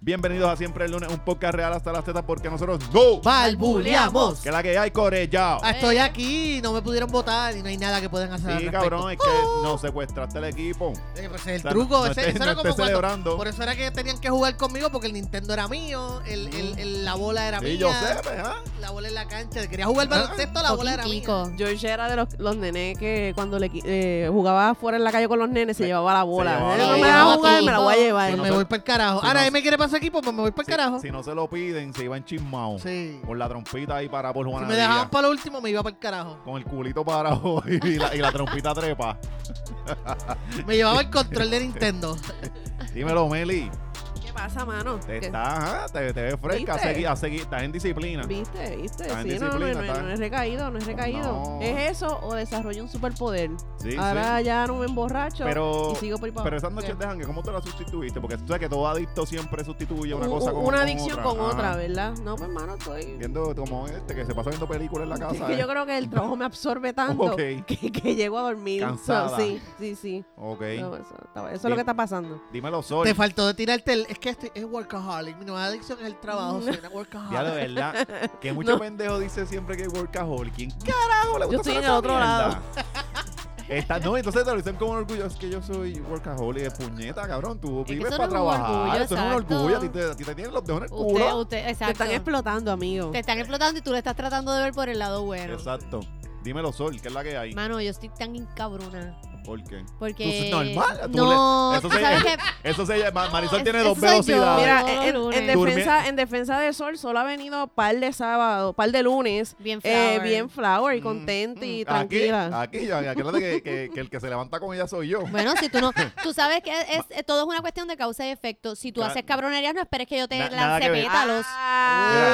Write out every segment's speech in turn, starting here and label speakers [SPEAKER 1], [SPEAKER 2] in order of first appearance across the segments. [SPEAKER 1] Bienvenidos a Siempre el Lunes, un podcast real hasta las tetas porque nosotros no.
[SPEAKER 2] ¡Balbuleamos!
[SPEAKER 1] Que la que hay, corellao.
[SPEAKER 2] Ah, Estoy aquí, no me pudieron votar y no hay nada que puedan hacer. al
[SPEAKER 1] Sí,
[SPEAKER 2] respecto. ¡Oh!
[SPEAKER 1] cabrón, es que nos secuestraste el equipo.
[SPEAKER 2] Eh, pues el
[SPEAKER 1] O sea,
[SPEAKER 2] truco,
[SPEAKER 1] no
[SPEAKER 2] ese-
[SPEAKER 1] estés-
[SPEAKER 2] eso era
[SPEAKER 1] no
[SPEAKER 2] como
[SPEAKER 1] estés
[SPEAKER 2] cuando-
[SPEAKER 1] celebrando.
[SPEAKER 2] Por eso era que tenían que jugar conmigo porque el Nintendo era mío, el, el- el- la bola era
[SPEAKER 1] Mm. Sí,
[SPEAKER 2] mía.
[SPEAKER 1] yo sé, Ah, pues, ¿ah?
[SPEAKER 2] La bola en la cancha. Quería jugar baloncesto, la bola era
[SPEAKER 3] Fucking
[SPEAKER 2] mía.
[SPEAKER 3] Kiko.
[SPEAKER 4] George era de los, los nenes que cuando le qui- eh, jugaba afuera en la calle con los nenes se llevaba la bola.
[SPEAKER 1] llevaba
[SPEAKER 4] Eh,
[SPEAKER 1] la
[SPEAKER 4] no me
[SPEAKER 1] bola.
[SPEAKER 4] la a jugar, me la voy a
[SPEAKER 2] Pues
[SPEAKER 1] Sí,
[SPEAKER 4] llevar.
[SPEAKER 1] no
[SPEAKER 2] me
[SPEAKER 1] sé.
[SPEAKER 2] voy para el carajo.
[SPEAKER 1] Sí,
[SPEAKER 2] Ahora,
[SPEAKER 1] no
[SPEAKER 2] él me quiere pasar aquí, pues me voy para el
[SPEAKER 1] Si-
[SPEAKER 2] carajo.
[SPEAKER 1] Si no se lo piden, se iban chismados.
[SPEAKER 2] Sí.
[SPEAKER 1] Con la trompita ahí para por
[SPEAKER 2] Si
[SPEAKER 1] Juana.
[SPEAKER 2] me dejaban para lo último, me iba para el carajo.
[SPEAKER 1] Con el culito para abajo y la, y la trompita trepa.
[SPEAKER 2] Me llevaba el control de Nintendo.
[SPEAKER 1] Dímelo, Meli.
[SPEAKER 4] ¿Qué pasa, mano?
[SPEAKER 1] Te,
[SPEAKER 4] ¿Qué-
[SPEAKER 1] estás, ajá, te, te ves fresca.
[SPEAKER 4] ¿Viste?
[SPEAKER 1] Seguí, a seguir, estás en disciplina.
[SPEAKER 4] ¿Viste? ¿Viste?
[SPEAKER 1] Está en
[SPEAKER 4] Sí, no, no, no,
[SPEAKER 1] disciplina,
[SPEAKER 4] no,
[SPEAKER 1] está-
[SPEAKER 4] no es recaído, no es recaído.
[SPEAKER 1] No.
[SPEAKER 4] ¿Es eso o desarrollo un superpoder?
[SPEAKER 1] Sí,
[SPEAKER 4] Ahora
[SPEAKER 1] sí.
[SPEAKER 4] ya no me emborracho
[SPEAKER 1] Pero,
[SPEAKER 4] y sigo por ahí para
[SPEAKER 1] pero esas
[SPEAKER 4] abajo.
[SPEAKER 1] noches de jangue, ¿cómo tú la sustituiste? Porque tú sabes que todo adicto siempre sustituye una
[SPEAKER 4] Un-
[SPEAKER 1] cosa
[SPEAKER 4] un-
[SPEAKER 1] con
[SPEAKER 4] una
[SPEAKER 1] con
[SPEAKER 4] adicción
[SPEAKER 1] otra.
[SPEAKER 4] con
[SPEAKER 1] Ajá.
[SPEAKER 4] otra, ¿verdad? No, pues, hermano, estoy...
[SPEAKER 1] Viendo como este que se pasa viendo películas en la
[SPEAKER 4] Es
[SPEAKER 1] casa.
[SPEAKER 4] que
[SPEAKER 1] ¿eh?
[SPEAKER 4] yo creo que el trabajo me absorbe tanto
[SPEAKER 1] Ok.
[SPEAKER 4] que, que llego a dormir. So,
[SPEAKER 1] Cansada.
[SPEAKER 4] sí, sí, sí.
[SPEAKER 1] Ok.
[SPEAKER 4] No, eso, eso es lo que está pasando.
[SPEAKER 1] Dímelo, Sol.
[SPEAKER 2] Te faltó de tirarte el. Es que este es workaholic. Mi nueva adicción es el trabajo. Soy una
[SPEAKER 1] Ya de
[SPEAKER 2] workaholic.
[SPEAKER 1] verdad, que mucho
[SPEAKER 4] No.
[SPEAKER 1] pendejo dice siempre que es workaholic. ¿Quién carajo le gusta
[SPEAKER 4] Yo estoy
[SPEAKER 1] hacer
[SPEAKER 4] en
[SPEAKER 1] esa
[SPEAKER 4] el otro
[SPEAKER 1] mierda?
[SPEAKER 4] lado.
[SPEAKER 1] Está- no, entonces te lo dicen con orgullo. Es que yo soy workaholic. Es puñeta, cabrón. Tú
[SPEAKER 3] que
[SPEAKER 1] vives
[SPEAKER 3] eso
[SPEAKER 1] para
[SPEAKER 3] no es un
[SPEAKER 1] trabajar.
[SPEAKER 3] orgullo,
[SPEAKER 1] eso no es un
[SPEAKER 3] exacto.
[SPEAKER 1] orgullo. A ti te, a ti te tienen los dedos en el
[SPEAKER 3] Usted,
[SPEAKER 1] culo.
[SPEAKER 3] usted,
[SPEAKER 4] Te
[SPEAKER 3] exacto.
[SPEAKER 4] están explotando, amigo.
[SPEAKER 3] Te están explotando y tú le estás tratando de ver por el lado bueno.
[SPEAKER 1] Exacto. Dímelo, Sol, ¿qué es la que hay?
[SPEAKER 3] Mano, yo estoy tan encabrona.
[SPEAKER 1] ¿Por qué?
[SPEAKER 3] Porque.
[SPEAKER 1] Tú es normal, tú
[SPEAKER 3] no,
[SPEAKER 1] le- eso
[SPEAKER 3] tú
[SPEAKER 1] se-
[SPEAKER 3] sabes que.
[SPEAKER 1] Eso se llama. Marisol
[SPEAKER 3] Es-
[SPEAKER 1] tiene dos
[SPEAKER 3] eso soy yo.
[SPEAKER 1] velocidades.
[SPEAKER 4] Mira,
[SPEAKER 3] Todos
[SPEAKER 4] en,
[SPEAKER 3] los
[SPEAKER 4] en
[SPEAKER 3] lunes.
[SPEAKER 4] defensa, en defensa de Sol, Sol ha venido par de sábado, par de lunes,
[SPEAKER 3] Bien
[SPEAKER 4] eh,
[SPEAKER 3] flower.
[SPEAKER 4] bien flower y
[SPEAKER 1] Mm,
[SPEAKER 4] contenta
[SPEAKER 1] mm,
[SPEAKER 4] y
[SPEAKER 1] aquí-
[SPEAKER 4] tranquila.
[SPEAKER 1] Aquí, ya, acuérdate que, que, que el que se levanta con ella soy yo.
[SPEAKER 3] Bueno, si tú no. Tú sabes que es, es- todo es una cuestión de causa y efecto. Si tú
[SPEAKER 1] Ca-
[SPEAKER 3] haces cabronerías, no esperes que yo te
[SPEAKER 1] Na- nada
[SPEAKER 3] lance
[SPEAKER 1] que ver. Ah.
[SPEAKER 3] pétalos.
[SPEAKER 1] Mira,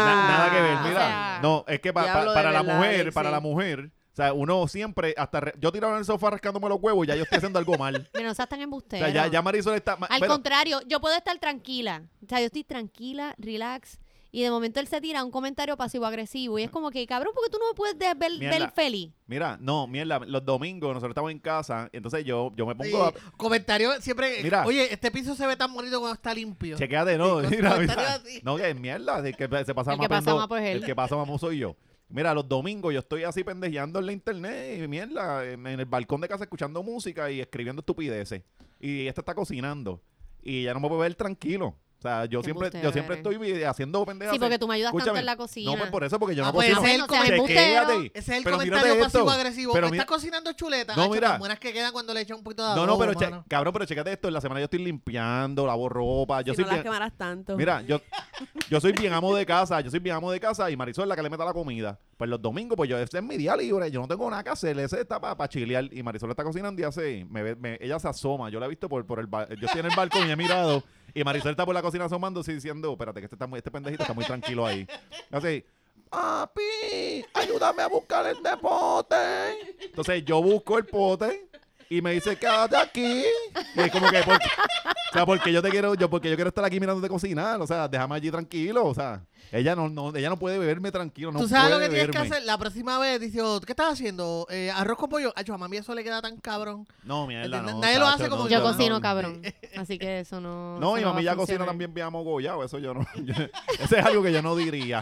[SPEAKER 1] na-
[SPEAKER 4] Ah.
[SPEAKER 1] nada que ver,
[SPEAKER 3] o
[SPEAKER 1] mira.
[SPEAKER 3] sea,
[SPEAKER 1] no, es que pa- pa-
[SPEAKER 4] diablo de
[SPEAKER 1] para la
[SPEAKER 4] verdad,
[SPEAKER 1] mujer,
[SPEAKER 4] Alexis.
[SPEAKER 1] para la mujer, o sea, uno siempre, hasta re- yo tirado en el sofá rascándome los huevos, ya yo estoy haciendo algo mal.
[SPEAKER 3] Mira, no seas tan
[SPEAKER 1] O
[SPEAKER 3] embustero.
[SPEAKER 1] sea, ya, ya Marisol está. ma-
[SPEAKER 3] Al
[SPEAKER 1] pero-
[SPEAKER 3] contrario, yo puedo estar tranquila. O sea, yo estoy tranquila, relax. Y de momento él se tira un comentario pasivo-agresivo. Y es como que, cabrón, porque tú no me puedes de- ver,
[SPEAKER 1] Mierda.
[SPEAKER 3] ver feliz.
[SPEAKER 1] mira, no, mierda, los domingos nosotros estamos en casa, entonces yo, yo me pongo a.
[SPEAKER 2] Sí, comentario siempre.
[SPEAKER 1] Mira.
[SPEAKER 2] Oye, este piso se ve tan bonito cuando está limpio.
[SPEAKER 1] Chequéate, no,
[SPEAKER 2] Sí,
[SPEAKER 1] mira,
[SPEAKER 2] comentario
[SPEAKER 1] mira.
[SPEAKER 2] así.
[SPEAKER 1] No, que es mierda, el que se pasa
[SPEAKER 3] El
[SPEAKER 1] más
[SPEAKER 3] que pasa
[SPEAKER 1] pendejo-
[SPEAKER 3] más, pues, él.
[SPEAKER 1] El que pasa más soy yo. Mira, los domingos yo estoy así pendejeando en la internet y mierda, en en el balcón de casa escuchando música y escribiendo estupideces. Y esta está cocinando y ya no me puedo ver tranquilo. O sea, yo
[SPEAKER 3] Qué
[SPEAKER 1] siempre, yo
[SPEAKER 3] embustero
[SPEAKER 1] siempre
[SPEAKER 3] eres.
[SPEAKER 1] estoy vi- haciendo pendejas.
[SPEAKER 3] Sí, porque tú me ayudas tanto
[SPEAKER 1] Escúchame,
[SPEAKER 3] en la
[SPEAKER 1] No,
[SPEAKER 3] cocina.
[SPEAKER 1] pues por eso, porque yo
[SPEAKER 2] Ah,
[SPEAKER 1] no
[SPEAKER 2] pues
[SPEAKER 1] cocino.
[SPEAKER 2] ese es el
[SPEAKER 3] Bueno, o sea,
[SPEAKER 2] comentario.
[SPEAKER 1] Chequéate.
[SPEAKER 2] Ese es el
[SPEAKER 1] Pero mírate
[SPEAKER 2] comentario
[SPEAKER 1] esto.
[SPEAKER 2] pasivo-agresivo.
[SPEAKER 1] Pero
[SPEAKER 2] Está
[SPEAKER 1] mira-
[SPEAKER 2] cocinando chuletas.
[SPEAKER 1] No,
[SPEAKER 2] No, mira.
[SPEAKER 1] mira.
[SPEAKER 2] Las buenas que quedan cuando le echan un poquito de
[SPEAKER 1] No,
[SPEAKER 2] adobo,
[SPEAKER 1] no, pero che-
[SPEAKER 2] mano.
[SPEAKER 1] cabrón, pero checate esto, en la semana yo estoy limpiando, lavo ropa, yo
[SPEAKER 4] si
[SPEAKER 1] soy
[SPEAKER 4] no las
[SPEAKER 1] bien-
[SPEAKER 4] quemaras tanto.
[SPEAKER 1] Mira, yo, yo soy bien amo de casa, yo soy bien amo de casa y Marisol es la que le meta la comida. Pues los domingos, pues yo, ese es mi día libre, yo no tengo nada que hacer, ese está para chilear. Y Marisol está cocinando y hace, me, ve- me- ella se asoma, yo la he visto por, por el ba- yo estoy en el balcón y he mirado, y Marisol está por la cocina asomándose y diciendo, espérate, que este, está muy, este pendejito está muy tranquilo ahí. Y Así, papi, ayúdame a buscar el de pote. Entonces yo busco el pote y me dice, quédate aquí. Y es como que, ¿por qué? O sea, porque yo te quiero, yo porque yo quiero estar aquí mirándote cocinar, o sea, déjame allí tranquilo, o sea, ella no, no ella no puede beberme tranquilo, no
[SPEAKER 2] Tú sabes lo
[SPEAKER 1] puede
[SPEAKER 2] que tienes que
[SPEAKER 1] beberme.
[SPEAKER 2] hacer. La próxima vez, dice, oh, ¿qué estás haciendo? Eh, arroz con pollo. Ay, yo, a mami eso le queda tan cabrón.
[SPEAKER 1] No, mierda, no.
[SPEAKER 2] Nadie lo hace
[SPEAKER 1] chacho,
[SPEAKER 2] como
[SPEAKER 1] no,
[SPEAKER 2] yo,
[SPEAKER 3] Yo
[SPEAKER 1] no,
[SPEAKER 3] cocino,
[SPEAKER 1] no.
[SPEAKER 3] cabrón. Así que eso no.
[SPEAKER 1] No,
[SPEAKER 3] eso
[SPEAKER 1] y
[SPEAKER 3] va a
[SPEAKER 1] mami ya cocina
[SPEAKER 3] funcionar.
[SPEAKER 1] también veamos gollado, eso yo no. yo- Eso es algo que yo no diría.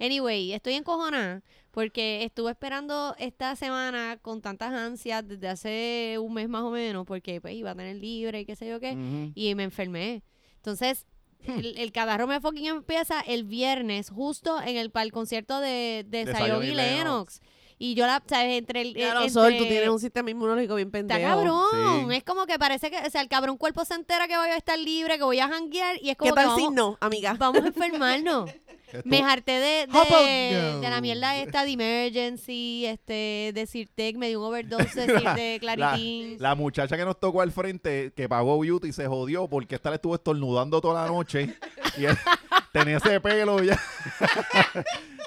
[SPEAKER 3] Anyway, estoy encojonada porque estuve esperando esta semana con tantas ansias desde hace un mes más o menos porque pues iba a tener libre y qué sé yo qué.
[SPEAKER 1] Ujú.
[SPEAKER 3] y me enfermé. Entonces,
[SPEAKER 1] Hmm.
[SPEAKER 3] el, el cadarro me fucking empieza el viernes, justo en el, para el concierto de, de
[SPEAKER 1] Zion
[SPEAKER 3] Zion
[SPEAKER 1] y
[SPEAKER 3] y Lennox. Y yo la, ¿sabes? Entre el. eh,
[SPEAKER 4] Claro,
[SPEAKER 3] entre-
[SPEAKER 4] Sol, tú tienes un sistema inmunológico bien
[SPEAKER 3] Está
[SPEAKER 4] pendejo.
[SPEAKER 3] cabrón.
[SPEAKER 1] Sí.
[SPEAKER 3] Es como que parece que, o sea, el cabrón cuerpo se entera que voy a estar libre, que voy a janguear y es como
[SPEAKER 4] ¿Qué tal
[SPEAKER 3] que vamos,
[SPEAKER 4] si no, amiga?
[SPEAKER 3] vamos a enfermarnos.
[SPEAKER 1] Esto-
[SPEAKER 3] Me harté de,
[SPEAKER 2] How about
[SPEAKER 3] de,
[SPEAKER 2] no?
[SPEAKER 3] de la mierda esta de Emergency, este, de Sirtec, me dio un overdose de, Sir- de
[SPEAKER 1] la,
[SPEAKER 3] Claritin.
[SPEAKER 1] la muchacha que nos tocó al frente, que pagó beauty, se jodió porque esta le estuvo estornudando toda la noche. Y él tenía ese pelo ya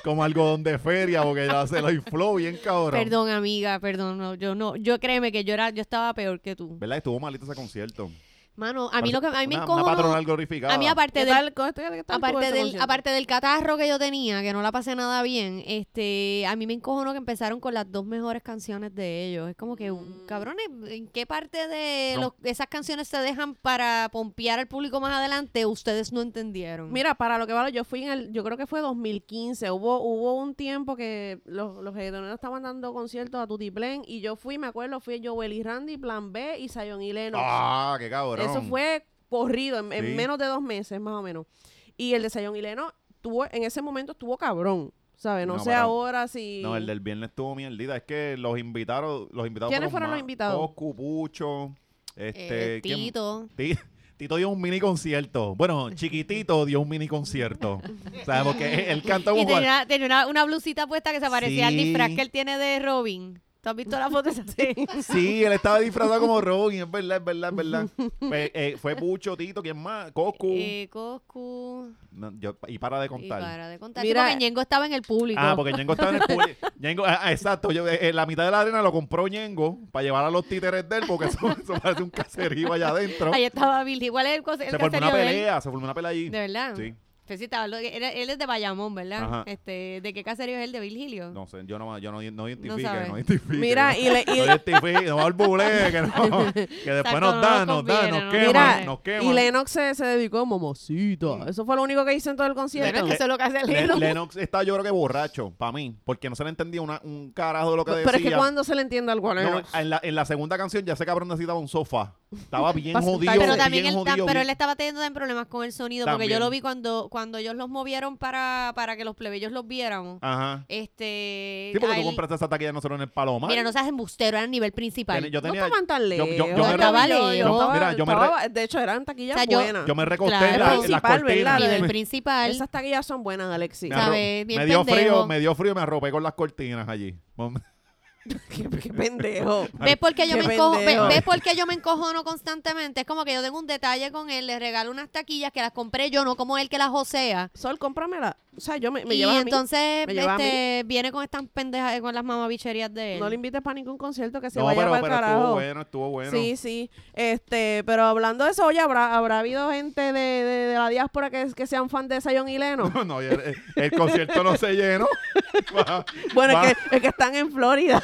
[SPEAKER 1] como algodón de feria, porque ya se lo infló bien cabrón.
[SPEAKER 3] Perdón, amiga, perdón, no, yo no, yo créeme que yo era, yo estaba peor que tú.
[SPEAKER 1] ¿Verdad? Estuvo malito ese concierto.
[SPEAKER 3] Mano, a mí lo que a mí me
[SPEAKER 1] Una- Una
[SPEAKER 3] encojona
[SPEAKER 1] patronal glorificada.
[SPEAKER 3] a mí
[SPEAKER 4] ¿Qué
[SPEAKER 3] aparte del
[SPEAKER 4] tal? ¿Qué tal- qué tal estuvo
[SPEAKER 3] aparte
[SPEAKER 4] ese
[SPEAKER 3] del,
[SPEAKER 4] concierto?
[SPEAKER 3] aparte del catarro que yo tenía, que no la pasé nada bien, este, a mí me encojonó que empezaron con las dos mejores canciones de ellos. Es como que,
[SPEAKER 4] Mm.
[SPEAKER 3] cabrones, ¿en qué parte de
[SPEAKER 1] No.
[SPEAKER 3] los- de esas canciones se dejan para pompear al público más adelante? Ustedes no entendieron.
[SPEAKER 4] Mira, para lo que vale, yo fui en el, yo creo que fue 2015, hubo hubo un tiempo que los, los reggaetoneros estaban dando conciertos a Tutiplén y yo fui, me acuerdo, fui Joel y Randy, Plan B y Zion y Lennox.
[SPEAKER 1] Ah, qué cabrón.
[SPEAKER 4] Eso fue corrido, en, en
[SPEAKER 1] Sí.
[SPEAKER 4] menos de dos meses más o menos. Y el de Zion y Lennox tuvo, en ese momento estuvo cabrón, ¿sabes? No,
[SPEAKER 1] No,
[SPEAKER 4] sé
[SPEAKER 1] pero-
[SPEAKER 4] ahora si...
[SPEAKER 1] No, el del viernes estuvo mierdita. Es que los invitaron, los invitados
[SPEAKER 4] ¿Quiénes fueron los
[SPEAKER 1] más-
[SPEAKER 4] invitados?
[SPEAKER 1] Coscu, Pucho, este...
[SPEAKER 3] Eh,
[SPEAKER 1] ¿quién-
[SPEAKER 3] Tito.
[SPEAKER 1] Ti- Tito dio un mini concierto. Bueno, chiquitito dio un mini concierto. Sabemos que él canta
[SPEAKER 3] Y
[SPEAKER 1] un Juan.
[SPEAKER 3] tenía, tenía una, una blusita puesta que se parecía al
[SPEAKER 1] Sí.
[SPEAKER 3] disfraz que él tiene de Robin. ¿Tú has visto la foto? esa?
[SPEAKER 1] Sí, él estaba disfrazado como Robin, es verdad, es verdad, es verdad. Pues, eh, fue Pucho, Tito, ¿quién más? Coscu.
[SPEAKER 3] Eh, Coscu.
[SPEAKER 1] No, yo- y para de
[SPEAKER 3] Y
[SPEAKER 1] contar.
[SPEAKER 3] para de contar.
[SPEAKER 4] Mira-
[SPEAKER 3] Mira, porque Ñengo estaba en el público.
[SPEAKER 1] Ah, porque Ñengo estaba en el público. Ñengo, ah, ah, exacto. Yo, eh, eh, la mitad de la arena lo compró Ñengo para llevar a los títeres de él, porque eso, eso parece un caserío allá adentro.
[SPEAKER 3] Ahí estaba Bill. Igual es el, cose- el
[SPEAKER 1] se formó una
[SPEAKER 3] caserío de él.
[SPEAKER 1] pelea, se formó una pelea allí.
[SPEAKER 3] ¿De verdad?
[SPEAKER 1] Sí.
[SPEAKER 3] Pues sí, estaba lo- era- él es de Bayamón, ¿verdad?
[SPEAKER 1] Ajá.
[SPEAKER 3] Este, ¿De qué caserío es el de Virgilio?
[SPEAKER 1] No sé, yo no, yo no, no identifique,
[SPEAKER 3] sabe.
[SPEAKER 1] no, identifique.
[SPEAKER 4] Mira,
[SPEAKER 1] no,
[SPEAKER 4] y le... y-
[SPEAKER 1] no identifique, no albulee, que no, que después
[SPEAKER 3] Exacto,
[SPEAKER 1] nos
[SPEAKER 3] no
[SPEAKER 1] dan,
[SPEAKER 3] nos
[SPEAKER 1] nos dan,
[SPEAKER 3] conviene,
[SPEAKER 1] nos
[SPEAKER 3] no
[SPEAKER 1] queman,
[SPEAKER 4] Mira,
[SPEAKER 1] nos
[SPEAKER 4] y
[SPEAKER 1] queman.
[SPEAKER 4] Lennox se, se dedicó a mamacita. Eso fue lo único que hizo en todo el concierto.
[SPEAKER 3] Bueno, es que eso es lo que hace
[SPEAKER 1] Le-
[SPEAKER 3] Lennox.
[SPEAKER 1] Lennox está yo creo que borracho, para mí, porque no se le entendía una- un carajo de lo que decía.
[SPEAKER 4] Pero es que cuando se le entiende algo a
[SPEAKER 1] No,
[SPEAKER 4] Lennox.
[SPEAKER 1] en, la, en la segunda canción ya ese cabrón necesitaba un sofá. Estaba bien
[SPEAKER 4] Pa'
[SPEAKER 1] jodido,
[SPEAKER 4] sentarse.
[SPEAKER 3] pero también
[SPEAKER 1] bien
[SPEAKER 3] él, tam-
[SPEAKER 1] jodido.
[SPEAKER 3] pero él
[SPEAKER 1] bien-
[SPEAKER 3] estaba teniendo también problemas con el sonido, porque
[SPEAKER 1] También.
[SPEAKER 3] yo lo vi cuando, cuando ellos los movieron para, para que los plebeyos los viéramos.
[SPEAKER 1] Ajá.
[SPEAKER 3] Este.
[SPEAKER 1] Ah. Sí, porque
[SPEAKER 3] a
[SPEAKER 1] tú
[SPEAKER 3] él-
[SPEAKER 1] compraste esa taquilla de nosotros en el Palomar.
[SPEAKER 3] Mira, no seas embustero, era el nivel principal.
[SPEAKER 1] Ten- yo
[SPEAKER 4] No
[SPEAKER 1] tenía...
[SPEAKER 4] estaban tan
[SPEAKER 1] yo-
[SPEAKER 4] lejos.
[SPEAKER 1] yo- yo
[SPEAKER 4] No
[SPEAKER 1] me
[SPEAKER 4] estaba
[SPEAKER 3] re-
[SPEAKER 4] lejos,
[SPEAKER 3] yo-
[SPEAKER 4] estaba-
[SPEAKER 1] mira, yo me
[SPEAKER 4] estaba- De hecho, eran taquillas
[SPEAKER 3] O sea, yo-
[SPEAKER 4] buenas.
[SPEAKER 1] Yo me recosté en
[SPEAKER 3] Claro.
[SPEAKER 1] la, en las
[SPEAKER 4] Principal,
[SPEAKER 1] cortinas.
[SPEAKER 4] ¿verdad?
[SPEAKER 1] Me-
[SPEAKER 3] nivel principal.
[SPEAKER 4] Esas taquillas son buenas, Alexis.
[SPEAKER 1] me,
[SPEAKER 3] ¿sabes?
[SPEAKER 1] arro-
[SPEAKER 3] Bien
[SPEAKER 1] me dio
[SPEAKER 3] pendejo.
[SPEAKER 1] frío, me dio frío y me arropé con las cortinas allí.
[SPEAKER 4] qué, qué pendejo.
[SPEAKER 3] ¿Ves por qué yo
[SPEAKER 4] Qué
[SPEAKER 3] me encojo,
[SPEAKER 4] pendejo.
[SPEAKER 3] ve- ves por qué yo me encojono constantemente? Es como que yo tengo un detalle con él, le regalo unas taquillas que las compré yo, no como él que las josea.
[SPEAKER 4] Sol, cómpramela. O sea, yo me, me
[SPEAKER 3] y
[SPEAKER 4] llevas a mí.
[SPEAKER 3] entonces
[SPEAKER 4] Me llevas a
[SPEAKER 3] este, viene con estas pendejas, con las mamabicherías de él.
[SPEAKER 4] No le invites para ningún concierto que se
[SPEAKER 1] No,
[SPEAKER 4] vaya
[SPEAKER 1] pero,
[SPEAKER 4] para el
[SPEAKER 1] pero estuvo
[SPEAKER 4] carajo.
[SPEAKER 1] bueno, estuvo bueno.
[SPEAKER 4] Sí, sí. Este, pero hablando de eso, oye, ¿habrá, habrá habido gente de, de- de la diáspora que, que sean fan de Sayon y Leno?
[SPEAKER 1] No, no, y el, el- el concierto no se llenó. Va-
[SPEAKER 4] Bueno,
[SPEAKER 1] va-
[SPEAKER 4] es que, es que están en Florida.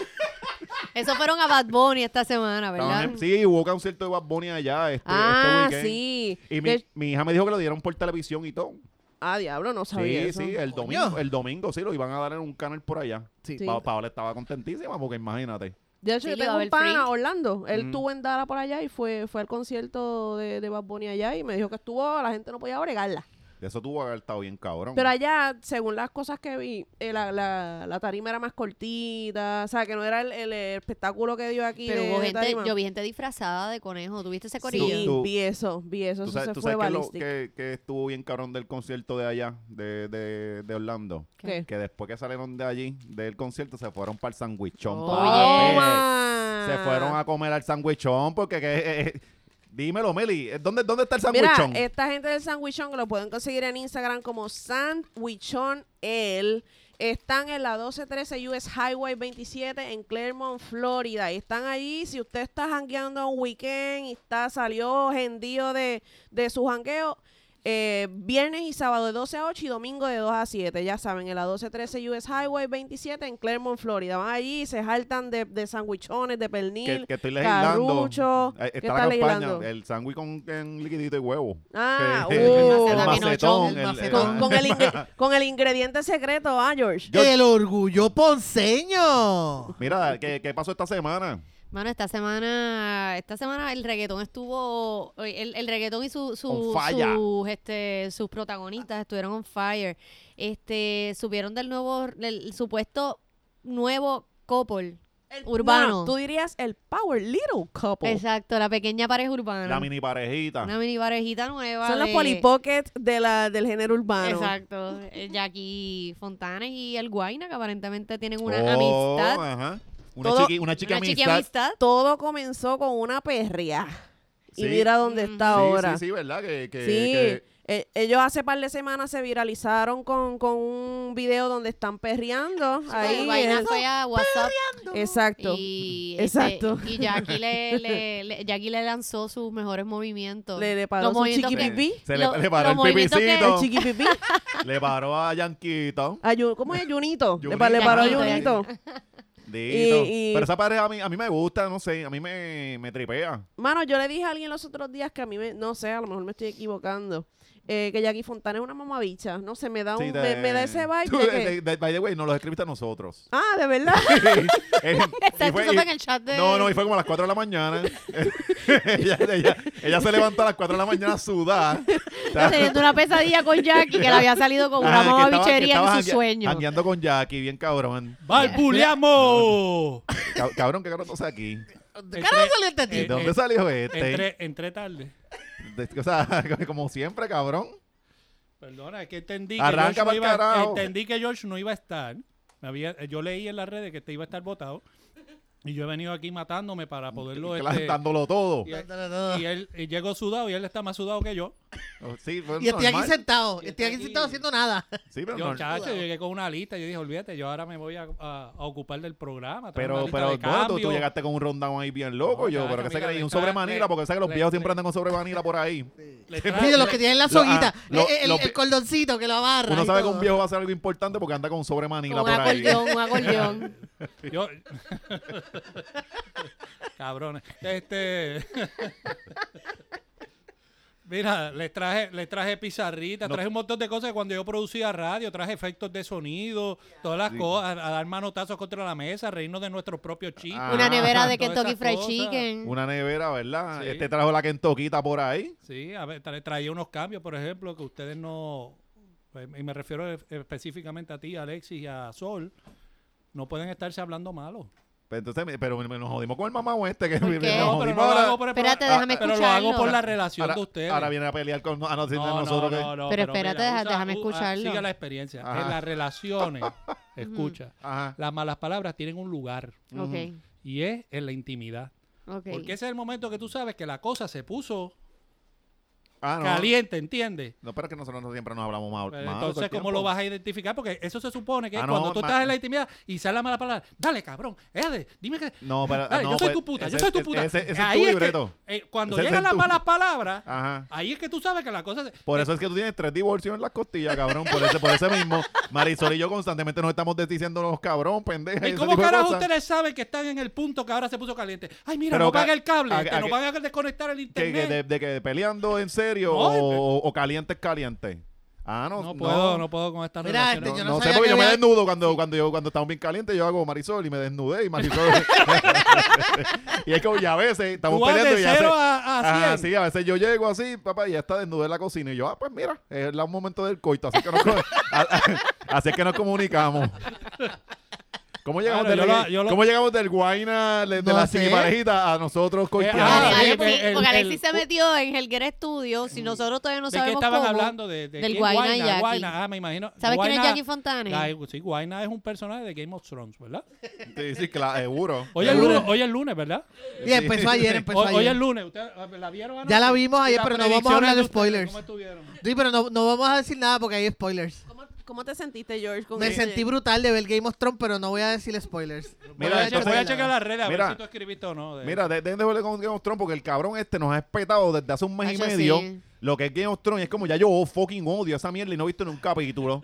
[SPEAKER 3] Eso fueron a Bad Bunny esta semana, ¿verdad?
[SPEAKER 1] estaban en- sí, hubo concierto de Bad Bunny allá este,
[SPEAKER 4] ah,
[SPEAKER 1] este weekend.
[SPEAKER 4] sí.
[SPEAKER 1] Y mi,
[SPEAKER 4] De-
[SPEAKER 1] mi hija me dijo que lo dieron por televisión y todo.
[SPEAKER 4] Ah, diablo, no
[SPEAKER 1] Sí,
[SPEAKER 4] sabía eso.
[SPEAKER 1] sí, el domingo, el domingo sí lo iban a dar en un canal por allá.
[SPEAKER 2] Sí.
[SPEAKER 4] Sí.
[SPEAKER 1] Pa- Paola estaba contentísima porque imagínate.
[SPEAKER 4] De hecho,
[SPEAKER 3] Sí,
[SPEAKER 4] yo
[SPEAKER 3] que va a
[SPEAKER 4] tengo un
[SPEAKER 3] haber
[SPEAKER 4] pana,
[SPEAKER 3] freak.
[SPEAKER 4] Orlando. Él
[SPEAKER 1] Mm.
[SPEAKER 4] estuvo en Dara por allá y fue, fue al concierto de, de Bad Bunny allá y me dijo que estuvo, la gente no podía bregarla.
[SPEAKER 1] De eso tuvo que haber estado bien cabrón.
[SPEAKER 4] Pero allá, según las cosas que vi, eh, la, la, la tarima era más cortita, o sea, que no era el, el espectáculo que dio aquí.
[SPEAKER 3] Pero
[SPEAKER 4] de-
[SPEAKER 3] hubo
[SPEAKER 4] de
[SPEAKER 3] gente,
[SPEAKER 4] tarima.
[SPEAKER 3] yo vi gente disfrazada de conejo. ¿Tuviste ese corillo?
[SPEAKER 4] Sí,
[SPEAKER 1] Tú-
[SPEAKER 4] vi eso, vi eso,
[SPEAKER 1] ¿Tú
[SPEAKER 4] eso
[SPEAKER 1] sabes,
[SPEAKER 4] se
[SPEAKER 1] tú
[SPEAKER 4] fue
[SPEAKER 1] sabes que, lo-
[SPEAKER 4] balístico.
[SPEAKER 1] que- que estuvo bien cabrón del concierto de allá, de, de, de Orlando?
[SPEAKER 4] ¿Qué?
[SPEAKER 1] Que después que salieron de allí, del concierto, se fueron para el sandwichón.
[SPEAKER 3] Oh,
[SPEAKER 1] papi.
[SPEAKER 4] Toma.
[SPEAKER 1] Se fueron a comer al sandwichón porque... que- eh, eh, dímelo, Meli, eh, ¿dónde, ¿dónde está el
[SPEAKER 4] Mira,
[SPEAKER 1] sandwichón?
[SPEAKER 4] esta gente del sandwichón lo pueden conseguir en Instagram como sandwichón el están en la 1213 US Highway 27 en Claremont, Florida. Y están allí. Si usted está jangueando un weekend y está, salió gendío de, de su jangueo, eh, viernes y sábado de 12 a 8 y domingo de 2 a 7. Ya saben, en la 1213 US Highway 27 en Claremont, Florida. Van allí y se jaltan de, de sandwichones, de
[SPEAKER 1] que,
[SPEAKER 4] pernil.
[SPEAKER 1] que estoy legislando.
[SPEAKER 4] Carrucho.
[SPEAKER 1] Eh, está la
[SPEAKER 4] ¿Qué estás
[SPEAKER 1] campaña,
[SPEAKER 4] legislando?
[SPEAKER 1] el sándwich con en liquidito y huevo.
[SPEAKER 4] Ah,
[SPEAKER 1] Que-
[SPEAKER 4] uh.
[SPEAKER 1] el
[SPEAKER 3] Macetón,
[SPEAKER 1] macetón.
[SPEAKER 2] el
[SPEAKER 1] el-
[SPEAKER 2] macetón.
[SPEAKER 4] con, con el ingre- con el ingrediente secreto, ah, George?
[SPEAKER 1] Yo-
[SPEAKER 2] El orgullo ponceño.
[SPEAKER 1] Mira, ¿qué, qué pasó esta semana?
[SPEAKER 3] Mano, esta semana, esta semana el reggaetón estuvo, el, el reggaetón y su, su-
[SPEAKER 1] On fire.
[SPEAKER 3] sus, este, sus protagonistas estuvieron on fire. Este, supieron del nuevo, del supuesto nuevo couple.
[SPEAKER 4] El-
[SPEAKER 3] Urbano.
[SPEAKER 4] no, tú dirías el Power Little Couple.
[SPEAKER 3] Exacto, la pequeña pareja urbana.
[SPEAKER 1] La mini parejita.
[SPEAKER 3] Una mini parejita nueva.
[SPEAKER 4] Son los
[SPEAKER 3] de-
[SPEAKER 4] Polly Pockets de la, del género urbano.
[SPEAKER 3] Exacto. eh, Jackie Fontanes y el Guaina, que aparentemente tienen una
[SPEAKER 1] Oh,
[SPEAKER 3] amistad.
[SPEAKER 1] ajá. Una,
[SPEAKER 4] Todo-
[SPEAKER 1] chiqui, una chiqui
[SPEAKER 3] una chiqui
[SPEAKER 1] amistad.
[SPEAKER 3] amistad.
[SPEAKER 4] Todo comenzó con una perrea.
[SPEAKER 1] Sí.
[SPEAKER 4] Y mira dónde está
[SPEAKER 1] Sí,
[SPEAKER 4] ahora.
[SPEAKER 1] sí, sí, ¿verdad? Que, que,
[SPEAKER 4] Sí,
[SPEAKER 1] que-
[SPEAKER 4] Eh, ellos hace par de semanas se viralizaron con, con un video donde están perreando. ahí.
[SPEAKER 3] vaina
[SPEAKER 4] es-
[SPEAKER 3] Pues, fue a WhatsApp.
[SPEAKER 4] Exacto.
[SPEAKER 3] Y,
[SPEAKER 4] Exacto.
[SPEAKER 3] este, y Jackie le, le- le- Jackie le lanzó sus mejores movimientos.
[SPEAKER 4] Le- le paró
[SPEAKER 3] Los
[SPEAKER 4] su
[SPEAKER 3] movimientos
[SPEAKER 1] Se-
[SPEAKER 3] que-
[SPEAKER 4] chiquipipí.
[SPEAKER 1] Se le,
[SPEAKER 3] Lo-
[SPEAKER 1] le paró
[SPEAKER 3] los
[SPEAKER 1] el
[SPEAKER 3] movimientos que-
[SPEAKER 4] El
[SPEAKER 1] pipicito.
[SPEAKER 4] chiquipipí.
[SPEAKER 1] Le paró a Yanquito.
[SPEAKER 4] A Yu- ¿Cómo es? Junito. Le, pa- le
[SPEAKER 1] Junito.
[SPEAKER 4] paró a
[SPEAKER 3] Junito.
[SPEAKER 4] Junito.
[SPEAKER 1] Dito.
[SPEAKER 4] Y- y-
[SPEAKER 1] Pero esa pareja a mí, a mí me gusta, no sé, a mí me, me tripea.
[SPEAKER 4] Mano, yo le dije a alguien los otros días que a mí, me, no sé, a lo mejor me estoy equivocando, eh, que Jackie Fontana es una mamabicha. No sé, me da, un,
[SPEAKER 1] Sí,
[SPEAKER 4] me,
[SPEAKER 1] de-
[SPEAKER 4] me da ese vibe
[SPEAKER 1] Tú,
[SPEAKER 4] de
[SPEAKER 1] de-
[SPEAKER 4] que-
[SPEAKER 1] de- de- by the way, nos lo escribiste a nosotros.
[SPEAKER 4] Ah, ¿de verdad?
[SPEAKER 1] Eh, y
[SPEAKER 3] Exacto,
[SPEAKER 1] fue-
[SPEAKER 3] eso fue en
[SPEAKER 1] y-
[SPEAKER 3] el chat de...
[SPEAKER 1] No, no, y fue como a las 4 de la mañana. ella, ella- ella se levantó a las 4 de la mañana a sudar.
[SPEAKER 3] teniendo una pesadilla con Jackie que le había salido con una
[SPEAKER 1] Ajá, que
[SPEAKER 3] mamá
[SPEAKER 1] estaba- que
[SPEAKER 3] bichería
[SPEAKER 1] estaba
[SPEAKER 3] en su
[SPEAKER 1] jangue-
[SPEAKER 3] sueño.
[SPEAKER 1] Jangueando con Jackie, bien cabrón.
[SPEAKER 5] ¡Barbuleamos!
[SPEAKER 1] Ca- Cabrón, ¿qué carajo está aquí?
[SPEAKER 2] ¿De qué carajo salió este
[SPEAKER 5] Eh,
[SPEAKER 1] ¿De
[SPEAKER 2] tipo?
[SPEAKER 1] dónde salió este?
[SPEAKER 5] Entré, entré tarde.
[SPEAKER 1] De- o sea, como siempre, cabrón.
[SPEAKER 5] Perdona, es que entendí
[SPEAKER 1] Arranca
[SPEAKER 5] que George no
[SPEAKER 1] pa'l
[SPEAKER 5] iba-
[SPEAKER 1] carajo.
[SPEAKER 5] entendí que George no iba a estar. Me había- eh, yo leí en las redes que te iba a estar votado. Y yo he venido aquí matándome para poderlo.
[SPEAKER 1] Claro,
[SPEAKER 5] este,
[SPEAKER 1] dándolo todo.
[SPEAKER 5] y,
[SPEAKER 2] Dándole todo.
[SPEAKER 5] y él y llegó sudado y él está más sudado que yo.
[SPEAKER 1] Oh, Sí, fue
[SPEAKER 2] Y este estoy aquí
[SPEAKER 1] normal.
[SPEAKER 2] sentado. Estoy
[SPEAKER 5] Y está
[SPEAKER 2] aquí
[SPEAKER 5] aquí.
[SPEAKER 2] sentado haciendo nada.
[SPEAKER 1] Sí, pero,
[SPEAKER 5] Yo,
[SPEAKER 1] normal.
[SPEAKER 5] chacho,
[SPEAKER 2] Sudado.
[SPEAKER 5] llegué con una lista. Yo dije, olvídate, yo ahora me voy a, a- a ocupar del programa. trae una
[SPEAKER 1] Pero,
[SPEAKER 5] lista
[SPEAKER 1] pero no,
[SPEAKER 5] de
[SPEAKER 1] tú, tú
[SPEAKER 5] cambio.
[SPEAKER 1] llegaste con un rundown ahí bien loco,
[SPEAKER 5] No,
[SPEAKER 1] yo, pero
[SPEAKER 5] chacho,
[SPEAKER 1] que se
[SPEAKER 5] mira,
[SPEAKER 1] creí
[SPEAKER 5] le
[SPEAKER 1] un
[SPEAKER 5] tra-
[SPEAKER 1] sobre manila,
[SPEAKER 5] le-
[SPEAKER 1] porque sabes que los
[SPEAKER 5] le-
[SPEAKER 1] viejos siempre
[SPEAKER 5] le-
[SPEAKER 1] andan con sobre manila por ahí.
[SPEAKER 5] Le
[SPEAKER 2] Sí, de los
[SPEAKER 5] traje-
[SPEAKER 2] que tienen la
[SPEAKER 1] Lo- ah,
[SPEAKER 2] soguita. eh,
[SPEAKER 1] lo-
[SPEAKER 2] el, el-
[SPEAKER 1] lo-
[SPEAKER 2] el cordoncito que lo abarra.
[SPEAKER 1] Uno
[SPEAKER 2] y
[SPEAKER 1] sabe que
[SPEAKER 2] todo.
[SPEAKER 1] un viejo va a hacer algo importante porque anda con sobre
[SPEAKER 3] Con
[SPEAKER 1] manila
[SPEAKER 3] un
[SPEAKER 1] por ahí.
[SPEAKER 3] acordeón, un acordeón.
[SPEAKER 5] Yo... Cabrones. Este... Mira, les traje, les traje pizarritas,
[SPEAKER 1] No.
[SPEAKER 5] traje un montón de cosas que cuando yo producía radio, traje efectos de sonido, todas las
[SPEAKER 1] Sí.
[SPEAKER 5] cosas, a, a dar manotazos contra la mesa, a reírnos de nuestros propios chistes.
[SPEAKER 1] Ah.
[SPEAKER 3] Una nevera de
[SPEAKER 5] todas
[SPEAKER 3] Kentucky
[SPEAKER 5] esas
[SPEAKER 3] Fried
[SPEAKER 5] cosas.
[SPEAKER 3] Chicken.
[SPEAKER 1] Una nevera, ¿verdad?
[SPEAKER 5] Sí.
[SPEAKER 1] Este trajo la quentoquita por ahí.
[SPEAKER 5] Sí, a ver, tra- traía unos cambios, por ejemplo, que ustedes no, eh, y me refiero e- específicamente a ti, Alexis y a Sol, no pueden estarse hablando malo.
[SPEAKER 1] Pero Pues, Entonces, me- pero me- nos jodimos con el mamá este que
[SPEAKER 3] ¿Por qué?
[SPEAKER 1] nos
[SPEAKER 5] No, pero
[SPEAKER 1] jodimos
[SPEAKER 5] no lo
[SPEAKER 1] ahora.
[SPEAKER 5] hago por el
[SPEAKER 3] Espérate,
[SPEAKER 5] programa-
[SPEAKER 3] déjame
[SPEAKER 5] pero lo
[SPEAKER 3] escucharlo.
[SPEAKER 5] hago por la relación
[SPEAKER 1] ahora,
[SPEAKER 5] de ustedes.
[SPEAKER 1] ahora viene a pelear con ah, no- a no-
[SPEAKER 5] No, no,
[SPEAKER 1] nosotros que-
[SPEAKER 5] no, no,
[SPEAKER 3] Pero espérate, deja-
[SPEAKER 5] usa-
[SPEAKER 3] déjame
[SPEAKER 5] u- ah,
[SPEAKER 3] escucharlo.
[SPEAKER 5] Siga la experiencia.
[SPEAKER 1] Ajá.
[SPEAKER 5] En las relaciones, escucha,
[SPEAKER 1] Ajá.
[SPEAKER 5] las malas palabras tienen un lugar
[SPEAKER 3] Ok,
[SPEAKER 5] y es en la intimidad.
[SPEAKER 1] mm.
[SPEAKER 3] ok.
[SPEAKER 5] Porque ese es el momento que tú sabes que la cosa se puso
[SPEAKER 1] Ah, no.
[SPEAKER 5] caliente, ¿entiendes?
[SPEAKER 1] No, pero es que nosotros siempre nos hablamos mal. mal
[SPEAKER 5] Pero
[SPEAKER 1] todo el
[SPEAKER 5] Entonces, ¿cómo
[SPEAKER 1] tiempo.
[SPEAKER 5] lo vas a identificar? Porque eso se supone que
[SPEAKER 1] Ah,
[SPEAKER 5] es
[SPEAKER 1] no,
[SPEAKER 5] cuando tú
[SPEAKER 1] ma-
[SPEAKER 5] estás en la intimidad y sale la mala palabra. Dale, cabrón, éjate, dime que...
[SPEAKER 1] No, pero.
[SPEAKER 5] Dale,
[SPEAKER 1] no,
[SPEAKER 5] yo soy
[SPEAKER 1] pues,
[SPEAKER 5] tu puta, yo
[SPEAKER 1] ese-
[SPEAKER 5] soy tu
[SPEAKER 1] ese-
[SPEAKER 5] puta.
[SPEAKER 1] Ese, ese es
[SPEAKER 5] Ahí
[SPEAKER 1] tu
[SPEAKER 5] es que,
[SPEAKER 1] libreto.
[SPEAKER 5] eh, cuando
[SPEAKER 1] Ese es
[SPEAKER 5] llegan
[SPEAKER 1] el
[SPEAKER 5] las
[SPEAKER 1] tu-
[SPEAKER 5] malas palabras,
[SPEAKER 1] Ajá.
[SPEAKER 5] ahí es que tú sabes que la cosa se...
[SPEAKER 1] Por eso es que tú tienes tres divorcios en las costillas, cabrón. Por ese, por ese mismo. Marisol y yo constantemente nos estamos diciéndonos, cabrón, pendeja.
[SPEAKER 5] ¿Y
[SPEAKER 1] ese
[SPEAKER 5] cómo
[SPEAKER 1] tipo de
[SPEAKER 5] carajo
[SPEAKER 1] cosas.
[SPEAKER 5] ustedes saben que están en el punto que ahora se puso caliente? Ay, mira,
[SPEAKER 1] Pero
[SPEAKER 5] no
[SPEAKER 1] ca-
[SPEAKER 5] paga el cable,
[SPEAKER 1] a-
[SPEAKER 5] que
[SPEAKER 1] a
[SPEAKER 5] no
[SPEAKER 1] que-
[SPEAKER 5] van a desconectar el
[SPEAKER 1] Que, que
[SPEAKER 5] internet.
[SPEAKER 1] de, de que peleando en serio
[SPEAKER 5] No, eh,
[SPEAKER 1] o, o caliente es caliente. Ah, no.
[SPEAKER 5] no puedo, no, puedo con esta
[SPEAKER 2] Mira,
[SPEAKER 5] relación.
[SPEAKER 2] este, yo
[SPEAKER 1] No,
[SPEAKER 2] no
[SPEAKER 1] sé,
[SPEAKER 2] sabía
[SPEAKER 1] porque
[SPEAKER 2] que
[SPEAKER 1] yo me
[SPEAKER 2] había-
[SPEAKER 1] desnudo cuando, cuando, yo, cuando estamos bien calientes, yo hago Marisol y me desnudé y Marisol... y es como, y a veces estamos
[SPEAKER 5] Tú vas
[SPEAKER 1] peleando
[SPEAKER 5] de
[SPEAKER 1] y ya
[SPEAKER 5] cero
[SPEAKER 1] se-
[SPEAKER 5] a, a
[SPEAKER 1] Ajá,
[SPEAKER 5] 100.
[SPEAKER 1] sí, a veces yo llego así, papá, y ya está desnuda en la cocina. Y yo, ah, pues mira, es la- un momento del coito. Así que nos, co- a- a- así es que nos comunicamos. ¿Cómo llegamos,
[SPEAKER 5] Claro,
[SPEAKER 1] del,
[SPEAKER 5] yo lo- yo lo-
[SPEAKER 1] ¿Cómo llegamos del guaina le- de
[SPEAKER 2] No
[SPEAKER 1] la
[SPEAKER 2] sé.
[SPEAKER 1] chiquiparejita a nosotros
[SPEAKER 5] Ah,
[SPEAKER 3] Ale-
[SPEAKER 1] coiteando?
[SPEAKER 5] sí,
[SPEAKER 3] Alexis-
[SPEAKER 2] pues,
[SPEAKER 5] el- el-
[SPEAKER 3] porque Alexis
[SPEAKER 2] oh.
[SPEAKER 5] el-
[SPEAKER 3] se metió en Helguera Studios
[SPEAKER 2] Mm.
[SPEAKER 3] si nosotros todavía no
[SPEAKER 5] ¿De qué
[SPEAKER 3] sabemos
[SPEAKER 5] estaban
[SPEAKER 3] cómo.
[SPEAKER 5] hablando? De, de
[SPEAKER 3] Del
[SPEAKER 5] quién?
[SPEAKER 3] Guayna y
[SPEAKER 5] Guayna,
[SPEAKER 3] Jackie.
[SPEAKER 5] Guayna. Ah, me imagino.
[SPEAKER 3] ¿Sabes quién es
[SPEAKER 5] Guayna-
[SPEAKER 3] Jackie Fontane?
[SPEAKER 5] Guay- sí, Guayna es un personaje de Game of Thrones, ¿verdad?
[SPEAKER 1] sí, sí, claro, seguro.
[SPEAKER 5] Hoy es
[SPEAKER 2] Seguro.
[SPEAKER 5] lunes, hoy es lunes ¿verdad?
[SPEAKER 2] Y empezó ayer, empezó
[SPEAKER 5] Hoy, hoy es
[SPEAKER 2] Pues ayer.
[SPEAKER 5] lunes. ¿Ustedes eh, la vieron anoche?
[SPEAKER 2] Ya la vimos
[SPEAKER 5] ¿Y
[SPEAKER 2] ayer,
[SPEAKER 5] las
[SPEAKER 2] pero no vamos a
[SPEAKER 5] predicciones
[SPEAKER 2] hablar de
[SPEAKER 5] ustedes,
[SPEAKER 2] spoilers.
[SPEAKER 5] ¿Cómo estuvieron?
[SPEAKER 2] Sí, pero no, no vamos a decir nada porque hay spoilers.
[SPEAKER 4] ¿Cómo, cómo te sentiste, George? Con
[SPEAKER 2] Me
[SPEAKER 4] ese-
[SPEAKER 2] sentí brutal de ver Game of Thrones, pero no voy a decir spoilers.
[SPEAKER 5] Voy
[SPEAKER 1] Mira,
[SPEAKER 5] a, che-
[SPEAKER 1] entonces-
[SPEAKER 5] voy a checar las redes a
[SPEAKER 1] Mira.
[SPEAKER 5] ver si tú escribiste o no. de-
[SPEAKER 1] Mira, de- dejen de joder con Game of Thrones porque el cabrón este nos ha espetado desde hace un mes y
[SPEAKER 3] Hacho,
[SPEAKER 1] medio
[SPEAKER 3] sí.
[SPEAKER 1] lo que es Game of Thrones. Y es como ya yo fucking odio esa mierda y no he visto ni un capítulo.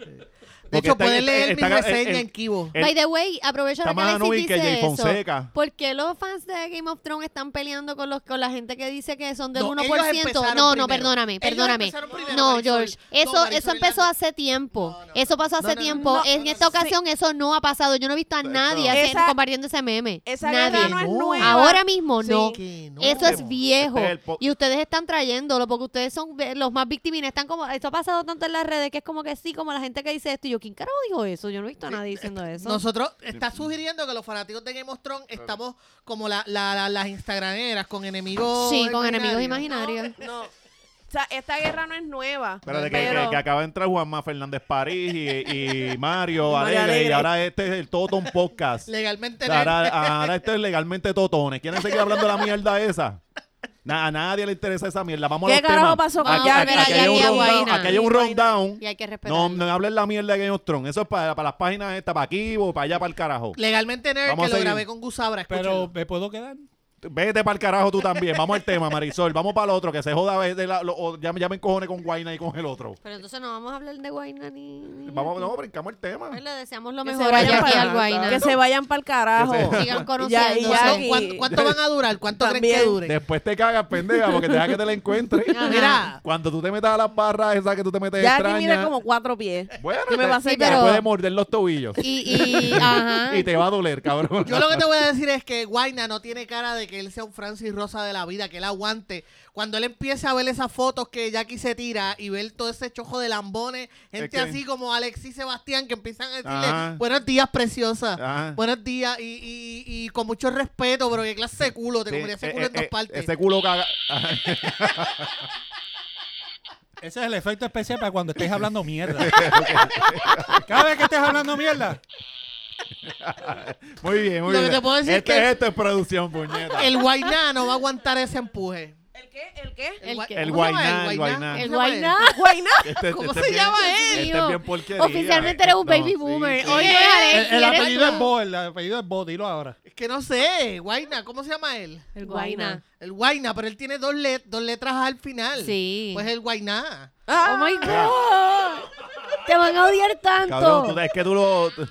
[SPEAKER 2] De hecho, pueden leer mi reseña en Kibo.
[SPEAKER 1] el-
[SPEAKER 3] By the way, aprovecho
[SPEAKER 1] Está
[SPEAKER 3] ahora
[SPEAKER 1] más
[SPEAKER 3] que Alexis
[SPEAKER 1] Anubi que
[SPEAKER 3] dice
[SPEAKER 1] Jay
[SPEAKER 3] eso.
[SPEAKER 1] Fonseca.
[SPEAKER 3] ¿Por qué los fans de Game of Thrones están peleando con los con la gente que dice que son del
[SPEAKER 2] No,
[SPEAKER 3] 1%?
[SPEAKER 2] ellos empezaron
[SPEAKER 3] No, no,
[SPEAKER 2] primero.
[SPEAKER 3] perdóname,
[SPEAKER 2] Ellos
[SPEAKER 3] perdóname.
[SPEAKER 2] empezaron primero,
[SPEAKER 3] No,
[SPEAKER 2] Marisol.
[SPEAKER 3] George,
[SPEAKER 2] No,
[SPEAKER 3] eso
[SPEAKER 2] Marisol,
[SPEAKER 3] eso
[SPEAKER 2] la-
[SPEAKER 3] empezó hace tiempo.
[SPEAKER 2] No, no,
[SPEAKER 3] Eso pasó
[SPEAKER 2] No,
[SPEAKER 3] hace
[SPEAKER 2] no, no,
[SPEAKER 3] tiempo.
[SPEAKER 2] no,
[SPEAKER 3] en
[SPEAKER 2] no, no,
[SPEAKER 3] esta
[SPEAKER 2] no.
[SPEAKER 3] ocasión eso no ha pasado. Yo no he visto a
[SPEAKER 1] No.
[SPEAKER 3] nadie haciendo-
[SPEAKER 4] Esa-
[SPEAKER 3] compartiendo ese meme.
[SPEAKER 4] Esa guerra
[SPEAKER 3] nadie.
[SPEAKER 4] no es
[SPEAKER 2] No.
[SPEAKER 4] nueva.
[SPEAKER 3] Ahora mismo
[SPEAKER 4] Sí.
[SPEAKER 3] no.
[SPEAKER 2] Que no.
[SPEAKER 3] Eso es viejo.
[SPEAKER 1] Este es el po-
[SPEAKER 3] y ustedes están trayéndolo porque ustedes son ve- los más victimines. Están como, esto ha pasado tanto en las redes que es como que sí, como la gente que dice esto. Y yo, ¿quién carajo dijo eso? Yo no he visto a nadie diciendo eso.
[SPEAKER 2] Nosotros está sugiriendo que los fanáticos de Game of Thrones estamos como la, la- la- las instagrameras con enemigos.
[SPEAKER 3] sí, con enemigos
[SPEAKER 2] imaginarios.
[SPEAKER 3] imaginarios.
[SPEAKER 4] No. eh, O sea, esta guerra no es nueva.
[SPEAKER 1] Espérate, que,
[SPEAKER 4] pero-
[SPEAKER 1] que- que acaba de entrar Juanma Fernández París y, y Mario
[SPEAKER 4] Mario
[SPEAKER 1] Alegre, Y
[SPEAKER 4] Alegre.
[SPEAKER 1] ahora este es el Toton Podcast.
[SPEAKER 2] Legalmente
[SPEAKER 1] ahora, ahora este es legalmente Totones. ¿Quieren seguir hablando de la mierda esa? Na- a nadie le interesa esa mierda. Vamos a
[SPEAKER 4] ¿Qué
[SPEAKER 1] los
[SPEAKER 4] carajo
[SPEAKER 1] temas.
[SPEAKER 4] pasó con
[SPEAKER 3] Vamos,
[SPEAKER 1] Aquí, aquí-
[SPEAKER 3] mira,
[SPEAKER 1] aquí
[SPEAKER 3] ya
[SPEAKER 1] hay
[SPEAKER 4] Jackie
[SPEAKER 1] un
[SPEAKER 3] vi a
[SPEAKER 1] rundown-
[SPEAKER 3] Guaina.
[SPEAKER 1] aquí hay un rundown.
[SPEAKER 3] Y hay que
[SPEAKER 1] No,
[SPEAKER 3] respetarlo.
[SPEAKER 1] no hables la mierda de Game of Thrones. Eso es para, para las páginas estas, para aquí o para allá, para el carajo.
[SPEAKER 2] Legalmente Nerd,
[SPEAKER 1] Vamos a
[SPEAKER 2] que lo
[SPEAKER 1] seguir.
[SPEAKER 2] grabé con Gusabra.
[SPEAKER 5] Pero
[SPEAKER 2] escúchenlo.
[SPEAKER 5] me puedo quedar.
[SPEAKER 1] Vete para el carajo tú también. Vamos al tema, Marisol. Vamos para el otro, que se joda. de la- lo- o ya, me- ya me encojone con Guayna y con el otro.
[SPEAKER 3] Pero entonces no vamos a hablar de Guaina ni. ni
[SPEAKER 1] Vamos,
[SPEAKER 3] aquí.
[SPEAKER 1] no, brincamos el tema.
[SPEAKER 3] Pues le deseamos lo
[SPEAKER 4] Que se
[SPEAKER 3] mejor a
[SPEAKER 4] vayan
[SPEAKER 3] Jackie
[SPEAKER 4] para-
[SPEAKER 3] al Guaina.
[SPEAKER 4] Que se vayan para el carajo.
[SPEAKER 1] Que se-
[SPEAKER 3] Sigan
[SPEAKER 4] Ya,
[SPEAKER 3] conociendo.
[SPEAKER 4] y
[SPEAKER 2] ¿Cuánto-
[SPEAKER 4] Jackie.
[SPEAKER 2] cuánto, cuánto van a durar? ¿Cuánto creen
[SPEAKER 4] También.
[SPEAKER 2] que dure?
[SPEAKER 1] Después te cagas, pendeja, porque deja que te la encuentres.
[SPEAKER 3] Ajá.
[SPEAKER 2] Ah, Mira,
[SPEAKER 1] Cuando tú te metas a las barras esas que tú te metes
[SPEAKER 4] Ya aquí
[SPEAKER 1] extraña.
[SPEAKER 4] mira como cuatro pies.
[SPEAKER 1] Bueno,
[SPEAKER 4] ¿Qué me va a hacer
[SPEAKER 1] te, te
[SPEAKER 3] ya?
[SPEAKER 1] puede morder los tobillos.
[SPEAKER 3] Y, y, ajá.
[SPEAKER 1] Y te va a doler, cabrón.
[SPEAKER 2] yo lo que te voy a decir es que Guaina no tiene cara de que él sea un Francis Rosa de la vida, que él aguante. Cuando él empiece a ver esas fotos que Jackie se tira y ver todo ese chojo de lambones, gente
[SPEAKER 1] que-
[SPEAKER 2] así como Alexis y Sebastián que empiezan a decirle
[SPEAKER 1] Ajá.
[SPEAKER 2] buenos días, preciosa.
[SPEAKER 1] Ajá.
[SPEAKER 2] Buenos días y, y, y con mucho respeto, pero qué clase de culo, te
[SPEAKER 1] Sí,
[SPEAKER 2] comería ese
[SPEAKER 1] eh,
[SPEAKER 2] culo en
[SPEAKER 1] eh,
[SPEAKER 2] dos
[SPEAKER 1] eh,
[SPEAKER 2] partes.
[SPEAKER 1] Ese culo caga. Ajá.
[SPEAKER 5] Ese es el efecto especial para cuando estés hablando mierda. Cada vez que estés hablando mierda.
[SPEAKER 1] Muy bien, muy
[SPEAKER 2] Lo que
[SPEAKER 1] bien.
[SPEAKER 2] te puedo decir es
[SPEAKER 1] Este-
[SPEAKER 2] que-
[SPEAKER 1] esto es producción, puñeta.
[SPEAKER 2] El Guainá no va a aguantar ese empuje.
[SPEAKER 4] ¿El qué? ¿El qué?
[SPEAKER 3] ¿El
[SPEAKER 2] gua-
[SPEAKER 3] qué?
[SPEAKER 2] ¿cómo
[SPEAKER 1] El
[SPEAKER 2] se llama?
[SPEAKER 1] guainá, el guainá.
[SPEAKER 2] ¿Cómo
[SPEAKER 3] El
[SPEAKER 2] se llama
[SPEAKER 3] guainá.
[SPEAKER 4] Guayna.
[SPEAKER 1] Este-
[SPEAKER 2] ¿Cómo
[SPEAKER 1] este
[SPEAKER 2] se
[SPEAKER 1] es
[SPEAKER 2] llama
[SPEAKER 1] bien-
[SPEAKER 2] él?
[SPEAKER 1] Este es bien porquería.
[SPEAKER 3] Oficialmente eres un
[SPEAKER 1] No,
[SPEAKER 3] baby
[SPEAKER 1] sí,
[SPEAKER 3] boomer.
[SPEAKER 1] sí.
[SPEAKER 3] Hoy no
[SPEAKER 2] Sí.
[SPEAKER 3] es
[SPEAKER 5] El,
[SPEAKER 3] Alexis,
[SPEAKER 5] el
[SPEAKER 3] eres
[SPEAKER 5] apellido
[SPEAKER 3] tú.
[SPEAKER 5] es Bo, el apellido es Bo, dilo ahora.
[SPEAKER 2] Es que no sé, Guaina, ¿cómo se llama él?
[SPEAKER 3] El guainá.
[SPEAKER 2] El Guaina, pero él tiene dos, let- dos letras al final.
[SPEAKER 3] Sí.
[SPEAKER 2] Pues el Guainá.
[SPEAKER 3] Oh my God. Te van a odiar
[SPEAKER 1] Cabrón,
[SPEAKER 3] tanto.
[SPEAKER 1] tú- es que tú lo. Tú,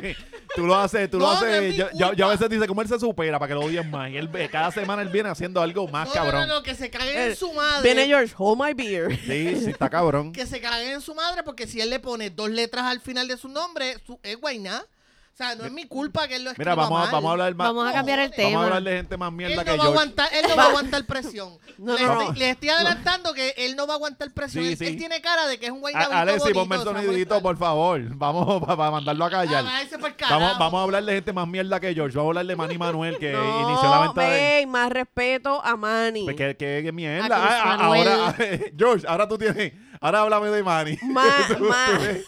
[SPEAKER 1] tú lo haces, tú lo
[SPEAKER 2] No, no es
[SPEAKER 1] haces.
[SPEAKER 2] mi
[SPEAKER 1] Yo, yo-
[SPEAKER 2] culpa.
[SPEAKER 1] yo a veces dice cómo él se supera para que lo odien más. Y él ve- cada semana él viene haciendo algo más
[SPEAKER 2] No,
[SPEAKER 1] Ah, cabrón. Eh,
[SPEAKER 2] No, no, no, que se caguen en
[SPEAKER 4] El-
[SPEAKER 2] su madre.
[SPEAKER 4] Viene George, hold my beer.
[SPEAKER 1] Sí, sí, está cabrón.
[SPEAKER 2] Que se caguen en su madre porque si él le pone dos letras al final de su nombre, su- es Guainá. O sea, no es mi culpa que él lo escriba
[SPEAKER 1] Mira, vamos a,
[SPEAKER 2] mal.
[SPEAKER 1] vamos a hablar más.
[SPEAKER 3] Vamos a cambiar el
[SPEAKER 1] Vamos a
[SPEAKER 3] tema.
[SPEAKER 1] hablar de gente más
[SPEAKER 2] Él
[SPEAKER 1] mierda
[SPEAKER 2] no,
[SPEAKER 1] que
[SPEAKER 2] va a
[SPEAKER 1] yo.
[SPEAKER 2] aguantar, él no va a aguantar presión.
[SPEAKER 4] No,
[SPEAKER 2] les,
[SPEAKER 4] no, no.
[SPEAKER 2] estoy, les estoy adelantando que él no va a aguantar presión.
[SPEAKER 1] Sí,
[SPEAKER 2] él,
[SPEAKER 1] sí.
[SPEAKER 2] él tiene cara de que es un guaynabito
[SPEAKER 1] Alexi,
[SPEAKER 2] bonito,
[SPEAKER 1] ponme el
[SPEAKER 2] se va a
[SPEAKER 1] sonidito, por
[SPEAKER 2] molestar.
[SPEAKER 1] favor. Vamos para mandarlo a callar.
[SPEAKER 2] Ah, ese fue el
[SPEAKER 1] Vamos,
[SPEAKER 2] carajo.
[SPEAKER 1] vamos a hablar de gente más mierda que George. Vamos a hablar de Manny Manuel, que
[SPEAKER 4] No,
[SPEAKER 1] inició la venta de.
[SPEAKER 4] ey, más respeto a Manny.
[SPEAKER 1] Pues que, que- que mierda.
[SPEAKER 3] A Cruz
[SPEAKER 1] Ah, ah,
[SPEAKER 3] Manuel.
[SPEAKER 1] ahora, George, ahora tú tienes. Ahora háblame de Manny.
[SPEAKER 4] Ma-
[SPEAKER 1] Tú- tú
[SPEAKER 4] ma-
[SPEAKER 1] ves,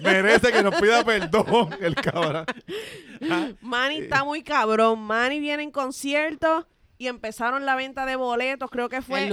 [SPEAKER 1] merece que nos pida perdón el cabrón.
[SPEAKER 4] Manny está muy cabrón. Manny viene en concierto y empezaron la venta de boletos, creo que fue
[SPEAKER 3] El
[SPEAKER 4] el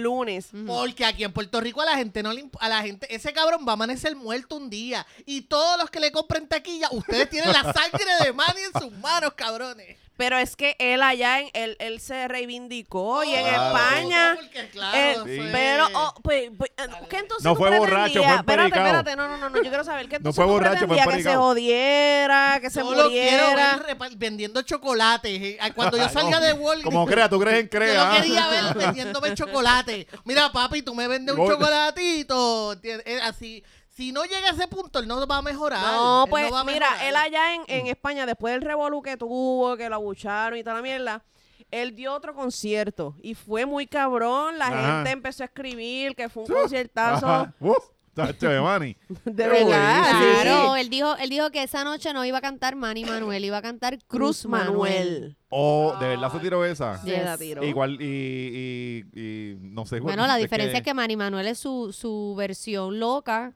[SPEAKER 3] lunes.
[SPEAKER 4] lunes. el lunes.
[SPEAKER 2] Porque aquí en Puerto Rico a la gente no le imp- a la gente ese cabrón va a amanecer muerto un día y todos los que le compren taquilla ustedes tienen la sangre de Manny en sus manos cabrones.
[SPEAKER 4] Pero es que él allá, en, él, él se reivindicó y en
[SPEAKER 1] Claro.
[SPEAKER 4] España...
[SPEAKER 2] No, porque, claro,
[SPEAKER 4] él-
[SPEAKER 2] eso es-
[SPEAKER 4] eh, Pero, oh, pues, pues, eh, ¿qué entonces
[SPEAKER 1] No
[SPEAKER 4] tú
[SPEAKER 1] fue borracho, fue
[SPEAKER 4] pretendías? Espérate,
[SPEAKER 1] empericado.
[SPEAKER 4] espérate, no, no, no, no, yo quiero saber. ¿Qué entonces
[SPEAKER 1] fue
[SPEAKER 4] tú
[SPEAKER 1] borracho, fue
[SPEAKER 4] pretendías? Que se
[SPEAKER 1] empericado.
[SPEAKER 4] jodiera, que se
[SPEAKER 2] yo lo quiero ver
[SPEAKER 4] muriera.
[SPEAKER 2] repa- vendiendo chocolates. eh. Ay, Cuando yo salga de Wall
[SPEAKER 1] Ah, Como crea, tú crees en
[SPEAKER 2] Yo no
[SPEAKER 1] crea.
[SPEAKER 2] quería ver vendiéndome chocolate. Mira, papi, tú me vendes un
[SPEAKER 1] Gol.
[SPEAKER 2] chocolatito. Tien- eh, Así, si no llega a ese punto, él no va a mejorar.
[SPEAKER 4] No,
[SPEAKER 2] Él
[SPEAKER 4] pues
[SPEAKER 2] va a mejorar.
[SPEAKER 4] mira, él allá en, en España, después del revolú que tuvo, que lo abucharon y toda la mierda, él dio otro concierto y fue muy cabrón. La
[SPEAKER 1] Ajá.
[SPEAKER 4] gente empezó a escribir que fue un conciertazo
[SPEAKER 1] Ajá. Uh, tacho de Manny.
[SPEAKER 4] de
[SPEAKER 1] Uy,
[SPEAKER 4] verdad.
[SPEAKER 1] sí,
[SPEAKER 4] sí.
[SPEAKER 3] Claro, él dijo, él dijo que esa noche no iba a cantar Manny Manuel, iba a cantar
[SPEAKER 4] Cruz Manuel.
[SPEAKER 1] Oh, de verdad se
[SPEAKER 2] Ah.
[SPEAKER 1] tiró esa.
[SPEAKER 3] Sí.
[SPEAKER 4] Se la
[SPEAKER 3] Yes.
[SPEAKER 4] tiró.
[SPEAKER 1] Igual, y, y, y no sé.
[SPEAKER 3] Bueno, la diferencia es que Manny Manuel es su, su versión loca,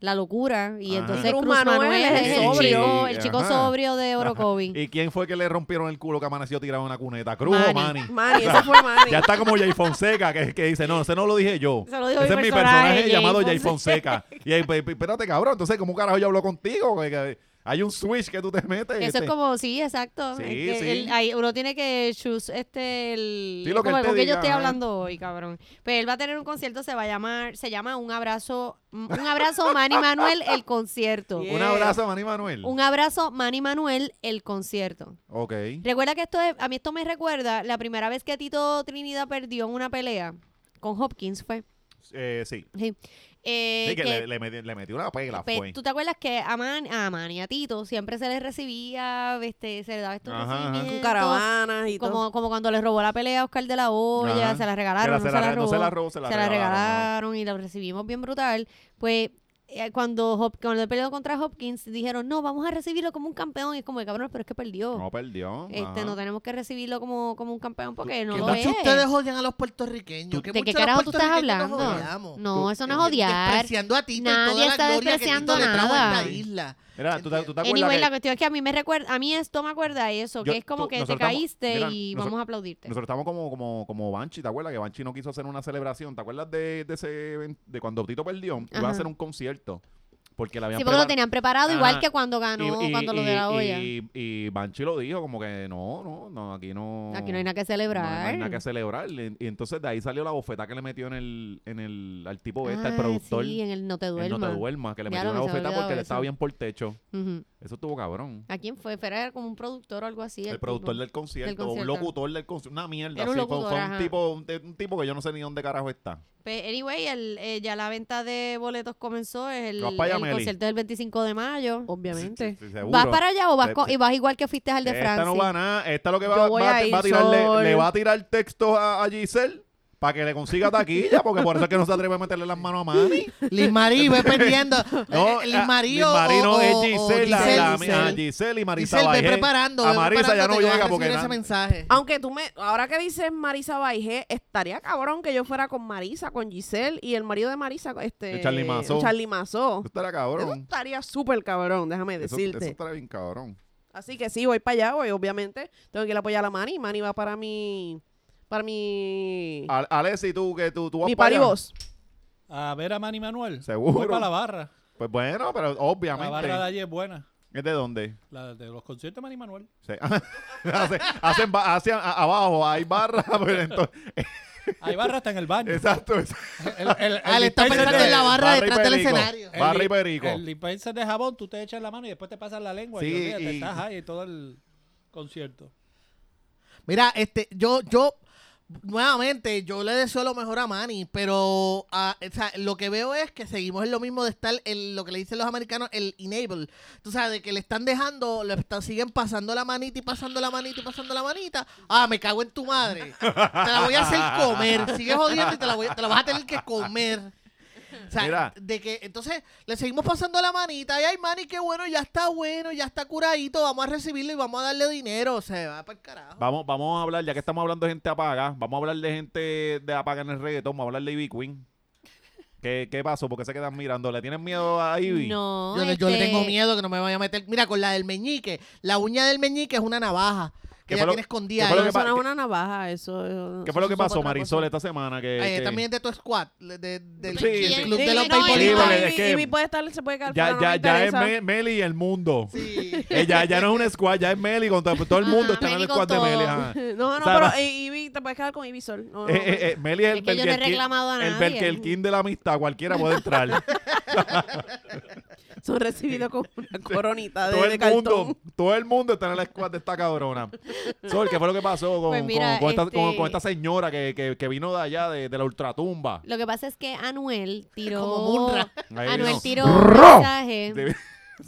[SPEAKER 3] la locura, y
[SPEAKER 1] Ajá.
[SPEAKER 3] entonces
[SPEAKER 4] Cruz
[SPEAKER 3] Cruz
[SPEAKER 4] Manuel
[SPEAKER 3] Manuel
[SPEAKER 4] es
[SPEAKER 3] es el
[SPEAKER 1] sobrio.
[SPEAKER 3] chico, el chico
[SPEAKER 1] Ajá.
[SPEAKER 3] sobrio de
[SPEAKER 1] Ajá.
[SPEAKER 3] Orocovi.
[SPEAKER 1] ¿Y quién fue que le rompieron el culo que amaneció tirado en una cuneta? ¿Cruz o
[SPEAKER 3] Manny.
[SPEAKER 1] Manny?
[SPEAKER 4] Manny, ese fue Manny.
[SPEAKER 1] Ya está como Jay Fonseca, que, que dice, no, ese no lo dije yo.
[SPEAKER 3] Se lo dijo
[SPEAKER 1] ese
[SPEAKER 3] mi
[SPEAKER 1] es mi
[SPEAKER 3] personaje,
[SPEAKER 1] personaje
[SPEAKER 3] Jay
[SPEAKER 1] llamado Jay Fonseca. Y ahí, pe- pe- espérate, cabrón, entonces, ¿cómo carajo yo hablo contigo? Que- que Hay un switch que tú te metes.
[SPEAKER 3] Eso
[SPEAKER 1] este.
[SPEAKER 3] es como, sí, exacto.
[SPEAKER 1] Sí,
[SPEAKER 3] es que
[SPEAKER 1] sí.
[SPEAKER 3] él- ahí uno tiene que choose este el
[SPEAKER 1] Sí, lo que
[SPEAKER 3] como
[SPEAKER 1] él te
[SPEAKER 3] con que yo
[SPEAKER 1] diga,
[SPEAKER 3] estoy
[SPEAKER 1] ajá.
[SPEAKER 3] hablando hoy, cabrón. Pero él va a tener un concierto, se va a llamar, se llama Un abrazo, un abrazo Manny Manuel, el concierto.
[SPEAKER 4] Yeah.
[SPEAKER 1] Un abrazo, Manny Manuel.
[SPEAKER 3] Un abrazo Manny Manuel, el concierto.
[SPEAKER 1] Ok. Eh,
[SPEAKER 3] Recuerda que esto es, a mí esto me recuerda la primera vez que Tito Trinidad perdió en una pelea con Hopkins fue.
[SPEAKER 1] Eh, sí.
[SPEAKER 3] Sí. Eh,
[SPEAKER 1] Sí, que,
[SPEAKER 3] que-
[SPEAKER 1] le, le metió, le metió una pela,
[SPEAKER 3] Pe-
[SPEAKER 1] fue.
[SPEAKER 3] ¿Tú te acuerdas que a Manny, a Manny, a Tito, siempre se les recibía, este, se le daba estos
[SPEAKER 1] Ajá, ajá. Con
[SPEAKER 4] Con
[SPEAKER 3] recibimientos,
[SPEAKER 4] caravanas y todo.
[SPEAKER 3] como, como cuando le robó la pelea a Oscar de la Hoya,
[SPEAKER 1] Ajá.
[SPEAKER 3] se la
[SPEAKER 1] Que
[SPEAKER 3] regalaron,
[SPEAKER 1] la-
[SPEAKER 3] no se la
[SPEAKER 1] re-
[SPEAKER 3] robó,
[SPEAKER 1] no se la robó, se la
[SPEAKER 3] se la
[SPEAKER 1] regalaron, ajá.
[SPEAKER 3] regalaron y la recibimos bien brutal. Pues eh, cuando, Hop- cuando él peleó contra Hopkins, dijeron, no, vamos a recibirlo como un campeón. Y es como, cabrón, pero es que perdió.
[SPEAKER 1] No perdió.
[SPEAKER 3] este,
[SPEAKER 1] ajá.
[SPEAKER 3] no tenemos que recibirlo como, como un campeón porque no
[SPEAKER 1] que
[SPEAKER 3] lo
[SPEAKER 1] mucho
[SPEAKER 3] es.
[SPEAKER 2] Muchos ustedes odian a los puertorriqueños.
[SPEAKER 1] ¿Tú-
[SPEAKER 2] que
[SPEAKER 3] ¿De qué
[SPEAKER 2] mucho los
[SPEAKER 3] carajo tú estás
[SPEAKER 2] puertorriqueños nos
[SPEAKER 3] hablando?
[SPEAKER 2] odiamos.
[SPEAKER 3] No, eso no es
[SPEAKER 2] Des-
[SPEAKER 3] odiar.
[SPEAKER 2] Despreciando a Tito y
[SPEAKER 3] Nadie
[SPEAKER 2] toda la
[SPEAKER 3] está
[SPEAKER 2] gloria que
[SPEAKER 3] despreciando
[SPEAKER 2] Tito le trajo a
[SPEAKER 3] nada.
[SPEAKER 2] esta isla.
[SPEAKER 1] Mira, ¿tú, te- tú te acuerdas
[SPEAKER 3] Anyway,
[SPEAKER 1] que
[SPEAKER 3] la cuestión es que a mí me recuerda, a mí esto me acuerda a eso,
[SPEAKER 1] Yo-
[SPEAKER 3] que es como
[SPEAKER 1] tú-
[SPEAKER 3] que te
[SPEAKER 1] nosotros estamos-
[SPEAKER 3] caíste
[SPEAKER 1] mira,
[SPEAKER 3] y
[SPEAKER 1] nosotros-
[SPEAKER 3] vamos a aplaudirte.
[SPEAKER 1] nosotros estamos como, como, como Banshee, ¿te acuerdas? Que Banshee no quiso hacer una celebración. ¿Te acuerdas de, de ese event- de cuando Tito perdió? Iba a
[SPEAKER 3] Ajá.
[SPEAKER 1] hacer un concierto. Porque la habían
[SPEAKER 3] Sí, porque lo
[SPEAKER 1] preparado-
[SPEAKER 3] tenían preparado
[SPEAKER 1] Ajá.
[SPEAKER 3] igual que cuando ganó,
[SPEAKER 1] Y- y-
[SPEAKER 3] cuando lo
[SPEAKER 1] y-
[SPEAKER 3] de la
[SPEAKER 1] y-
[SPEAKER 3] olla.
[SPEAKER 1] Y, y Banshee lo dijo, como que no, no, no, aquí no.
[SPEAKER 3] Aquí no hay nada que
[SPEAKER 1] no hay-
[SPEAKER 3] celebrar.
[SPEAKER 1] no hay nada que celebrar. Y, y entonces de ahí salió la bofeta que le metió en el, en el al tipo este, al
[SPEAKER 3] Ah,
[SPEAKER 1] productor.
[SPEAKER 3] Sí, en el No Te
[SPEAKER 1] el
[SPEAKER 3] Duermas.
[SPEAKER 1] no te duermas, que le
[SPEAKER 3] Ya
[SPEAKER 1] metió
[SPEAKER 3] lo
[SPEAKER 1] una
[SPEAKER 3] que se me
[SPEAKER 1] bofeta
[SPEAKER 3] olvidaba
[SPEAKER 1] porque le
[SPEAKER 3] eso.
[SPEAKER 1] estaba bien por techo.
[SPEAKER 3] Ujú.
[SPEAKER 1] Eso estuvo cabrón.
[SPEAKER 3] ¿A quién fue? Fera era como un productor o algo así.
[SPEAKER 1] El,
[SPEAKER 3] tipo.
[SPEAKER 1] productor del concierto, un
[SPEAKER 3] concierto.
[SPEAKER 1] locutor del concierto, una mierda.
[SPEAKER 3] Era un
[SPEAKER 1] así, fue-
[SPEAKER 3] locutor,
[SPEAKER 1] fue un
[SPEAKER 3] ajá.
[SPEAKER 1] tipo, un, un tipo que yo no sé ni dónde carajo está.
[SPEAKER 3] Pe- Pues, Anyway, el, eh, ya la venta de boletos comenzó. Es el,
[SPEAKER 1] Vas pa' allá,
[SPEAKER 3] el
[SPEAKER 1] Meli.
[SPEAKER 3] concierto del 25 de mayo.
[SPEAKER 4] Obviamente.
[SPEAKER 1] Sí, sí, seguro.
[SPEAKER 3] ¿Vas para allá o vas,
[SPEAKER 1] Te-
[SPEAKER 3] co-
[SPEAKER 1] te-
[SPEAKER 3] y vas igual que fuiste al de
[SPEAKER 1] esta
[SPEAKER 3] Francia?
[SPEAKER 1] no va a nada. Esta lo que
[SPEAKER 4] Yo
[SPEAKER 1] va,
[SPEAKER 4] voy
[SPEAKER 1] va-
[SPEAKER 4] a ir,
[SPEAKER 1] va a tirarle,
[SPEAKER 4] Sol.
[SPEAKER 1] le va a tirar textos a, a Giselle para que le consiga taquilla, porque por eso es que no se atreve a meterle las manos a Manny.
[SPEAKER 2] Liz Marí, ve perdiendo.
[SPEAKER 1] No,
[SPEAKER 2] Eh,
[SPEAKER 1] a-
[SPEAKER 2] Liz Marí
[SPEAKER 1] Liz
[SPEAKER 2] o-
[SPEAKER 1] Marí no
[SPEAKER 2] o-
[SPEAKER 1] es
[SPEAKER 2] o
[SPEAKER 1] Giselle, la-
[SPEAKER 2] Giselle,
[SPEAKER 1] la-
[SPEAKER 2] Giselle.
[SPEAKER 1] a Giselle y Marisa
[SPEAKER 2] Giselle, ve
[SPEAKER 1] Bajé.
[SPEAKER 2] preparando.
[SPEAKER 1] A
[SPEAKER 2] ve
[SPEAKER 1] Marisa ya
[SPEAKER 2] preparándote
[SPEAKER 1] no
[SPEAKER 2] que vas a
[SPEAKER 1] llega porque
[SPEAKER 2] recibir
[SPEAKER 1] na-
[SPEAKER 2] ese mensaje.
[SPEAKER 4] Aunque tú me, ahora que dices Marisa Baijé, estaría cabrón que yo fuera con Marisa, con Giselle y el marido de Marisa, este...
[SPEAKER 1] El Charlie Mazó.
[SPEAKER 4] Charlie Mazó.
[SPEAKER 1] Eso estará
[SPEAKER 4] Eso
[SPEAKER 1] cabrón.
[SPEAKER 4] estaría súper cabrón, déjame
[SPEAKER 1] Eso,
[SPEAKER 4] decirte.
[SPEAKER 1] eso estará bien cabrón.
[SPEAKER 4] Así que sí, voy para allá, voy, obviamente. Tengo que ir a apoyar a Manny. Manny va para mi... Para mi...
[SPEAKER 1] Al- Alexi, tú que tú, tú vas
[SPEAKER 4] mi
[SPEAKER 1] para allá.
[SPEAKER 4] paribos.
[SPEAKER 5] A ver a Manny Manuel. Voy
[SPEAKER 1] Seguro.
[SPEAKER 5] para la barra.
[SPEAKER 1] Pues bueno, pero
[SPEAKER 5] La barra de
[SPEAKER 1] obviamente.
[SPEAKER 5] allí es buena.
[SPEAKER 1] ¿Es de dónde?
[SPEAKER 5] La de los conciertos de Manny Manuel.
[SPEAKER 1] Sí. Hace- hacen ba- hacen a- abajo, hay barra, pero entonces,
[SPEAKER 5] Hay barra hasta en el baño.
[SPEAKER 1] exacto. exacto.
[SPEAKER 5] El, el- el
[SPEAKER 2] Ah, él está
[SPEAKER 5] dispenser
[SPEAKER 2] pensando
[SPEAKER 5] de-
[SPEAKER 2] en la barra
[SPEAKER 1] eh, Barra y
[SPEAKER 2] detrás del
[SPEAKER 1] perico.
[SPEAKER 2] escenario.
[SPEAKER 5] el
[SPEAKER 1] Barra y
[SPEAKER 5] di-
[SPEAKER 1] perico.
[SPEAKER 5] El dispenser de jabón, tú te echas la mano y después te pasas la lengua.
[SPEAKER 1] Sí,
[SPEAKER 5] y olvídate,
[SPEAKER 1] y-
[SPEAKER 5] estás ahí todo el concierto.
[SPEAKER 2] Mira, este, yo, yo, nuevamente, yo le deseo lo mejor a Manny, pero ah, o sea, lo que veo es que seguimos en lo mismo de estar en lo que le dicen los americanos, el enable. Tú sabes, de que le están dejando, le están, siguen pasando la manita y pasando la manita y pasando la manita. Ah, me cago en tu madre. Te la voy a hacer comer. Sigues jodiendo y te la, voy- te la vas a tener que comer. O sea,
[SPEAKER 1] Mira.
[SPEAKER 2] de que entonces le seguimos pasando la manita y ay Manny, qué bueno, ya está bueno, ya está curadito, vamos a recibirlo y vamos a darle dinero, o sea, va para el carajo.
[SPEAKER 1] Vamos, vamos a hablar, ya que estamos hablando de gente apaga, vamos a hablar de gente de apaga en el reggaetón, vamos a hablar de Ivy Queen. ¿Qué, qué pasó? ¿Por qué se quedan mirando? ¿Le tienen miedo a Ivy?
[SPEAKER 3] No,
[SPEAKER 2] Yo, le- yo le
[SPEAKER 3] este,
[SPEAKER 2] tengo miedo que no me vaya a meter. Mira, con la del meñique. La uña del meñique es una navaja
[SPEAKER 1] ¿Qué fue
[SPEAKER 2] que ya
[SPEAKER 1] lo-
[SPEAKER 2] tiene escondida.
[SPEAKER 1] qué fue lo
[SPEAKER 2] ahí.
[SPEAKER 1] que
[SPEAKER 4] Eso
[SPEAKER 1] pa-
[SPEAKER 4] no es
[SPEAKER 1] qué-
[SPEAKER 4] una navaja, eso...
[SPEAKER 1] ¿Qué fue lo que
[SPEAKER 4] eso
[SPEAKER 1] pasó,
[SPEAKER 4] otra
[SPEAKER 1] Marisol,
[SPEAKER 4] cosa.
[SPEAKER 1] esta semana? Que,
[SPEAKER 2] Ay,
[SPEAKER 1] que-
[SPEAKER 2] también de tu squad, de- de- del,
[SPEAKER 1] Sí,
[SPEAKER 2] del
[SPEAKER 1] sí.
[SPEAKER 2] club
[SPEAKER 3] Sí,
[SPEAKER 2] de los
[SPEAKER 3] no,
[SPEAKER 4] Sí,
[SPEAKER 1] Sí,
[SPEAKER 4] porque
[SPEAKER 1] porque
[SPEAKER 2] beisbolistas.
[SPEAKER 1] es que-
[SPEAKER 4] Ivy- Ivy puede estar, se puede quedar
[SPEAKER 1] ya,
[SPEAKER 4] fuera, no
[SPEAKER 1] ya,
[SPEAKER 4] me
[SPEAKER 1] ya es
[SPEAKER 4] interesa.
[SPEAKER 1] Me- Meli y el mundo.
[SPEAKER 2] Sí.
[SPEAKER 1] Ella ya no es un squad, ya es Meli con todo, todo el
[SPEAKER 3] Ajá,
[SPEAKER 1] mundo está en
[SPEAKER 3] Meli
[SPEAKER 1] el
[SPEAKER 3] con
[SPEAKER 1] squad de
[SPEAKER 3] todo.
[SPEAKER 1] Meli. ajá.
[SPEAKER 4] No,
[SPEAKER 1] O
[SPEAKER 4] no,
[SPEAKER 1] sea,
[SPEAKER 4] pero
[SPEAKER 1] va-
[SPEAKER 4] eh, Ivy, te puedes quedar con Ivy Sol. No, no,
[SPEAKER 1] Eh, eh, eh, Meli es el
[SPEAKER 3] Es que yo no he
[SPEAKER 1] Burger King-
[SPEAKER 3] reclamado a
[SPEAKER 1] el
[SPEAKER 3] nadie.
[SPEAKER 1] Burger King de la amistad, cualquiera puede entrar.
[SPEAKER 4] no. Son recibidos con una coronita de,
[SPEAKER 1] eh. todo
[SPEAKER 4] de
[SPEAKER 1] el
[SPEAKER 4] cartón.
[SPEAKER 1] mundo, todo el mundo está en el squad de esta cabrona. Sol, ¿qué fue lo que pasó con,
[SPEAKER 3] Pues mira,
[SPEAKER 1] con- con esta,
[SPEAKER 3] este-
[SPEAKER 1] con- con esta señora que, que- que vino de allá, de, de la ultratumba?
[SPEAKER 3] Lo que pasa es que Anuel tiró.
[SPEAKER 2] Como Munra.
[SPEAKER 1] Ahí
[SPEAKER 3] Anuel
[SPEAKER 1] no.
[SPEAKER 3] tiró un
[SPEAKER 1] Ro.
[SPEAKER 3] mensaje.
[SPEAKER 1] De-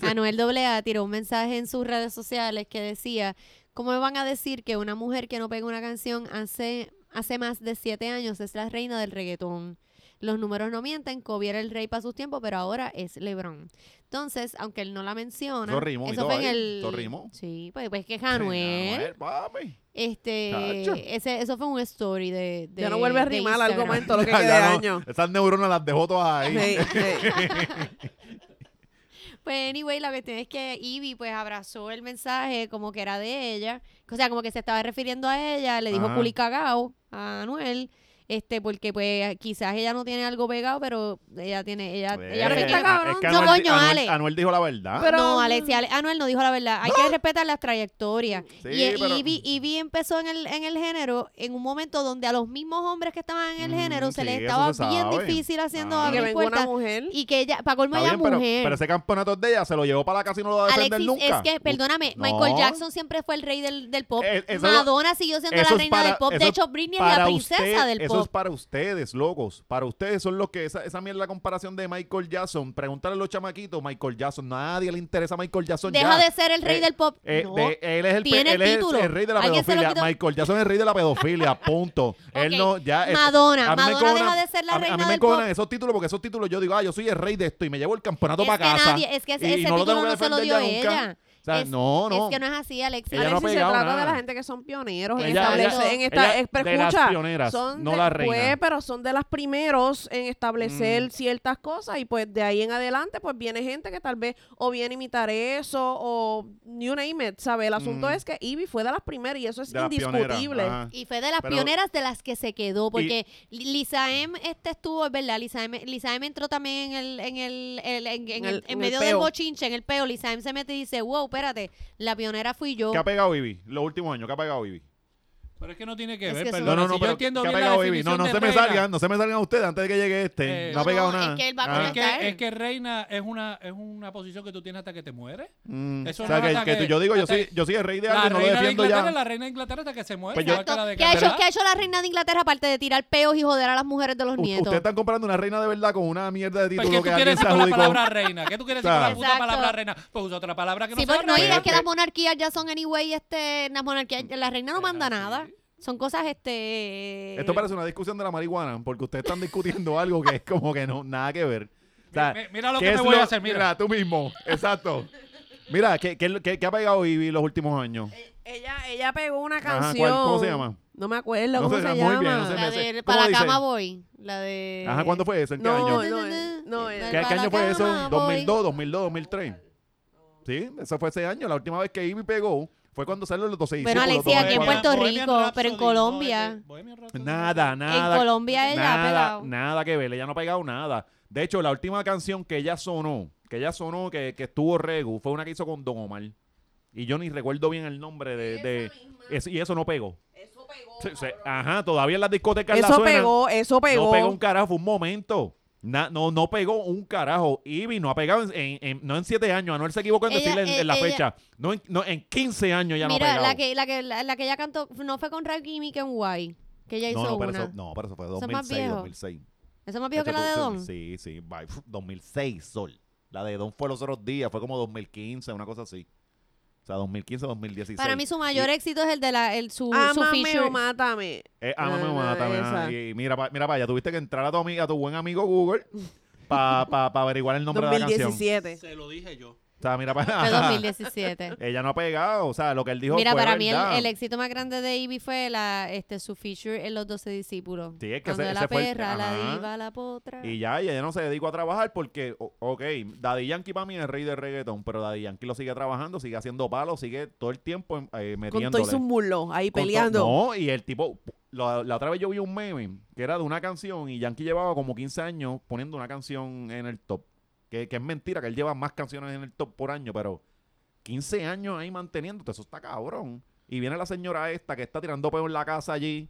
[SPEAKER 3] Anuel AA tiró un mensaje en sus redes sociales que decía: ¿Cómo me van a decir que una mujer que no pega una canción hace, hace más de siete años es la reina del reggaetón? Los números no mienten, Kobe era el rey para sus tiempos, pero ahora es LeBron. Entonces, aunque él no la menciona,
[SPEAKER 1] Eso rimó y todo
[SPEAKER 3] fue en
[SPEAKER 1] ahí,
[SPEAKER 3] el.
[SPEAKER 1] todo rimó.
[SPEAKER 3] Sí, pues, pues que es Anuel.
[SPEAKER 1] Anuel, papi. Chacho.
[SPEAKER 3] Este, ese, eso fue un story de, de
[SPEAKER 4] Ya no vuelve a
[SPEAKER 3] de
[SPEAKER 4] rimar algo más en
[SPEAKER 3] Instagram.
[SPEAKER 4] todo lo que
[SPEAKER 1] Ya,
[SPEAKER 4] quede de
[SPEAKER 1] ya no,
[SPEAKER 4] año.
[SPEAKER 1] Esas neuronas las dejó todas ahí.
[SPEAKER 4] Sí, sí.
[SPEAKER 3] Pues anyway, la cuestión es que Ivy pues abrazó el mensaje como que era de ella. O sea, como que se estaba refiriendo a ella, le dijo
[SPEAKER 1] Ajá.
[SPEAKER 3] culi cagao a Anuel. Este, porque pues quizás ella no tiene algo pegado, pero ella tiene, ella,
[SPEAKER 1] Eh,
[SPEAKER 3] ella
[SPEAKER 1] es que-
[SPEAKER 3] fue
[SPEAKER 4] está
[SPEAKER 3] quien-
[SPEAKER 4] cabrón.
[SPEAKER 1] es que
[SPEAKER 3] No,
[SPEAKER 1] Anuel,
[SPEAKER 3] coño,
[SPEAKER 1] Anuel-
[SPEAKER 3] Ale.
[SPEAKER 1] Anuel dijo la verdad.
[SPEAKER 4] Pero-
[SPEAKER 3] No, Alexia, Ale- Anuel no dijo la verdad. Hay que respetar las trayectorias.
[SPEAKER 1] Sí,
[SPEAKER 3] y eh,
[SPEAKER 1] pero-
[SPEAKER 3] Ivy, Ivy empezó en el, en el género en un momento donde a los mismos hombres que estaban en el
[SPEAKER 1] Mm,
[SPEAKER 3] género se
[SPEAKER 1] sí,
[SPEAKER 3] les
[SPEAKER 1] eso
[SPEAKER 3] estaba
[SPEAKER 1] se
[SPEAKER 3] bien
[SPEAKER 1] sabe.
[SPEAKER 3] difícil haciendo
[SPEAKER 1] Ah.
[SPEAKER 4] Y que
[SPEAKER 3] abrir
[SPEAKER 4] venga una
[SPEAKER 3] puertas.
[SPEAKER 4] mujer.
[SPEAKER 3] Y que ella, para colmo,
[SPEAKER 1] Está
[SPEAKER 3] ella
[SPEAKER 1] bien, pero,
[SPEAKER 3] mujer.
[SPEAKER 1] pero ese campeonato es de ella se lo llevó para la casa y no lo va a defender
[SPEAKER 3] Alexis,
[SPEAKER 1] nunca.
[SPEAKER 3] es que, perdóname,
[SPEAKER 1] No.
[SPEAKER 3] Michael Jackson siempre fue el rey del, del pop.
[SPEAKER 1] Eh, eso-
[SPEAKER 3] Madonna siguió siendo la
[SPEAKER 1] eso es
[SPEAKER 3] reina
[SPEAKER 1] para-
[SPEAKER 3] del pop.
[SPEAKER 1] eso
[SPEAKER 3] De hecho, Britney es
[SPEAKER 1] para
[SPEAKER 3] la princesa
[SPEAKER 1] usted-
[SPEAKER 3] del
[SPEAKER 1] eso es para ustedes, locos. Para ustedes son los que. Esa, esa mierda la comparación de Michael Jackson. Preguntarle a los chamaquitos, Michael Jackson. Nadie le interesa a Michael Jackson.
[SPEAKER 3] Deja
[SPEAKER 1] ya.
[SPEAKER 3] de ser el rey
[SPEAKER 1] Eh,
[SPEAKER 3] del pop.
[SPEAKER 1] Eh,
[SPEAKER 3] No.
[SPEAKER 1] de- él es el, pe-
[SPEAKER 3] Tiene
[SPEAKER 1] él es el-
[SPEAKER 3] título.
[SPEAKER 1] el rey de la
[SPEAKER 3] Alguien se lo
[SPEAKER 1] pedofilia.
[SPEAKER 3] quitó.
[SPEAKER 1] Michael Jackson es el rey de la pedofilia, punto. Él
[SPEAKER 3] Ok.
[SPEAKER 1] no, ya. es-
[SPEAKER 3] Madonna.
[SPEAKER 1] a mí me
[SPEAKER 3] Madonna
[SPEAKER 1] conan-
[SPEAKER 3] deja de ser la
[SPEAKER 1] a mí-
[SPEAKER 3] reina
[SPEAKER 1] A mí me
[SPEAKER 3] del
[SPEAKER 1] conan
[SPEAKER 3] pop.
[SPEAKER 1] esos títulos porque esos títulos yo digo, ah, yo soy el rey de esto y me llevo el campeonato
[SPEAKER 3] Es
[SPEAKER 1] para
[SPEAKER 3] que
[SPEAKER 1] casa.
[SPEAKER 3] nadie- es que ese-
[SPEAKER 1] y- y
[SPEAKER 3] ese
[SPEAKER 1] no lo
[SPEAKER 3] título
[SPEAKER 1] tengo que
[SPEAKER 3] no se lo
[SPEAKER 1] defender ya
[SPEAKER 3] dio
[SPEAKER 1] nunca.
[SPEAKER 3] ella.
[SPEAKER 1] O sea,
[SPEAKER 3] Es-
[SPEAKER 1] no, no.
[SPEAKER 3] Es que no es así, Alexis.
[SPEAKER 1] Ella no ha
[SPEAKER 4] Alexis, se
[SPEAKER 1] pegado
[SPEAKER 4] trata
[SPEAKER 1] nada.
[SPEAKER 4] de la gente que son pioneros en
[SPEAKER 1] Ella-
[SPEAKER 4] establecer-
[SPEAKER 3] ella-
[SPEAKER 4] en esta-
[SPEAKER 1] ella
[SPEAKER 4] eh, pero
[SPEAKER 1] de las
[SPEAKER 4] escucha,
[SPEAKER 1] pioneras,
[SPEAKER 4] son
[SPEAKER 1] no
[SPEAKER 4] de-
[SPEAKER 1] la reina. Mm.
[SPEAKER 4] pues, pero son de las primeros en establecer ciertas cosas y pues de ahí en adelante pues viene gente que tal vez o viene a imitar eso o you name it, ¿sabes? El asunto
[SPEAKER 1] Mm.
[SPEAKER 4] es que Ivy fue de las primeras y eso es
[SPEAKER 1] De las pioneras,
[SPEAKER 4] indiscutible.
[SPEAKER 1] ajá.
[SPEAKER 3] Y fue de las
[SPEAKER 1] Pero-
[SPEAKER 3] pioneras de las que se quedó, porque Li- Lisa M este estuvo, es verdad, Lisa M, Lisa M entró también en el, en el, el- en, en
[SPEAKER 4] En
[SPEAKER 3] el-
[SPEAKER 4] el- en
[SPEAKER 3] en
[SPEAKER 4] el
[SPEAKER 3] medio del
[SPEAKER 4] peo.
[SPEAKER 3] bochinche, en el peo, Lisa M se mete y dice, wow, espérate, la pionera fui yo.
[SPEAKER 1] ¿Qué ha pegado Vivi? Los últimos años, ¿qué ha pegado Vivi?
[SPEAKER 5] Pero es que no tiene que
[SPEAKER 3] Es
[SPEAKER 5] ver,
[SPEAKER 3] que eso-
[SPEAKER 5] perdona,
[SPEAKER 1] No, no, no,
[SPEAKER 5] si yo
[SPEAKER 1] pero
[SPEAKER 5] entiendo
[SPEAKER 1] ¿qué ha
[SPEAKER 5] bien la
[SPEAKER 1] pegado Vivi? No,
[SPEAKER 5] definición
[SPEAKER 1] no
[SPEAKER 5] de
[SPEAKER 1] se me
[SPEAKER 5] reina,
[SPEAKER 1] salgan, no se me salgan a ustedes antes de que llegue este.
[SPEAKER 5] Eh,
[SPEAKER 1] no ha
[SPEAKER 3] No,
[SPEAKER 1] pegado
[SPEAKER 3] no,
[SPEAKER 1] nada. Ah.
[SPEAKER 3] es que él va a
[SPEAKER 1] Ajá.
[SPEAKER 5] Es que,
[SPEAKER 3] Conectar.
[SPEAKER 5] es que reina es una, es una posición que tú tienes hasta que te mueres.
[SPEAKER 1] Mm,
[SPEAKER 5] Eso
[SPEAKER 1] o sea,
[SPEAKER 5] no
[SPEAKER 1] que,
[SPEAKER 5] es
[SPEAKER 1] que tú- yo
[SPEAKER 5] ataque.
[SPEAKER 1] digo, yo
[SPEAKER 5] Ataque.
[SPEAKER 1] soy, yo soy el rey de
[SPEAKER 5] La
[SPEAKER 1] alguien, no lo
[SPEAKER 5] reina de
[SPEAKER 1] defiendo
[SPEAKER 5] Inglaterra es
[SPEAKER 1] ya.
[SPEAKER 5] la reina de Inglaterra hasta que se muere.
[SPEAKER 1] Pues yo-
[SPEAKER 5] igual que la de
[SPEAKER 3] ¿Qué ha, hecho,
[SPEAKER 5] Catalá.
[SPEAKER 3] ¿Qué ha hecho la reina de Inglaterra aparte de tirar peos y joder a las mujeres de los
[SPEAKER 1] U-
[SPEAKER 3] nietos?
[SPEAKER 1] Ustedes están comparando una reina de verdad con una mierda de
[SPEAKER 5] Pues,
[SPEAKER 1] título
[SPEAKER 5] ¿Qué tú
[SPEAKER 1] que alguien
[SPEAKER 5] quieres
[SPEAKER 1] se
[SPEAKER 5] decir con la
[SPEAKER 1] adjudicó.
[SPEAKER 5] palabra reina? ¿Qué tú quieres decir
[SPEAKER 1] Claro.
[SPEAKER 5] con la puta
[SPEAKER 3] Exacto.
[SPEAKER 5] palabra reina? Pues usa otra palabra que no
[SPEAKER 3] Sí,
[SPEAKER 5] sea
[SPEAKER 3] pues, no, y
[SPEAKER 5] reina.
[SPEAKER 3] es que las monarquías ya son anyway, este, las monarquías, la reina no manda nada. Son cosas, este...
[SPEAKER 1] Esto parece una discusión de la marihuana, porque ustedes están discutiendo algo que es como que no, nada que ver. O sea,
[SPEAKER 5] Mi- mi- mira lo
[SPEAKER 1] ¿qué
[SPEAKER 5] que me
[SPEAKER 1] es
[SPEAKER 5] voy a hacer, mira.
[SPEAKER 1] tú mismo, exacto. Mira, ¿qué, qué, qué- qué ha pegado Ivy los últimos años?
[SPEAKER 4] Ella ella pegó una
[SPEAKER 1] Ajá, ¿cuál-
[SPEAKER 4] canción.
[SPEAKER 1] cómo se llama?
[SPEAKER 4] No me acuerdo
[SPEAKER 1] No
[SPEAKER 4] cómo
[SPEAKER 1] sé,
[SPEAKER 4] se,
[SPEAKER 1] muy
[SPEAKER 4] llama.
[SPEAKER 1] bien, no sé,
[SPEAKER 3] La
[SPEAKER 1] me sé.
[SPEAKER 3] de
[SPEAKER 1] ¿Cómo
[SPEAKER 3] Para la
[SPEAKER 1] dice?
[SPEAKER 3] cama voy. La de...
[SPEAKER 1] Ajá, ¿cuándo fue eso? ¿En qué
[SPEAKER 4] No,
[SPEAKER 1] año?
[SPEAKER 4] no, es- no, es-
[SPEAKER 1] ¿Qué, qué
[SPEAKER 3] Para la
[SPEAKER 1] año fue eso?
[SPEAKER 3] cama voy.
[SPEAKER 1] ¿2002, 2002, 2003? Sí, eso fue ese año. La última vez que Ivy pegó fue cuando salió los 12
[SPEAKER 3] Bueno, Alexia, aquí en
[SPEAKER 5] Bohemian-
[SPEAKER 3] Puerto
[SPEAKER 5] Bohemian
[SPEAKER 3] Rico, pero en
[SPEAKER 5] Rhapsody,
[SPEAKER 3] Colombia.
[SPEAKER 5] no, es de- Bohemian Rhapsody.
[SPEAKER 1] Nada, nada.
[SPEAKER 3] En Colombia ella ha
[SPEAKER 1] nada,
[SPEAKER 3] pegado.
[SPEAKER 1] nada que ver, ella no ha pegado nada. De hecho, la última canción que ella sonó, que ella sonó, que, que estuvo Regu, fue una que hizo con Don Omar. Y yo ni recuerdo bien el nombre de... de- es- y eso no pegó.
[SPEAKER 4] Eso pegó.
[SPEAKER 1] Se- se- ajá, todavía en las discotecas la
[SPEAKER 4] Eso
[SPEAKER 1] suenan.
[SPEAKER 4] pegó, eso pegó.
[SPEAKER 1] No pegó un carajo, fue un momento. Na- no, no pegó un carajo. Ivy no ha pegado en, en- en- no en siete años. Anuel se equivocó en
[SPEAKER 3] Ella-
[SPEAKER 1] decirle en,
[SPEAKER 3] eh,
[SPEAKER 1] en la
[SPEAKER 3] ella-
[SPEAKER 1] fecha. No en, no, en 15 años ya no ha
[SPEAKER 3] Mira,
[SPEAKER 1] pegado.
[SPEAKER 3] la que, la, que, la, la que ella cantó, no fue con Rakim y Kenway, que ella hizo
[SPEAKER 1] no, no,
[SPEAKER 3] una.
[SPEAKER 1] pero eso, no, pero eso fue
[SPEAKER 3] Eso es más
[SPEAKER 1] 2006,
[SPEAKER 3] viejo.
[SPEAKER 1] 2006.
[SPEAKER 3] Eso es más viejo que
[SPEAKER 1] Esta
[SPEAKER 3] la de
[SPEAKER 1] tú-
[SPEAKER 3] Don.
[SPEAKER 1] Sí, sí, va, pf, 2006, Sol. La de Don fue los otros días, fue como 2015, una cosa así. O sea, 2015, 2016.
[SPEAKER 3] Para mí su mayor
[SPEAKER 1] Y-
[SPEAKER 3] éxito es el de la, el, su, su
[SPEAKER 4] Ámame
[SPEAKER 3] feature.
[SPEAKER 4] o mátame.
[SPEAKER 1] Eh, ámame o
[SPEAKER 4] Ah,
[SPEAKER 1] mátame,
[SPEAKER 4] esa.
[SPEAKER 1] ah, Y mira, pa- mira para allá, tuviste que entrar a tu, ami- a tu buen amigo Google para averiguar el nombre de la canción.
[SPEAKER 4] 2017.
[SPEAKER 5] Se lo dije yo.
[SPEAKER 1] O sea, mira para
[SPEAKER 3] de 2017.
[SPEAKER 1] Ella no ha pegado, o sea, lo que él dijo
[SPEAKER 3] Mira,
[SPEAKER 1] fue
[SPEAKER 3] para mí el,
[SPEAKER 1] verdad.
[SPEAKER 3] el éxito más grande de Ivy fue la, este, su feature en Los 12 Discípulos.
[SPEAKER 1] Sí, es que
[SPEAKER 3] Cuando
[SPEAKER 1] ese-
[SPEAKER 3] la
[SPEAKER 1] ese fue el-
[SPEAKER 3] perra, la
[SPEAKER 1] ajá.
[SPEAKER 3] diva, la potra.
[SPEAKER 1] Y ya, y ella no se dedicó a trabajar porque, o- ok, Daddy Yankee para mí es el rey del reggaetón, pero Daddy Yankee lo sigue trabajando, sigue haciendo palos, sigue todo el tiempo eh,
[SPEAKER 4] Con
[SPEAKER 1] metiéndole.
[SPEAKER 4] todo y sus muslos ahí
[SPEAKER 1] Con to-
[SPEAKER 4] peleando.
[SPEAKER 1] No, y el tipo, la, la otra vez yo vi un meme que era de una canción y Yankee llevaba como 15 años poniendo una canción en el top. Que, que es mentira, que él lleva más canciones en el top por año, pero 15 años ahí manteniéndote, eso está cabrón. Y viene la señora esta que está tirando peo en la casa allí,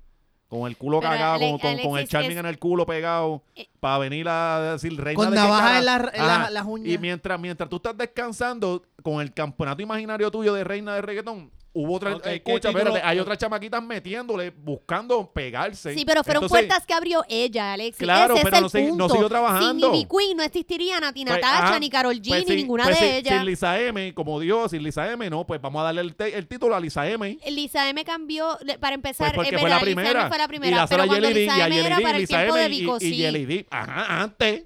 [SPEAKER 1] con el culo
[SPEAKER 3] Pero
[SPEAKER 1] cagado,
[SPEAKER 3] Ale-
[SPEAKER 1] con, con- con el
[SPEAKER 3] Alexis,
[SPEAKER 1] charming
[SPEAKER 3] es-
[SPEAKER 1] en el culo pegado,
[SPEAKER 3] Eh.
[SPEAKER 1] para venir a decir reina
[SPEAKER 2] Con
[SPEAKER 1] de qué
[SPEAKER 2] navaja en,
[SPEAKER 1] cara-
[SPEAKER 2] la- en
[SPEAKER 1] Ajá.
[SPEAKER 2] la- las uñas.
[SPEAKER 1] ah, y mientras, mientras tú estás descansando con el campeonato imaginario tuyo de reina de reggaetón, hubo otra. eh,
[SPEAKER 5] Ok, ¿qué
[SPEAKER 1] escucha,
[SPEAKER 5] título?
[SPEAKER 1] espérate, hay otras chamaquitas metiéndole, buscando pegarse.
[SPEAKER 3] Sí, pero fueron
[SPEAKER 1] Entonces,
[SPEAKER 3] puertas que abrió ella, Alexis.
[SPEAKER 1] Claro,
[SPEAKER 3] Ese
[SPEAKER 1] pero
[SPEAKER 3] es
[SPEAKER 1] no
[SPEAKER 3] el
[SPEAKER 1] sig- no
[SPEAKER 3] punto.
[SPEAKER 1] siguió trabajando.
[SPEAKER 3] Sin Ivy Queen no existiría Nati
[SPEAKER 1] pues,
[SPEAKER 3] Natacha,
[SPEAKER 1] ajá,
[SPEAKER 3] ni Carol G,
[SPEAKER 1] pues
[SPEAKER 3] ni
[SPEAKER 1] sí,
[SPEAKER 3] ninguna
[SPEAKER 1] pues
[SPEAKER 3] de
[SPEAKER 1] sí,
[SPEAKER 3] ellas.
[SPEAKER 1] Sin Lisa M, como Dios, sin Lisa M, no, pues vamos a darle el, te- el título a Lisa M.
[SPEAKER 3] Lisa M cambió, le- para empezar,
[SPEAKER 1] Pues porque
[SPEAKER 3] es
[SPEAKER 1] fue la
[SPEAKER 3] verdad, Lisa
[SPEAKER 1] primera.
[SPEAKER 3] M fue la primera,
[SPEAKER 1] Y la
[SPEAKER 3] pero
[SPEAKER 1] sola
[SPEAKER 3] cuando
[SPEAKER 1] Yelly D, y
[SPEAKER 3] Lisa
[SPEAKER 1] a
[SPEAKER 3] M
[SPEAKER 1] Yelly
[SPEAKER 3] era
[SPEAKER 1] D,
[SPEAKER 3] para el
[SPEAKER 1] Lisa
[SPEAKER 3] tiempo
[SPEAKER 1] M
[SPEAKER 3] de
[SPEAKER 1] y,
[SPEAKER 3] Vico,
[SPEAKER 1] y, y
[SPEAKER 3] sí.
[SPEAKER 1] Yelly D. Ajá, antes.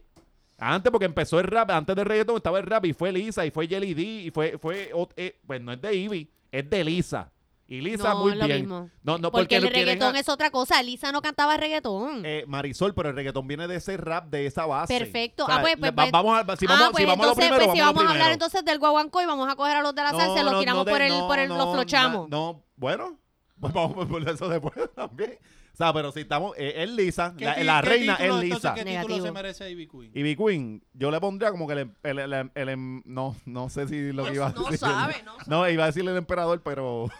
[SPEAKER 1] Antes, porque empezó el rap, antes del reggaetón estaba el rap y fue Lisa y fue Jelly D y fue, fue, ot- eh, pues no es de Ivy, es de Lisa. Y Lisa
[SPEAKER 3] No,
[SPEAKER 1] muy
[SPEAKER 3] es lo
[SPEAKER 1] bien.
[SPEAKER 3] mismo.
[SPEAKER 1] No, no,
[SPEAKER 3] porque,
[SPEAKER 1] porque,
[SPEAKER 3] el
[SPEAKER 1] lo quieren
[SPEAKER 3] reggaetón
[SPEAKER 1] a-
[SPEAKER 3] es otra cosa, Lisa no cantaba reggaetón.
[SPEAKER 1] Eh, Marisol, pero el reggaetón viene de ese rap, de esa base.
[SPEAKER 3] Perfecto.
[SPEAKER 1] O sea,
[SPEAKER 3] Ah, pues, pues,
[SPEAKER 1] va-
[SPEAKER 3] pues.
[SPEAKER 1] vamos a, si
[SPEAKER 3] Ah,
[SPEAKER 1] vamos,
[SPEAKER 3] pues
[SPEAKER 1] si vamos a lo
[SPEAKER 3] entonces,
[SPEAKER 1] primero,
[SPEAKER 3] pues,
[SPEAKER 1] vamos
[SPEAKER 3] si
[SPEAKER 1] a lo
[SPEAKER 3] vamos a hablar
[SPEAKER 1] primero.
[SPEAKER 3] entonces del guaguancó y vamos a coger a los de la salsa,
[SPEAKER 1] No,
[SPEAKER 3] los
[SPEAKER 1] no,
[SPEAKER 3] tiramos
[SPEAKER 1] no,
[SPEAKER 3] por
[SPEAKER 1] de-
[SPEAKER 3] el,
[SPEAKER 1] no,
[SPEAKER 3] por el,
[SPEAKER 1] no,
[SPEAKER 3] los flochamos.
[SPEAKER 1] na- no, bueno, pues vamos por eso después también. O sea, pero si estamos, eh, es Lisa,
[SPEAKER 5] ¿Qué
[SPEAKER 1] la,
[SPEAKER 5] ti-
[SPEAKER 1] la
[SPEAKER 5] qué
[SPEAKER 1] reina
[SPEAKER 5] título,
[SPEAKER 1] es
[SPEAKER 5] entonces,
[SPEAKER 1] Lisa.
[SPEAKER 5] ¿Qué título
[SPEAKER 3] Negativo.
[SPEAKER 5] se merece Ivy Queen?
[SPEAKER 1] Y B Queen, yo le pondría como que el, em- el- el- el- el em- no, no sé si lo que iba a
[SPEAKER 5] Pues
[SPEAKER 4] No
[SPEAKER 1] decir.
[SPEAKER 4] sabe, no sabe.
[SPEAKER 1] No, iba a decirle el emperador, pero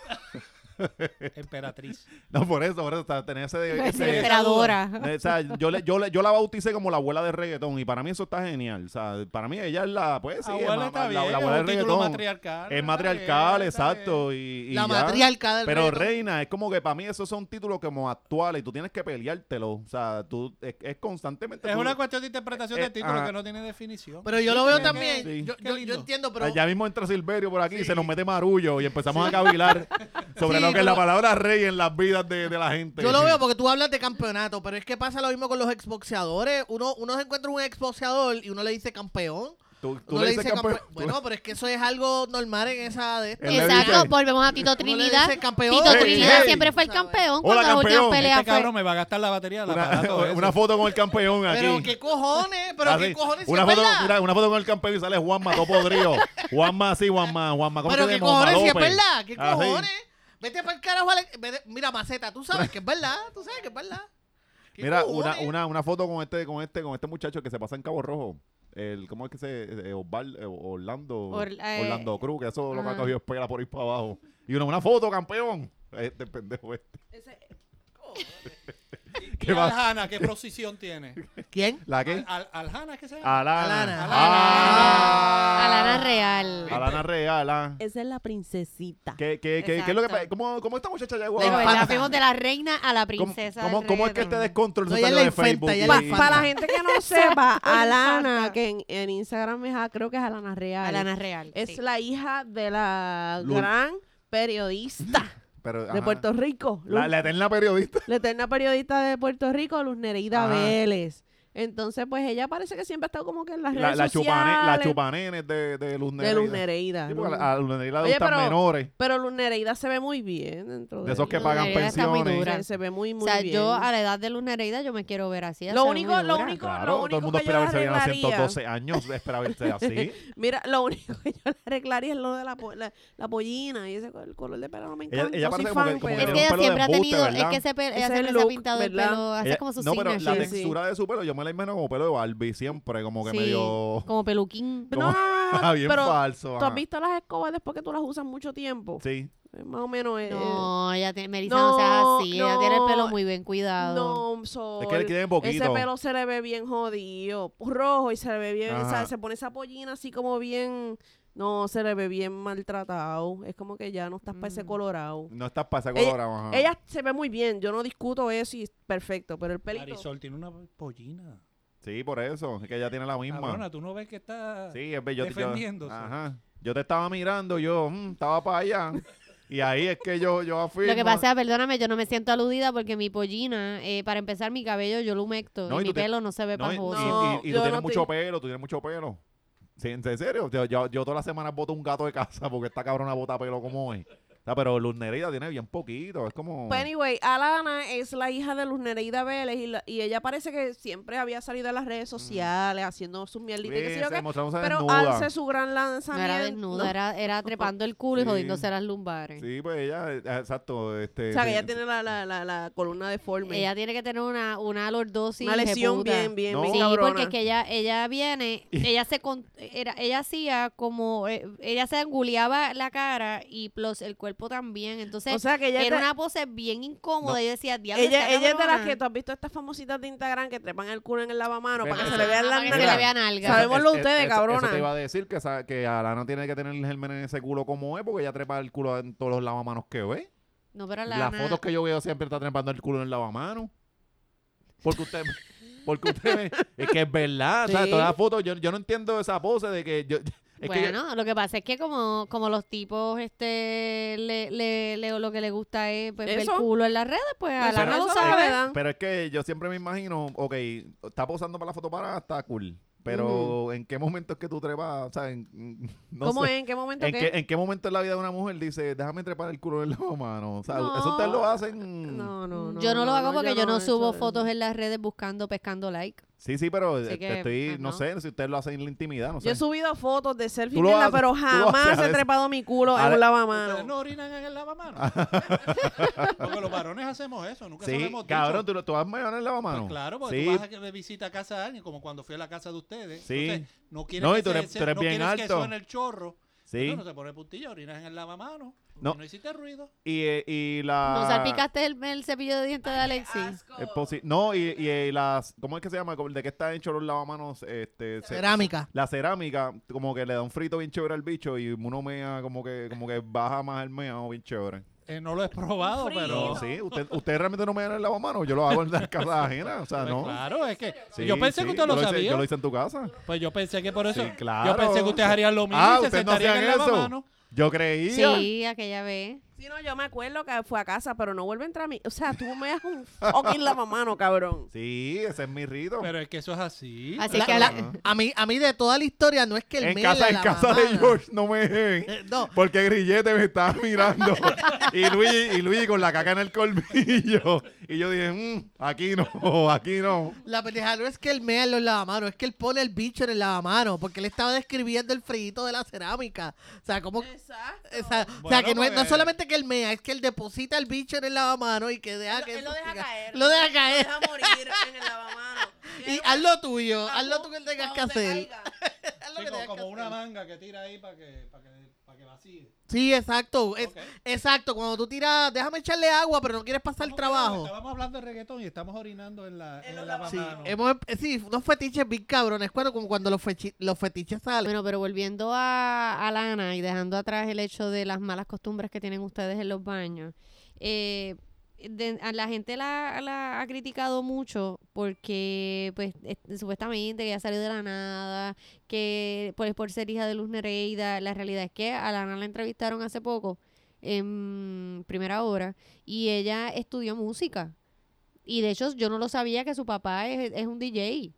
[SPEAKER 5] Emperatriz.
[SPEAKER 1] No, por eso, por eso, o sea, tener ese... ese-
[SPEAKER 3] Emperadora.
[SPEAKER 1] o sea, yo, le- yo, le- yo la bauticé como la abuela de reggaetón y para mí eso está genial. O sea, para mí ella es la, pues sí, es
[SPEAKER 5] Abuela
[SPEAKER 1] ma- la- la,
[SPEAKER 5] está bien, es
[SPEAKER 1] abuela
[SPEAKER 5] un
[SPEAKER 1] de
[SPEAKER 5] título
[SPEAKER 1] reggaetón.
[SPEAKER 5] matriarcal.
[SPEAKER 1] Es
[SPEAKER 5] está
[SPEAKER 1] matriarcal,
[SPEAKER 5] bien, está bien.
[SPEAKER 1] exacto. Y, y
[SPEAKER 2] la
[SPEAKER 1] ya.
[SPEAKER 2] matriarca del
[SPEAKER 1] Pero
[SPEAKER 2] reggaetón.
[SPEAKER 1] reina, es como que para mí esos son títulos como actuales y tú tienes que peleártelo. O sea, tú es, es constantemente.
[SPEAKER 5] Es
[SPEAKER 1] tú-
[SPEAKER 5] una cuestión de interpretación
[SPEAKER 1] Eh,
[SPEAKER 5] de título
[SPEAKER 1] ah.
[SPEAKER 5] que no tiene definición.
[SPEAKER 2] Pero yo lo veo
[SPEAKER 5] Sí.
[SPEAKER 2] también.
[SPEAKER 1] Sí.
[SPEAKER 2] Yo,
[SPEAKER 5] Qué
[SPEAKER 2] yo, yo
[SPEAKER 5] lindo.
[SPEAKER 2] entiendo, pero.
[SPEAKER 1] Ya mismo entra Silverio por aquí y
[SPEAKER 5] Sí.
[SPEAKER 1] se nos mete marullo y empezamos a cavilar sobre
[SPEAKER 2] Sí,
[SPEAKER 1] lo que es la
[SPEAKER 2] pero-
[SPEAKER 1] palabra rey en las vidas de, de la gente.
[SPEAKER 2] Yo lo veo porque tú hablas de campeonato, pero es que pasa lo mismo con los exboxeadores. Uno, uno se encuentra un exboxeador y uno le dice campeón.
[SPEAKER 1] Tú, tú
[SPEAKER 2] Uno
[SPEAKER 1] le dices campeón. tú-
[SPEAKER 2] Bueno, pero es que eso es algo normal en esa de
[SPEAKER 1] Él le
[SPEAKER 3] Exacto,
[SPEAKER 1] dice-
[SPEAKER 3] volvemos a
[SPEAKER 2] Uno
[SPEAKER 3] Tito
[SPEAKER 2] le
[SPEAKER 3] Trinidad.
[SPEAKER 2] dice campeón.
[SPEAKER 3] Tito
[SPEAKER 1] Hey,
[SPEAKER 3] Trinidad
[SPEAKER 1] hey.
[SPEAKER 3] siempre fue el
[SPEAKER 1] Hola,
[SPEAKER 3] campeón cuando la última
[SPEAKER 1] campeón.
[SPEAKER 3] pelea
[SPEAKER 5] Este
[SPEAKER 3] fue.
[SPEAKER 5] cabrón me va a gastar la batería del aparato
[SPEAKER 1] una,
[SPEAKER 5] ese.
[SPEAKER 1] una foto con el campeón aquí.
[SPEAKER 2] Pero qué cojones, pero
[SPEAKER 1] Así,
[SPEAKER 2] qué cojones, si
[SPEAKER 1] una,
[SPEAKER 2] es
[SPEAKER 1] foto,
[SPEAKER 2] verdad.
[SPEAKER 1] mira, una foto con el campeón y sale Juanma, todo podrido. Juanma, así, Juanma, Juanma. ¿cómo
[SPEAKER 2] pero
[SPEAKER 1] te
[SPEAKER 2] qué
[SPEAKER 1] llamas? Juanma
[SPEAKER 2] cojones, si es
[SPEAKER 1] López.
[SPEAKER 2] verdad, qué
[SPEAKER 1] Así.
[SPEAKER 2] cojones. Vete para el carajo, Alex. Vete- mira, maceta, tú sabes que es verdad, tú sabes que es verdad. ¿Qué
[SPEAKER 1] Mira, una,
[SPEAKER 2] cojones?
[SPEAKER 1] una, una foto con este, con este, con este muchacho que se pasa en Cabo Rojo. El, ¿Cómo es que se eh, Osval- eh, Orlando,
[SPEAKER 3] Or- eh,
[SPEAKER 1] Orlando Cruz, que eso lo que
[SPEAKER 3] ajá.
[SPEAKER 1] ha cogido espera por ir para abajo. Y uno, una foto, campeón. Este pendejo este.
[SPEAKER 4] Ese-
[SPEAKER 5] ¿Qué
[SPEAKER 1] ¿Qué va?
[SPEAKER 5] Aljana, ¿qué posición tiene?
[SPEAKER 2] ¿Quién?
[SPEAKER 1] ¿La qué?
[SPEAKER 5] Al, al- Aljana, ¿qué se llama?
[SPEAKER 1] Alana.
[SPEAKER 2] Alana.
[SPEAKER 1] Ah.
[SPEAKER 3] Alana Real.
[SPEAKER 1] Alana Real, ah.
[SPEAKER 6] Esa es la princesita.
[SPEAKER 1] ¿Qué, qué, qué, qué es lo que pa-
[SPEAKER 3] Exacto.
[SPEAKER 1] ¿Cómo, cómo esta muchacha llegó
[SPEAKER 2] La
[SPEAKER 3] Pero
[SPEAKER 1] a-
[SPEAKER 2] infanta.
[SPEAKER 3] la fuimos de la reina a
[SPEAKER 1] ¿Cómo,
[SPEAKER 3] la princesa. del
[SPEAKER 1] cómo, cómo es que este
[SPEAKER 3] reggaetón.
[SPEAKER 1] descontrol
[SPEAKER 2] No,
[SPEAKER 1] se
[SPEAKER 2] ella
[SPEAKER 1] salió
[SPEAKER 2] es la
[SPEAKER 1] de Facebook?
[SPEAKER 2] infanta, ella es
[SPEAKER 4] Pa-
[SPEAKER 2] Sí.
[SPEAKER 4] para la gente que no sepa,
[SPEAKER 3] Exacto.
[SPEAKER 4] Alana, que en, en Instagram es, ah, creo que es Alana Real.
[SPEAKER 3] Alana Real.
[SPEAKER 4] es
[SPEAKER 3] sí.
[SPEAKER 4] la hija de la
[SPEAKER 1] Lul.
[SPEAKER 4] gran periodista
[SPEAKER 1] Pero,
[SPEAKER 4] de
[SPEAKER 1] ajá.
[SPEAKER 4] Puerto Rico. Lul.
[SPEAKER 1] La,
[SPEAKER 4] La,
[SPEAKER 1] la eterna periodista.
[SPEAKER 4] eterna periodista de Puerto Rico, Luz Nereida
[SPEAKER 1] Ajá.
[SPEAKER 4] Vélez. Entonces, pues ella parece que siempre ha estado como que en las
[SPEAKER 1] La,
[SPEAKER 4] redes
[SPEAKER 1] la,
[SPEAKER 4] sociales.
[SPEAKER 1] chupane, la chupanenes de, de Luz
[SPEAKER 4] de Luz
[SPEAKER 1] Nereida.
[SPEAKER 4] Nereida.
[SPEAKER 1] Sí,
[SPEAKER 4] Luz-
[SPEAKER 1] porque a, a Luz Nereida le
[SPEAKER 4] Oye,
[SPEAKER 1] gustan
[SPEAKER 4] pero-
[SPEAKER 1] menores.
[SPEAKER 4] Pero Luz Nereida se ve muy bien dentro de,
[SPEAKER 1] De esos que
[SPEAKER 3] Luz
[SPEAKER 1] pagan
[SPEAKER 3] Nereida está muy
[SPEAKER 1] pensiones.
[SPEAKER 3] dura.
[SPEAKER 4] Se, se ve muy, muy
[SPEAKER 3] o sea,
[SPEAKER 4] bien.
[SPEAKER 3] yo a la edad de Luz Nereida yo me quiero ver así.
[SPEAKER 4] Lo
[SPEAKER 3] hacer
[SPEAKER 4] único-
[SPEAKER 3] muy
[SPEAKER 4] lo
[SPEAKER 3] dura.
[SPEAKER 4] único-
[SPEAKER 1] Claro, todo
[SPEAKER 4] único
[SPEAKER 1] el mundo
[SPEAKER 4] que yo
[SPEAKER 1] espera verse bien a
[SPEAKER 4] arreglaría-
[SPEAKER 1] 112 años, espera verse así.
[SPEAKER 4] Mira, lo único que yo le arreglaría es lo de la, po- la, la pollina y ese co- el color de pelo no me
[SPEAKER 1] Ella-
[SPEAKER 4] encanta.
[SPEAKER 1] ella
[SPEAKER 4] no soy
[SPEAKER 1] parece como
[SPEAKER 4] fan,
[SPEAKER 1] que- como
[SPEAKER 4] pero-
[SPEAKER 3] Es
[SPEAKER 1] Tiene
[SPEAKER 3] que
[SPEAKER 1] un pelo
[SPEAKER 3] ella
[SPEAKER 1] de
[SPEAKER 3] siempre ha
[SPEAKER 1] embuste,
[SPEAKER 3] tenido, es
[SPEAKER 1] ¿verdad?
[SPEAKER 3] que ese pe- ella
[SPEAKER 4] Ese
[SPEAKER 3] siempre se ha
[SPEAKER 4] look,
[SPEAKER 3] pintado
[SPEAKER 4] ¿verdad?
[SPEAKER 3] el pelo, hace
[SPEAKER 1] Ella-
[SPEAKER 3] como su
[SPEAKER 1] no, pero la
[SPEAKER 4] Sí,
[SPEAKER 3] signature.
[SPEAKER 4] sí.
[SPEAKER 1] textura de su pelo, yo me la imagino como pelo de Barbie siempre, como que
[SPEAKER 3] Sí,
[SPEAKER 1] medio...
[SPEAKER 3] como peluquín.
[SPEAKER 4] No, no, no, no,
[SPEAKER 1] Ah, bien
[SPEAKER 4] pero
[SPEAKER 1] falso.
[SPEAKER 4] tú has
[SPEAKER 1] ajá.
[SPEAKER 4] visto las escobas después que tú las usas mucho tiempo.
[SPEAKER 1] Sí.
[SPEAKER 4] Es Más o menos eh, es.
[SPEAKER 3] No, ella tiene, Melissa
[SPEAKER 4] No,
[SPEAKER 3] no, seas así, ella tiene el pelo
[SPEAKER 4] no,
[SPEAKER 3] muy bien cuidado.
[SPEAKER 4] No, Sol,
[SPEAKER 1] Es que le quieren poquito.
[SPEAKER 4] Ese pelo se le ve bien jodido, rojo y se le ve bien, o sea,
[SPEAKER 1] Ajá.
[SPEAKER 4] se pone esa pollina así como bien, no, se le ve bien maltratado. Es como que ya no estás para ese
[SPEAKER 3] Mm.
[SPEAKER 4] colorado.
[SPEAKER 1] No estás para ese
[SPEAKER 4] Ella-
[SPEAKER 1] color, ajá.
[SPEAKER 4] Ella se ve muy bien, yo no discuto eso y es perfecto, pero el pelito.
[SPEAKER 5] Marisol tiene una pollina.
[SPEAKER 1] Sí, por eso. Es que ella tiene la misma.
[SPEAKER 5] Cabrona, tú no ves que está...
[SPEAKER 1] sí, es bello. Yo,
[SPEAKER 5] defendiéndose.
[SPEAKER 1] ajá. Yo te estaba mirando, yo mm, estaba para allá. Y ahí es que yo, yo afirmo.
[SPEAKER 3] Lo que pasa, perdóname, yo no me siento aludida porque mi pollina, eh, para empezar, mi cabello yo lo humecto
[SPEAKER 1] No, y
[SPEAKER 3] y mi
[SPEAKER 1] tú te-
[SPEAKER 3] pelo no se ve
[SPEAKER 1] No, y,
[SPEAKER 3] pajoso.
[SPEAKER 1] y-
[SPEAKER 4] No,
[SPEAKER 1] y- y tú
[SPEAKER 4] yo
[SPEAKER 1] tienes
[SPEAKER 4] no te-
[SPEAKER 1] mucho pelo, tú tienes mucho pelo. Sí, en en serio. Yo, yo, yo todas las semanas boto un gato de casa porque esta cabrona bota pelo como es. O sea, pero Luz Nereida tiene bien poquito. Es como.
[SPEAKER 4] Pues anyway, Alana es la hija de Luz Nereida Vélez y, la- y ella parece que siempre había salido a las redes
[SPEAKER 1] Mm.
[SPEAKER 4] sociales haciendo sus mierditas y qué sé yo
[SPEAKER 1] Sí,
[SPEAKER 4] qué,
[SPEAKER 1] se mostrándose
[SPEAKER 4] Pero
[SPEAKER 1] desnuda.
[SPEAKER 4] hace su gran
[SPEAKER 3] No
[SPEAKER 4] lanzamiento.
[SPEAKER 3] era desnuda, era, era trepando el culo
[SPEAKER 1] Sí.
[SPEAKER 3] y jodiéndose las lumbares.
[SPEAKER 1] Sí, pues ella, eh, exacto. Este,
[SPEAKER 4] O sea, que
[SPEAKER 1] sí.
[SPEAKER 4] ella tiene la, la, la, la columna deforme.
[SPEAKER 3] Ella tiene que tener una, una lordosis.
[SPEAKER 4] una lesión
[SPEAKER 3] hijeputa.
[SPEAKER 4] bien, bien,
[SPEAKER 1] No.
[SPEAKER 4] bien
[SPEAKER 3] Sí,
[SPEAKER 4] cabrona.
[SPEAKER 3] porque es que ella, ella viene, ella se con- era, ella hacía como, eh, ella se anguleaba la cara y plus el cuerpo también. Entonces,
[SPEAKER 4] o sea, que ella es
[SPEAKER 3] era
[SPEAKER 4] de-
[SPEAKER 3] una pose bien incómoda. Yo decía, diablo,
[SPEAKER 4] Ella,
[SPEAKER 3] esta
[SPEAKER 4] ella es de las
[SPEAKER 3] cabrona".
[SPEAKER 4] que tú has visto estas famositas de Instagram que trepan el culo en el lavamano
[SPEAKER 1] Ven,
[SPEAKER 4] para que
[SPEAKER 1] esa-
[SPEAKER 4] se le vean
[SPEAKER 3] Ajá,
[SPEAKER 4] las
[SPEAKER 3] Ah, para que se le
[SPEAKER 4] nalgas.
[SPEAKER 3] vea nalga.
[SPEAKER 4] ¿Sabe? Sabémoslo
[SPEAKER 1] Es- es-
[SPEAKER 4] ustedes,
[SPEAKER 1] eso-
[SPEAKER 4] cabrona.
[SPEAKER 1] Eso te iba a decir que, esa- que Alana tiene que tener el germen en ese culo como es, porque ella trepa el culo en todos los lavamanos que ve.
[SPEAKER 3] No, pero la,
[SPEAKER 1] Las fotos que yo veo siempre está trepando el culo en el lavamanos. Porque usted. Porque usted. me- es que es verdad. o sea,
[SPEAKER 4] Sí.
[SPEAKER 1] todas las fotos. Yo, yo no entiendo esa pose de que. Yo, es que yo-
[SPEAKER 3] bueno, lo que pasa es que como, como los tipos este le, le, le- lo que le gusta es pues, ver el
[SPEAKER 4] Eso.
[SPEAKER 3] culo en las redes, pues a
[SPEAKER 4] Eso-
[SPEAKER 3] la no
[SPEAKER 4] eso
[SPEAKER 3] lo
[SPEAKER 4] es lo que
[SPEAKER 3] sabe.
[SPEAKER 4] le dan.
[SPEAKER 1] pero es que yo siempre me imagino, ok, está posando para la foto para, está cool. Pero ¿en qué momento es que tú trepas? O sea, en- en- no
[SPEAKER 4] ¿Cómo
[SPEAKER 1] sé.
[SPEAKER 4] es? ¿En qué momento?
[SPEAKER 1] ¿En
[SPEAKER 4] qué?
[SPEAKER 1] qué, ¿En qué momento de la vida de una mujer dice, déjame trepar el culo en el lavamanos? O sea,
[SPEAKER 4] No.
[SPEAKER 1] eso ustedes lo hacen.
[SPEAKER 4] No, no, no.
[SPEAKER 3] yo no, lo hago porque yo no
[SPEAKER 4] he
[SPEAKER 3] subo
[SPEAKER 4] hecho
[SPEAKER 3] fotos
[SPEAKER 4] eso.
[SPEAKER 3] en las redes buscando, pescando like.
[SPEAKER 1] Sí, sí, pero
[SPEAKER 3] Así
[SPEAKER 1] eh,
[SPEAKER 3] que,
[SPEAKER 1] estoy,
[SPEAKER 3] pues,
[SPEAKER 1] no.
[SPEAKER 3] no.
[SPEAKER 1] sé si ustedes lo hacen en la intimidad, no sé.
[SPEAKER 4] Yo he subido fotos de selfie,
[SPEAKER 1] Tú lo
[SPEAKER 4] mierda,
[SPEAKER 1] haces,
[SPEAKER 4] pero
[SPEAKER 1] tú lo
[SPEAKER 4] jamás
[SPEAKER 1] haces,
[SPEAKER 4] he
[SPEAKER 1] Alex.
[SPEAKER 4] trepado mi culo en
[SPEAKER 1] Ale-
[SPEAKER 4] un
[SPEAKER 5] ¿Ustedes
[SPEAKER 4] lavamanos.
[SPEAKER 5] no orinan en el lavamanos? Porque los varones hacemos eso, nunca se lo
[SPEAKER 1] sí,
[SPEAKER 5] hemos dicho.
[SPEAKER 1] cabrón, ¿tú, lo- tú vas mayonesa en
[SPEAKER 5] Pues
[SPEAKER 1] lavamanos.
[SPEAKER 5] claro, porque
[SPEAKER 1] sí,
[SPEAKER 5] tú vas a que me visita a casa de alguien, como cuando fui a la casa de ustedes.
[SPEAKER 1] Sí.
[SPEAKER 5] Entonces, no quieres
[SPEAKER 1] No,
[SPEAKER 5] que
[SPEAKER 1] y tú
[SPEAKER 5] se-
[SPEAKER 1] eres-
[SPEAKER 5] se-
[SPEAKER 1] tú eres
[SPEAKER 5] no
[SPEAKER 1] bien
[SPEAKER 5] quieres que
[SPEAKER 1] alto.
[SPEAKER 5] suene el chorro.
[SPEAKER 1] sí.
[SPEAKER 5] No, no te pones puntilla, orinas en el lavamanos.
[SPEAKER 1] No.
[SPEAKER 5] No. hiciste ruido.
[SPEAKER 1] Y, eh, y la...
[SPEAKER 3] ¿No salpicaste el, el cepillo de dientes de Alexis?
[SPEAKER 1] Es posi- no, y, y, eh, las... ¿Cómo es que se llama? Como el ¿De qué está hecho los lavamanos? Este, se-
[SPEAKER 2] Cerámica.
[SPEAKER 1] la cerámica, como que le da un frito bien chévere al bicho y uno mea, como que, como que baja más el meao bien chévere.
[SPEAKER 5] Eh, no lo he probado,
[SPEAKER 4] Frío.
[SPEAKER 5] pero.
[SPEAKER 1] No, sí, usted, usted realmente no me da el lavamanos, yo lo hago en la casa ajena, o sea,
[SPEAKER 5] Pues
[SPEAKER 1] ah, no.
[SPEAKER 5] Claro, es que.
[SPEAKER 1] Sí,
[SPEAKER 5] yo pensé
[SPEAKER 1] sí,
[SPEAKER 5] que usted lo
[SPEAKER 1] yo hice-
[SPEAKER 5] sabía.
[SPEAKER 1] yo lo hice en tu casa.
[SPEAKER 5] Pues yo pensé que por eso.
[SPEAKER 1] Sí, claro.
[SPEAKER 5] Yo pensé que ustedes harían lo mismo
[SPEAKER 1] Ah,
[SPEAKER 5] y se
[SPEAKER 1] ustedes no
[SPEAKER 5] sentarían en
[SPEAKER 1] hacían eso.
[SPEAKER 5] lavamanos.
[SPEAKER 1] Yo creía.
[SPEAKER 3] Sí, aquella vez.
[SPEAKER 4] Sí, no, yo me acuerdo que fue a casa, pero no vuelve a entrar a mí. O sea, tú me das un fucking lavamano, cabrón.
[SPEAKER 1] Sí, ese es mi rito.
[SPEAKER 5] Pero es que eso es así.
[SPEAKER 3] Así
[SPEAKER 2] La-
[SPEAKER 3] que
[SPEAKER 2] la-
[SPEAKER 1] Ajá.
[SPEAKER 2] a, mí, a mí de toda la historia no es que el
[SPEAKER 1] en
[SPEAKER 2] mea
[SPEAKER 1] casa, en
[SPEAKER 2] la
[SPEAKER 1] casa de
[SPEAKER 2] mamada.
[SPEAKER 1] George no me dejen.
[SPEAKER 2] Eh, no,
[SPEAKER 1] Porque Grillete me estaba mirando. y Luis, y Luis con la caca en el colmillo. Y yo dije, "Mm, aquí no, aquí no.
[SPEAKER 2] la pendeja no es que él mea en los lavamanos, es que él pone el bicho en el lavamano, porque él estaba describiendo el frito de la cerámica. O sea, como...
[SPEAKER 4] Exacto.
[SPEAKER 2] o sea- o sea,
[SPEAKER 5] Bueno,
[SPEAKER 2] que no es, no es
[SPEAKER 1] pues.
[SPEAKER 5] porque-
[SPEAKER 2] solamente que él mea, es que él deposita el bicho en el lavamano y que deja
[SPEAKER 4] Él lo-
[SPEAKER 2] que...
[SPEAKER 4] él lo deja
[SPEAKER 2] siga-
[SPEAKER 4] caer.
[SPEAKER 2] Lo deja caer.
[SPEAKER 4] Deja morir en el lavamano.
[SPEAKER 2] Y haz lo tuyo, haz lo tú que tengas que hacer. Haz lo
[SPEAKER 5] Sí,
[SPEAKER 2] que
[SPEAKER 5] como,
[SPEAKER 2] tengas que
[SPEAKER 5] como una
[SPEAKER 2] hacer.
[SPEAKER 5] manga que tira ahí para que, para que, para que vacíe.
[SPEAKER 2] Sí, exacto. es-
[SPEAKER 5] Ok.
[SPEAKER 2] Exacto, cuando tú tiras, déjame echarle agua, pero no quieres pasar el
[SPEAKER 5] Estamos-
[SPEAKER 2] trabajo.
[SPEAKER 5] Estábamos hablando de reggaetón y estamos orinando en la,
[SPEAKER 4] En
[SPEAKER 5] en
[SPEAKER 4] los
[SPEAKER 5] el
[SPEAKER 2] Sí,
[SPEAKER 5] lavamanos.
[SPEAKER 2] hemos, eh, sí, unos fetiches bien cabrones, cuando, como cuando los, fechi- los fetiches salen.
[SPEAKER 3] Bueno, pero volviendo a, a Lana y dejando atrás el hecho de las malas costumbres que tienen ustedes en los baños, eh, de- a la gente la, la ha criticado mucho porque, pues, este, supuestamente que ha salido de la nada, que pues, por, por ser hija de Luz Nereida, la realidad es que a Lana la entrevistaron hace poco, en primera hora, y ella estudió música. Y de hecho, yo no lo sabía que su papá es, es un DJ.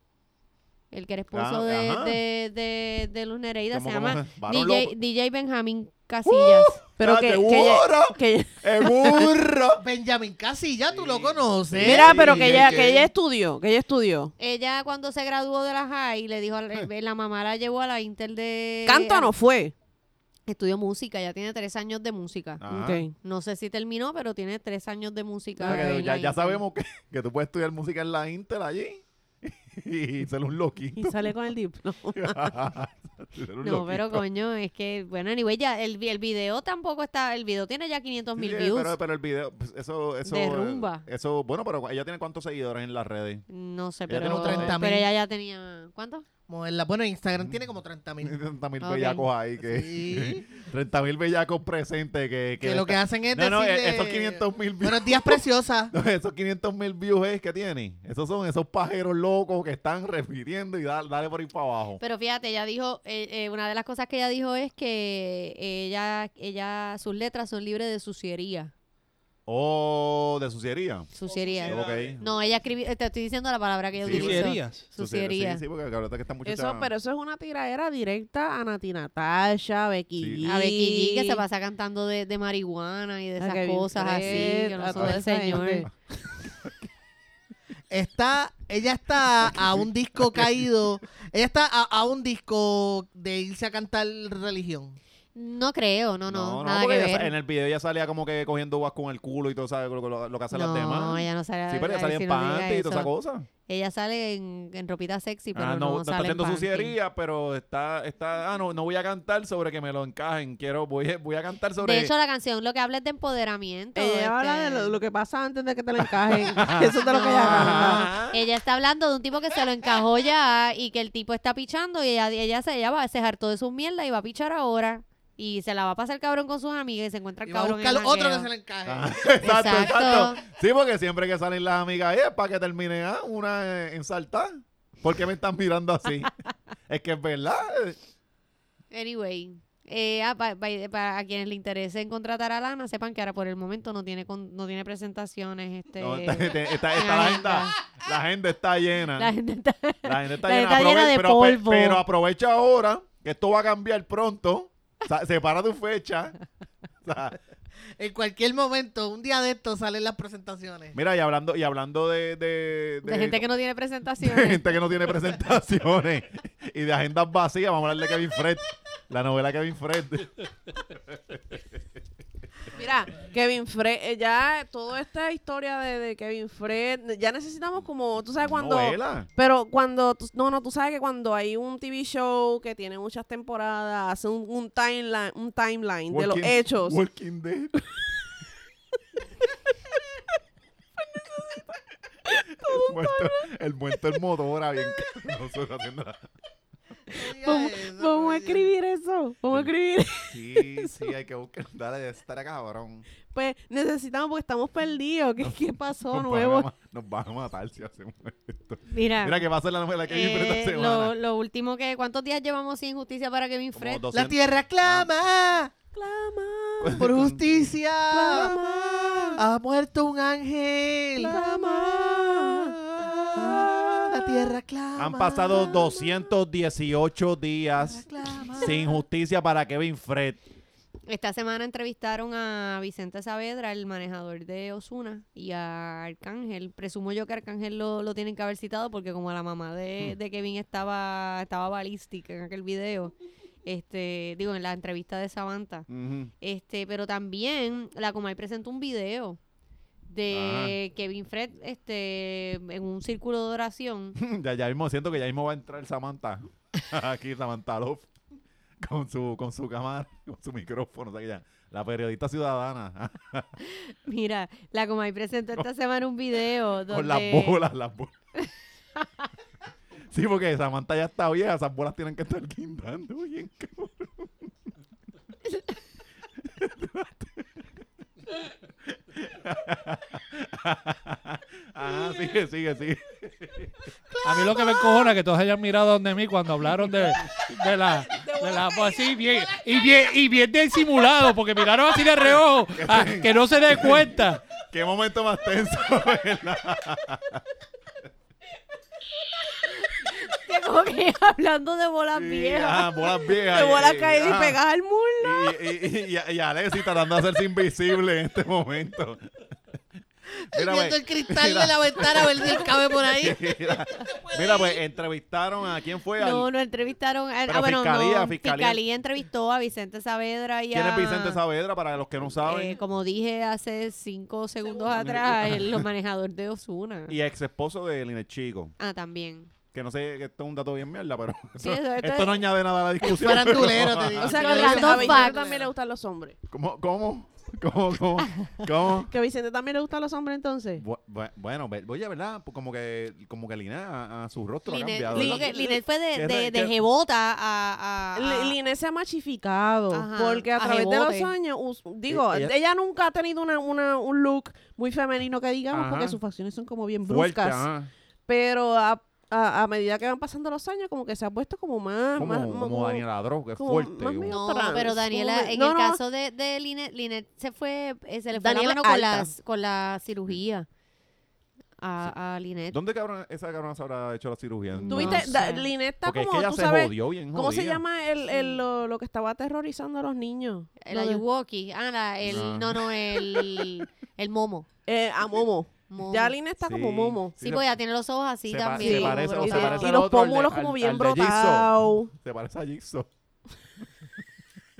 [SPEAKER 3] El que era esposo
[SPEAKER 1] Ah,
[SPEAKER 3] de,
[SPEAKER 1] ajá.
[SPEAKER 3] de, de, de Luz Nereida se
[SPEAKER 1] Como- como-
[SPEAKER 3] llama
[SPEAKER 1] varón
[SPEAKER 3] DJ,
[SPEAKER 1] loco.
[SPEAKER 3] DJ
[SPEAKER 1] ¡Uh!
[SPEAKER 3] Benjamín Casillas.
[SPEAKER 4] Pero que,
[SPEAKER 1] ¡Cállate,
[SPEAKER 4] que ella-
[SPEAKER 1] burro!
[SPEAKER 4] que ella-
[SPEAKER 1] ¡Eh, burro!
[SPEAKER 2] Benjamín Casilla, tú lo
[SPEAKER 1] Sí.
[SPEAKER 2] conoces.
[SPEAKER 4] Mira, pero
[SPEAKER 1] ¿y
[SPEAKER 4] que ella,
[SPEAKER 1] qué?
[SPEAKER 4] que ella estudió, que ella estudió.
[SPEAKER 3] Ella cuando se graduó de la high le dijo, a
[SPEAKER 1] Eh.
[SPEAKER 3] la, la mamá la llevó a la Inter de...
[SPEAKER 4] Canto no fue.
[SPEAKER 3] Estudió música, ya tiene tres años de música.
[SPEAKER 1] Ah,
[SPEAKER 4] Ok.
[SPEAKER 3] No sé si terminó, pero tiene tres años de música.
[SPEAKER 1] porque
[SPEAKER 3] en
[SPEAKER 1] ya,
[SPEAKER 3] la
[SPEAKER 1] ya
[SPEAKER 3] Inter.
[SPEAKER 1] sabemos que, que tú puedes estudiar música en la Intel allí. Y ser un
[SPEAKER 4] Y
[SPEAKER 1] loquito.
[SPEAKER 4] sale con el diploma.
[SPEAKER 1] Ser un
[SPEAKER 3] No, pero
[SPEAKER 1] loquito.
[SPEAKER 3] coño, es que, bueno, anyway, ya el, vi- el video tampoco está, el video tiene ya 500 mil
[SPEAKER 1] Sí,
[SPEAKER 3] views.
[SPEAKER 1] Pero, pero el video, pues, eso, eso.
[SPEAKER 3] Derrumba.
[SPEAKER 1] Eso, bueno, pero ella tiene cuántos seguidores en las redes.
[SPEAKER 3] No sé,
[SPEAKER 1] Ella
[SPEAKER 3] pero,
[SPEAKER 1] tiene un
[SPEAKER 2] 30.000.
[SPEAKER 3] pero ella ya tenía, ¿cuánto?
[SPEAKER 2] Moverla. Bueno, Instagram tiene como 30 mil.
[SPEAKER 1] 30 mil
[SPEAKER 3] Ok.
[SPEAKER 1] bellacos ahí. Que, 30 mil bellacos presentes que,
[SPEAKER 2] Que lo que hacen es
[SPEAKER 1] No, no,
[SPEAKER 2] decirle,
[SPEAKER 1] eh, esos 500 mil views.
[SPEAKER 2] Buenos días, preciosa.
[SPEAKER 1] No, esos 500 mil views es que tiene. Esos son esos pajeros locos que están repitiendo y da- dale por ahí para abajo.
[SPEAKER 3] Pero fíjate, ella dijo, eh, eh, una de las cosas que ella dijo es que ella, ella, sus letras son libres de suciería.
[SPEAKER 1] Oh, de suciería.
[SPEAKER 3] Suciería.
[SPEAKER 5] suciedad.
[SPEAKER 1] Ok.
[SPEAKER 3] No, ella escribió, te estoy diciendo la palabra que ella
[SPEAKER 1] Sí.
[SPEAKER 3] utilizó.
[SPEAKER 5] Sucierías.
[SPEAKER 3] Suciería.
[SPEAKER 1] Sí, sí, porque la verdad es que está mucho.
[SPEAKER 4] Eso, pero eso es una tiradera directa a Nati Natasha, a Becky
[SPEAKER 1] Sí.
[SPEAKER 4] G.
[SPEAKER 3] A Becky G que se pasa cantando de, de marihuana y de
[SPEAKER 4] a
[SPEAKER 3] esas
[SPEAKER 4] Kevin
[SPEAKER 3] cosas así,
[SPEAKER 4] Fred,
[SPEAKER 3] que no
[SPEAKER 4] a
[SPEAKER 3] son
[SPEAKER 4] toda
[SPEAKER 3] del
[SPEAKER 4] Ah, esa
[SPEAKER 3] señor.
[SPEAKER 4] gente.
[SPEAKER 2] Está, ella está a un disco caído. Ella está a, a un disco de irse a cantar religión.
[SPEAKER 3] No creo, no, no, nada que
[SPEAKER 1] porque ella
[SPEAKER 3] ver.
[SPEAKER 1] sa- en el video ya salía como que cogiendo uvas con el culo y todo, ¿sabes? Lo, lo- lo que hacen
[SPEAKER 3] no,
[SPEAKER 1] las demás.
[SPEAKER 3] ella no sale
[SPEAKER 1] sí, pero
[SPEAKER 3] a-
[SPEAKER 1] ella salía
[SPEAKER 3] si
[SPEAKER 1] en
[SPEAKER 3] no diga
[SPEAKER 1] panty y toda esa
[SPEAKER 3] eso.
[SPEAKER 1] cosa.
[SPEAKER 3] Ella sale en, en ropita sexy, pero
[SPEAKER 1] Ah, no, no, está
[SPEAKER 3] sale en
[SPEAKER 1] haciendo
[SPEAKER 3] panty.
[SPEAKER 1] suciería, pero está, está, ah, no, no voy a cantar sobre que me lo encajen. Quiero, voy, voy a cantar sobre.
[SPEAKER 3] De hecho, la canción lo que habla es de empoderamiento.
[SPEAKER 4] Ella
[SPEAKER 3] este-
[SPEAKER 4] habla de lo, lo que pasa antes de que te lo encajen. eso es de lo que ella habla.
[SPEAKER 1] Ajá.
[SPEAKER 3] Ella está hablando de un tipo que se lo encajó ya y que el tipo está pichando y ella, ella se, ella va, se hartó de sus mierdas y va a pichar ahora. Y se la va a pasar cabrón con sus amigas y se encuentra el
[SPEAKER 2] Y va a
[SPEAKER 3] cabrón. en
[SPEAKER 2] buscar
[SPEAKER 3] el
[SPEAKER 2] otro que
[SPEAKER 3] jangueo.
[SPEAKER 2] se le encaje.
[SPEAKER 1] Ah, exacto, exacto,
[SPEAKER 3] Exacto.
[SPEAKER 1] Sí, porque siempre que salen las amigas es para que termine ah, una eh, en saltar. ¿Por qué me están mirando así? es que es verdad. eh,
[SPEAKER 3] Anyway. eh, ah, pa- pa- para a quienes le interese en contratar a Lana, sepan que ahora por el momento no tiene con- no tiene presentaciones. Este,
[SPEAKER 1] no, está, está- está-
[SPEAKER 3] en
[SPEAKER 1] está la agenda.
[SPEAKER 3] agenda.
[SPEAKER 1] La agenda está llena.
[SPEAKER 3] La
[SPEAKER 1] La,
[SPEAKER 3] gente está-
[SPEAKER 1] gente está
[SPEAKER 3] la
[SPEAKER 1] llena.
[SPEAKER 3] gente está llena
[SPEAKER 1] Aprove-
[SPEAKER 3] de
[SPEAKER 1] pero, ape-
[SPEAKER 3] polvo.
[SPEAKER 1] pero aprovecha ahora, que esto va a cambiar pronto. O sea, separa tu fecha. O sea,
[SPEAKER 2] En cualquier momento, un día de estos salen las presentaciones.
[SPEAKER 1] mira, y hablando, y hablando de, de,
[SPEAKER 3] de gente que no tiene
[SPEAKER 1] de
[SPEAKER 3] presentaciones.
[SPEAKER 1] gente que no tiene presentaciones y de agendas vacías, vamos a hablar de Kevin Fred. La novela Kevin Fred.
[SPEAKER 4] Mira, Kevin Fred, eh, ya toda esta historia de, de Kevin Fred, ya necesitamos como, tú sabes cuando...
[SPEAKER 1] Novela.
[SPEAKER 4] Pero cuando, tú- no, no, tú sabes que cuando hay un TV show que tiene muchas temporadas, hace un, un timeline, un timeline de los
[SPEAKER 1] Walking-
[SPEAKER 4] hechos.
[SPEAKER 1] Walking Dead. El muerto, el muerto el motor ahora bien cabroso, haciendo la-
[SPEAKER 4] Vamos, vamos a escribir eso, vamos a escribir.
[SPEAKER 1] Sí, sí, hay que buscar. Dale, estará cabrón.
[SPEAKER 4] Pues necesitamos porque estamos perdidos. ¿Qué, qué pasó
[SPEAKER 1] Nos van a
[SPEAKER 4] nuevo?
[SPEAKER 1] ma- Nos van a matar si hacemos esto.
[SPEAKER 3] Mira,
[SPEAKER 1] Mira que va a ser la novela que hay
[SPEAKER 3] Ah. eh,
[SPEAKER 1] esta semana.
[SPEAKER 3] lo, lo último que... ¿Cuántos días llevamos sin justicia para Kevin
[SPEAKER 1] Como
[SPEAKER 3] Fred?
[SPEAKER 1] 200.
[SPEAKER 2] La tierra
[SPEAKER 1] Ah.
[SPEAKER 2] clama
[SPEAKER 4] Clama,
[SPEAKER 2] por justicia.
[SPEAKER 4] clama,
[SPEAKER 2] Ha muerto un ángel.
[SPEAKER 4] clama.
[SPEAKER 2] La tierra clama.
[SPEAKER 1] Han pasado 218 días
[SPEAKER 2] Clama.
[SPEAKER 1] sin justicia para Kevin Fred.
[SPEAKER 3] Esta semana entrevistaron a Vicente Saavedra, el manejador de Osuna, y a Arcángel. Presumo yo que Arcángel lo, lo tienen que haber citado porque como la mamá de, de Kevin estaba, estaba balística en aquel video, este, digo, en la entrevista de Samantha.
[SPEAKER 1] Ujú.
[SPEAKER 3] Este, pero también la Comay presentó un video de Kevin Fred este, en un círculo de oración.
[SPEAKER 1] Ya, ya mismo siento que ya mismo va a entrar Samantha. Aquí Samantha Love. Con su, con su cámara, con su micrófono. O sea que ya, la periodista ciudadana.
[SPEAKER 3] Mira, la Comay presentó esta semana un video donde...
[SPEAKER 1] Con las bolas, las bolas. sí, porque Samantha ya está vieja, esas bolas tienen que estar guindando bien, cabrón. Ajá, Ah, sigue, sigue, sigue.
[SPEAKER 5] A mí lo que me encojona es que todos hayan mirado donde mí cuando hablaron de, de la. De la pues, sí, bien, y, bien, y bien disimulado, porque miraron así de reojo, ah, que no se dé cuenta.
[SPEAKER 1] Qué momento más tenso, ¿verdad?
[SPEAKER 3] que como que hablando de bolas viejas.
[SPEAKER 1] Ah, bolas viejas.
[SPEAKER 4] Te
[SPEAKER 1] Y-
[SPEAKER 4] voy a caer y
[SPEAKER 1] ah,
[SPEAKER 4] pegar al muro.
[SPEAKER 1] Y, y, y, y, a- y a Alexis tratando de hacerse invisible en este momento. Mira,
[SPEAKER 2] Viendo
[SPEAKER 1] pues,
[SPEAKER 2] el cristal
[SPEAKER 1] mira.
[SPEAKER 2] de la ventana a ver si él cabe por ahí.
[SPEAKER 1] Mira, mira, pues entrevistaron a quién fue.
[SPEAKER 3] No,
[SPEAKER 1] al,
[SPEAKER 3] no entrevistaron. A,
[SPEAKER 1] Pero
[SPEAKER 3] ah, bueno,
[SPEAKER 1] fiscalía,
[SPEAKER 3] no,
[SPEAKER 1] fiscalía.
[SPEAKER 3] entrevistó a Vicente Saavedra y a.
[SPEAKER 1] ¿Quién es Vicente Saavedra? Para los que no saben.
[SPEAKER 3] eh, como dije hace cinco segundos atrás, el manejador de Osuna.
[SPEAKER 1] y ex esposo de Lina Chico.
[SPEAKER 3] Ah, también.
[SPEAKER 1] Que no sé, que esto es un dato bien mierda, pero.
[SPEAKER 3] Sí,
[SPEAKER 1] esto,
[SPEAKER 3] eso- esto
[SPEAKER 1] esto no
[SPEAKER 3] es-
[SPEAKER 1] añade nada a la discusión.
[SPEAKER 2] Farandulero, te digo.
[SPEAKER 4] O sea, que
[SPEAKER 3] Ah, que a Vicente-
[SPEAKER 4] a
[SPEAKER 3] a
[SPEAKER 4] Vicente
[SPEAKER 3] Vicente
[SPEAKER 4] también le gustan los hombres.
[SPEAKER 1] ¿Cómo? ¿Cómo? ¿Cómo? ¿Cómo? ¿Cómo?
[SPEAKER 4] Que a Vicente también le gustan los hombres entonces.
[SPEAKER 1] Bu- bu- Bueno, ve- oye, ¿verdad? Pues como que, como que Lina a, a su rostro ha
[SPEAKER 3] Linet,
[SPEAKER 1] cambiado.
[SPEAKER 3] digo
[SPEAKER 1] ¿verdad?
[SPEAKER 3] que Linet fue de,
[SPEAKER 1] ¿Qué
[SPEAKER 3] de,
[SPEAKER 1] re-
[SPEAKER 3] de
[SPEAKER 1] qué-
[SPEAKER 3] jebota a. a- a-
[SPEAKER 4] Li- Linet se ha machificado
[SPEAKER 3] Ajá,
[SPEAKER 4] porque a
[SPEAKER 3] a
[SPEAKER 4] través de los
[SPEAKER 3] rebote.
[SPEAKER 4] años, us- digo,
[SPEAKER 1] E-
[SPEAKER 4] ella,
[SPEAKER 1] ella-
[SPEAKER 4] nunca ha tenido una, una- un look muy femenino que digamos
[SPEAKER 1] Ajá.
[SPEAKER 4] porque sus facciones son como bien
[SPEAKER 1] Fuerte,
[SPEAKER 4] bruscas.
[SPEAKER 1] ajá.
[SPEAKER 4] Pero a, a- a medida que van pasando los años, como que se ha puesto como más...
[SPEAKER 1] Como,
[SPEAKER 4] más-
[SPEAKER 1] como,
[SPEAKER 4] como-
[SPEAKER 1] Daniela Droz, que es
[SPEAKER 4] como
[SPEAKER 1] fuerte.
[SPEAKER 4] más
[SPEAKER 1] como-
[SPEAKER 4] medio-
[SPEAKER 3] no,
[SPEAKER 4] trans,
[SPEAKER 3] pero Daniela,
[SPEAKER 4] hombre.
[SPEAKER 3] en
[SPEAKER 4] No,
[SPEAKER 3] el
[SPEAKER 4] no.
[SPEAKER 3] caso de, de Linet, Linet se fue, eh, se le fue
[SPEAKER 4] Daniela
[SPEAKER 3] la mano con,
[SPEAKER 4] alta.
[SPEAKER 3] las, con la cirugía a, a Linet.
[SPEAKER 1] ¿Dónde cabrón, esa cabrona se habrá hecho la cirugía?
[SPEAKER 3] No
[SPEAKER 4] Tuviste,
[SPEAKER 3] sé.
[SPEAKER 4] Da- Linet está
[SPEAKER 1] Porque es
[SPEAKER 4] como,
[SPEAKER 1] que ella
[SPEAKER 4] tú
[SPEAKER 1] se
[SPEAKER 4] sabes,
[SPEAKER 1] jodió bien
[SPEAKER 4] ¿cómo se
[SPEAKER 1] jodida.
[SPEAKER 4] llama el, el-
[SPEAKER 3] Sí.
[SPEAKER 4] lo, lo que estaba aterrorizando a los niños?
[SPEAKER 3] El
[SPEAKER 4] Lo de-
[SPEAKER 3] Ayuwoki. Ah, la- el,
[SPEAKER 1] No.
[SPEAKER 3] no. no, el, el Momo.
[SPEAKER 4] eh, a Momo.
[SPEAKER 3] Momo.
[SPEAKER 4] Ya Linet está como
[SPEAKER 1] Sí.
[SPEAKER 4] Momo.
[SPEAKER 3] Sí, porque ya tiene los ojos así
[SPEAKER 1] se pa-
[SPEAKER 3] también.
[SPEAKER 1] se
[SPEAKER 3] como
[SPEAKER 1] parece- o se
[SPEAKER 4] Y, de-
[SPEAKER 3] brotados.
[SPEAKER 1] parece
[SPEAKER 4] y
[SPEAKER 1] al
[SPEAKER 4] los
[SPEAKER 1] otro, al de-
[SPEAKER 4] pómulos como
[SPEAKER 1] al-
[SPEAKER 4] bien
[SPEAKER 1] al de Jigsaw.
[SPEAKER 4] brotados.
[SPEAKER 1] Se parece a Jigsaw.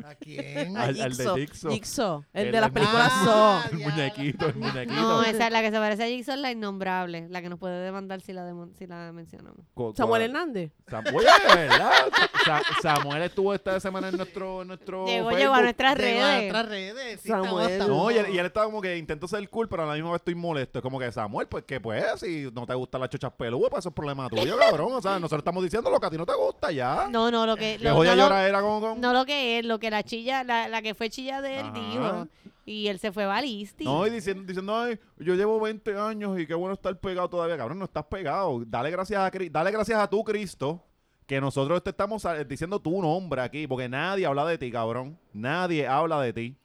[SPEAKER 2] ¿A quién?
[SPEAKER 1] Ay, Al- al de
[SPEAKER 4] Jigsaw.
[SPEAKER 1] Jigsaw. Ah,
[SPEAKER 4] Jigsaw, el,
[SPEAKER 1] El
[SPEAKER 4] de
[SPEAKER 1] del
[SPEAKER 4] las películas
[SPEAKER 2] muñeco.
[SPEAKER 4] Saw.
[SPEAKER 1] El muñequito, el muñequito.
[SPEAKER 3] No, esa es la que se parece a Jigsaw es la innombrable, la que nos puede demandar si la, demo- si la mencionamos.
[SPEAKER 1] Co-
[SPEAKER 4] Samuel
[SPEAKER 1] co-
[SPEAKER 4] Hernández.
[SPEAKER 1] Sam- Oye, de ¿verdad? Sa- Samuel estuvo esta semana en nuestro. en nuestro
[SPEAKER 3] Llegó,
[SPEAKER 1] Oh, Facebook.
[SPEAKER 3] llegó a nuestras
[SPEAKER 2] Te va a
[SPEAKER 3] redes.
[SPEAKER 2] otras redes. sí, estamos-
[SPEAKER 4] Samuel.
[SPEAKER 2] estamos-
[SPEAKER 1] No, y él, y él estaba como que intento ser cool, pero a la misma vez estoy molesto. Es como que Samuel, pues que pues, si no te gustan las chochas peludas, pues eso es problema tuyo, cabrón. O sea, nosotros estamos diciendo lo que a ti no te gusta ya.
[SPEAKER 3] No, no, lo que...
[SPEAKER 1] que
[SPEAKER 3] Lo,
[SPEAKER 1] joya
[SPEAKER 3] no, lo,
[SPEAKER 1] llorar era con. con-
[SPEAKER 3] no lo que es, lo que la chilla, la, la que fue chilla de él
[SPEAKER 1] Ajá.
[SPEAKER 3] dijo. Y él se fue balístico.
[SPEAKER 1] No, y diciendo, diciendo, ay, yo llevo 20 años y qué bueno estar pegado todavía. Cabrón, no estás pegado. Dale gracias a, Cri- dale gracias a tú, Cristo, que nosotros te estamos eh, diciendo tu nombre aquí, porque nadie habla de ti, cabrón. Nadie habla de ti.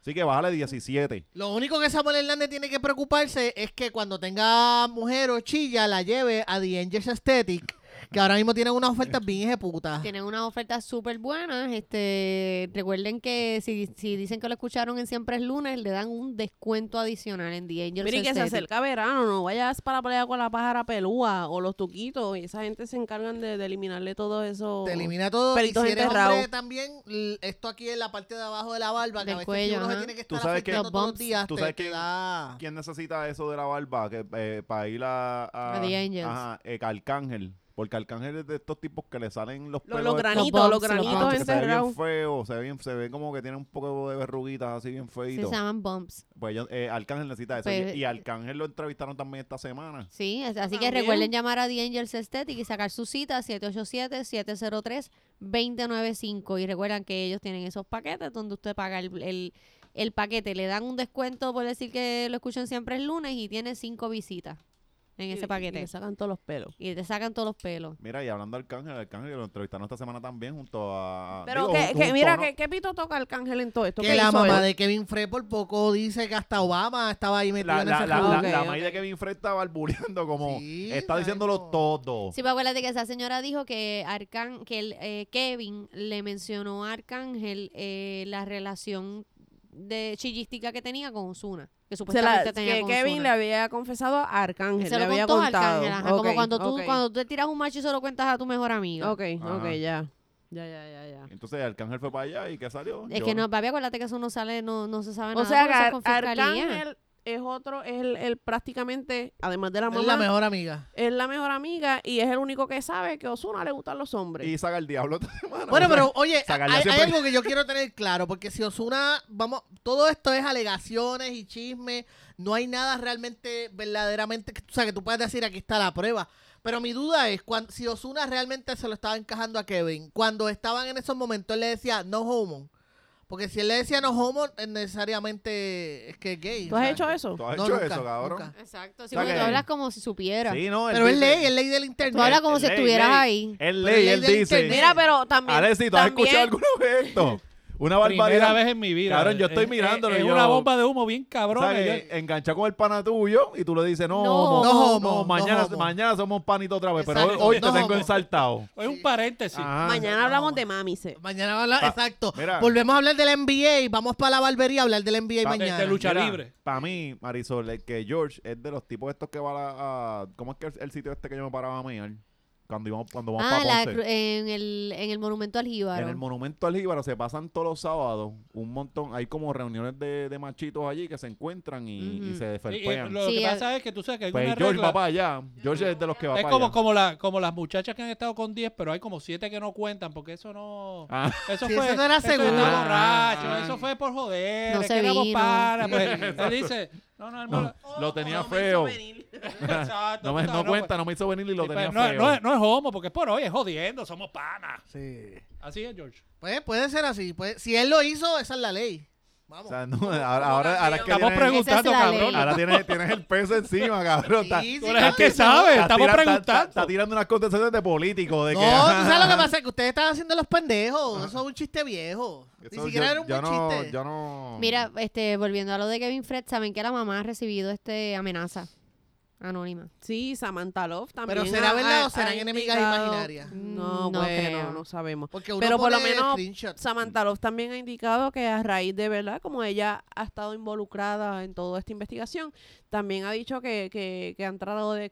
[SPEAKER 1] Así que bájale 17.
[SPEAKER 2] Lo único que Samuel Hernández tiene que preocuparse es que cuando tenga mujer o chilla la lleve a The Angels Aesthetic que ahora mismo tienen unas ofertas bien
[SPEAKER 4] Ah.
[SPEAKER 2] ejeputas.
[SPEAKER 3] Tienen unas ofertas súper buenas. Este, recuerden que si, si dicen que lo escucharon en Siempre es Lunes, le dan un descuento adicional en The Angels
[SPEAKER 4] Miren que se
[SPEAKER 3] Aesthetic.
[SPEAKER 4] acerca verano, no vayas para la playa con la pájara pelúa o los tuquitos. Y esa gente se encargan de, de eliminarle todo eso.
[SPEAKER 2] Te elimina todo.
[SPEAKER 4] Pelitos
[SPEAKER 2] y si eres
[SPEAKER 4] enterrados.
[SPEAKER 2] hombre también, l- esto aquí en la parte de abajo de la barba, que
[SPEAKER 3] Del
[SPEAKER 2] a veces
[SPEAKER 3] cuello,
[SPEAKER 2] uno se
[SPEAKER 3] ajá.
[SPEAKER 2] tiene que
[SPEAKER 1] Tú
[SPEAKER 2] estar
[SPEAKER 1] sabes que-
[SPEAKER 2] afeitando
[SPEAKER 3] Los
[SPEAKER 2] todos los
[SPEAKER 3] bumps.
[SPEAKER 2] días,
[SPEAKER 1] Tú
[SPEAKER 2] te-
[SPEAKER 1] sabes
[SPEAKER 2] te
[SPEAKER 1] que-
[SPEAKER 2] da-
[SPEAKER 1] ¿Quién necesita eso de la barba que, eh, para ir a... A,
[SPEAKER 3] A The Angels.
[SPEAKER 1] Ajá, eh, que Arcángel. Porque Arcángel es de estos tipos que le salen los
[SPEAKER 4] Lo-
[SPEAKER 1] pelos...
[SPEAKER 4] los
[SPEAKER 1] estos-
[SPEAKER 4] granitos,
[SPEAKER 3] bumps,
[SPEAKER 4] los
[SPEAKER 3] los
[SPEAKER 1] Ah,
[SPEAKER 4] granitos
[SPEAKER 1] que se ve bien
[SPEAKER 4] encerrados.
[SPEAKER 1] feo, se ve, bien, se ve como que tiene un poco de verruguitas así bien
[SPEAKER 3] Sí,
[SPEAKER 1] feito.
[SPEAKER 3] se llaman bumps.
[SPEAKER 1] Pues yo, eh, Arcángel necesita eso.
[SPEAKER 3] Pues-
[SPEAKER 1] y, y Arcángel lo entrevistaron también esta semana.
[SPEAKER 3] Sí, es- así que
[SPEAKER 4] También.
[SPEAKER 3] recuerden llamar a The Angels Aesthetic y sacar su cita 787-703-2095. Y recuerdan que ellos tienen esos paquetes donde usted paga el, el- el paquete. Le dan un descuento por decir que lo escuchan siempre el lunes y tiene cinco visitas en
[SPEAKER 4] Y-
[SPEAKER 3] ese
[SPEAKER 4] y
[SPEAKER 3] paquete.
[SPEAKER 4] le sacan todos los pelos.
[SPEAKER 3] Y te sacan todos los pelos.
[SPEAKER 1] Mira, y hablando de Arcángel, Arcángel lo entrevistaron esta semana también junto a...
[SPEAKER 4] Pero
[SPEAKER 1] Ah, digo,
[SPEAKER 4] que,
[SPEAKER 1] junto-
[SPEAKER 4] que
[SPEAKER 1] junto,
[SPEAKER 4] mira,
[SPEAKER 1] ¿no?
[SPEAKER 4] que, que pito toca Arcángel en todo esto.
[SPEAKER 2] Que
[SPEAKER 4] ¿Qué
[SPEAKER 2] la
[SPEAKER 4] hizo
[SPEAKER 2] mamá
[SPEAKER 4] él?
[SPEAKER 2] de Kevin Frey por poco dice que hasta Obama estaba ahí metido
[SPEAKER 1] La,
[SPEAKER 2] en
[SPEAKER 1] la,
[SPEAKER 2] ese
[SPEAKER 1] la,
[SPEAKER 2] rabo.
[SPEAKER 1] la,
[SPEAKER 4] Ok,
[SPEAKER 1] la maíz
[SPEAKER 4] ok.
[SPEAKER 1] de Kevin Frey está barbureando como...
[SPEAKER 2] Sí,
[SPEAKER 1] está diciéndolo
[SPEAKER 2] marico.
[SPEAKER 1] todo.
[SPEAKER 3] Sí, pero acuérdate que esa señora dijo que Arcan, que el, eh, Kevin le mencionó a Arcángel eh, la relación de chillística que tenía con Osuna,
[SPEAKER 4] Se
[SPEAKER 3] que
[SPEAKER 4] la-
[SPEAKER 3] supuestamente tenía
[SPEAKER 4] que
[SPEAKER 3] con
[SPEAKER 4] Kevin
[SPEAKER 3] Ozuna.
[SPEAKER 4] le había confesado a Arcángel.
[SPEAKER 3] Se
[SPEAKER 4] le
[SPEAKER 3] lo
[SPEAKER 4] había
[SPEAKER 3] contó a
[SPEAKER 4] contado.
[SPEAKER 3] Arcángel, ajá, como
[SPEAKER 4] Ok,
[SPEAKER 3] cuando tú,
[SPEAKER 4] ok.
[SPEAKER 3] cuando tú te tiras un macho y se lo cuentas a tu mejor amigo.
[SPEAKER 4] Ok, ok,
[SPEAKER 1] Ajá.
[SPEAKER 4] ya. Ya, ya, ya, ya.
[SPEAKER 1] Entonces Arcángel fue para allá y ¿qué salió?
[SPEAKER 3] Es
[SPEAKER 1] Yo-
[SPEAKER 3] que no, papi, acuérdate que eso no sale, no, Ah, no se sabe
[SPEAKER 4] O
[SPEAKER 3] nada.
[SPEAKER 4] sea,
[SPEAKER 3] porque eso es
[SPEAKER 4] Ar-
[SPEAKER 3] con fiscalía.
[SPEAKER 4] Arcángel es otro, es el, el prácticamente, además de la mamá,
[SPEAKER 2] Es la mejor amiga.
[SPEAKER 4] es la mejor amiga y es el único que sabe que Osuna le gustan los hombres.
[SPEAKER 1] Y saca el diablo esta semana.
[SPEAKER 2] Bueno,
[SPEAKER 1] o sea,
[SPEAKER 2] pero oye, hay,
[SPEAKER 1] sacarla
[SPEAKER 2] hay
[SPEAKER 1] siempre-
[SPEAKER 2] algo que yo quiero tener claro, porque si Osuna, vamos, todo esto es alegaciones y chismes, no hay nada realmente, verdaderamente, que- o sea, que tú puedas decir aquí está la prueba. Pero mi duda es, cuan- si Osuna realmente se lo estaba encajando a Kevin, cuando estaban en esos momentos, él le decía no homo. Porque si él le decía no homo, eh, necesariamente es que es gay.
[SPEAKER 4] ¿Tú has
[SPEAKER 2] ¿sabes?
[SPEAKER 4] hecho eso?
[SPEAKER 1] ¿Tú has
[SPEAKER 2] No,
[SPEAKER 1] hecho
[SPEAKER 2] nunca,
[SPEAKER 1] eso, cabrón?
[SPEAKER 2] nunca.
[SPEAKER 3] Exacto,
[SPEAKER 1] O
[SPEAKER 3] sí,
[SPEAKER 1] sea
[SPEAKER 3] porque
[SPEAKER 1] que-
[SPEAKER 3] tú hablas como si supiera.
[SPEAKER 1] Sí, no, él
[SPEAKER 2] Pero es
[SPEAKER 1] dice-
[SPEAKER 2] ley, es ley del internet.
[SPEAKER 3] Tú hablas como
[SPEAKER 1] Es
[SPEAKER 3] si
[SPEAKER 1] ley,
[SPEAKER 3] estuvieras
[SPEAKER 1] ley.
[SPEAKER 3] ahí.
[SPEAKER 1] Es
[SPEAKER 2] Pero
[SPEAKER 1] ley,
[SPEAKER 2] ley
[SPEAKER 1] él
[SPEAKER 2] del
[SPEAKER 1] dice.
[SPEAKER 2] internet.
[SPEAKER 4] Mira, pero también.
[SPEAKER 1] Alexi, ¿tú has
[SPEAKER 4] también-
[SPEAKER 1] escuchado alguna vez esto? Una
[SPEAKER 5] Primera
[SPEAKER 1] barbaridad.
[SPEAKER 5] vez en mi vida.
[SPEAKER 1] Cabrón, yo estoy
[SPEAKER 5] Es- es-
[SPEAKER 1] mirándolo
[SPEAKER 5] Es,
[SPEAKER 1] y
[SPEAKER 5] una
[SPEAKER 1] yo-
[SPEAKER 5] bomba de humo bien cabrón.
[SPEAKER 1] ¿Sabes?
[SPEAKER 5] eh.
[SPEAKER 1] Que Engancha con el pana tuyo y tú le dices, no,
[SPEAKER 3] No.
[SPEAKER 1] homo,
[SPEAKER 2] No
[SPEAKER 1] no,
[SPEAKER 2] homo, no
[SPEAKER 1] mañana,
[SPEAKER 2] homo.
[SPEAKER 1] mañana somos panito otra vez, pero
[SPEAKER 2] Exacto.
[SPEAKER 1] hoy, hoy te
[SPEAKER 2] No
[SPEAKER 1] tengo
[SPEAKER 2] homo.
[SPEAKER 1] ensaltado.
[SPEAKER 5] Es un paréntesis.
[SPEAKER 1] Ajá.
[SPEAKER 4] Mañana
[SPEAKER 2] no,
[SPEAKER 4] hablamos
[SPEAKER 2] no.
[SPEAKER 4] de mamice.
[SPEAKER 2] Mañana vamos a hablar,
[SPEAKER 1] Pa-
[SPEAKER 2] exacto.
[SPEAKER 1] Ah, mira.
[SPEAKER 2] Volvemos a hablar del NBA, vamos para la barbería a hablar del
[SPEAKER 4] Ah,
[SPEAKER 2] NBA
[SPEAKER 1] Pa- de- de
[SPEAKER 2] mañana.
[SPEAKER 4] este
[SPEAKER 5] de lucha libre.
[SPEAKER 1] Para mí, Marisol, es que George es de los tipos estos que va a... a- ¿Cómo es que el, el sitio este que yo me paraba a mirar? Cuando íbamos, cuando vamos
[SPEAKER 3] Ah,
[SPEAKER 1] para
[SPEAKER 3] la
[SPEAKER 1] Ponce.
[SPEAKER 3] cru- en, el, en el monumento al Jíbaro.
[SPEAKER 1] En el Monumento al Jíbaro se pasan todos los sábados un montón. Hay como reuniones de, de machitos allí que se encuentran y, y
[SPEAKER 3] Ujú.
[SPEAKER 1] se
[SPEAKER 5] Y- y
[SPEAKER 1] felpean.
[SPEAKER 5] Eh, lo
[SPEAKER 3] Sí, eh.
[SPEAKER 5] que
[SPEAKER 3] a-
[SPEAKER 5] pasa es que tú sabes que hay
[SPEAKER 1] Pues
[SPEAKER 5] una
[SPEAKER 1] George
[SPEAKER 5] regla-
[SPEAKER 1] va para allá. George es de los que va
[SPEAKER 5] Es
[SPEAKER 1] para
[SPEAKER 5] como,
[SPEAKER 1] allá.
[SPEAKER 5] como, la, como las muchachas que han estado con 10, pero hay como 7 que no cuentan porque eso no.
[SPEAKER 1] Ah.
[SPEAKER 5] Eso
[SPEAKER 2] Sí,
[SPEAKER 5] fue.
[SPEAKER 2] eso no era
[SPEAKER 5] está
[SPEAKER 2] seguro.
[SPEAKER 5] borracho,
[SPEAKER 1] Ah.
[SPEAKER 5] Eso fue por joder.
[SPEAKER 3] No
[SPEAKER 5] es
[SPEAKER 3] se
[SPEAKER 5] que éramos
[SPEAKER 3] vino.
[SPEAKER 5] panas, pues, él dice. No, no, hermano.
[SPEAKER 1] Lo tenía feo.
[SPEAKER 5] Exacto,
[SPEAKER 1] No, me,
[SPEAKER 5] tú
[SPEAKER 1] no
[SPEAKER 5] sabes,
[SPEAKER 1] cuenta, no me hizo venir y lo
[SPEAKER 5] pues,
[SPEAKER 1] tenía
[SPEAKER 5] sí, pues, no,
[SPEAKER 1] feo.
[SPEAKER 5] no es, no es homo porque es por hoy, es jodiendo, somos panas.
[SPEAKER 2] Sí.
[SPEAKER 5] Así es, George.
[SPEAKER 2] Pues puede ser así. Pues, si él lo hizo, esa es la ley. Vamos.
[SPEAKER 1] O sea, no, ahora, ahora, ahora es que tienes,
[SPEAKER 3] Esa
[SPEAKER 5] Estamos
[SPEAKER 3] es
[SPEAKER 5] preguntando,
[SPEAKER 3] la
[SPEAKER 5] cabrón.
[SPEAKER 3] ley.
[SPEAKER 1] ahora tienes, tienes el peso encima, cabrón. Está-
[SPEAKER 2] Sí, sí,
[SPEAKER 5] Tú eres el
[SPEAKER 2] papi,
[SPEAKER 5] que
[SPEAKER 2] no.
[SPEAKER 5] sabe,
[SPEAKER 1] está
[SPEAKER 5] estamos
[SPEAKER 1] tira- está- Está, está
[SPEAKER 5] preguntando.
[SPEAKER 1] tirando unas contestaciones de político. De
[SPEAKER 2] No,
[SPEAKER 1] que,
[SPEAKER 2] tú sabes lo que pasa, que ustedes están haciendo los pendejos. Eso es un chiste viejo. Ni
[SPEAKER 1] Eso
[SPEAKER 2] siquiera
[SPEAKER 1] yo-
[SPEAKER 2] era un
[SPEAKER 1] yo
[SPEAKER 2] buen
[SPEAKER 1] no-
[SPEAKER 2] chiste.
[SPEAKER 1] Yo no...
[SPEAKER 3] Mira, este, volviendo a lo de Kevin Fred, saben que la mamá ha recibido este amenaza anónima.
[SPEAKER 4] Sí, Samantha Love también.
[SPEAKER 2] Pero ¿será
[SPEAKER 4] ha-
[SPEAKER 2] verdad o
[SPEAKER 4] ha-
[SPEAKER 2] serán
[SPEAKER 4] ha
[SPEAKER 2] enemigas
[SPEAKER 4] indicado-
[SPEAKER 2] imaginarias?
[SPEAKER 4] No,
[SPEAKER 3] No
[SPEAKER 4] bueno,
[SPEAKER 3] creo.
[SPEAKER 4] no sabemos.
[SPEAKER 2] Porque uno
[SPEAKER 4] Pero por lo
[SPEAKER 2] pone
[SPEAKER 4] menos-
[SPEAKER 2] screenshots.
[SPEAKER 4] Samantha Love también ha indicado que a raíz de verdad, como ella ha estado involucrada en toda esta investigación, también ha dicho que, que, que han tratado de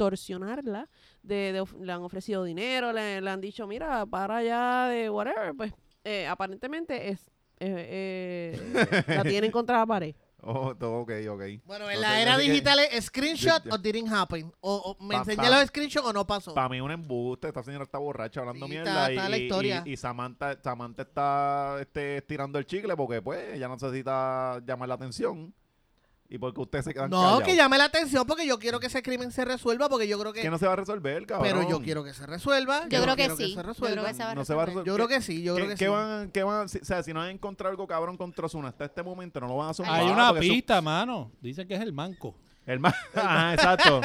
[SPEAKER 4] extorsionarla, de, de of- le han ofrecido dinero, le, le han dicho, mira, para ya de whatever, pues eh, aparentemente es... eh, eh, la tienen contra la pared.
[SPEAKER 1] Oh, todo ok, ok.
[SPEAKER 2] Bueno, en
[SPEAKER 1] No
[SPEAKER 2] la
[SPEAKER 1] sé,
[SPEAKER 2] era
[SPEAKER 1] así que-
[SPEAKER 2] digital es screenshot
[SPEAKER 1] Yo- yo-
[SPEAKER 2] o didn't happen. O, o me
[SPEAKER 1] Pa-
[SPEAKER 2] enseñé
[SPEAKER 1] pa-
[SPEAKER 2] los screenshots o no pasó.
[SPEAKER 1] Para mí un embuste, esta señora está borracha hablando
[SPEAKER 2] Sí,
[SPEAKER 1] mierda
[SPEAKER 2] está-
[SPEAKER 1] y,
[SPEAKER 2] está la
[SPEAKER 1] y-
[SPEAKER 2] historia.
[SPEAKER 1] y- y Samantha, Samantha está este, estirando el chicle porque pues ella necesita llamar la atención y porque ustedes se quedan
[SPEAKER 2] No,
[SPEAKER 1] callados.
[SPEAKER 2] que llame la atención porque yo quiero que ese crimen se resuelva porque yo creo que...
[SPEAKER 1] Que no se va a resolver, cabrón.
[SPEAKER 2] pero yo quiero que se resuelva.
[SPEAKER 3] Yo creo que
[SPEAKER 2] quiero
[SPEAKER 3] sí.
[SPEAKER 2] se
[SPEAKER 3] Yo creo
[SPEAKER 2] resuelva.
[SPEAKER 3] que se va a
[SPEAKER 1] No se va a
[SPEAKER 3] resolver.
[SPEAKER 2] Yo creo que sí, yo creo
[SPEAKER 1] ¿Qué,
[SPEAKER 2] que
[SPEAKER 1] qué
[SPEAKER 2] sí.
[SPEAKER 1] van, qué van, si- o sea, si no han encontrado algo cabrón contra Osuna hasta este momento, no lo van a sumar.
[SPEAKER 5] Hay una
[SPEAKER 1] Ah, porque su-
[SPEAKER 5] pista, mano. Dicen que es el manco.
[SPEAKER 1] el ma- Ajá, Ah, exacto,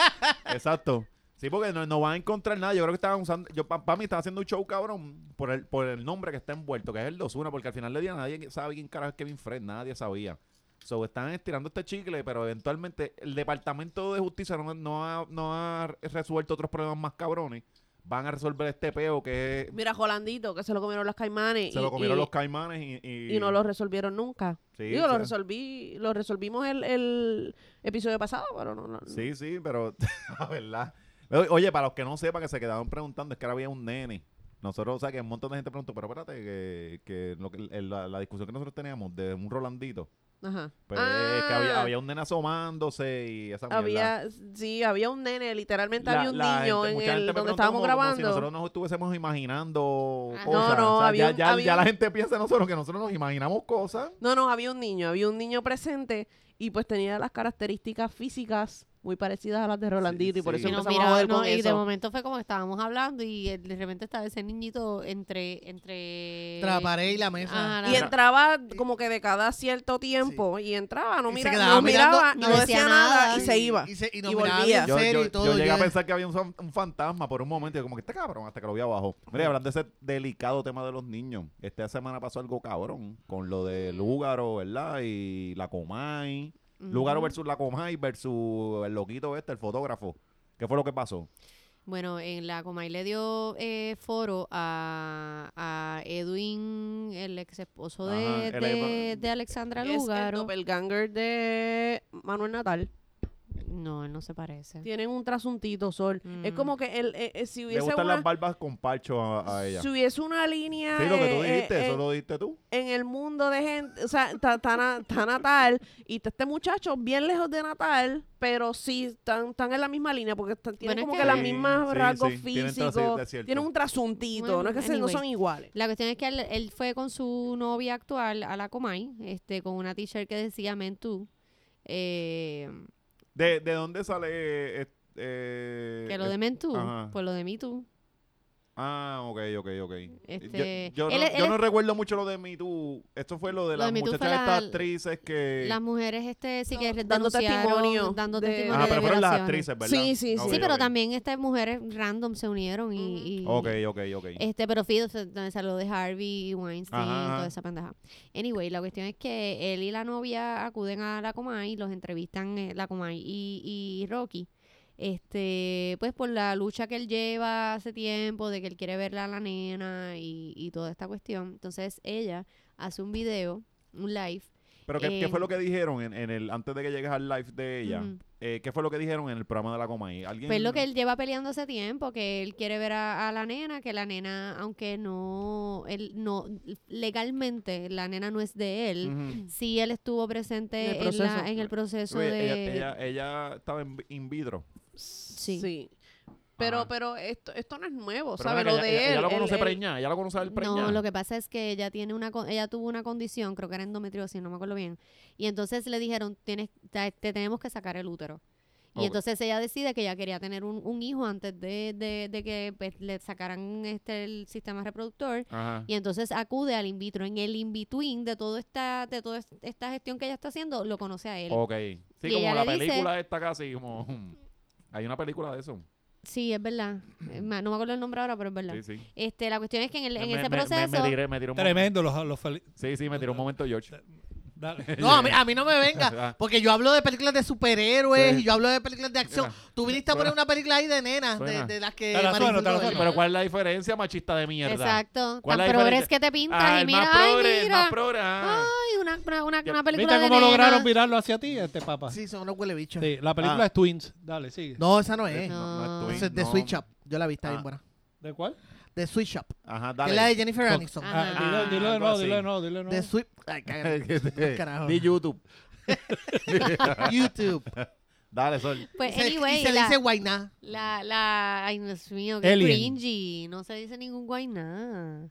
[SPEAKER 1] exacto. Sí, porque no, no van a encontrar nada. Yo creo que estaban usando. Yo, para mí, estaba haciendo un show, cabrón, por el, por el nombre que está envuelto, que es el de Osuna, porque al final del día nadie sabe quién carajo es Kevin Fred, nadie sabía. So, están estirando este chicle, pero eventualmente el Departamento de Justicia no, no ha, no ha resuelto otros problemas más cabrones. van a resolver este peo que
[SPEAKER 4] Mira, Jolandito, que se lo comieron los caimanes.
[SPEAKER 1] se
[SPEAKER 4] y,
[SPEAKER 1] lo comieron
[SPEAKER 4] y-
[SPEAKER 1] los caimanes y, y,
[SPEAKER 4] y no lo resolvieron nunca.
[SPEAKER 1] Sí,
[SPEAKER 4] Digo, lo
[SPEAKER 1] sí.
[SPEAKER 4] resolví, lo resolvimos el, el episodio pasado, pero no, no-
[SPEAKER 1] Sí, sí, pero la verdad. O- Oye, para los que no sepan que se quedaron preguntando, es que ahora había un nene. Nosotros, o sea, que un montón de gente preguntó, pero espérate, que, que lo que- el- la, la discusión que nosotros teníamos de un Rolandito,
[SPEAKER 4] Ajá.
[SPEAKER 1] pues es que había,
[SPEAKER 4] Ah,
[SPEAKER 1] había un nene asomándose y esa mierda.
[SPEAKER 4] había- sí, había un nene, literalmente
[SPEAKER 1] La-
[SPEAKER 4] había un
[SPEAKER 1] la
[SPEAKER 4] niño
[SPEAKER 1] gente-
[SPEAKER 4] en
[SPEAKER 1] mucha
[SPEAKER 4] el
[SPEAKER 1] gente me
[SPEAKER 4] donde
[SPEAKER 1] preguntó
[SPEAKER 4] estábamos
[SPEAKER 1] como- como si
[SPEAKER 4] grabando. Ah.
[SPEAKER 1] nosotros nos estuviésemos imaginando
[SPEAKER 3] Ajá.
[SPEAKER 1] cosas.
[SPEAKER 4] No, no,
[SPEAKER 1] O sea,
[SPEAKER 4] había
[SPEAKER 1] ya,
[SPEAKER 4] un-
[SPEAKER 1] ya-
[SPEAKER 4] había
[SPEAKER 1] ya la
[SPEAKER 4] un-
[SPEAKER 1] gente piensa en nosotros que nosotros nos imaginamos cosas.
[SPEAKER 4] No, no, había un niño, había un niño presente y pues tenía las características físicas muy parecidas a las de Rolandito y por
[SPEAKER 1] sí.
[SPEAKER 4] eso
[SPEAKER 3] Y nos
[SPEAKER 4] empezamos a
[SPEAKER 3] miraba,
[SPEAKER 4] joder
[SPEAKER 3] no,
[SPEAKER 4] con
[SPEAKER 3] y de
[SPEAKER 4] eso.
[SPEAKER 3] momento fue como que estábamos hablando y eh, de repente estaba ese niñito entre... entre
[SPEAKER 2] Entre la pared y la mesa.
[SPEAKER 3] Ajá, la-
[SPEAKER 4] Y entraba como que de cada cierto tiempo y entraba, no
[SPEAKER 2] Y se
[SPEAKER 4] mira-
[SPEAKER 2] quedaba
[SPEAKER 4] no
[SPEAKER 2] mirando,
[SPEAKER 4] miraba, no decía nada y se iba.
[SPEAKER 2] Y, se, y nos
[SPEAKER 4] Y
[SPEAKER 2] miraba
[SPEAKER 4] volvía.
[SPEAKER 2] bien
[SPEAKER 1] Yo,
[SPEAKER 2] serio
[SPEAKER 1] yo,
[SPEAKER 2] y todo.
[SPEAKER 1] yo llegué a
[SPEAKER 2] yo-
[SPEAKER 1] pensar que había un, fan- un fantasma por un momento. Y yo como que está cabrón hasta que lo vi abajo. Mira, y hablando de ese delicado tema de los niños. Esta semana pasó algo cabrón con lo de Lúgaro, ¿verdad? Y la Comay.
[SPEAKER 3] Ujú.
[SPEAKER 1] Lúgaro versus la Comay versus el loquito este, el fotógrafo. ¿Qué fue lo que pasó?
[SPEAKER 3] Bueno, en la Comay le dio eh, foro a, a Edwin, el ex esposo
[SPEAKER 1] Ajá,
[SPEAKER 3] de,
[SPEAKER 1] el-
[SPEAKER 3] de, de Alexandra
[SPEAKER 4] Es el
[SPEAKER 3] Lugaro.
[SPEAKER 4] doppelganger de Manuel Natal.
[SPEAKER 3] No, él no se parece.
[SPEAKER 4] Tienen un trasuntito, Sol. Es
[SPEAKER 3] Mm.
[SPEAKER 4] como que el, eh, eh, si
[SPEAKER 1] Le
[SPEAKER 4] hubiese
[SPEAKER 1] gustan
[SPEAKER 4] una...
[SPEAKER 1] las barbas con parcho a, a ella.
[SPEAKER 4] Si hubiese una línea
[SPEAKER 1] Sí, lo que tú
[SPEAKER 4] eh, eh,
[SPEAKER 1] dijiste,
[SPEAKER 4] eh,
[SPEAKER 1] eso lo dijiste tú.
[SPEAKER 4] en el mundo de gente, o sea, está, está na- está Natal y está este muchacho bien lejos de Natal, pero sí están, están en la misma línea porque están- tienen
[SPEAKER 3] Bueno, es
[SPEAKER 4] como
[SPEAKER 3] que-
[SPEAKER 4] que los
[SPEAKER 1] Sí,
[SPEAKER 4] mismos
[SPEAKER 1] sí,
[SPEAKER 4] rasgos
[SPEAKER 1] sí, tienen
[SPEAKER 4] físicos,
[SPEAKER 1] trasi- es
[SPEAKER 4] tienen,
[SPEAKER 1] cierto.
[SPEAKER 4] un trasuntito,
[SPEAKER 3] Bueno,
[SPEAKER 4] no es que se- no
[SPEAKER 3] anyway.
[SPEAKER 4] son iguales.
[SPEAKER 3] La cuestión es que él, él fue con su novia actual a la Comay, este, con una t-shirt que decía Men Too, eh,
[SPEAKER 1] ¿De, de dónde sale? eh, eh,
[SPEAKER 3] que lo
[SPEAKER 1] eh,
[SPEAKER 3] de Men Too,
[SPEAKER 1] ajá.
[SPEAKER 3] pues lo de Me Too.
[SPEAKER 1] Ah, ok, ok, ok.
[SPEAKER 3] Este,
[SPEAKER 1] yo yo,
[SPEAKER 3] él
[SPEAKER 1] no,
[SPEAKER 3] es-
[SPEAKER 1] yo
[SPEAKER 3] él
[SPEAKER 1] no recuerdo mucho lo de Me Too. Esto fue lo de
[SPEAKER 3] Lo
[SPEAKER 1] las
[SPEAKER 3] de Me Too fue
[SPEAKER 1] muchachas,
[SPEAKER 3] la-
[SPEAKER 1] estas actrices que.
[SPEAKER 3] Las mujeres, este, sí que
[SPEAKER 4] No, dando
[SPEAKER 3] denunciaron,
[SPEAKER 4] testimonio
[SPEAKER 3] dando
[SPEAKER 4] de-
[SPEAKER 3] testimonio
[SPEAKER 1] ah,
[SPEAKER 3] de
[SPEAKER 1] pero fueron las
[SPEAKER 3] violaciones.
[SPEAKER 1] actrices, ¿verdad?
[SPEAKER 4] Sí, sí, sí.
[SPEAKER 1] Ok,
[SPEAKER 3] Sí, pero
[SPEAKER 1] ok.
[SPEAKER 3] también estas mujeres random se unieron y, y-
[SPEAKER 1] Ok, ok, ok.
[SPEAKER 3] Este, pero fíjate, donde salió de Harvey, Weinstein,
[SPEAKER 1] Ajá.
[SPEAKER 3] toda esa pendeja. Anyway, la cuestión es que él y la novia acuden a la Comay, los entrevistan eh, la Comay y, y Rocky. Este, pues por la lucha que él lleva hace tiempo, de que él quiere verla a la nena y, y toda esta cuestión. Entonces ella hace un video, un live.
[SPEAKER 1] Pero ¿qué, qué
[SPEAKER 3] en-
[SPEAKER 1] fue lo que dijeron en, en el antes de que llegues al live de ella?
[SPEAKER 3] eh, Ujú.
[SPEAKER 1] Eh, ¿Qué fue lo que dijeron en el programa de la Comay? ¿Alguien?
[SPEAKER 3] Pues lo que él lleva peleando hace tiempo, que él quiere ver a, a la nena, que la nena, aunque no, él no, legalmente la nena no es de él,
[SPEAKER 1] Ujú.
[SPEAKER 3] Sí, él estuvo presente
[SPEAKER 4] En el
[SPEAKER 3] en, la-
[SPEAKER 4] proceso.
[SPEAKER 3] en el proceso
[SPEAKER 1] Oye, ella,
[SPEAKER 3] de...
[SPEAKER 1] ella, ella estaba en vi- in vidro.
[SPEAKER 3] Sí.
[SPEAKER 4] Pero,
[SPEAKER 1] Ajá.
[SPEAKER 4] pero esto, esto no es nuevo,
[SPEAKER 1] Pero
[SPEAKER 4] ¿sabes?
[SPEAKER 1] mira,
[SPEAKER 4] Lo
[SPEAKER 1] ella,
[SPEAKER 4] de
[SPEAKER 1] ella-
[SPEAKER 4] él.
[SPEAKER 1] ella lo
[SPEAKER 4] él-
[SPEAKER 1] conoce
[SPEAKER 4] él-
[SPEAKER 1] preñada, ella lo conoce del preñada.
[SPEAKER 3] No, lo que pasa es que ella tiene una con- ella tuvo una condición, creo que era endometriosis, no me acuerdo bien. Y entonces le dijeron, tienes te, te tenemos que sacar el útero. Y
[SPEAKER 1] Ok.
[SPEAKER 3] entonces ella decide que ella quería tener un, un hijo antes de, de- de que pues, le sacaran este el sistema reproductor.
[SPEAKER 1] Ajá.
[SPEAKER 3] Y entonces acude al in vitro. En el in-between de toda esta, de toda esta gestión que ella está haciendo, lo conoce a él.
[SPEAKER 1] Ok. Sí,
[SPEAKER 3] Y
[SPEAKER 1] como
[SPEAKER 3] ella
[SPEAKER 1] la
[SPEAKER 3] le dice-
[SPEAKER 1] película esta casi, como... Hay una película de eso.
[SPEAKER 3] Sí, es verdad. Eh, ma- No me acuerdo el nombre ahora, pero es verdad.
[SPEAKER 1] Sí, sí.
[SPEAKER 3] Este, la cuestión es que en, el- en
[SPEAKER 1] Me-
[SPEAKER 3] ese
[SPEAKER 1] me- me-
[SPEAKER 3] proceso...
[SPEAKER 1] Me, tiré, me tiré un momento.
[SPEAKER 5] Tremendo los, los fel-
[SPEAKER 1] Sí, sí, me tiró un momento George.
[SPEAKER 5] Dale.
[SPEAKER 2] No, a mí, a mí no me venga,
[SPEAKER 1] Ajá.
[SPEAKER 2] porque yo hablo de películas de superhéroes
[SPEAKER 1] Sí.
[SPEAKER 2] y yo hablo de películas de acción.
[SPEAKER 1] Mira,
[SPEAKER 2] Tú viniste a poner
[SPEAKER 1] suena.
[SPEAKER 2] una película ahí de nenas, de,
[SPEAKER 1] Suena.
[SPEAKER 2] de las que...
[SPEAKER 5] Te la sueno,
[SPEAKER 2] Marisol
[SPEAKER 5] te la
[SPEAKER 2] no
[SPEAKER 5] sueno.
[SPEAKER 2] ve.
[SPEAKER 1] Pero ¿cuál es la diferencia, machista de mierda?
[SPEAKER 3] Exacto.
[SPEAKER 1] ¿Cuál
[SPEAKER 3] Tan
[SPEAKER 1] es la
[SPEAKER 3] progres
[SPEAKER 1] diferencia?
[SPEAKER 3] que te pintas
[SPEAKER 1] Ah,
[SPEAKER 3] y
[SPEAKER 1] el
[SPEAKER 3] mira,
[SPEAKER 1] más
[SPEAKER 3] ay,
[SPEAKER 1] progre, el más
[SPEAKER 3] mira.
[SPEAKER 1] progre. ah.
[SPEAKER 3] Ay, una, una, una,
[SPEAKER 1] Ya,
[SPEAKER 3] una película
[SPEAKER 5] ¿Viste
[SPEAKER 3] de
[SPEAKER 5] cómo
[SPEAKER 3] nena.
[SPEAKER 5] lograron virarlo hacia ti, este papá? Sí,
[SPEAKER 2] Sí, son unos huele bichos.
[SPEAKER 5] la película
[SPEAKER 1] Ah.
[SPEAKER 5] es Twins. Dale, sigue.
[SPEAKER 2] No, esa no es.
[SPEAKER 3] No.
[SPEAKER 1] twin,
[SPEAKER 2] Esa es de
[SPEAKER 1] no.
[SPEAKER 2] Switch Up. Yo la vi, está
[SPEAKER 1] Ah.
[SPEAKER 2] bien buena.
[SPEAKER 5] ¿De cuál?
[SPEAKER 2] De Switch Up.
[SPEAKER 1] Ajá,
[SPEAKER 2] Que
[SPEAKER 1] dale.
[SPEAKER 2] es la de Jennifer Aniston.
[SPEAKER 3] Ah.
[SPEAKER 5] Ah, dilo, dilo de
[SPEAKER 1] algo
[SPEAKER 5] nuevo,
[SPEAKER 1] así.
[SPEAKER 5] dilo de nuevo, dilo de
[SPEAKER 2] De
[SPEAKER 5] nuevo.
[SPEAKER 2] Switch... Ay, cágate.
[SPEAKER 1] Que te-
[SPEAKER 2] Carajo.
[SPEAKER 1] Di YouTube.
[SPEAKER 2] YouTube.
[SPEAKER 1] Dale, Sol.
[SPEAKER 3] Pues,
[SPEAKER 2] Se-
[SPEAKER 3] anyway,
[SPEAKER 2] y se
[SPEAKER 3] la,
[SPEAKER 2] dice guainá.
[SPEAKER 3] la, la- ay, Dios mío, qué
[SPEAKER 5] Alien.
[SPEAKER 3] cringy. No se dice ningún guay nada.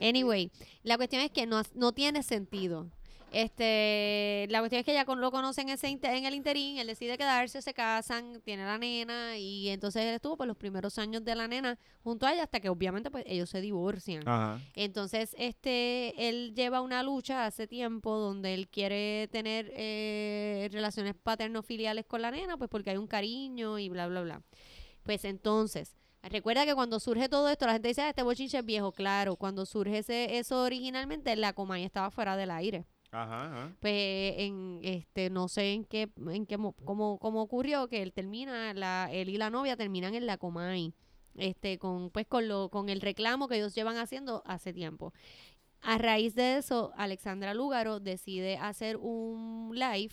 [SPEAKER 3] Anyway, la cuestión es que no, has- no tiene sentido. Este, la cuestión es que ya con, lo conocen ese inter- en el interín, él decide quedarse, se casan, tiene a la nena y entonces él estuvo por los primeros años de la nena junto a ella hasta que obviamente pues ellos se divorcian.
[SPEAKER 1] Ajá.
[SPEAKER 3] Entonces, este, él lleva una lucha hace tiempo donde él quiere tener eh, relaciones paterno-filiales con la nena, pues porque hay un cariño y bla, bla, bla. Pues entonces, recuerda que cuando surge todo esto, la gente dice, "Ah, este bochinche es viejo. Claro, cuando surge ese, eso originalmente, la compañía estaba fuera del aire.
[SPEAKER 1] Ajá, ajá.
[SPEAKER 3] Pues en, este, no sé en qué, en qué, mo- cómo, cómo ocurrió que él termina, la, él y la novia terminan en la Comay. este con pues con lo con el reclamo que ellos llevan haciendo hace tiempo. A raíz de eso, Alexandra Lúgaro decide hacer un live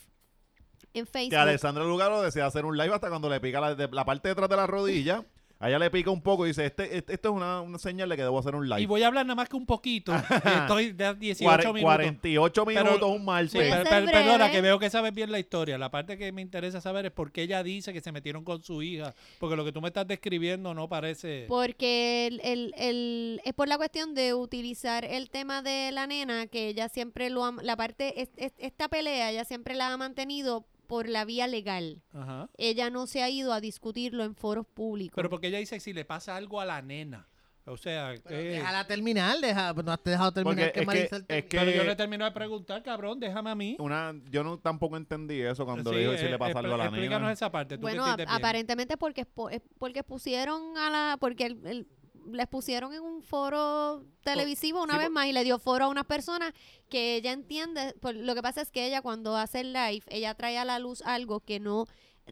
[SPEAKER 3] en
[SPEAKER 1] Que
[SPEAKER 3] Facebook.
[SPEAKER 1] Alessandra Lugaro desea hacer un live hasta cuando le pica la, de- la parte detrás de la rodilla. Allá le pica un poco y dice, este, este- esto es una, una señal de que debo hacer un
[SPEAKER 5] Y
[SPEAKER 1] live.
[SPEAKER 5] voy a hablar nada más que un poquito. Estoy de 18
[SPEAKER 1] Cuare- Pues.
[SPEAKER 5] minutos.
[SPEAKER 1] 48
[SPEAKER 5] Pero-
[SPEAKER 1] minutos un martes.
[SPEAKER 5] Sí,
[SPEAKER 3] Puede
[SPEAKER 5] per-
[SPEAKER 3] ser
[SPEAKER 5] per- perdona,
[SPEAKER 3] breve.
[SPEAKER 5] que veo que sabes bien la historia. La parte que me interesa saber es por qué ella dice que se metieron con su hija. Porque lo que tú me estás describiendo no parece.
[SPEAKER 3] Porque el, el- el- es por la cuestión de utilizar el tema de la nena, que ella siempre lo ha, la parte, es- es- esta pelea ella siempre la ha mantenido por la vía legal.
[SPEAKER 5] Ajá.
[SPEAKER 3] Ella no se ha ido a discutirlo en foros públicos.
[SPEAKER 5] Pero porque ella dice que si le pasa algo a la nena. O sea,
[SPEAKER 2] Pero
[SPEAKER 5] eh,
[SPEAKER 2] Déjala terminar, deja, pues, no has dejado terminar
[SPEAKER 1] Porque es que-
[SPEAKER 2] Marisol
[SPEAKER 1] es
[SPEAKER 2] termine.
[SPEAKER 1] que-
[SPEAKER 5] pero yo le termino de preguntar, cabrón, déjame a mí.
[SPEAKER 1] Una, yo no, tampoco entendí eso cuando
[SPEAKER 5] Sí,
[SPEAKER 1] le dijo si
[SPEAKER 5] eh,
[SPEAKER 1] le pasa algo a
[SPEAKER 5] expl-
[SPEAKER 1] la
[SPEAKER 5] Explícanos
[SPEAKER 1] nena.
[SPEAKER 5] esa parte. Tú
[SPEAKER 3] Bueno,
[SPEAKER 5] que
[SPEAKER 3] a-
[SPEAKER 5] entiendes bien.
[SPEAKER 3] aparentemente porque expo- es- porque pusieron a la porque el- el- les pusieron en un foro televisivo una
[SPEAKER 1] Oh, sí,
[SPEAKER 3] vez
[SPEAKER 1] por-
[SPEAKER 3] más y le dio foro a unas personas que ella entiende, por- lo que pasa es que ella cuando hace el live, ella trae a la luz algo que no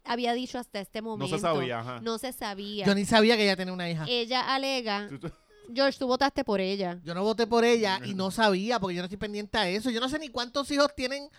[SPEAKER 3] había dicho hasta este
[SPEAKER 1] No
[SPEAKER 3] momento.
[SPEAKER 1] se sabía, ajá.
[SPEAKER 3] No se sabía.
[SPEAKER 2] Yo ni sabía que ella tenía una hija.
[SPEAKER 3] Ella alega,
[SPEAKER 1] Tú- tú-
[SPEAKER 3] George, tú votaste por ella.
[SPEAKER 2] Yo no voté por ella y no sabía porque yo no estoy pendiente a eso. Yo no sé ni cuántos hijos tienen.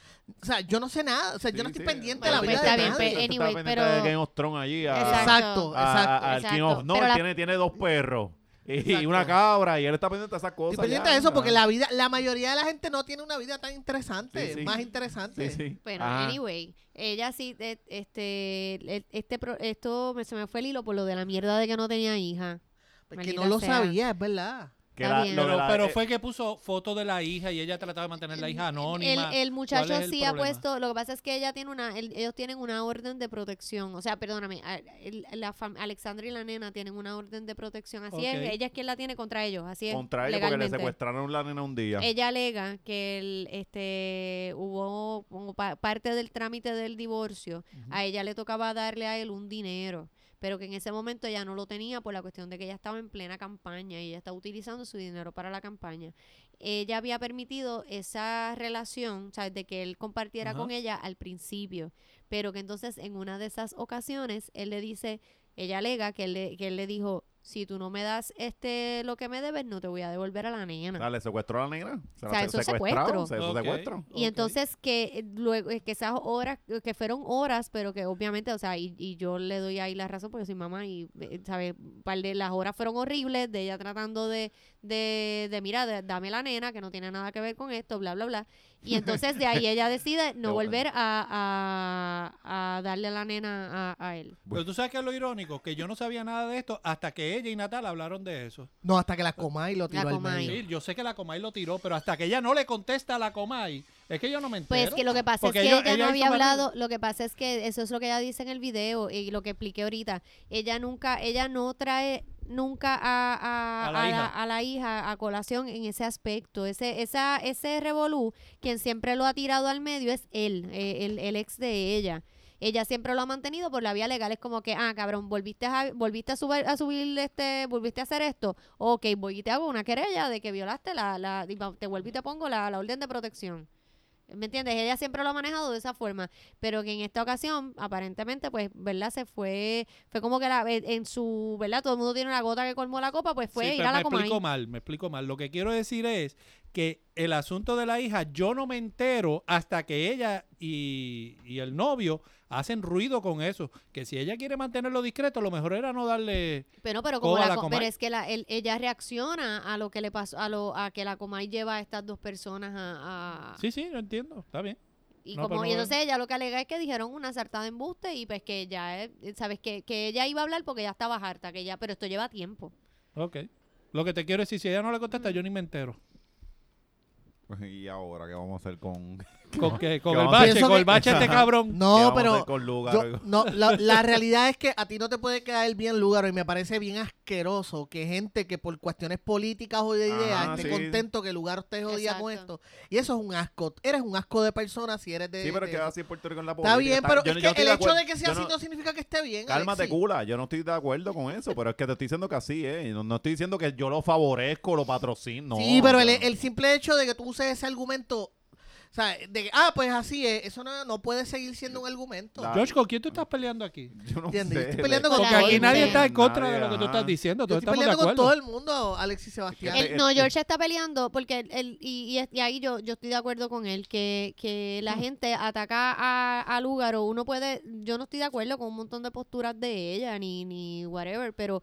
[SPEAKER 2] O sea, yo no sé nada. O sea, yo
[SPEAKER 1] Sí,
[SPEAKER 2] no estoy
[SPEAKER 1] sí,
[SPEAKER 2] pendiente a
[SPEAKER 1] eh,
[SPEAKER 2] la
[SPEAKER 3] Bueno,
[SPEAKER 2] vida
[SPEAKER 3] pues
[SPEAKER 2] de
[SPEAKER 3] está bien,
[SPEAKER 2] nadie.
[SPEAKER 3] pero-
[SPEAKER 1] Tú estás
[SPEAKER 3] anyway,
[SPEAKER 1] pendiente
[SPEAKER 3] pero-
[SPEAKER 1] de Game of Thrones allí. a-
[SPEAKER 2] Exacto,
[SPEAKER 1] a- a-
[SPEAKER 2] exacto.
[SPEAKER 1] al
[SPEAKER 3] exacto.
[SPEAKER 1] King of- No,
[SPEAKER 3] Pero
[SPEAKER 1] él
[SPEAKER 3] la-
[SPEAKER 1] tiene, tiene dos perros y, y
[SPEAKER 2] Exacto.
[SPEAKER 1] una cabra y él está pendiente de esas cosas.
[SPEAKER 2] Estoy pendiente
[SPEAKER 1] ya, Ah,
[SPEAKER 2] a eso porque
[SPEAKER 1] ajá.
[SPEAKER 2] la vida, la mayoría de la gente no tiene una vida tan interesante,
[SPEAKER 1] Sí, sí.
[SPEAKER 2] más interesante.
[SPEAKER 1] Sí, sí.
[SPEAKER 3] Bueno,
[SPEAKER 1] Ajá.
[SPEAKER 3] anyway, ella sí, eh, este, el- este, pro- esto me- se me fue el hilo por lo de la mierda de que no tenía hija.
[SPEAKER 2] Porque no
[SPEAKER 3] Maldita
[SPEAKER 2] lo
[SPEAKER 3] sea.
[SPEAKER 2] sabía, es verdad.
[SPEAKER 1] Que
[SPEAKER 3] Está
[SPEAKER 1] la-
[SPEAKER 3] bien.
[SPEAKER 1] lo de
[SPEAKER 5] Pero,
[SPEAKER 1] la-
[SPEAKER 5] pero
[SPEAKER 1] eh,
[SPEAKER 5] fue que puso foto de la hija y ella trataba de mantener la
[SPEAKER 3] El,
[SPEAKER 5] hija anónima.
[SPEAKER 3] el muchacho
[SPEAKER 5] es el
[SPEAKER 3] sí ha
[SPEAKER 5] problema?
[SPEAKER 3] puesto, lo que pasa es que ella tiene una, el- ellos tienen una orden de protección, o sea, perdóname, a- el- la fam- Alexandra y la nena tienen una orden de protección, así
[SPEAKER 5] Ok.
[SPEAKER 3] es, ella es quien la tiene contra ellos, así es.
[SPEAKER 1] contra ella porque le
[SPEAKER 3] legalmente.
[SPEAKER 1] secuestraron la nena un día.
[SPEAKER 3] Ella alega que el, este, hubo como pa- parte del trámite del divorcio, a ella le tocaba darle a él un dinero, pero que en ese momento ella no lo tenía por la cuestión de que ella estaba en plena campaña y ella estaba utilizando su dinero para la campaña. Ella había permitido esa relación, o sea, de que él compartiera
[SPEAKER 5] Ajá.
[SPEAKER 3] con ella al principio, pero que entonces en una de esas ocasiones él le dice, ella alega que él le, que él le dijo, si tú no me das este lo que me debes, no te voy a devolver a la nena.
[SPEAKER 1] O sea, le secuestró a la nena. Se
[SPEAKER 3] O
[SPEAKER 1] la
[SPEAKER 3] sea,
[SPEAKER 1] se-
[SPEAKER 3] eso es
[SPEAKER 1] secuestraron,
[SPEAKER 3] secuestro.
[SPEAKER 1] se- eso es
[SPEAKER 5] Ok,
[SPEAKER 1] secuestro.
[SPEAKER 3] Y
[SPEAKER 5] ok.
[SPEAKER 3] entonces que eh, luego eh, que esas horas eh, que fueron horas, pero que obviamente, o sea, y, y yo le doy ahí la razón porque soy mamá y eh, sabes, Un par de las horas fueron horribles de ella tratando de de, de mira, de- dame la nena que no tiene nada que ver con esto, bla bla bla. Y entonces de ahí ella decide no
[SPEAKER 1] Qué bueno.
[SPEAKER 3] volver a, a, a darle a la nena a, a él.
[SPEAKER 5] Pero tú sabes que es lo irónico, que yo no sabía nada de esto hasta que ella y Natal hablaron de eso.
[SPEAKER 2] No, hasta que la coma y lo tiró al
[SPEAKER 3] Comay.
[SPEAKER 2] medio.
[SPEAKER 5] Sí, yo sé que la Comay lo tiró, pero hasta que ella no le contesta a la Comay, es que yo no me entero.
[SPEAKER 3] Pues que lo que pasa
[SPEAKER 5] Porque
[SPEAKER 3] es que
[SPEAKER 5] ellos-
[SPEAKER 3] ella,
[SPEAKER 5] ella
[SPEAKER 3] no
[SPEAKER 5] hizo
[SPEAKER 3] había
[SPEAKER 5] varios-
[SPEAKER 3] hablado, lo que pasa es que eso es lo que ella dice en el video y lo que expliqué ahorita. Ella nunca, ella no trae nunca a, a-
[SPEAKER 5] A la
[SPEAKER 3] a
[SPEAKER 5] hija.
[SPEAKER 3] a la hija a colación en ese aspecto. Ese, esa, ese revolú, quien siempre lo ha tirado al medio es él, eh, el, el ex de ella. Ella siempre lo ha mantenido por la vía legal. Es como que, ah, cabrón, volviste a, volviste a subir, a subir este, volviste a hacer esto. Ok, voy y te hago una querella de que violaste la, la y va- te vuelvo y te pongo la, la orden de protección. ¿Me entiendes? Ella siempre lo ha manejado de esa forma, pero que en esta ocasión, aparentemente, pues, ¿verdad? Se fue, fue como que la, eh, en su, ¿verdad? Todo el mundo tiene una gota que colmó la copa, pues fue
[SPEAKER 5] Sí,
[SPEAKER 3] ir
[SPEAKER 5] pero
[SPEAKER 3] a la
[SPEAKER 5] me
[SPEAKER 3] Comay.
[SPEAKER 5] explico mal, me explico mal. Lo que quiero decir es que el asunto de la hija, yo no me entero hasta que ella y, y el novio hacen ruido con eso. Que si ella quiere mantenerlo discreto, lo mejor era no darle...
[SPEAKER 3] Pero, pero como
[SPEAKER 5] Coba
[SPEAKER 3] la,
[SPEAKER 5] la
[SPEAKER 3] co-
[SPEAKER 5] Comay.
[SPEAKER 3] pero es que la, el- ella reacciona a lo que le pasó, a lo, a que la Comay lleva a estas dos personas a, a-
[SPEAKER 5] Sí, sí, lo entiendo, está bien.
[SPEAKER 3] y
[SPEAKER 5] no,
[SPEAKER 3] como,
[SPEAKER 5] pero
[SPEAKER 3] y
[SPEAKER 5] no-
[SPEAKER 3] entonces ella lo que alega es que dijeron una sartada de embuste y pues que ya sabes que, que ella iba a hablar porque ya estaba harta, que ya, pero esto lleva tiempo.
[SPEAKER 5] Ok. Lo que te quiero decir, si ella no le contesta, yo ni me entero.
[SPEAKER 1] Pues, Y ahora, ¿qué vamos a hacer con,
[SPEAKER 5] Con, que- con
[SPEAKER 1] Que
[SPEAKER 5] el
[SPEAKER 1] vamos a-
[SPEAKER 5] bache,
[SPEAKER 2] Pienso
[SPEAKER 5] con
[SPEAKER 2] que-
[SPEAKER 5] el bache este cabrón.
[SPEAKER 1] qué
[SPEAKER 2] No,
[SPEAKER 1] vamos a
[SPEAKER 2] pero
[SPEAKER 1] hacer con Lugar?
[SPEAKER 2] Yo- no, la, la realidad es que a ti no te puede caer bien lugar y me parece bien asqueroso que gente que por cuestiones políticas o de
[SPEAKER 1] Ajá,
[SPEAKER 2] ideas esté
[SPEAKER 1] sí.
[SPEAKER 2] contento que lugar esté jodida con esto.
[SPEAKER 3] Exacto.
[SPEAKER 2] Y eso es un asco. Eres un asco de persona si eres de...
[SPEAKER 1] sí, pero
[SPEAKER 2] de-
[SPEAKER 1] es que así en Puerto Rico en la política.
[SPEAKER 2] eh, Está bien, pero
[SPEAKER 1] yo-
[SPEAKER 2] es
[SPEAKER 1] yo
[SPEAKER 2] que
[SPEAKER 1] estoy
[SPEAKER 2] el hecho
[SPEAKER 1] acuerdo-
[SPEAKER 2] de que sea
[SPEAKER 1] yo
[SPEAKER 2] así
[SPEAKER 1] no-
[SPEAKER 2] no significa que esté bien.
[SPEAKER 1] Cálmate,
[SPEAKER 2] Alexis.
[SPEAKER 1] cula. Yo no estoy de acuerdo con eso, pero es que te estoy diciendo que así es. No, no estoy diciendo que yo lo favorezco, lo patrocino.
[SPEAKER 2] sí, pero el,
[SPEAKER 1] no.
[SPEAKER 2] el simple hecho de que tú uses ese argumento O sea, de que, ah, pues así es. Eso no, no puede seguir siendo un argumento.
[SPEAKER 1] La-
[SPEAKER 5] George, ¿con quién tú estás peleando aquí?
[SPEAKER 1] Yo no
[SPEAKER 2] Entiende, yo
[SPEAKER 1] sé.
[SPEAKER 2] estoy peleando con
[SPEAKER 5] Porque
[SPEAKER 3] la
[SPEAKER 5] aquí
[SPEAKER 3] gente.
[SPEAKER 5] nadie está en contra de lo
[SPEAKER 1] Nadie,
[SPEAKER 5] que tú
[SPEAKER 1] ajá.
[SPEAKER 5] estás diciendo.
[SPEAKER 2] Yo
[SPEAKER 5] Todos
[SPEAKER 2] estoy
[SPEAKER 5] estamos de
[SPEAKER 2] peleando con
[SPEAKER 5] acuerdo.
[SPEAKER 2] todo el mundo, Alexis Sebastián.
[SPEAKER 1] Es que-
[SPEAKER 3] Él- no, George está peleando porque él, él- y, y- y ahí yo, yo estoy de acuerdo con él, que, que la gente ataca a, a Lúgaro. Uno puede, yo no estoy de acuerdo con un montón de posturas de ella, ni, ni whatever, pero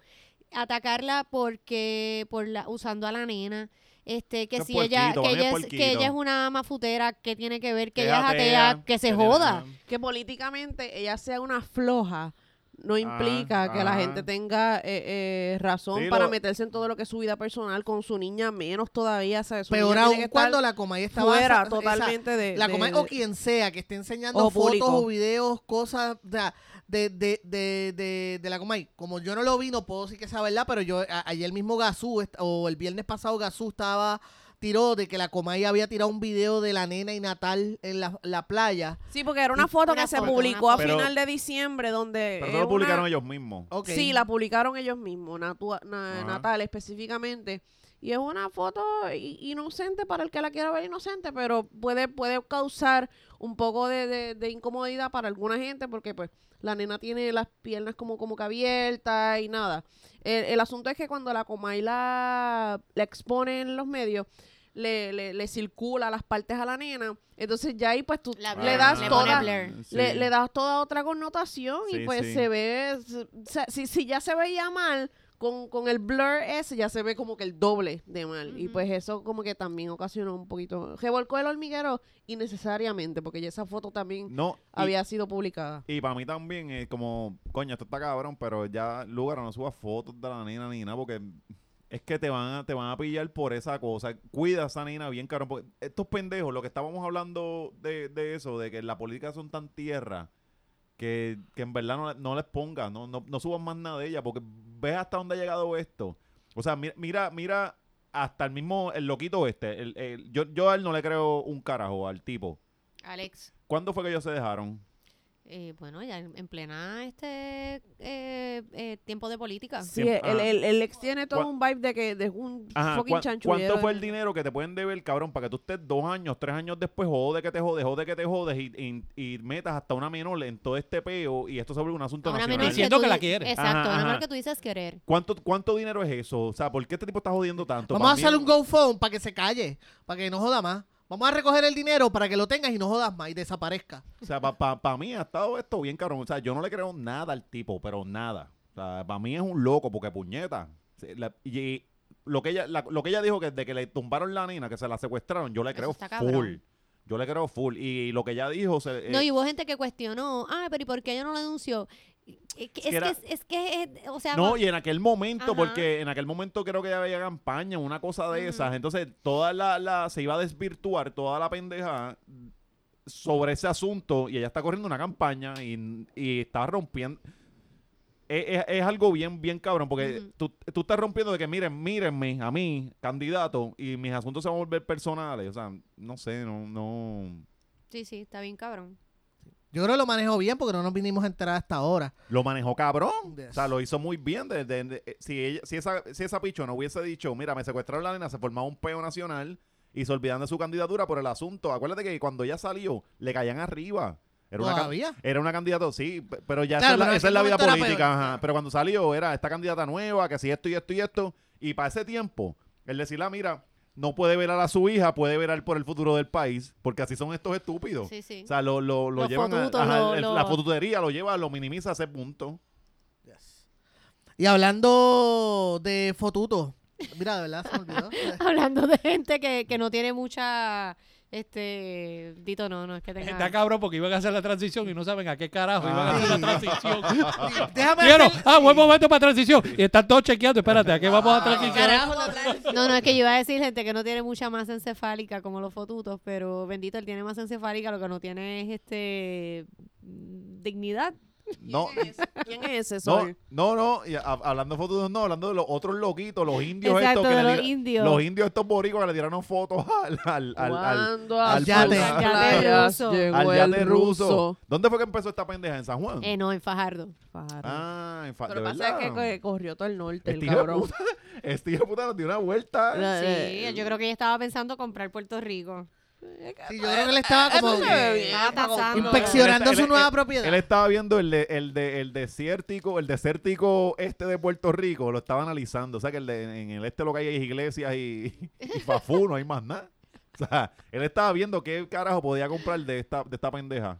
[SPEAKER 3] atacarla porque, por la, usando a la nena. Este, que
[SPEAKER 1] Eso es
[SPEAKER 3] si ella,
[SPEAKER 1] puerquito,
[SPEAKER 3] que
[SPEAKER 1] para mí es
[SPEAKER 3] ella es,
[SPEAKER 1] puerquito.
[SPEAKER 3] que ella es una mafutera, que tiene que ver
[SPEAKER 1] Que
[SPEAKER 3] que ella es atea, que se joda.
[SPEAKER 4] Que políticamente ella sea una floja no implica que la
[SPEAKER 1] Ah, ajá.
[SPEAKER 4] gente tenga eh, eh, razón
[SPEAKER 1] Sí,
[SPEAKER 4] para
[SPEAKER 1] lo-
[SPEAKER 4] meterse en todo lo que es su vida personal con su niña menos todavía, ¿sabes? Su
[SPEAKER 2] Peor
[SPEAKER 4] niña tiene
[SPEAKER 2] aún
[SPEAKER 4] que estar
[SPEAKER 2] cuando la Comay estaba
[SPEAKER 4] fuera
[SPEAKER 2] esa-
[SPEAKER 4] totalmente de,
[SPEAKER 2] la
[SPEAKER 4] de-
[SPEAKER 2] Comay
[SPEAKER 4] de-
[SPEAKER 2] o quien sea que esté enseñando
[SPEAKER 4] O
[SPEAKER 2] fotos
[SPEAKER 4] público.
[SPEAKER 2] o videos, cosas o sea, de, de, de, de, de la Comay. Como yo no lo vi, no puedo decir que sea verdad, pero yo a- ayer mismo Gazú, est- o el viernes pasado Gazú estaba tiró de que la Comay había tirado un video de la nena y Natal en la, la playa.
[SPEAKER 4] Sí, porque era una foto
[SPEAKER 3] Una
[SPEAKER 4] que se
[SPEAKER 3] foto,
[SPEAKER 4] publicó
[SPEAKER 3] una
[SPEAKER 4] a
[SPEAKER 1] foto.
[SPEAKER 4] final de diciembre donde...
[SPEAKER 1] Pero
[SPEAKER 4] era
[SPEAKER 1] no lo
[SPEAKER 4] una-
[SPEAKER 1] publicaron ellos mismos.
[SPEAKER 2] Ok.
[SPEAKER 4] Sí, la publicaron ellos mismos, Natua- na-
[SPEAKER 1] Ajá.
[SPEAKER 4] Natal específicamente. Y es una foto i- inocente para el que la quiera ver inocente, pero puede, puede causar un poco de, de- de incomodidad para alguna gente porque pues la nena tiene las piernas como, como que abiertas y nada. El, el asunto es que cuando la Comay la, la expone en los medios, le, le, le circula las partes a la nena, entonces ya ahí pues tú
[SPEAKER 3] La
[SPEAKER 4] le
[SPEAKER 3] blur,
[SPEAKER 4] das
[SPEAKER 3] Ah, le pone
[SPEAKER 4] toda,
[SPEAKER 3] blur.
[SPEAKER 1] Sí.
[SPEAKER 4] le, le das toda otra connotación
[SPEAKER 1] Sí,
[SPEAKER 4] y pues
[SPEAKER 1] sí.
[SPEAKER 4] se ve, se- o sea, si, si ya se veía mal, con, con el blur ese ya se ve como que el doble de mal. Y
[SPEAKER 3] Ujú.
[SPEAKER 4] pues eso como que también ocasionó un poquito, revolcó el hormiguero innecesariamente, porque ya esa foto también
[SPEAKER 1] No, y-
[SPEAKER 4] había sido publicada.
[SPEAKER 1] Y para mí también es como, coño, esto está cabrón, pero ya lugar no suba fotos de la nena ni nada, porque es que te van a, te van a pillar por esa cosa. Cuida a esa nena bien, cabrón. Porque estos pendejos, lo que estábamos hablando de, de eso, de que la política son tan tierra, que, que en verdad no, le- no les pongas, no, no, no subas más nada de ella, porque ves hasta dónde ha llegado esto. O sea, mira, mira, mira hasta el mismo, el loquito este. el- el- yo, yo a él no le creo un carajo al tipo.
[SPEAKER 3] Alex,
[SPEAKER 1] ¿Cuándo fue que ellos se dejaron?
[SPEAKER 3] eh, bueno, ya en, en plena este eh, eh, tiempo de política.
[SPEAKER 4] Sí,
[SPEAKER 1] Siempre-
[SPEAKER 4] el,
[SPEAKER 1] ah.
[SPEAKER 4] el, el ex tiene todo
[SPEAKER 1] Cuan-
[SPEAKER 4] un vibe de que de un
[SPEAKER 1] Ajá,
[SPEAKER 4] fucking
[SPEAKER 1] ¿cuán-
[SPEAKER 4] chanchullero.
[SPEAKER 1] ¿Cuánto fue el dinero que te pueden deber, cabrón? Para que tú estés dos años, tres años después, jode que te jode, jode que te jodes y, y- y metas hasta una menor en todo este peo y esto se vuelve un asunto
[SPEAKER 3] A una
[SPEAKER 1] nacional.
[SPEAKER 3] menor
[SPEAKER 5] Diciendo
[SPEAKER 3] tú
[SPEAKER 5] que la
[SPEAKER 3] di-
[SPEAKER 5] quiere.
[SPEAKER 1] Ajá,
[SPEAKER 3] Exacto, a una menor
[SPEAKER 1] ajá.
[SPEAKER 3] que tú dices querer.
[SPEAKER 1] ¿Cuánto, ¿Cuánto dinero es eso? O sea, ¿por qué este tipo está jodiendo tanto?
[SPEAKER 2] Vamos a
[SPEAKER 1] Para mí-
[SPEAKER 2] hacer un GoFund para que se calle, para que no joda más. Vamos a recoger el dinero para que lo tengas y no jodas más y desaparezca.
[SPEAKER 1] O sea, para mí ha estado esto bien, cabrón. O sea, yo no le creo nada al tipo, pero nada. O sea, para mí es un loco, porque puñeta. Se- la- y, y lo, que ella, la- lo que ella dijo que de que le tumbaron la nena, que se la secuestraron, yo le
[SPEAKER 3] Eso
[SPEAKER 1] creo
[SPEAKER 3] está cabrón.
[SPEAKER 1] full. Yo le creo full. Y, lo que ella dijo... se-
[SPEAKER 3] No,
[SPEAKER 1] eh,
[SPEAKER 3] y hubo gente que cuestionó, ah, pero ¿y por qué ella no lo denunció? Es que, es
[SPEAKER 1] era-
[SPEAKER 3] que, es que es- o sea,
[SPEAKER 1] No,
[SPEAKER 3] va-
[SPEAKER 1] y en aquel momento,
[SPEAKER 3] Ajá.
[SPEAKER 1] porque en aquel momento creo que ya había campaña, una cosa de
[SPEAKER 3] Ujú.
[SPEAKER 1] esas. Entonces, toda la, la- se iba a desvirtuar toda la pendeja sobre ese asunto y ella está corriendo una campaña y, y está rompiendo. Es, es- es algo bien, bien cabrón, porque
[SPEAKER 3] Ujú.
[SPEAKER 1] tú, tú estás rompiendo de que miren, mírenme a mí, candidato, y mis asuntos se van a volver personales. O sea, no sé, no, no.
[SPEAKER 3] sí, sí, está bien cabrón.
[SPEAKER 2] Yo creo que lo manejo bien porque no nos vinimos a enterar hasta ahora.
[SPEAKER 1] Lo manejó cabrón.
[SPEAKER 2] Yes.
[SPEAKER 1] O sea, lo hizo muy bien. de- de- de- eh, si, ella- si, esa, si esa picho no hubiese dicho, mira, me secuestraron la nena, se formaba un peo nacional y se olvidan de su candidatura por el asunto. Acuérdate que cuando ella salió, le caían arriba. Era una, can-
[SPEAKER 2] Todavía.
[SPEAKER 1] era una candidata, sí, pe- pero ya
[SPEAKER 2] Claro,
[SPEAKER 1] esa,
[SPEAKER 2] pero en
[SPEAKER 1] es la, esa es la
[SPEAKER 2] aquel
[SPEAKER 1] vida
[SPEAKER 2] momento era
[SPEAKER 1] política.
[SPEAKER 2] peor.
[SPEAKER 1] ajá. Pero cuando salió, era esta candidata nueva, que si esto y esto y esto. Y para ese tiempo, el decirla, mira, no puede velar a su hija, puede velar por el futuro del país, porque así son estos estúpidos.
[SPEAKER 3] Sí, sí.
[SPEAKER 1] Oh. O sea, lo, lo, lo
[SPEAKER 3] Los
[SPEAKER 1] llevan a-
[SPEAKER 3] fotutos,
[SPEAKER 1] ajá,
[SPEAKER 3] lo-
[SPEAKER 1] el-
[SPEAKER 3] lo-
[SPEAKER 1] la fotutería lo lleva, lo minimiza a ese punto.
[SPEAKER 2] Y hablando de fotuto, mira, de verdad se me olvidó.
[SPEAKER 3] Hablando de gente que, que no tiene mucha, este, Dito, no, no es que tenga...
[SPEAKER 5] Está cabrón porque iban a hacer la transición y no saben a qué carajo iban a hacer la transición.
[SPEAKER 2] Déjame
[SPEAKER 3] Pues
[SPEAKER 5] Quiero,
[SPEAKER 2] hacer-
[SPEAKER 5] ah, buen momento para transición. Y están todos chequeando. Espérate, ¿a qué vamos a transicionar?
[SPEAKER 2] Carajo, la trans-
[SPEAKER 3] No, no, es que yo iba a decir gente que no tiene mucha masa encefálica como los fotutos, pero bendito, él tiene masa encefálica, lo que no tiene es, este, dignidad.
[SPEAKER 1] No,
[SPEAKER 4] ¿Quién es, ¿Quién es ese
[SPEAKER 1] no,
[SPEAKER 4] sol?
[SPEAKER 1] no, no, y a- hablando de fotos, no, hablando de los otros loquitos, los indios
[SPEAKER 3] Exacto,
[SPEAKER 1] estos. Que
[SPEAKER 3] de
[SPEAKER 1] le
[SPEAKER 3] los
[SPEAKER 1] tira-
[SPEAKER 3] indios.
[SPEAKER 1] Los indios estos boricuas que le tiraron fotos al, al, al, al,
[SPEAKER 4] Cuando
[SPEAKER 1] al
[SPEAKER 4] a sus
[SPEAKER 2] yate.
[SPEAKER 4] playas
[SPEAKER 3] Al yate ruso.
[SPEAKER 4] llegó
[SPEAKER 1] al yate
[SPEAKER 4] el
[SPEAKER 1] ruso. ¿Dónde fue que empezó esta pendeja? ¿En San Juan?
[SPEAKER 3] Eh, no, en Fajardo.
[SPEAKER 4] Fajardo.
[SPEAKER 1] Ah, en fa-
[SPEAKER 4] Pero
[SPEAKER 1] de
[SPEAKER 4] pasa es que
[SPEAKER 1] verdad.
[SPEAKER 4] co- corrió todo el norte, el
[SPEAKER 1] Este hijo de
[SPEAKER 4] cabrón.
[SPEAKER 1] puta, este hijo de puta nos dio una vuelta.
[SPEAKER 4] La-
[SPEAKER 3] Sí,
[SPEAKER 4] eh,
[SPEAKER 3] yo creo que ella estaba pensando comprar Puerto Rico.
[SPEAKER 2] Sí, yo creo que él estaba
[SPEAKER 4] Eso
[SPEAKER 2] como Ah,
[SPEAKER 4] se ve bien.
[SPEAKER 3] Estaba tasando.
[SPEAKER 2] inspeccionando
[SPEAKER 1] Él está-
[SPEAKER 2] su
[SPEAKER 1] él-
[SPEAKER 2] nueva
[SPEAKER 1] él- Él
[SPEAKER 2] propiedad.
[SPEAKER 1] estaba viendo el, de- el, de- el desértico, el desértico este de Puerto Rico, lo estaba analizando. O sea que el de- en el este lo que hay es iglesias y, y fafú, no hay más nada. O sea, él estaba viendo qué carajo podía comprar de esta, de esta pendeja.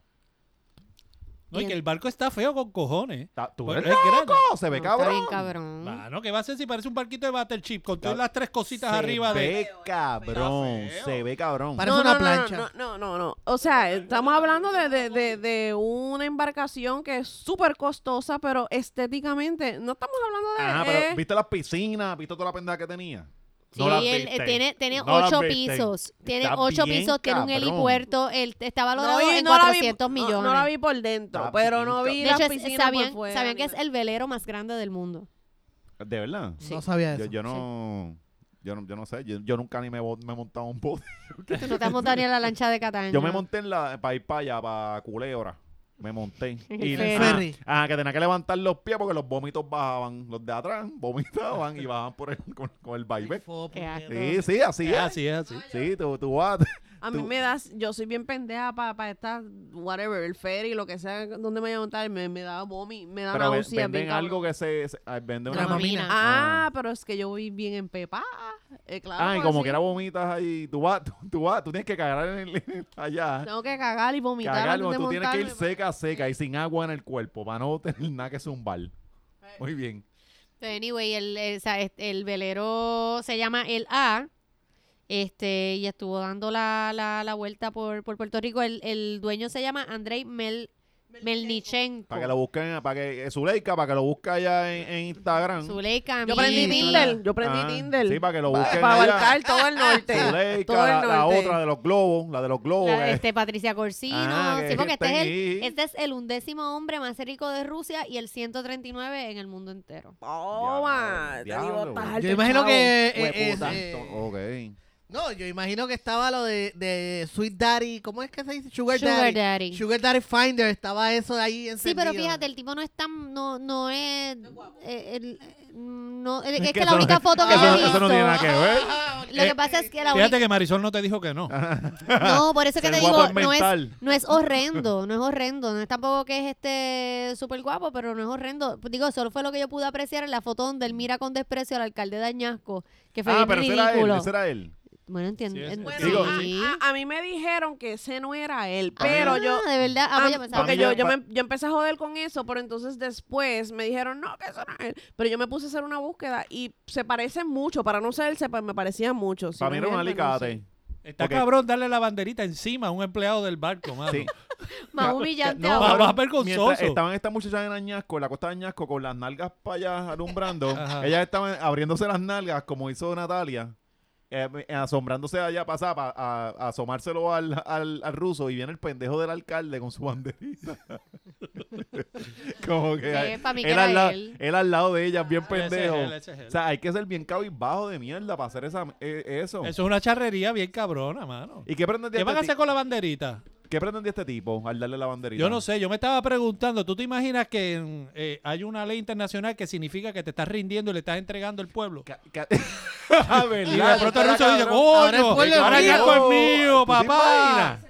[SPEAKER 5] No, y que el barco está feo con cojones.
[SPEAKER 1] Ta- Tú
[SPEAKER 5] Pero
[SPEAKER 1] eres
[SPEAKER 5] es grande.
[SPEAKER 1] loco, se ve
[SPEAKER 3] No, Está
[SPEAKER 1] cabrón.
[SPEAKER 3] bien cabrón.
[SPEAKER 5] Mano, ¿qué va a ser si parece un barquito de butter chip con todas
[SPEAKER 1] Está-
[SPEAKER 5] las tres cositas
[SPEAKER 1] se
[SPEAKER 5] arriba
[SPEAKER 1] ve
[SPEAKER 5] de.
[SPEAKER 1] cabrón,
[SPEAKER 5] Está feo.
[SPEAKER 1] se ve cabrón.
[SPEAKER 2] Parece una plancha.
[SPEAKER 4] No, no, no, no. O sea, estamos hablando de, de- de- de una embarcación que es súper costosa, pero estéticamente no estamos hablando de...
[SPEAKER 1] Ajá,
[SPEAKER 4] eh,
[SPEAKER 1] pero ¿viste las piscinas? ¿Viste toda la pendeja que tenía?
[SPEAKER 3] Sí,
[SPEAKER 1] No las
[SPEAKER 3] él, eh,
[SPEAKER 1] viste.
[SPEAKER 3] tiene, tiene
[SPEAKER 1] No las
[SPEAKER 3] ocho
[SPEAKER 1] viste.
[SPEAKER 3] pisos. Tiene
[SPEAKER 1] Está
[SPEAKER 3] ocho
[SPEAKER 1] bien
[SPEAKER 3] pisos, tiene un
[SPEAKER 1] cabrón.
[SPEAKER 3] helipuerto. Él está valorado
[SPEAKER 4] vi-
[SPEAKER 3] en
[SPEAKER 4] la vi-
[SPEAKER 3] 400
[SPEAKER 4] no-
[SPEAKER 3] millones.
[SPEAKER 4] No, la vi por dentro,
[SPEAKER 1] Está
[SPEAKER 4] pero
[SPEAKER 1] bien
[SPEAKER 4] no vi
[SPEAKER 3] de
[SPEAKER 4] la
[SPEAKER 3] hecho, es-
[SPEAKER 4] piscina
[SPEAKER 3] sabían,
[SPEAKER 4] por fuera.
[SPEAKER 3] sabían que
[SPEAKER 4] ni
[SPEAKER 3] es
[SPEAKER 4] nada.
[SPEAKER 3] el velero más grande del mundo.
[SPEAKER 1] ¿De verdad?
[SPEAKER 3] Sí.
[SPEAKER 2] No sabía
[SPEAKER 1] Yo,
[SPEAKER 2] eso.
[SPEAKER 1] yo no... Yo no, yo no sé, yo, yo nunca ni me, bo- me he montado un bote.
[SPEAKER 3] Tú no te has montado ni a la lancha de Cataño.
[SPEAKER 1] Yo me monté en la para ir para allá, para Culebra. Me monté.
[SPEAKER 3] En el
[SPEAKER 1] Y
[SPEAKER 3] ferry.
[SPEAKER 1] ah,
[SPEAKER 2] Ferry.
[SPEAKER 1] Ah, que tenía que levantar los pies porque los vómitos bajaban. Los de atrás vomitaban y bajaban por el, con, con el
[SPEAKER 2] Ay,
[SPEAKER 1] vaivén.
[SPEAKER 2] fo,
[SPEAKER 3] Qué asco.
[SPEAKER 1] Sí, sí, así
[SPEAKER 5] Es
[SPEAKER 1] es.
[SPEAKER 5] así, es así.
[SPEAKER 1] Sí, tú, tú vas.
[SPEAKER 4] A mí
[SPEAKER 1] tú-
[SPEAKER 4] me das, yo soy bien pendeja para estar, whatever, el ferry, lo que sea, donde me voy a montar, me, me da vomi, me da
[SPEAKER 1] Pero ven-
[SPEAKER 4] náuseas. bien
[SPEAKER 1] venden
[SPEAKER 4] cabrón.
[SPEAKER 1] algo que se. se- ah, venden una
[SPEAKER 2] Dramamine.
[SPEAKER 4] Ah, pero es que yo vi bien empepada. Eh, claro,
[SPEAKER 1] Ah, y como
[SPEAKER 4] así.
[SPEAKER 1] que era vomitas ahí. Tú vas, tú, tú vas, tú tienes que cagar en el, en- allá.
[SPEAKER 4] Tengo que cagar y vomitar
[SPEAKER 1] Cagar,
[SPEAKER 4] antes de
[SPEAKER 1] tú tienes que ir
[SPEAKER 4] montarme, pues. pa-
[SPEAKER 1] seca, seca y sin agua en el cuerpo para no tener nada que zumbar.
[SPEAKER 4] Eh.
[SPEAKER 1] Muy bien.
[SPEAKER 3] Ah, Anyway, el, el- o sea, es- el velero se llama el A. Este, y estuvo dando la, la, la vuelta por, por Puerto Rico. El, el dueño se llama Andrei Mel, Melnichenko.
[SPEAKER 1] Para que lo busquen, para que eh, Zuleika, para que lo busque allá en, en Instagram.
[SPEAKER 3] Zuleika,
[SPEAKER 4] Yo aprendí
[SPEAKER 3] Mimi.
[SPEAKER 4] Tinder, yo aprendí
[SPEAKER 1] Ah,
[SPEAKER 4] Tinder.
[SPEAKER 1] Sí, para que lo
[SPEAKER 4] Pa-
[SPEAKER 1] busquen
[SPEAKER 4] para
[SPEAKER 1] allá.
[SPEAKER 4] abarcar todo el norte.
[SPEAKER 1] Zuleika,
[SPEAKER 4] todo el
[SPEAKER 1] la, la
[SPEAKER 4] norte.
[SPEAKER 1] otra de los globos, la de los globos.
[SPEAKER 3] La-
[SPEAKER 1] que-
[SPEAKER 3] este, Patricia Corsino.
[SPEAKER 1] Oh, eh. Ah, que
[SPEAKER 3] sí, porque este es, el,
[SPEAKER 1] está ahí.
[SPEAKER 3] este es el undécimo hombre más rico de Rusia y el 139 en el mundo entero.
[SPEAKER 4] Toma, te
[SPEAKER 1] Diablo,
[SPEAKER 4] digo,
[SPEAKER 1] diablo.
[SPEAKER 4] estás
[SPEAKER 2] Yo imagino
[SPEAKER 4] alterado,
[SPEAKER 2] que, eh,
[SPEAKER 4] hueputa.
[SPEAKER 2] es, eh,
[SPEAKER 1] Ok.
[SPEAKER 2] No, yo imagino que estaba lo de, de Sweet Daddy, ¿cómo es que se dice? Sugar,
[SPEAKER 3] Sugar
[SPEAKER 2] Daddy.
[SPEAKER 3] Daddy.
[SPEAKER 2] Sugar Daddy Finder, estaba eso de ahí
[SPEAKER 3] Sí,
[SPEAKER 2] encendido.
[SPEAKER 3] pero fíjate, el tipo no es tan. No, no es. eh, el- eh, no, es que,
[SPEAKER 1] que
[SPEAKER 3] la
[SPEAKER 1] eso no-
[SPEAKER 3] única foto que
[SPEAKER 1] eso,
[SPEAKER 3] yo he
[SPEAKER 1] no- eso no tiene nada
[SPEAKER 3] visto.
[SPEAKER 1] que ver.
[SPEAKER 4] Ah,
[SPEAKER 3] Lo que pasa es que la única.
[SPEAKER 5] Fíjate que Marisol no te dijo que no.
[SPEAKER 3] No, por eso que
[SPEAKER 1] El
[SPEAKER 3] te
[SPEAKER 1] guapo
[SPEAKER 3] digo,
[SPEAKER 1] es
[SPEAKER 3] no es,
[SPEAKER 1] mental.
[SPEAKER 3] no es horrendo, no es horrendo. No es tampoco que es este súper guapo, pero no es horrendo. Pues, Digo, solo fue lo que yo pude apreciar en la foto donde él mira con desprecio al alcalde de Añasco, que fue
[SPEAKER 1] Ah,
[SPEAKER 3] bien
[SPEAKER 1] pero ese era él,
[SPEAKER 3] ridículo.
[SPEAKER 1] ese era él.
[SPEAKER 3] Bueno, entiendo.
[SPEAKER 5] Sí, ese-
[SPEAKER 4] Bueno, ah,
[SPEAKER 1] Digo,
[SPEAKER 4] a,
[SPEAKER 3] sí.
[SPEAKER 4] a- a mí me dijeron que ese no era él, pero
[SPEAKER 3] Ah,
[SPEAKER 4] yo...
[SPEAKER 3] De verdad, ah, pues yo
[SPEAKER 4] a-
[SPEAKER 3] pensaba-
[SPEAKER 4] porque
[SPEAKER 1] mí
[SPEAKER 4] yo,
[SPEAKER 1] me-
[SPEAKER 4] yo,
[SPEAKER 1] pa-
[SPEAKER 4] me- yo empecé a joder con eso, pero entonces después me dijeron, no, que eso no es él. Pero yo me puse a hacer una búsqueda y se parecen mucho, para no ser él, se pa- me parecían mucho. Si
[SPEAKER 1] Para mí
[SPEAKER 4] no
[SPEAKER 1] era
[SPEAKER 4] es
[SPEAKER 1] un
[SPEAKER 4] él, pero no sé.
[SPEAKER 1] alicate.
[SPEAKER 5] Está
[SPEAKER 1] Ok.
[SPEAKER 5] cabrón darle la banderita encima a un empleado del barco, mano.
[SPEAKER 1] Sí.
[SPEAKER 3] más humillante
[SPEAKER 1] No,
[SPEAKER 5] Va-
[SPEAKER 3] aún.
[SPEAKER 1] cabrón,
[SPEAKER 5] va vergonzoso.
[SPEAKER 1] mientras Estaban estas muchachas en Añasco, en la costa de Añasco, con las nalgas para allá alumbrando.
[SPEAKER 5] Ajá.
[SPEAKER 1] Ellas estaban abriéndose las nalgas, como hizo Natalia. eh, eh, asombrándose allá pasaba a, a asomárselo al, al, al ruso y viene el pendejo del alcalde con su banderita como que
[SPEAKER 3] Sí, pa' mí que
[SPEAKER 1] él,
[SPEAKER 3] era
[SPEAKER 1] al la-
[SPEAKER 3] él.
[SPEAKER 1] él al lado de ella bien
[SPEAKER 5] Ah, Ese es
[SPEAKER 1] pendejo
[SPEAKER 5] él, ese es él.
[SPEAKER 1] o sea hay que ser bien cabizbajo de mierda para hacer esa, eh, eso.
[SPEAKER 5] Eso es una charrería bien cabrona, mano.
[SPEAKER 1] ¿y qué pretendía,
[SPEAKER 5] ¿Qué van a
[SPEAKER 1] este
[SPEAKER 5] hacer
[SPEAKER 1] ti-
[SPEAKER 5] con la banderita?
[SPEAKER 1] qué pretendía este tipo al darle la banderita?
[SPEAKER 5] Yo no sé, yo me estaba preguntando, ¿tú te imaginas que mm, eh, hay una ley internacional que significa que te estás rindiendo y le estás entregando el pueblo?
[SPEAKER 1] Ca- ca- Ah,
[SPEAKER 5] Y
[SPEAKER 1] ¿verdad?
[SPEAKER 5] de pronto el
[SPEAKER 1] Está
[SPEAKER 5] ruso dice,
[SPEAKER 1] cabrón.
[SPEAKER 2] Ahora el
[SPEAKER 5] coño,
[SPEAKER 2] pueblo es
[SPEAKER 5] ahora
[SPEAKER 2] mío.
[SPEAKER 5] ya es mío,
[SPEAKER 1] ¿Tú te
[SPEAKER 5] papá.
[SPEAKER 1] imaginas?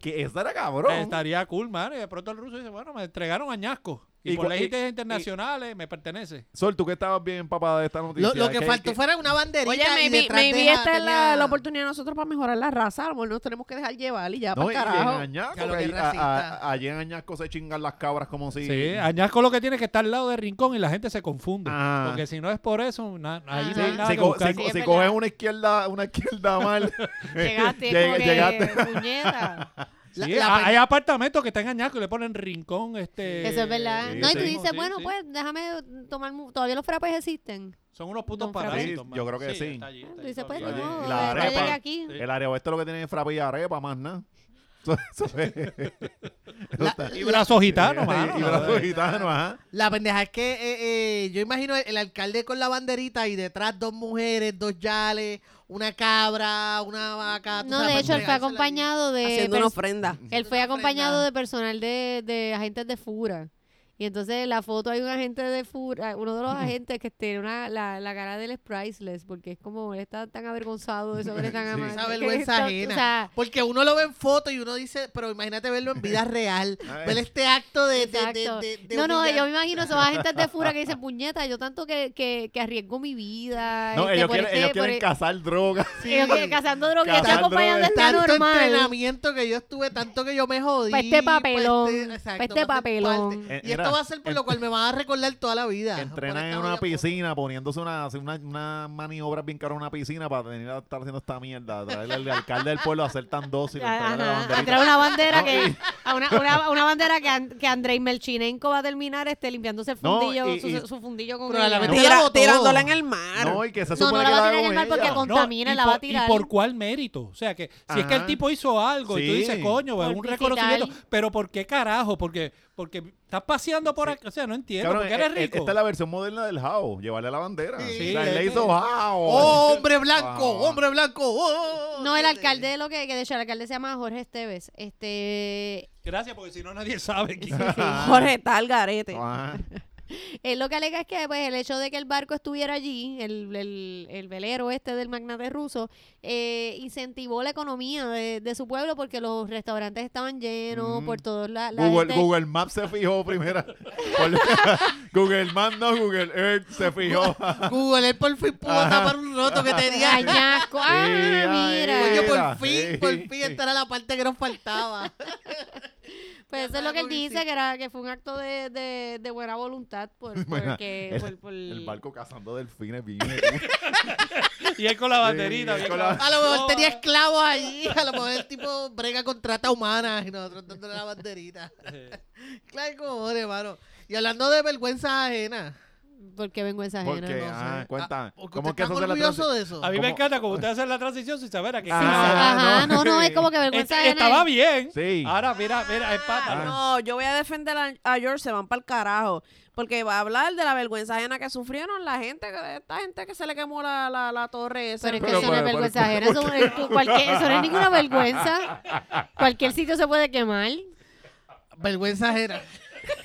[SPEAKER 1] Que esa era cabrón.
[SPEAKER 5] Estaría cool, mano. Y de pronto el ruso dice, bueno, me entregaron añasco. Y,
[SPEAKER 1] Y
[SPEAKER 5] por
[SPEAKER 1] cu-
[SPEAKER 5] leyes
[SPEAKER 1] y-
[SPEAKER 5] internacionales me pertenece.
[SPEAKER 1] Sol, tú que estabas bien empapada de esta noticia.
[SPEAKER 2] Lo, lo que
[SPEAKER 1] ¿qué-
[SPEAKER 2] faltó
[SPEAKER 1] qué-
[SPEAKER 2] fuera una banderita
[SPEAKER 4] Oye,
[SPEAKER 2] y
[SPEAKER 4] maybe,
[SPEAKER 2] detrás
[SPEAKER 4] maybe
[SPEAKER 2] de
[SPEAKER 4] esta es la,
[SPEAKER 2] tenía-
[SPEAKER 4] la oportunidad de nosotros para mejorar la raza. A lo mejor nos tenemos que dejar llevar y ya,
[SPEAKER 1] No,
[SPEAKER 4] para
[SPEAKER 1] y- y
[SPEAKER 4] carajo.
[SPEAKER 1] en Añasco,
[SPEAKER 2] Claro,
[SPEAKER 1] que
[SPEAKER 2] que
[SPEAKER 1] ahí-
[SPEAKER 2] es
[SPEAKER 1] a- a-
[SPEAKER 2] racista.
[SPEAKER 1] allí en Añasco se chingan las cabras como si...
[SPEAKER 5] Sí. añasco lo que tiene es que está al lado del rincón y la gente se confunde.
[SPEAKER 1] Ah.
[SPEAKER 5] Porque si no es por eso, na- ahí
[SPEAKER 3] Ajá.
[SPEAKER 5] no hay
[SPEAKER 3] Sí,
[SPEAKER 5] nada
[SPEAKER 1] Si,
[SPEAKER 5] que
[SPEAKER 1] co-
[SPEAKER 5] buscar.
[SPEAKER 1] si co-
[SPEAKER 3] Sí, es
[SPEAKER 1] si
[SPEAKER 3] verdad.
[SPEAKER 1] coges una izquierda, una izquierda mal,
[SPEAKER 3] Llegaste,
[SPEAKER 1] Lleg-
[SPEAKER 3] como que,
[SPEAKER 1] llegaste.
[SPEAKER 3] puñeta.
[SPEAKER 2] la-
[SPEAKER 5] Sí, ah,
[SPEAKER 2] la
[SPEAKER 5] ha-
[SPEAKER 2] pe-
[SPEAKER 5] hay apartamentos que están en Añasco y le ponen rincón. este
[SPEAKER 3] Eso es verdad.
[SPEAKER 1] Sí,
[SPEAKER 3] no, y tú
[SPEAKER 1] sí.
[SPEAKER 3] dices,
[SPEAKER 5] Sí,
[SPEAKER 3] bueno,
[SPEAKER 5] sí.
[SPEAKER 3] pues déjame tomar. mu- Todavía los frappes existen.
[SPEAKER 5] Son unos
[SPEAKER 3] Don
[SPEAKER 5] putos
[SPEAKER 3] Francisco.
[SPEAKER 5] parásitos.
[SPEAKER 1] Sí,
[SPEAKER 5] mano.
[SPEAKER 1] yo creo que sí.
[SPEAKER 5] está allí, está
[SPEAKER 3] Tú
[SPEAKER 5] allí
[SPEAKER 3] dices, pues,
[SPEAKER 5] todavía.
[SPEAKER 1] no,
[SPEAKER 3] no,
[SPEAKER 1] Y la
[SPEAKER 3] ahora llegué
[SPEAKER 1] arepa.
[SPEAKER 3] aquí.
[SPEAKER 5] Sí.
[SPEAKER 1] el aeropuerto lo que tiene es frappe y arepa, más nada. Eso- eso es- eso está-
[SPEAKER 5] Y brazos gitanos, mano.
[SPEAKER 1] Y, y brazos gitanos, ajá.
[SPEAKER 2] La pendeja es que eh, eh, yo imagino el, el alcalde con la banderita y detrás dos mujeres, dos yales, una cabra, una vaca. tú
[SPEAKER 3] No,
[SPEAKER 2] sabes, para
[SPEAKER 3] de hecho, él fue
[SPEAKER 2] entregársela
[SPEAKER 3] acompañado de.
[SPEAKER 4] Haciendo
[SPEAKER 3] pers-
[SPEAKER 4] una ofrenda.
[SPEAKER 3] Él fue
[SPEAKER 2] una
[SPEAKER 3] acompañado
[SPEAKER 2] ofrenda.
[SPEAKER 3] de personal de, de agentes de FURA. Y entonces en la foto hay un agente de fura, uno de los agentes que tiene una, la, la cara del priceless, porque es como él está tan avergonzado de eso que le están
[SPEAKER 1] Sí.
[SPEAKER 3] amando.
[SPEAKER 2] Esa
[SPEAKER 3] que
[SPEAKER 2] vergüenza
[SPEAKER 3] está- o
[SPEAKER 2] ajena.
[SPEAKER 3] sea,
[SPEAKER 2] Porque uno lo ve en foto y uno dice, pero imagínate verlo en vida real.
[SPEAKER 1] Ay.
[SPEAKER 2] Ver este acto de... de- de-
[SPEAKER 3] Exacto.
[SPEAKER 2] de- de
[SPEAKER 3] no, no,
[SPEAKER 2] humillar-
[SPEAKER 3] yo me imagino esos agentes de fura que dicen, puñeta, yo tanto que, que, que arriesgo mi vida.
[SPEAKER 1] No,
[SPEAKER 3] este,
[SPEAKER 1] ellos
[SPEAKER 3] por
[SPEAKER 1] quieren,
[SPEAKER 3] este-
[SPEAKER 1] ellos
[SPEAKER 3] por
[SPEAKER 1] quieren
[SPEAKER 3] e-
[SPEAKER 1] cazar drogas.
[SPEAKER 3] ellos quieren cazando drogas, están
[SPEAKER 1] Cazando
[SPEAKER 3] acompañando esta
[SPEAKER 2] Tanto
[SPEAKER 3] normal.
[SPEAKER 2] entrenamiento que yo estuve, tanto que yo me jodí.
[SPEAKER 3] Pa' este
[SPEAKER 2] pa'
[SPEAKER 3] papelón,
[SPEAKER 2] este- exacto,
[SPEAKER 3] pa' este
[SPEAKER 2] pa' ser
[SPEAKER 3] papelón.
[SPEAKER 2] parte.
[SPEAKER 1] Eh,
[SPEAKER 2] Y
[SPEAKER 1] mira,
[SPEAKER 2] esto va a ser por lo
[SPEAKER 1] ent-
[SPEAKER 2] cual me van a recordar toda la vida. Por
[SPEAKER 1] Entrenan
[SPEAKER 2] esta
[SPEAKER 1] en una
[SPEAKER 2] jodida foto.
[SPEAKER 1] piscina, poniéndose una, hacer una, una maniobra bien cara en una piscina para venir a estar haciendo esta mierda. Traerle al alcalde del pueblo a ser tan dócil.
[SPEAKER 3] Ajá,
[SPEAKER 1] entregarle la
[SPEAKER 3] ajá,
[SPEAKER 1] banderita.
[SPEAKER 3] a traer una bandera
[SPEAKER 1] No,
[SPEAKER 3] que
[SPEAKER 1] y-
[SPEAKER 3] a una, una, una bandera que, And- que Andrei Melchinenko va a terminar este limpiándose el
[SPEAKER 1] No,
[SPEAKER 3] fundillo
[SPEAKER 1] y-
[SPEAKER 3] su,
[SPEAKER 1] y-
[SPEAKER 3] su fundillo con
[SPEAKER 2] Probablemente-
[SPEAKER 3] ella.
[SPEAKER 2] Tira-
[SPEAKER 4] Tira- tirándola en
[SPEAKER 2] todo.
[SPEAKER 4] el mar.
[SPEAKER 1] No, y que se
[SPEAKER 3] No,
[SPEAKER 1] supone
[SPEAKER 3] no la
[SPEAKER 1] que
[SPEAKER 3] va a
[SPEAKER 1] la
[SPEAKER 3] tirar en el mar porque
[SPEAKER 1] ella.
[SPEAKER 3] con-
[SPEAKER 5] No,
[SPEAKER 3] contamina,
[SPEAKER 5] y
[SPEAKER 3] la va a
[SPEAKER 5] por-
[SPEAKER 3] tirar.
[SPEAKER 5] ¿Y por cuál mérito? O sea, que si es que el
[SPEAKER 1] Ajá.
[SPEAKER 5] tipo hizo algo y tú
[SPEAKER 1] Sí.
[SPEAKER 5] dices, coño,
[SPEAKER 3] Por
[SPEAKER 5] es un
[SPEAKER 3] visitar.
[SPEAKER 5] reconocimiento. Pero ¿por qué carajo? Porque, porque estás paseando por aquí. O sea, no entiendo.
[SPEAKER 1] Cabrón,
[SPEAKER 5] porque
[SPEAKER 1] eh,
[SPEAKER 5] eres
[SPEAKER 1] eh,
[SPEAKER 5] rico.
[SPEAKER 1] esta es la versión moderna del Jao, llevarle la bandera.
[SPEAKER 2] Sí,
[SPEAKER 1] O sea,
[SPEAKER 5] es
[SPEAKER 1] él le
[SPEAKER 5] que-
[SPEAKER 1] hizo Jao.
[SPEAKER 2] ¡Oh, hombre blanco!
[SPEAKER 1] Ah.
[SPEAKER 2] ¡Hombre blanco! ¡Oh!
[SPEAKER 3] No, el alcalde de lo que, que de hecho el alcalde se llama Jorge Esteves. Este,
[SPEAKER 5] Gracias, porque si no nadie sabe quién
[SPEAKER 4] Jorge está al garete.
[SPEAKER 1] Ah.
[SPEAKER 3] él lo que alega es que pues, el hecho de que el barco estuviera allí, el, el- el velero este del magnate ruso, eh, incentivó la economía de, de su pueblo porque los restaurantes estaban llenos
[SPEAKER 1] Mm.
[SPEAKER 3] por todos lados.
[SPEAKER 1] Google, Google Maps se fijó primero. Google Maps no, Google Earth se fijó.
[SPEAKER 2] Google, él por fin pudo tapar un roto que tenía.
[SPEAKER 3] Ay, ñasco. Ah,
[SPEAKER 1] Sí, ay, pues
[SPEAKER 3] mira.
[SPEAKER 1] güey,
[SPEAKER 2] Coño,
[SPEAKER 1] Mira,
[SPEAKER 2] por fin,
[SPEAKER 1] sí.
[SPEAKER 2] por fin, esta era la parte que nos faltaba.
[SPEAKER 3] Pues eso es lo que él dice, que, era, que fue un acto de, de- de buena voluntad. Por,
[SPEAKER 1] Bueno,
[SPEAKER 3] porque,
[SPEAKER 1] el-
[SPEAKER 3] por- por-
[SPEAKER 1] El barco cazando delfines bien.
[SPEAKER 5] Y él con la banderita.
[SPEAKER 1] Sí,
[SPEAKER 5] bien
[SPEAKER 1] con
[SPEAKER 5] claro.
[SPEAKER 1] la-
[SPEAKER 2] A lo mejor tenía esclavos allí, a lo mejor el tipo brega con trata humana y nosotros dándole la banderita. Claro, como hermano. Y hablando de vergüenza ajena.
[SPEAKER 3] porque vergüenza ajena.
[SPEAKER 1] Porque,
[SPEAKER 3] no sé.
[SPEAKER 1] ah, cuenta.
[SPEAKER 2] ah, porque
[SPEAKER 1] ¿Cómo es que
[SPEAKER 2] ¿estás
[SPEAKER 1] eso se la
[SPEAKER 2] orgulloso
[SPEAKER 1] transi-
[SPEAKER 2] de eso?
[SPEAKER 5] A mí me
[SPEAKER 1] ¿Cómo?
[SPEAKER 5] encanta como usted hace la transición sin saber a qué
[SPEAKER 1] Ah,
[SPEAKER 5] carajo.
[SPEAKER 3] Ajá,
[SPEAKER 1] no.
[SPEAKER 3] no, no, es como que vergüenza Ah.
[SPEAKER 5] Est-
[SPEAKER 3] ajena.
[SPEAKER 5] Este, Estaba bien.
[SPEAKER 1] Sí.
[SPEAKER 5] Ahora, mira, mira, es
[SPEAKER 1] ah.
[SPEAKER 5] pata.
[SPEAKER 4] No, yo voy a defender a, a George, se van para el carajo. Porque va a hablar de la vergüenza ajena que sufrieron la gente, que- esta gente que se le quemó la, la, la torre. esa.
[SPEAKER 3] Pero es que
[SPEAKER 1] Pero,
[SPEAKER 3] eso no es
[SPEAKER 1] pero,
[SPEAKER 3] vergüenza
[SPEAKER 1] pero,
[SPEAKER 3] ajena, eso, es- cu- cualquier- eso no es ninguna vergüenza. Cualquier sitio se puede quemar.
[SPEAKER 2] Vergüenza ajena.
[SPEAKER 1] pues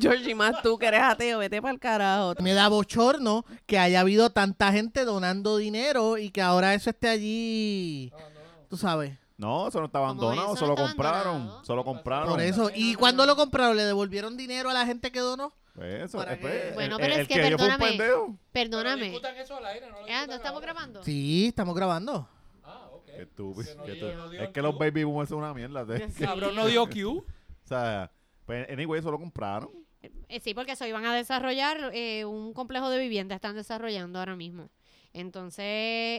[SPEAKER 4] George, y más tú que eres ateo, vete para el carajo.
[SPEAKER 2] Me da bochorno que haya habido tanta gente donando dinero y que ahora eso esté allí. Tú sabes.
[SPEAKER 1] No, eso no está abandonado,
[SPEAKER 3] eso
[SPEAKER 1] eso
[SPEAKER 3] no
[SPEAKER 1] lo
[SPEAKER 3] está
[SPEAKER 1] compraron.
[SPEAKER 3] abandonado.
[SPEAKER 1] Se lo compraron.
[SPEAKER 2] Por eso. ¿Y cuando lo compraron? ¿Le devolvieron dinero a la gente que donó?
[SPEAKER 1] Pues eso,
[SPEAKER 2] ¿Para
[SPEAKER 1] eh,
[SPEAKER 2] qué?
[SPEAKER 1] pues,
[SPEAKER 3] Bueno,
[SPEAKER 1] el-
[SPEAKER 3] pero
[SPEAKER 1] el
[SPEAKER 3] es que,
[SPEAKER 1] dio fue un
[SPEAKER 3] perdóname.
[SPEAKER 1] pendejo.
[SPEAKER 3] Perdóname.
[SPEAKER 5] eso al aire,
[SPEAKER 3] Ah, ¿No estamos grabando?
[SPEAKER 2] Sí, estamos grabando.
[SPEAKER 1] Qué estúpido,
[SPEAKER 5] no
[SPEAKER 1] qué
[SPEAKER 5] dio-
[SPEAKER 1] estúpido.
[SPEAKER 5] no dio
[SPEAKER 1] Es
[SPEAKER 5] el
[SPEAKER 1] que los
[SPEAKER 5] club.
[SPEAKER 1] baby boomers son una mierda. ¿sí?
[SPEAKER 3] Sí.
[SPEAKER 5] Cabrón, no dio Q.
[SPEAKER 1] O sea, pues anyway, eso lo compraron.
[SPEAKER 3] Eh, sí, porque eso iban a desarrollar eh, un complejo de vivienda, están desarrollando ahora mismo. Entonces,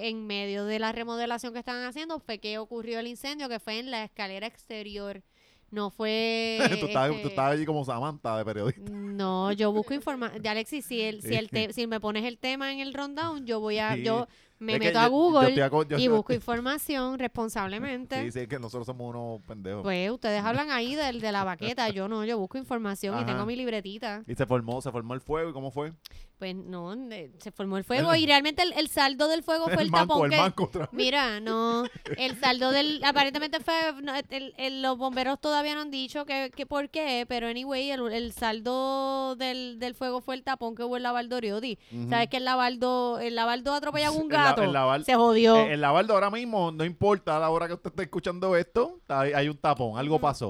[SPEAKER 3] en medio de la remodelación que estaban haciendo, fue que ocurrió el incendio, que fue en la escalera exterior. No fue.
[SPEAKER 1] tú, estabas, tú
[SPEAKER 3] este,
[SPEAKER 1] estabas allí como Samantha de periodista.
[SPEAKER 3] No, yo busco información. Alexis, si, el, si, el te- si me pones el tema en el rundown, yo voy a.
[SPEAKER 1] Sí.
[SPEAKER 3] Yo me
[SPEAKER 1] Es que yo-
[SPEAKER 3] meto a
[SPEAKER 1] yo
[SPEAKER 3] Google
[SPEAKER 1] estoy aco- yo-
[SPEAKER 3] y
[SPEAKER 1] yo-
[SPEAKER 3] busco información responsablemente.
[SPEAKER 1] Sí, sí, es que nosotros somos unos pendejos.
[SPEAKER 3] Pues ustedes hablan ahí del de la baqueta, yo no, yo busco información y
[SPEAKER 1] Ajá.
[SPEAKER 3] tengo mi libretita.
[SPEAKER 1] y se formó, se formó el fuego. ¿Y cómo fue?
[SPEAKER 3] Pues no, ne- se formó el fuego y realmente el, el saldo del fuego fue el,
[SPEAKER 1] manco,
[SPEAKER 3] tapón
[SPEAKER 1] el
[SPEAKER 3] que-
[SPEAKER 1] manco. otra vez.
[SPEAKER 3] Mira, no, el saldo del aparentemente fue no, el- el- los bomberos todavía no han dicho que, que por qué, pero anyway, el, el saldo del, del fuego fue el tapón que hubo en la Valdoriodi.
[SPEAKER 1] Ujú.
[SPEAKER 3] ¿Sabes que el lavaldo el lavaldo atropella a un
[SPEAKER 1] El la-
[SPEAKER 3] gato?
[SPEAKER 1] el Lavaldo-
[SPEAKER 3] se jodió.
[SPEAKER 1] Eh, el lavardo ahora mismo, no importa la hora que usted esté escuchando esto, hay, hay un tapón, algo pasó.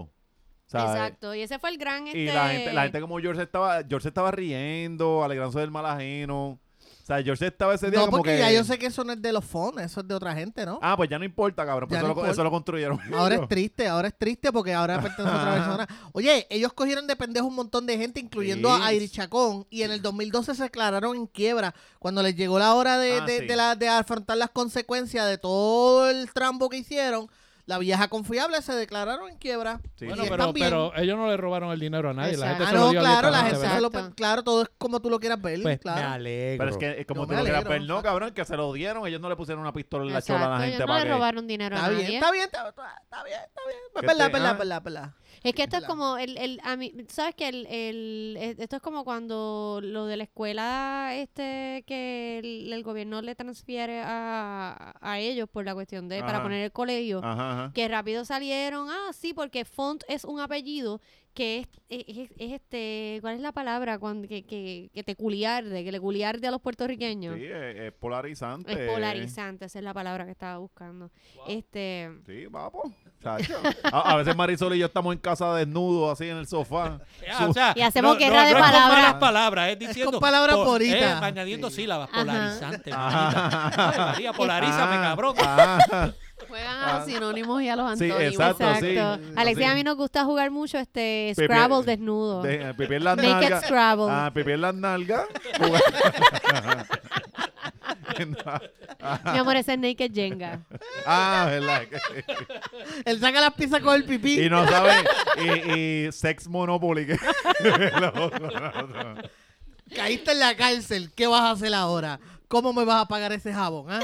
[SPEAKER 1] O sea,
[SPEAKER 3] Exacto, y ese fue el gran este
[SPEAKER 1] Y la gente, la gente como George estaba, George estaba riendo, alegrándose del mal ajeno. O sea, George estaba ese día
[SPEAKER 2] No,
[SPEAKER 1] como
[SPEAKER 2] porque
[SPEAKER 1] que.
[SPEAKER 2] ya yo sé que eso no es de los fondos, eso es de otra gente, ¿no?
[SPEAKER 1] Ah, pues ya no importa, cabrón. pues
[SPEAKER 2] Ya
[SPEAKER 1] eso, lo,
[SPEAKER 2] no importa.
[SPEAKER 1] eso lo construyeron.
[SPEAKER 2] Ahora
[SPEAKER 1] ellos.
[SPEAKER 2] es triste, ahora es triste porque ahora pertenece a otra persona. Oye, ellos cogieron de pendejo un montón de gente, incluyendo
[SPEAKER 1] Sí.
[SPEAKER 2] a Iris Chacón, y en el 2012 se declararon en quiebra cuando les llegó la hora de,
[SPEAKER 1] Ah,
[SPEAKER 2] de-
[SPEAKER 1] sí.
[SPEAKER 2] de la- de afrontar las consecuencias de todo el trambo que hicieron. La vieja confiable se declararon en quiebra.
[SPEAKER 1] Sí.
[SPEAKER 5] Bueno,
[SPEAKER 2] Y
[SPEAKER 5] pero,
[SPEAKER 2] están bien.
[SPEAKER 5] pero ellos no le robaron el dinero a nadie. La gente
[SPEAKER 2] Ah,
[SPEAKER 5] se lo
[SPEAKER 2] no,
[SPEAKER 5] dio
[SPEAKER 2] claro, la
[SPEAKER 5] abiertamente,
[SPEAKER 2] gente se lo-
[SPEAKER 3] Exacto.
[SPEAKER 2] Claro, todo es como tú lo quieras ver,
[SPEAKER 5] ¿verdad? Pues me
[SPEAKER 2] claro.
[SPEAKER 5] alegro.
[SPEAKER 1] Pero es que es como
[SPEAKER 2] Yo
[SPEAKER 1] tú
[SPEAKER 2] me
[SPEAKER 1] lo quieras
[SPEAKER 2] alegro,
[SPEAKER 1] ver, no, cabrón, que se lo dieron. Ellos no le pusieron una pistola en la chola a
[SPEAKER 3] Exacto,
[SPEAKER 1] la
[SPEAKER 3] ellos
[SPEAKER 1] gente
[SPEAKER 3] no
[SPEAKER 1] para
[SPEAKER 3] le
[SPEAKER 1] que.
[SPEAKER 3] robaron dinero a
[SPEAKER 2] Está
[SPEAKER 3] nadie.
[SPEAKER 2] bien, está bien, está está bien, está bien. Es
[SPEAKER 1] Que
[SPEAKER 2] verdad,
[SPEAKER 1] te-
[SPEAKER 2] verdad,
[SPEAKER 1] ah.
[SPEAKER 2] verdad, verdad.
[SPEAKER 3] Es que esto es
[SPEAKER 2] ¿Verdad?
[SPEAKER 3] como el, el a mí, sabes que el, el- eh, esto es como cuando lo de la escuela este que el, el gobierno le transfiere a, a ellos por la cuestión de para
[SPEAKER 1] Ajá. Ah.
[SPEAKER 3] poner el colegio.
[SPEAKER 1] Ajá, ajá.
[SPEAKER 3] Que rápido salieron, ah, sí, porque Font es un apellido que es, es- es- es este, ¿cuál es la palabra? Cuando, que, que, que te culiarde, que le culiarde a los
[SPEAKER 1] Sí, pues.
[SPEAKER 3] puertorriqueños.
[SPEAKER 1] es, es polarizante.
[SPEAKER 3] Es polarizante, esa es la palabra que estaba buscando. Este,
[SPEAKER 1] Sí, papo. chacho. A, a veces Marisol y yo estamos en casa desnudos, así en el sofá.
[SPEAKER 5] Ah, o sea,
[SPEAKER 3] Y hacemos guerra de
[SPEAKER 5] es con
[SPEAKER 3] palabras.
[SPEAKER 5] malas palabras, es diciendo.
[SPEAKER 2] con palabras
[SPEAKER 5] po-
[SPEAKER 2] bonitas.
[SPEAKER 5] eh, añadiendo sílabas,
[SPEAKER 3] Ajá.
[SPEAKER 5] polarizante.
[SPEAKER 1] Ajá.
[SPEAKER 5] manita. Ay, María, polarízame,
[SPEAKER 1] Ah,
[SPEAKER 5] cabrón.
[SPEAKER 1] ah.
[SPEAKER 3] Juegan a los sinónimos y a los
[SPEAKER 1] Sí,
[SPEAKER 3] antónimos.
[SPEAKER 1] exacto, sí.
[SPEAKER 3] Alexia,
[SPEAKER 1] Así.
[SPEAKER 3] a mí nos gusta jugar mucho este
[SPEAKER 1] Pepe- eh,
[SPEAKER 3] Scrabble desnudo.
[SPEAKER 1] De- pipí en las
[SPEAKER 3] Naked
[SPEAKER 1] nalgas.
[SPEAKER 3] Scrabble.
[SPEAKER 1] Ah, pipí en las nalgas.
[SPEAKER 3] Mi amor, ese es Naked Jenga.
[SPEAKER 1] ah, verdad.
[SPEAKER 2] Él saca las piezas con el pipí.
[SPEAKER 1] Y no saben. Y, y Sex Monopoly. que- lo otro, lo otro.
[SPEAKER 2] Caíste en la cárcel. ¿Qué vas a hacer ahora? ¿Cómo me vas a pagar ese jabón? ah?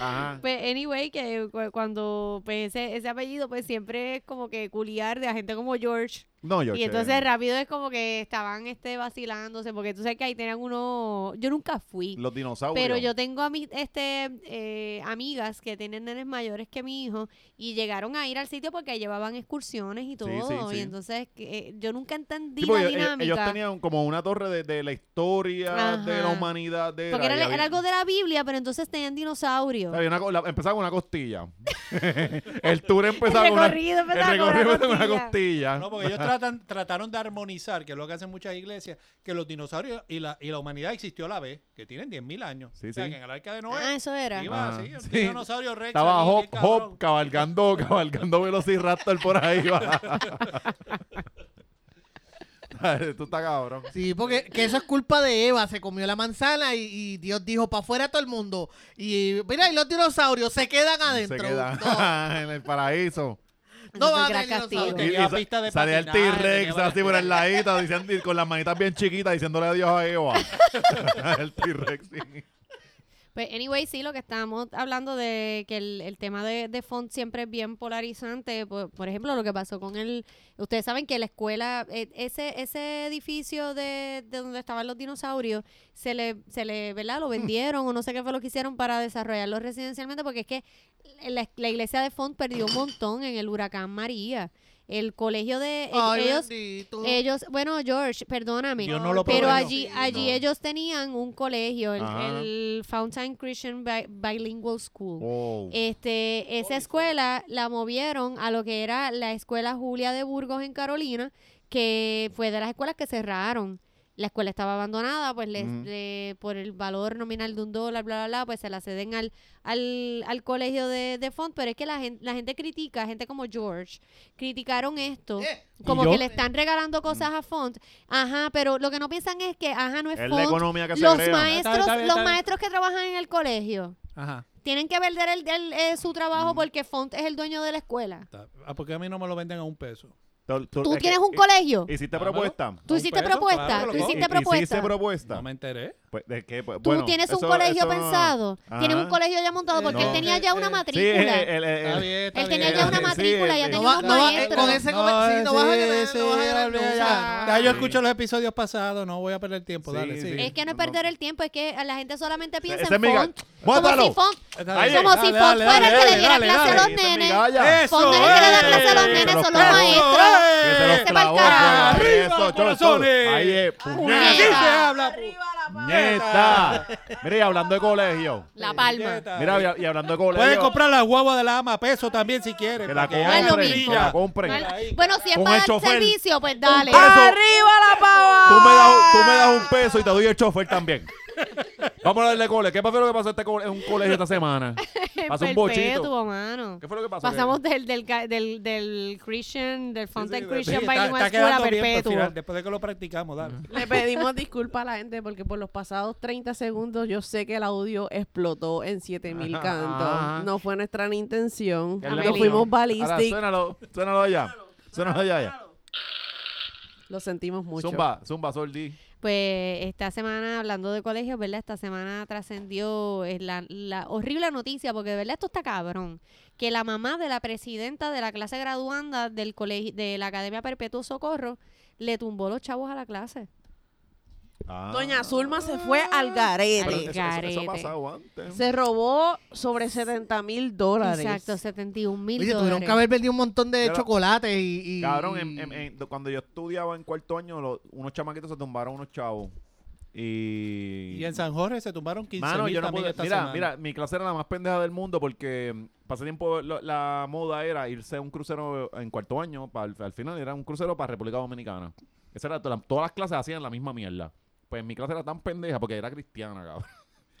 [SPEAKER 1] Ajá.
[SPEAKER 3] Pues, anyway, que cu- cuando pues, ese, ese apellido, pues siempre es como que culiar de a gente como George.
[SPEAKER 1] No, yo
[SPEAKER 3] Y entonces rápido es como que estaban este vacilándose, porque tú sabes que ahí tenían uno... Yo nunca fui.
[SPEAKER 1] Los dinosaurios.
[SPEAKER 3] Pero yo tengo a mis este, eh, amigas que tienen nenes mayores que mi hijo y llegaron a ir al sitio porque llevaban excursiones y todo.
[SPEAKER 1] sí, sí.
[SPEAKER 3] Y entonces eh, yo nunca entendí
[SPEAKER 1] Sí, porque
[SPEAKER 3] la
[SPEAKER 1] ellos- ellos-
[SPEAKER 3] dinámica.
[SPEAKER 1] Ellos tenían como una torre de, de la historia, de la
[SPEAKER 3] Ajá.
[SPEAKER 1] humanidad. De
[SPEAKER 3] porque
[SPEAKER 1] la-
[SPEAKER 3] era,
[SPEAKER 1] y
[SPEAKER 3] la-
[SPEAKER 1] había-
[SPEAKER 3] era algo de la Biblia, pero entonces tenían dinosaurios.
[SPEAKER 1] había una co- la- empezaba con una costilla. el tour
[SPEAKER 3] El
[SPEAKER 1] empezaba con una,
[SPEAKER 3] recorrido
[SPEAKER 1] el
[SPEAKER 3] empezaba
[SPEAKER 1] recorrido
[SPEAKER 3] con una
[SPEAKER 1] empezaba con una
[SPEAKER 3] costilla.
[SPEAKER 1] costilla.
[SPEAKER 5] No, porque ellos tratan, trataron de armonizar, que es lo que hacen muchas iglesias, que los dinosaurios y la, y la humanidad existió a la vez, que tienen 10.000 años.
[SPEAKER 1] Sí,
[SPEAKER 5] o sea,
[SPEAKER 1] sí.
[SPEAKER 5] que en el arca de
[SPEAKER 3] Ah,
[SPEAKER 5] Noé
[SPEAKER 3] eso era.
[SPEAKER 5] iba
[SPEAKER 1] Ah,
[SPEAKER 5] así, un
[SPEAKER 1] sí.
[SPEAKER 5] dinosaurio rex.
[SPEAKER 1] Estaba
[SPEAKER 5] ahí,
[SPEAKER 1] Hop,
[SPEAKER 5] bien cabrón.
[SPEAKER 1] Hop, cabalgando, cabalgando Velociraptor por ahí. va. Ay, Tú estás cabrón.
[SPEAKER 2] Sí, porque que eso es culpa de Eva. Se comió la manzana y, y Dios dijo, para afuera todo el mundo. Y mira, y los dinosaurios se quedan adentro.
[SPEAKER 1] Se queda
[SPEAKER 2] No,
[SPEAKER 1] en el paraíso.
[SPEAKER 2] no
[SPEAKER 3] Eso
[SPEAKER 2] va a
[SPEAKER 3] es gran
[SPEAKER 2] tener
[SPEAKER 3] castigo.
[SPEAKER 2] dinosaurios.
[SPEAKER 5] Tenía
[SPEAKER 1] sa-
[SPEAKER 5] pista de
[SPEAKER 1] salía el
[SPEAKER 5] patinaje,
[SPEAKER 1] T-Rex
[SPEAKER 5] tenía
[SPEAKER 1] así por el ladito, diciendo, con las manitas bien chiquitas, diciéndole adiós a Eva. el T-Rex. sí.
[SPEAKER 3] Pues, anyway, sí, lo que estábamos hablando de que el, el tema de, de font siempre es bien polarizante. Por, por ejemplo, lo que pasó con el... Ustedes saben que la escuela, eh, ese ese edificio de, de donde estaban los dinosaurios, se le, se le ¿verdad? Lo vendieron o no sé qué fue lo que hicieron para desarrollarlo residencialmente, porque es que la, la iglesia de font perdió un montón en el huracán María. El colegio de...
[SPEAKER 2] Ay,
[SPEAKER 3] E- ellos, eh,
[SPEAKER 2] bendito.
[SPEAKER 3] ellos, bueno, George, perdóname.
[SPEAKER 5] Dios no lo
[SPEAKER 3] Pero
[SPEAKER 5] Bueno,
[SPEAKER 3] allí, allí
[SPEAKER 1] no.
[SPEAKER 3] ellos tenían un colegio, el,
[SPEAKER 1] Ajá.
[SPEAKER 3] el Fountain Christian Bi- Bilingual School.
[SPEAKER 1] Wow.
[SPEAKER 3] Este, esa escuela la movieron a lo que era la escuela Julia de Burgos en Carolina, que fue de las escuelas que cerraron. La escuela estaba abandonada, pues les,
[SPEAKER 1] Ujú.
[SPEAKER 3] le- por el valor nominal de un dólar, bla, bla, bla, pues se la ceden al, al, al colegio de, de Font. Pero es que la gente, la gente critica, gente como George, criticaron esto.
[SPEAKER 2] Eh,
[SPEAKER 3] Como
[SPEAKER 5] yo?
[SPEAKER 3] que le están regalando cosas a Font. Ajá, pero lo que no piensan es que, ajá, no es
[SPEAKER 1] Es la
[SPEAKER 3] Font.
[SPEAKER 1] economía que se
[SPEAKER 3] Los
[SPEAKER 1] crea.
[SPEAKER 5] Está bien,
[SPEAKER 3] maestros,
[SPEAKER 5] está bien,
[SPEAKER 3] los
[SPEAKER 5] está bien.
[SPEAKER 3] maestros que trabajan en el colegio
[SPEAKER 5] Ajá.
[SPEAKER 3] tienen que perder el, el- eh, su trabajo porque Font es el dueño de la escuela.
[SPEAKER 5] Está- Ah, ¿Por qué a mí no me lo venden a un peso?
[SPEAKER 1] Tú,
[SPEAKER 3] Tú
[SPEAKER 1] es que-
[SPEAKER 3] tienes un
[SPEAKER 1] hi-
[SPEAKER 3] colegio.
[SPEAKER 1] ¿Hiciste
[SPEAKER 5] Dámelo.
[SPEAKER 1] propuesta?
[SPEAKER 3] Tú
[SPEAKER 5] un
[SPEAKER 3] hiciste
[SPEAKER 5] peso,
[SPEAKER 3] propuesta,
[SPEAKER 5] claro,
[SPEAKER 3] tú
[SPEAKER 5] lo
[SPEAKER 3] hiciste
[SPEAKER 1] ¿Hi- ¿Hiciste
[SPEAKER 3] propuesta.
[SPEAKER 1] propuesta?
[SPEAKER 5] No me enteré.
[SPEAKER 1] Pues, ¿de qué? Pues,
[SPEAKER 3] Tú
[SPEAKER 1] bueno,
[SPEAKER 3] tienes un
[SPEAKER 1] eso-
[SPEAKER 3] colegio
[SPEAKER 1] eso no-
[SPEAKER 3] pensado. Tienes un
[SPEAKER 1] Ajá.
[SPEAKER 3] colegio ya montado porque
[SPEAKER 1] No.
[SPEAKER 3] él tenía ya una
[SPEAKER 5] Sí,
[SPEAKER 1] Sí, eh,
[SPEAKER 3] matrícula.
[SPEAKER 1] el- el- el-
[SPEAKER 5] Está bien, está
[SPEAKER 3] él
[SPEAKER 5] bien. eh,
[SPEAKER 3] tenía ya una
[SPEAKER 1] Sí,
[SPEAKER 3] matrícula, ya
[SPEAKER 1] sí.
[SPEAKER 2] No
[SPEAKER 3] tenía
[SPEAKER 2] va-
[SPEAKER 3] unos
[SPEAKER 2] no va- eh,
[SPEAKER 3] maestros.
[SPEAKER 2] con ese comer- sí, no vas a ganar, no vas a ganar,
[SPEAKER 5] sí,
[SPEAKER 2] no vas a
[SPEAKER 5] ya.
[SPEAKER 2] ganar.
[SPEAKER 5] Ya yo
[SPEAKER 1] Sí.
[SPEAKER 5] escucho los episodios pasados, no voy a perder tiempo,
[SPEAKER 1] Sí,
[SPEAKER 5] dale, sí.
[SPEAKER 1] sí.
[SPEAKER 3] Es que no es
[SPEAKER 1] No, no.
[SPEAKER 3] perder el tiempo, es que la gente solamente piensa
[SPEAKER 1] ese
[SPEAKER 3] en
[SPEAKER 1] es mi ga-
[SPEAKER 3] Font. Como
[SPEAKER 1] ¡Mátalo!
[SPEAKER 3] si Font,
[SPEAKER 5] Está
[SPEAKER 1] Ahí,
[SPEAKER 5] bien.
[SPEAKER 3] como si
[SPEAKER 5] Dale,
[SPEAKER 3] Font
[SPEAKER 5] dale,
[SPEAKER 3] fuera el
[SPEAKER 5] dale,
[SPEAKER 3] que le diera
[SPEAKER 5] dale,
[SPEAKER 3] clase a
[SPEAKER 5] dale.
[SPEAKER 3] los
[SPEAKER 1] Esa es mi
[SPEAKER 3] nenes.
[SPEAKER 1] galla.
[SPEAKER 5] Eso
[SPEAKER 3] Font no es el que le da
[SPEAKER 5] es.
[SPEAKER 3] clase a los nenes, son los
[SPEAKER 1] Eso
[SPEAKER 3] maestros.
[SPEAKER 1] Que se los
[SPEAKER 3] Ese pa'l
[SPEAKER 1] clavó,
[SPEAKER 3] carajo.
[SPEAKER 1] papi,
[SPEAKER 5] Arriba,
[SPEAKER 1] eso, chon, chon.
[SPEAKER 5] corazones.
[SPEAKER 1] Ahí es,
[SPEAKER 5] Así se
[SPEAKER 1] puñeta.
[SPEAKER 3] Puñeta.
[SPEAKER 5] habla, pu-
[SPEAKER 1] Puñeta. Mira, y hablando de colegio.
[SPEAKER 3] La palma.
[SPEAKER 5] puñeta.
[SPEAKER 1] Mira, y y hablando de colegio.
[SPEAKER 5] Puedes comprar la guagua de la ama a peso también si quieres.
[SPEAKER 1] Que la
[SPEAKER 5] porque
[SPEAKER 3] es lo
[SPEAKER 1] compren,
[SPEAKER 3] mismo.
[SPEAKER 1] que la
[SPEAKER 3] No
[SPEAKER 1] compren.
[SPEAKER 3] es- Bueno, si es
[SPEAKER 1] Con
[SPEAKER 3] para
[SPEAKER 1] el
[SPEAKER 3] el
[SPEAKER 1] chofer.
[SPEAKER 3] servicio, pues dale.
[SPEAKER 1] Eso.
[SPEAKER 4] ¡Arriba la pava!
[SPEAKER 1] Tú me, das, tú me das un peso y te doy el chofer también. Vamos a darle cole. ¿Qué pasó lo que pasó este cole- en un colegio esta semana? Pasó un bochito.
[SPEAKER 3] Perpetuo, mano.
[SPEAKER 1] ¿Qué fue lo que pasó?
[SPEAKER 3] Pasamos del, del, ca- del, del Christian, del Fountain
[SPEAKER 5] Sí,
[SPEAKER 3] Christian
[SPEAKER 5] está,
[SPEAKER 3] Bilingual
[SPEAKER 5] está
[SPEAKER 3] School a
[SPEAKER 5] quedando bien por
[SPEAKER 3] perpetuo.
[SPEAKER 5] final, después de que lo practicamos, dale.
[SPEAKER 4] Le pedimos disculpas a la gente porque por los pasados 30 segundos yo sé que el audio explotó en 7000
[SPEAKER 1] Ajá. ah.
[SPEAKER 4] cantos. No fue nuestra intención.
[SPEAKER 1] Que
[SPEAKER 3] Nos
[SPEAKER 1] le-
[SPEAKER 4] No fuimos
[SPEAKER 1] Ahora,
[SPEAKER 4] balísticos.
[SPEAKER 1] suénalo, suénalo allá. Suénalo allá. allá.
[SPEAKER 4] Lo sentimos mucho.
[SPEAKER 1] Zumba, Zumba, Soldi.
[SPEAKER 3] Pues esta semana, hablando de colegios, ¿verdad? Esta semana trascendió eh, la, la horrible noticia, porque de verdad esto está cabrón, que la mamá de la presidenta de la clase graduanda del colegio, de la Academia Perpetuo Socorro le tumbó los chavos a la clase.
[SPEAKER 4] Doña Zulma se fue al
[SPEAKER 1] Ah. Pero
[SPEAKER 4] garete.
[SPEAKER 1] eso, eso, eso
[SPEAKER 3] Garete.
[SPEAKER 1] ha pasado antes.
[SPEAKER 4] Se robó sobre 70 mil dólares.
[SPEAKER 3] Exacto, 71 mil
[SPEAKER 2] Oye,
[SPEAKER 3] dólares.
[SPEAKER 2] tuvieron que haber vendido un montón de
[SPEAKER 1] Claro.
[SPEAKER 2] chocolates y, y-
[SPEAKER 1] Cabrón, en- en- en- cuando yo estudiaba en cuarto año, los- unos chamaquitos se tumbaron unos chavos. Y.
[SPEAKER 5] Y en San Jorge se tumbaron 15
[SPEAKER 1] Mano,
[SPEAKER 5] mil
[SPEAKER 1] yo no
[SPEAKER 5] también
[SPEAKER 1] pude-
[SPEAKER 5] esta
[SPEAKER 1] Mira,
[SPEAKER 5] semana.
[SPEAKER 1] mira, mi clase era la más pendeja del mundo porque mm, pasé tiempo. lo- la moda era irse a un crucero en cuarto año. pa- al, al final era un crucero para República Dominicana. Esa era, to- la- todas las clases hacían la misma mierda. Pues mi clase era tan pendeja porque era cristiana, cabrón.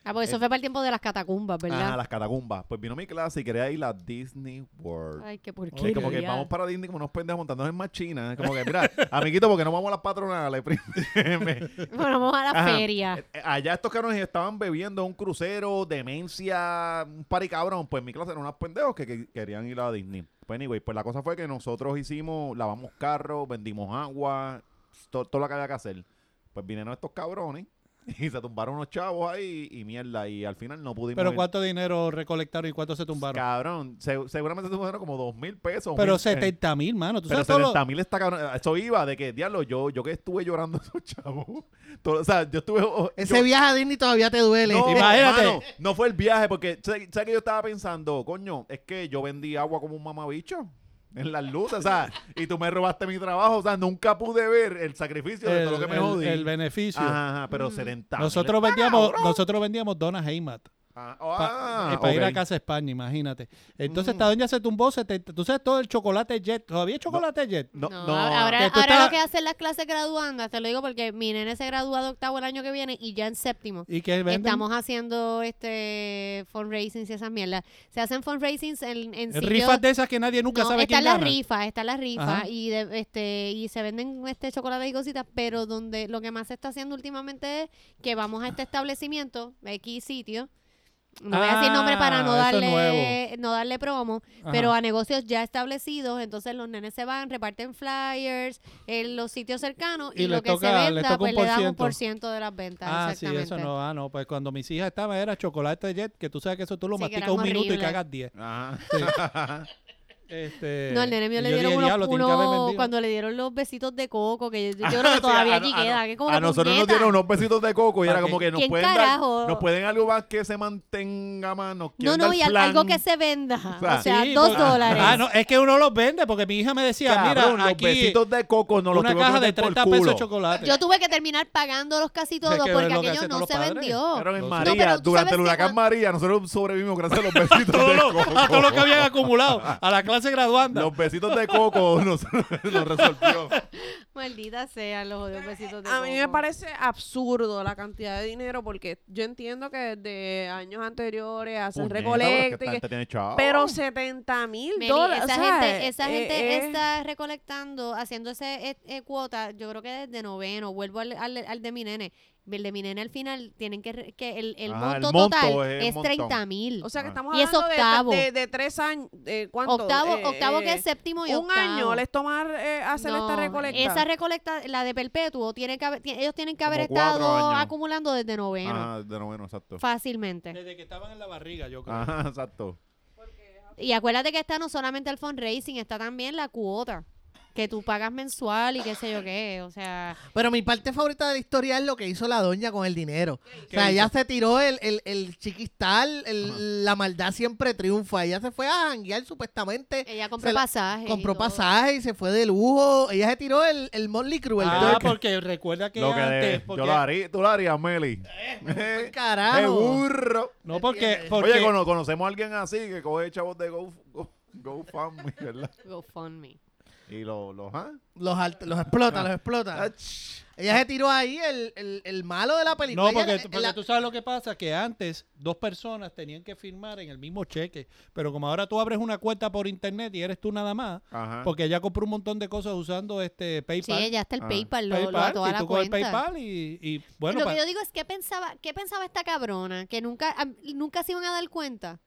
[SPEAKER 3] Ah, porque eso fue para el tiempo de las catacumbas,
[SPEAKER 1] Ah,
[SPEAKER 3] ¿verdad?
[SPEAKER 1] las catacumbas. Pues vino mi clase y quería ir a Disney World.
[SPEAKER 3] Ay, qué
[SPEAKER 1] Sí,
[SPEAKER 3] porquería.
[SPEAKER 1] como que vamos para Disney como unos pendejos montándonos en machinas. Como que, mira, amiguito, porque no vamos a las patronales. Me-
[SPEAKER 3] Bueno, vamos a la
[SPEAKER 1] Ajá.
[SPEAKER 3] feria.
[SPEAKER 1] eh, Allá estos cabrones estaban bebiendo un crucero, demencia, un pari cabrón. Pues mi clase eran unos pendejos que, que querían ir a Disney. Pues anyway, pues la cosa fue que nosotros hicimos, lavamos carros, vendimos agua, to- todo lo que había que hacer. Pues vinieron estos cabrones y se tumbaron unos chavos ahí y mierda. Y al final no pudimos
[SPEAKER 5] Pero
[SPEAKER 1] ir.
[SPEAKER 5] ¿cuánto dinero recolectaron y cuánto se tumbaron?
[SPEAKER 1] Cabrón, se- seguramente se tumbaron como dos mil pesos.
[SPEAKER 5] Pero
[SPEAKER 1] mil- eh,
[SPEAKER 5] 70 mil, mano. ¿Tú
[SPEAKER 1] pero
[SPEAKER 5] sabes todo lo-
[SPEAKER 1] 70 mil está cabrón. Eso iba de que, diablo, yo, yo que estuve llorando esos chavos. Todo- o sea, yo estuve... oh,
[SPEAKER 2] Ese
[SPEAKER 1] yo-
[SPEAKER 2] viaje a Disney todavía te duele.
[SPEAKER 1] no,
[SPEAKER 5] Imagínate.
[SPEAKER 1] mano, no fue el viaje, porque ¿sabes sabes que yo estaba pensando? Coño, es que yo vendí agua como un mamabicho en las luces, o sea, y tú me robaste mi trabajo, o sea, nunca pude ver el sacrificio de todo lo que me
[SPEAKER 5] el-
[SPEAKER 1] jodí.
[SPEAKER 5] el beneficio. Mm.
[SPEAKER 1] Ajá, ajá, pero 70 mil
[SPEAKER 5] Nosotros
[SPEAKER 1] está
[SPEAKER 5] vendíamos,
[SPEAKER 1] cabrón.
[SPEAKER 5] nosotros vendíamos donas Heimat
[SPEAKER 1] Ah,
[SPEAKER 5] pa-
[SPEAKER 1] ah,
[SPEAKER 5] eh, para ir a
[SPEAKER 1] ok.
[SPEAKER 5] casa España, imagínate. Entonces
[SPEAKER 1] Mm.
[SPEAKER 5] esta doña se tumbó 70, tú sabes todo el chocolate jet, todavía hay chocolate jet.
[SPEAKER 1] No,
[SPEAKER 3] No,
[SPEAKER 1] no.
[SPEAKER 3] ahora,
[SPEAKER 5] que tú
[SPEAKER 3] ahora
[SPEAKER 5] estás-
[SPEAKER 3] lo que hacen las clases graduandas, te lo digo porque mi nene se gradúa de octavo el año que viene y ya en séptimo.
[SPEAKER 5] Y que venden
[SPEAKER 3] Estamos haciendo este fundraisings y esas mierdas. Se hacen fundraisings en, en sitios-
[SPEAKER 5] rifas de esas que nadie nunca
[SPEAKER 3] No,
[SPEAKER 5] sabe
[SPEAKER 3] está
[SPEAKER 5] quién
[SPEAKER 3] la
[SPEAKER 5] gana.
[SPEAKER 3] rifa, está la rifa
[SPEAKER 5] Ajá.
[SPEAKER 3] y de- este y se venden este chocolate y cositas, pero donde lo que más se está haciendo últimamente es que vamos a este establecimiento, X sitio. No voy a decir nombre para no
[SPEAKER 5] Ah, eso es
[SPEAKER 3] darle no darle promo,
[SPEAKER 5] Ajá.
[SPEAKER 3] pero a negocios ya establecidos, entonces los nenes se van, reparten flyers en los sitios cercanos y,
[SPEAKER 5] Y les
[SPEAKER 3] lo que
[SPEAKER 5] toca-
[SPEAKER 3] se
[SPEAKER 5] les
[SPEAKER 3] venda
[SPEAKER 5] toca
[SPEAKER 3] pues
[SPEAKER 5] un
[SPEAKER 3] le dan un
[SPEAKER 5] porciento.
[SPEAKER 3] por ciento de las ventas,
[SPEAKER 5] Ah, sí,
[SPEAKER 3] exactamente.
[SPEAKER 5] eso no, ah, no, pues cuando mis hijas estaban era chocolate jet, que tú sabes que eso tú lo
[SPEAKER 3] Sí, que
[SPEAKER 5] masticas
[SPEAKER 3] eran
[SPEAKER 5] un minuto y
[SPEAKER 3] horribles.
[SPEAKER 5] cagas 10.
[SPEAKER 1] Ajá.
[SPEAKER 5] Este,
[SPEAKER 3] No, el nene mío
[SPEAKER 5] y
[SPEAKER 3] le
[SPEAKER 5] yo
[SPEAKER 3] dieron
[SPEAKER 5] dije,
[SPEAKER 3] unos-
[SPEAKER 5] "Diablo, tienen que haber
[SPEAKER 3] uno-
[SPEAKER 5] vendido".
[SPEAKER 3] cuando le dieron los besitos de coco, que yo, yo
[SPEAKER 1] Ah,
[SPEAKER 3] creo
[SPEAKER 1] sí,
[SPEAKER 3] que todavía
[SPEAKER 1] a-
[SPEAKER 3] allí
[SPEAKER 1] a- a-
[SPEAKER 3] queda, que es como
[SPEAKER 1] a
[SPEAKER 3] que
[SPEAKER 1] nosotros nos
[SPEAKER 3] puñeta.
[SPEAKER 1] dieron unos besitos de coco y era
[SPEAKER 5] ¿Para
[SPEAKER 1] como
[SPEAKER 5] qué?
[SPEAKER 1] que nos
[SPEAKER 3] ¿Quién
[SPEAKER 1] pueden dar,
[SPEAKER 3] carajo?
[SPEAKER 1] nos pueden algo más que se mantenga más, nos
[SPEAKER 3] No,
[SPEAKER 1] quieren
[SPEAKER 3] no,
[SPEAKER 1] dar
[SPEAKER 3] y al- algo
[SPEAKER 1] flan.
[SPEAKER 3] que se venda. O sea,
[SPEAKER 1] sea,
[SPEAKER 5] Sí,
[SPEAKER 3] dos
[SPEAKER 5] pues, ah,
[SPEAKER 3] dólares.
[SPEAKER 5] Ah, no, es que uno los vende porque mi hija me decía,
[SPEAKER 1] Cabrón,
[SPEAKER 5] mira,
[SPEAKER 1] los
[SPEAKER 5] aquí
[SPEAKER 1] besitos de coco no los
[SPEAKER 5] una
[SPEAKER 1] tuvimos que
[SPEAKER 5] caja de
[SPEAKER 1] meter por
[SPEAKER 5] 30 pesos
[SPEAKER 1] culo.
[SPEAKER 5] de chocolate.
[SPEAKER 3] Yo tuve que terminar pagándolos casi todos porque
[SPEAKER 5] que es lo que
[SPEAKER 3] aquello
[SPEAKER 5] hacen
[SPEAKER 3] no
[SPEAKER 5] todos
[SPEAKER 3] se
[SPEAKER 5] los padres.
[SPEAKER 3] vendió.
[SPEAKER 1] Cabrón, en
[SPEAKER 5] No,
[SPEAKER 1] María,
[SPEAKER 3] Oh. pero tú
[SPEAKER 1] durante
[SPEAKER 3] sabes
[SPEAKER 1] el
[SPEAKER 3] que
[SPEAKER 1] huracán
[SPEAKER 3] cuando-
[SPEAKER 1] María, nosotros sobrevivimos gracias a los besitos
[SPEAKER 5] Todo
[SPEAKER 1] de
[SPEAKER 5] lo-
[SPEAKER 1] coco.
[SPEAKER 5] a todo lo que habían acumulado, a la clase graduanda.
[SPEAKER 1] Los besitos de coco nos, nos resolvió.
[SPEAKER 3] Maldita sea los odios besitos de
[SPEAKER 4] A mí me
[SPEAKER 3] coco.
[SPEAKER 4] parece absurdo la cantidad de dinero porque yo entiendo que desde años anteriores hacen
[SPEAKER 1] Puñeta,
[SPEAKER 4] recolecta, y que-
[SPEAKER 1] pero, tiene chavo.
[SPEAKER 4] pero 70 mil
[SPEAKER 3] Meli,
[SPEAKER 4] dólares.
[SPEAKER 3] esa
[SPEAKER 4] o sea,
[SPEAKER 3] gente, esa gente
[SPEAKER 4] eh, eh,
[SPEAKER 3] está recolectando, haciendo ese eh, eh, cuota, yo creo que desde noveno, vuelvo al, al, al de mi nene. El de mi nene al final tienen que, re- que el, el
[SPEAKER 1] Ah, el
[SPEAKER 3] monto
[SPEAKER 1] monto
[SPEAKER 3] total
[SPEAKER 1] es un
[SPEAKER 3] es
[SPEAKER 1] montón.
[SPEAKER 3] 30 mil.
[SPEAKER 4] O sea que
[SPEAKER 1] Ah.
[SPEAKER 4] estamos
[SPEAKER 3] Y es
[SPEAKER 4] hablando de-
[SPEAKER 3] octavo.
[SPEAKER 4] de, de, tres años. eh, ¿cuánto?
[SPEAKER 3] Octavo,
[SPEAKER 4] Eh,
[SPEAKER 3] octavo que
[SPEAKER 4] eh,
[SPEAKER 3] es séptimo y
[SPEAKER 4] Un
[SPEAKER 3] octavo.
[SPEAKER 4] año les tomar eh, hacer esta
[SPEAKER 3] No,
[SPEAKER 4] recolecta.
[SPEAKER 3] Esa recolecta, la de perpetuo, tiene que haber- ti- ellos tienen que haber
[SPEAKER 1] Como cuatro
[SPEAKER 3] estado
[SPEAKER 1] años.
[SPEAKER 3] acumulando desde noveno.
[SPEAKER 1] Ajá, de noveno, exacto.
[SPEAKER 3] Fácilmente.
[SPEAKER 5] Desde que estaban en la barriga, yo creo.
[SPEAKER 1] Ajá, exacto.
[SPEAKER 3] Y acuérdate que está no solamente el fundraising, está también la cuota que tú pagas mensual y qué sé yo qué. O sea,
[SPEAKER 2] Pero mi parte favorita de la historia es lo que hizo la doña con el dinero. O sea,
[SPEAKER 5] hizo?
[SPEAKER 2] ella se tiró el, el, el chiquistal, el- la maldad siempre triunfa. Ella se fue a janguear supuestamente,
[SPEAKER 3] ella compró
[SPEAKER 2] Se la-
[SPEAKER 3] pasajes.
[SPEAKER 2] compró
[SPEAKER 3] y todo.
[SPEAKER 2] pasaje y se fue de lujo. Ella se tiró el, el Motley Crue, el
[SPEAKER 5] Ah,
[SPEAKER 2] Turk.
[SPEAKER 5] porque recuerda que,
[SPEAKER 1] Lo que
[SPEAKER 5] antes...
[SPEAKER 1] de-
[SPEAKER 5] porque-
[SPEAKER 1] yo lo haría, tú lo harías, Meli.
[SPEAKER 3] pues,
[SPEAKER 1] Eh,
[SPEAKER 2] Carajo.
[SPEAKER 1] ¡Qué burro!
[SPEAKER 5] no, porque...
[SPEAKER 2] Oye,
[SPEAKER 5] porque
[SPEAKER 1] Oye, cono- conocemos a alguien así que coge chavos de Go, Go, GoFundMe, ¿verdad?
[SPEAKER 3] GoFundMe.
[SPEAKER 1] Y los, los, ¿ah?
[SPEAKER 2] Los, alt- los explota,
[SPEAKER 5] Ah.
[SPEAKER 2] los explota.
[SPEAKER 1] Ach.
[SPEAKER 2] Ella se tiró ahí el, el, el malo de la película.
[SPEAKER 5] no,
[SPEAKER 2] Ella-
[SPEAKER 5] porque,
[SPEAKER 2] en
[SPEAKER 5] porque
[SPEAKER 2] la-
[SPEAKER 5] tú sabes lo que pasa, que antes dos personas tenían que firmar en el mismo cheque, pero como ahora tú abres una cuenta por internet y eres tú nada más,
[SPEAKER 1] Ajá.
[SPEAKER 5] porque ella compró un montón de cosas usando este
[SPEAKER 3] Sí,
[SPEAKER 5] PayPal.
[SPEAKER 3] ya está el
[SPEAKER 1] Ah.
[SPEAKER 3] PayPal, lo,
[SPEAKER 5] PayPal,
[SPEAKER 3] lo ató a
[SPEAKER 5] y
[SPEAKER 3] la
[SPEAKER 5] tú coges
[SPEAKER 3] cuenta.
[SPEAKER 5] PayPal y, y, bueno,
[SPEAKER 3] lo
[SPEAKER 5] pa-
[SPEAKER 3] que yo digo es qué pensaba, qué pensaba esta cabrona, que nunca, am- nunca se iban a dar cuenta.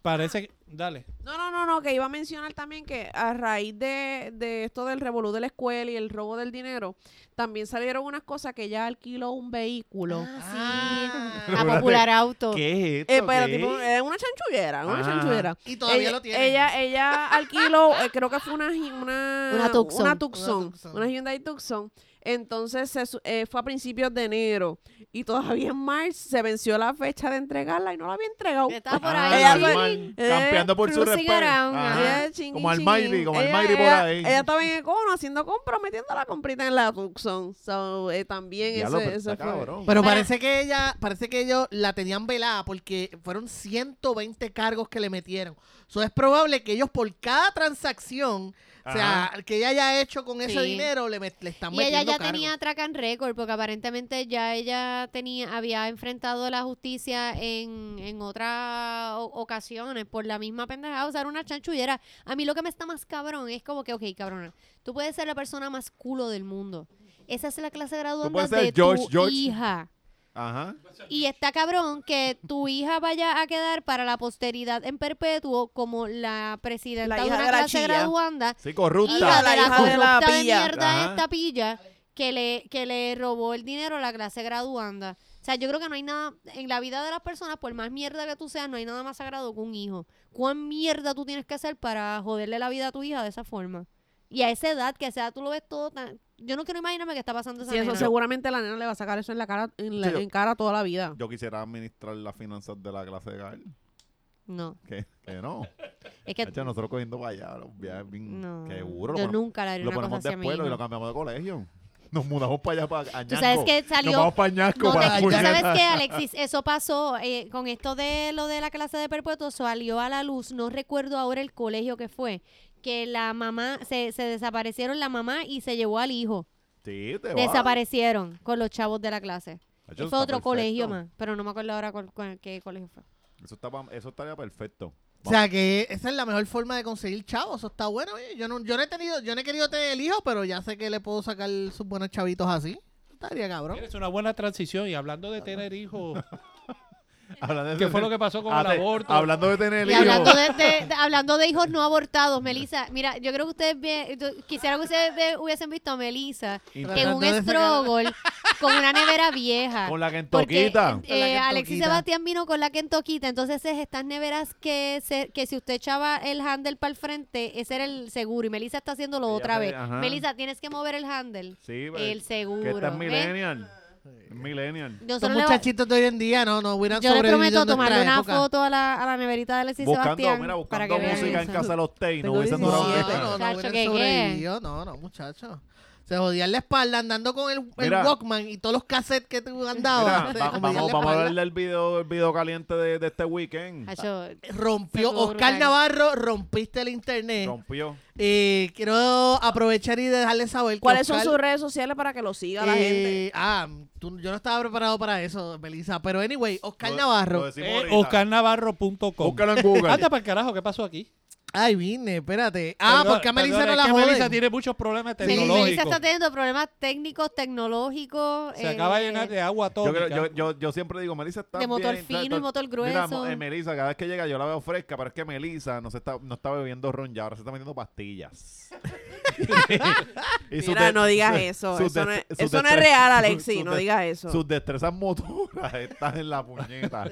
[SPEAKER 5] parece que... Dale.
[SPEAKER 4] No, no, no, no, que iba a mencionar también que a raíz de, de esto del revolú de la escuela y el robo del dinero, también salieron unas cosas que ella alquiló un vehículo.
[SPEAKER 3] Ah, sí.
[SPEAKER 1] Ah.
[SPEAKER 3] A popular auto.
[SPEAKER 1] ¿Qué es esto?
[SPEAKER 4] Eh, pero
[SPEAKER 1] ¿Qué?
[SPEAKER 4] tipo, era una chanchullera, una
[SPEAKER 1] Ah.
[SPEAKER 4] chanchullera.
[SPEAKER 2] Y todavía
[SPEAKER 4] ella,
[SPEAKER 2] lo tiene.
[SPEAKER 4] Ella, ella alquiló, eh, creo que fue una, hi- una,
[SPEAKER 3] Una Tucson.
[SPEAKER 4] Una Tucson,
[SPEAKER 2] Una
[SPEAKER 4] una,
[SPEAKER 2] Tucson.
[SPEAKER 4] Hyundai Tucson. Entonces se su- eh, fue a principios de enero y todavía en marzo se venció la fecha de entregarla y no la había entregado.
[SPEAKER 3] Está por
[SPEAKER 1] Ah,
[SPEAKER 3] ahí.
[SPEAKER 4] Ella
[SPEAKER 3] sí.
[SPEAKER 4] fue-
[SPEAKER 1] normal.
[SPEAKER 4] Eh,
[SPEAKER 1] Campeando por su
[SPEAKER 3] cruising
[SPEAKER 1] respeto.
[SPEAKER 3] around,
[SPEAKER 1] Ajá.
[SPEAKER 4] Ella, chingui,
[SPEAKER 1] Como
[SPEAKER 4] chingui.
[SPEAKER 1] Almighty, como eh.
[SPEAKER 4] Ella-
[SPEAKER 1] Almighty por
[SPEAKER 4] ella-
[SPEAKER 1] ahí.
[SPEAKER 4] Ella estaba en Econo haciendo compras, metiendo la comprita en la Tucson. So, eh, también
[SPEAKER 1] Diablo,
[SPEAKER 4] ese,
[SPEAKER 1] pero
[SPEAKER 4] ese
[SPEAKER 1] está
[SPEAKER 4] fue.
[SPEAKER 1] cabrón.
[SPEAKER 2] Pero parece que ella, parece que ellos la tenían velada porque fueron 120 cargos que le metieron. Eso es probable que ellos por cada transacción, o sea, que ella haya hecho con ese
[SPEAKER 3] Sí.
[SPEAKER 2] dinero, le, met- le están
[SPEAKER 3] Y
[SPEAKER 2] metiendo
[SPEAKER 3] ella ya
[SPEAKER 2] cargos.
[SPEAKER 3] tenía track and record porque aparentemente ya ella tenía había enfrentado la justicia en, en otras o- ocasiones por la misma pendejada, o sea, era una chanchullera. A mí lo que me está más cabrón es como que, ok, cabrona, tú puedes ser la persona más culo del mundo. Esa es la clase graduanda
[SPEAKER 1] puedes ser
[SPEAKER 3] de
[SPEAKER 1] George,
[SPEAKER 3] tu
[SPEAKER 1] George.
[SPEAKER 3] hija.
[SPEAKER 1] Ajá.
[SPEAKER 3] Y está cabrón que tu hija vaya a quedar para la posteridad en perpetuo como la presidenta
[SPEAKER 4] La
[SPEAKER 3] de
[SPEAKER 4] hija
[SPEAKER 3] una
[SPEAKER 4] de la
[SPEAKER 3] clase
[SPEAKER 4] chilla.
[SPEAKER 3] graduanda
[SPEAKER 1] Sí,
[SPEAKER 3] hija
[SPEAKER 1] corrupta.
[SPEAKER 4] la hija
[SPEAKER 3] de la,
[SPEAKER 4] de la
[SPEAKER 3] corrupta de
[SPEAKER 4] pilla.
[SPEAKER 3] mierda
[SPEAKER 1] Ajá.
[SPEAKER 3] esta pilla que le, que le robó el dinero a la clase graduanda. O sea, yo creo que no hay nada, en la vida de las personas, por más mierda que tú seas, no hay nada más sagrado que un hijo. ¿Cuán mierda tú tienes que hacer para joderle la vida a tu hija de esa forma? Y a esa edad, que a esa edad tú lo ves todo tan... Yo no quiero imaginarme que está pasando esa
[SPEAKER 4] Sí, eso
[SPEAKER 3] nena.
[SPEAKER 4] seguramente la nena le va a sacar eso en la cara, en, la-
[SPEAKER 1] Sí, yo-
[SPEAKER 4] en cara toda la vida.
[SPEAKER 1] Yo quisiera administrar las finanzas de la clase de Gael.
[SPEAKER 3] No,
[SPEAKER 1] Que, que no.
[SPEAKER 3] es que...
[SPEAKER 1] Hacho, nosotros cogiendo para allá, los viajes bien.
[SPEAKER 3] No,
[SPEAKER 1] que seguro.
[SPEAKER 3] yo
[SPEAKER 1] lo ponemos,
[SPEAKER 3] nunca le haría
[SPEAKER 1] lo
[SPEAKER 3] una cosa
[SPEAKER 1] ponemos
[SPEAKER 3] así a mi
[SPEAKER 1] después y
[SPEAKER 3] hijo.
[SPEAKER 1] lo cambiamos de colegio. Nos mudamos para allá, para Añasco.
[SPEAKER 3] Tú sabes que
[SPEAKER 1] Nos
[SPEAKER 3] salió
[SPEAKER 1] vamos para Añasco,
[SPEAKER 3] No,
[SPEAKER 1] para
[SPEAKER 3] te- tú sabes
[SPEAKER 1] puñetas.
[SPEAKER 3] que, Alexis, eso pasó eh, con esto de lo de la clase de perpetuo, salió a la luz, no recuerdo ahora el colegio que fue, que la mamá, se, se desaparecieron la mamá y se llevó al hijo.
[SPEAKER 1] Sí, te va.
[SPEAKER 3] Desaparecieron con los chavos de la clase.
[SPEAKER 1] Hacho,
[SPEAKER 3] Fue
[SPEAKER 1] está
[SPEAKER 3] otro colegio
[SPEAKER 1] perfecto.
[SPEAKER 3] más, pero no me acuerdo ahora cuál- cuál- qué colegio fue.
[SPEAKER 1] Eso, está pa- eso estaría perfecto.
[SPEAKER 2] O sea que esa es la mejor forma de conseguir chavos, eso está bueno. oye. Yo no, yo no he tenido, yo no he querido tener el hijo, pero ya sé que le puedo sacar sus buenos chavitos así. Estaría cabrón.
[SPEAKER 5] Es una buena transición. Y hablando de tener hijos,
[SPEAKER 1] Hablando de-
[SPEAKER 5] ¿qué fue lo que pasó con
[SPEAKER 1] Ah,
[SPEAKER 5] el
[SPEAKER 1] te-
[SPEAKER 5] aborto?
[SPEAKER 1] Hablando de tener
[SPEAKER 3] Y
[SPEAKER 1] hijos.
[SPEAKER 3] hablando de, de- de- hablando de hijos no abortados, Melissa, mira, yo creo que ustedes, ve- tú- quisiera que ustedes ve- hubiesen visto a Melissa
[SPEAKER 1] Inter-
[SPEAKER 3] en
[SPEAKER 2] Tratando
[SPEAKER 3] un
[SPEAKER 2] de sacar-
[SPEAKER 3] struggle con una nevera vieja.
[SPEAKER 1] Con la
[SPEAKER 3] Porque
[SPEAKER 1] Kentoquita.
[SPEAKER 2] Con la
[SPEAKER 3] eh, Alexis
[SPEAKER 2] Kentuckita.
[SPEAKER 3] Sebastián vino con la Kentoquita, entonces es estas neveras que se- que si usted echaba el handle para el frente, ese era el seguro. Y Melissa está haciéndolo
[SPEAKER 1] Ella
[SPEAKER 3] otra
[SPEAKER 1] sabe,
[SPEAKER 3] vez.
[SPEAKER 1] ajá.
[SPEAKER 3] Melissa, tienes que mover el handle.
[SPEAKER 1] Sí, pues,
[SPEAKER 3] El
[SPEAKER 1] que esta es
[SPEAKER 3] seguro. ¿eh?
[SPEAKER 1] millennial. Es Millennial.
[SPEAKER 2] Estos
[SPEAKER 3] Nosotros le va-
[SPEAKER 2] muchachitos de hoy en día no, no hubieran
[SPEAKER 3] yo le
[SPEAKER 2] sobrevivido
[SPEAKER 3] prometo
[SPEAKER 2] en nuestra
[SPEAKER 3] tomarle una
[SPEAKER 2] época.
[SPEAKER 3] foto a la, a la neverita de Alexis
[SPEAKER 1] Buscando,
[SPEAKER 3] Sebastián
[SPEAKER 1] mira,
[SPEAKER 3] para
[SPEAKER 1] buscando
[SPEAKER 3] que vean
[SPEAKER 1] música en
[SPEAKER 3] eso.
[SPEAKER 1] casa de los teis. No
[SPEAKER 4] Tengo
[SPEAKER 1] hubiesen
[SPEAKER 2] No,
[SPEAKER 1] durado un
[SPEAKER 4] Sí,
[SPEAKER 1] 10
[SPEAKER 2] no,
[SPEAKER 4] 17.
[SPEAKER 2] no, no,
[SPEAKER 3] Chacho,
[SPEAKER 2] hubieran
[SPEAKER 3] ¿qué, qué?
[SPEAKER 2] sobrevivido. No, no, muchacho. Se jodían la espalda andando con el, el
[SPEAKER 1] Mira.
[SPEAKER 2] Walkman y todos los cassettes que tú
[SPEAKER 1] Mira,
[SPEAKER 2] andabas.
[SPEAKER 1] va-
[SPEAKER 2] se jodían la
[SPEAKER 1] vamos, vamos a
[SPEAKER 2] espalda.
[SPEAKER 1] verle el video, el video caliente de, de este weekend.
[SPEAKER 3] Acho,
[SPEAKER 2] Rompió,
[SPEAKER 3] Se jodó
[SPEAKER 2] Oscar
[SPEAKER 3] brutal.
[SPEAKER 2] Navarro, rompiste el internet.
[SPEAKER 1] Rompió.
[SPEAKER 2] Eh, quiero aprovechar y dejarle saber que
[SPEAKER 4] ¿Cuáles son
[SPEAKER 2] Oscar,
[SPEAKER 4] sus redes sociales para que lo siga la gente?
[SPEAKER 2] eh, Ah, tú- yo no estaba preparado para eso, Melissa. Pero anyway, Oscar
[SPEAKER 1] Lo-
[SPEAKER 2] Navarro.
[SPEAKER 1] lo decimos
[SPEAKER 5] Eh,
[SPEAKER 1] ahorita.
[SPEAKER 5] OscarNavarro.com.
[SPEAKER 1] Búscalo en Google.
[SPEAKER 5] Anda para el carajo, ¿qué pasó aquí?
[SPEAKER 2] Ay, vine, espérate. Ah,
[SPEAKER 5] Perdón,
[SPEAKER 2] porque a Melissa
[SPEAKER 5] perdón,
[SPEAKER 2] no
[SPEAKER 5] es
[SPEAKER 2] la
[SPEAKER 5] que Melissa
[SPEAKER 2] joden.
[SPEAKER 5] tiene muchos problemas
[SPEAKER 2] Sí, Melissa
[SPEAKER 5] tecnológicos.
[SPEAKER 3] Melissa está teniendo problemas técnicos, tecnológicos.
[SPEAKER 5] Se acaba de
[SPEAKER 3] eh,
[SPEAKER 5] llenar de agua todo.
[SPEAKER 1] Yo, creo- yo, yo, yo siempre digo, Melissa está
[SPEAKER 3] de motor
[SPEAKER 1] bien,
[SPEAKER 3] fino
[SPEAKER 1] está-
[SPEAKER 3] y motor
[SPEAKER 1] Mira,
[SPEAKER 3] grueso.
[SPEAKER 1] mo- eh, Melissa, cada vez que llega yo la veo fresca, pero es que Melissa no, se está, no está bebiendo ron ya, ahora se está metiendo pastillas. Y sus
[SPEAKER 4] Mira,
[SPEAKER 1] de-
[SPEAKER 4] no digas
[SPEAKER 1] sus-
[SPEAKER 4] eso.
[SPEAKER 1] sus
[SPEAKER 4] Eso no, es,
[SPEAKER 1] dest- sus
[SPEAKER 4] eso no es
[SPEAKER 1] destrezas-
[SPEAKER 4] real,
[SPEAKER 1] sus
[SPEAKER 4] Alexi. No
[SPEAKER 1] dest-
[SPEAKER 4] digas eso.
[SPEAKER 1] Sus destrezas motoras están en la puñeta.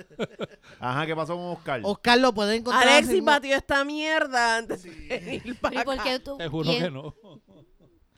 [SPEAKER 1] Ajá, ¿qué pasó con Oscar?
[SPEAKER 2] Oscar lo pueden encontrar. así
[SPEAKER 4] Alexi
[SPEAKER 2] mismo-
[SPEAKER 4] batió esta mierda antes de ir para
[SPEAKER 3] ¿Y por qué tú-
[SPEAKER 5] Te juro
[SPEAKER 3] quién-
[SPEAKER 5] que no.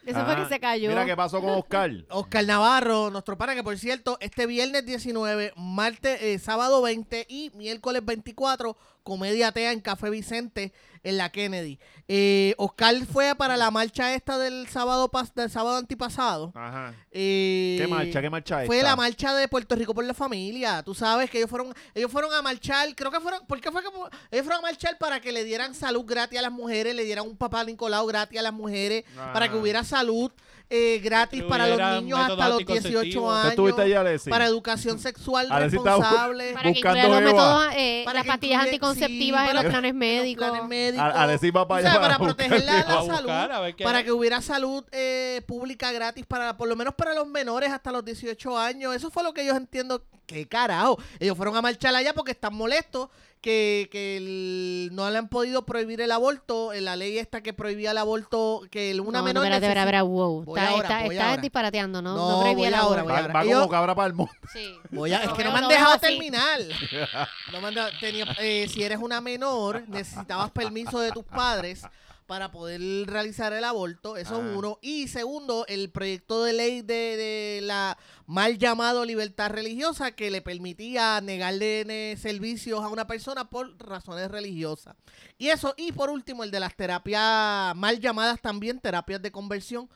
[SPEAKER 3] Eso fue que
[SPEAKER 1] Ajá.
[SPEAKER 3] se cayó.
[SPEAKER 1] Mira, ¿qué pasó con Oscar?
[SPEAKER 2] Oscar Navarro, nuestro pana, que por cierto, este viernes 19, martes, eh, sábado 20 y miércoles 24, comedia atea en Café Vicente, en la Kennedy. Eh, Oscar fue para la marcha esta del sábado, pas- del sábado antipasado.
[SPEAKER 1] Ajá.
[SPEAKER 2] Eh,
[SPEAKER 1] ¿Qué marcha? ¿Qué marcha es?
[SPEAKER 2] Fue la marcha de Puerto Rico por la familia. Tú sabes que ellos fueron, ellos fueron a marchar, creo que fueron, ¿por qué fue que fu- ellos fueron a marchar para que le dieran salud gratis a las mujeres, le dieran un papá Nicolau gratis a las mujeres,
[SPEAKER 1] Ah.
[SPEAKER 2] para que hubiera salud eh, gratis
[SPEAKER 5] Que
[SPEAKER 2] para
[SPEAKER 5] hubiera
[SPEAKER 2] los niños hasta
[SPEAKER 5] métodos
[SPEAKER 2] los 18
[SPEAKER 5] anticonceptivos.
[SPEAKER 1] ¿Tú
[SPEAKER 2] años.
[SPEAKER 1] estuviste allá, Alexi?
[SPEAKER 2] Para educación sexual
[SPEAKER 1] Alexis está bu-
[SPEAKER 2] responsable.
[SPEAKER 3] Para que
[SPEAKER 1] Buscando
[SPEAKER 3] incluya los
[SPEAKER 1] Eva.
[SPEAKER 3] métodos, eh,
[SPEAKER 2] Para
[SPEAKER 3] las
[SPEAKER 2] que
[SPEAKER 3] pastillas
[SPEAKER 2] incluye-
[SPEAKER 3] anticonceptivas
[SPEAKER 2] sí,
[SPEAKER 3] y
[SPEAKER 2] para-
[SPEAKER 3] los planes médicos.
[SPEAKER 2] los planes médicos.
[SPEAKER 1] A- Alexis va para
[SPEAKER 2] O sea,
[SPEAKER 1] allá
[SPEAKER 2] para
[SPEAKER 1] a buscar-
[SPEAKER 2] proteger la,
[SPEAKER 5] Lo va a
[SPEAKER 2] la
[SPEAKER 5] buscar, a
[SPEAKER 2] salud,
[SPEAKER 5] ver qué
[SPEAKER 2] para
[SPEAKER 5] hay.
[SPEAKER 2] que hubiera salud eh, pública gratis, para por lo menos para los menores hasta los 18 años. Eso fue lo que ellos entiendo ¿qué carajo? Ellos fueron a marchar allá porque están molestos que, que el- no le han podido prohibir el aborto, eh, la ley esta que prohibía el aborto, que el- una
[SPEAKER 3] no,
[SPEAKER 2] menor...
[SPEAKER 3] No, espérate,
[SPEAKER 2] necesita-
[SPEAKER 3] espérate, espérate, wow.
[SPEAKER 2] Voy
[SPEAKER 3] Está-
[SPEAKER 2] ahora,
[SPEAKER 3] está-
[SPEAKER 2] voy
[SPEAKER 3] Estás
[SPEAKER 2] ahora.
[SPEAKER 3] disparateando, ¿no?
[SPEAKER 2] No,
[SPEAKER 3] prohibí
[SPEAKER 2] voy
[SPEAKER 3] el
[SPEAKER 2] ahora,
[SPEAKER 3] aborto.
[SPEAKER 2] voy
[SPEAKER 1] Va, va
[SPEAKER 2] Ellos-
[SPEAKER 1] como cabra para el mundo.
[SPEAKER 3] Sí.
[SPEAKER 2] Voy a- es que no
[SPEAKER 3] Lo
[SPEAKER 2] me han
[SPEAKER 3] veo
[SPEAKER 2] dejado
[SPEAKER 3] así.
[SPEAKER 2] terminar. No me han dejado- tenía- eh, si eres una menor, necesitabas permiso de tus padres para poder realizar el aborto. Eso es
[SPEAKER 1] Ah.
[SPEAKER 2] uno. Y segundo, el proyecto de ley de, de la mal llamado libertad religiosa que le permitía negarle eh, servicios a una persona por razones religiosas. Y eso, y por último, el de las terapias mal llamadas también, terapias de conversión.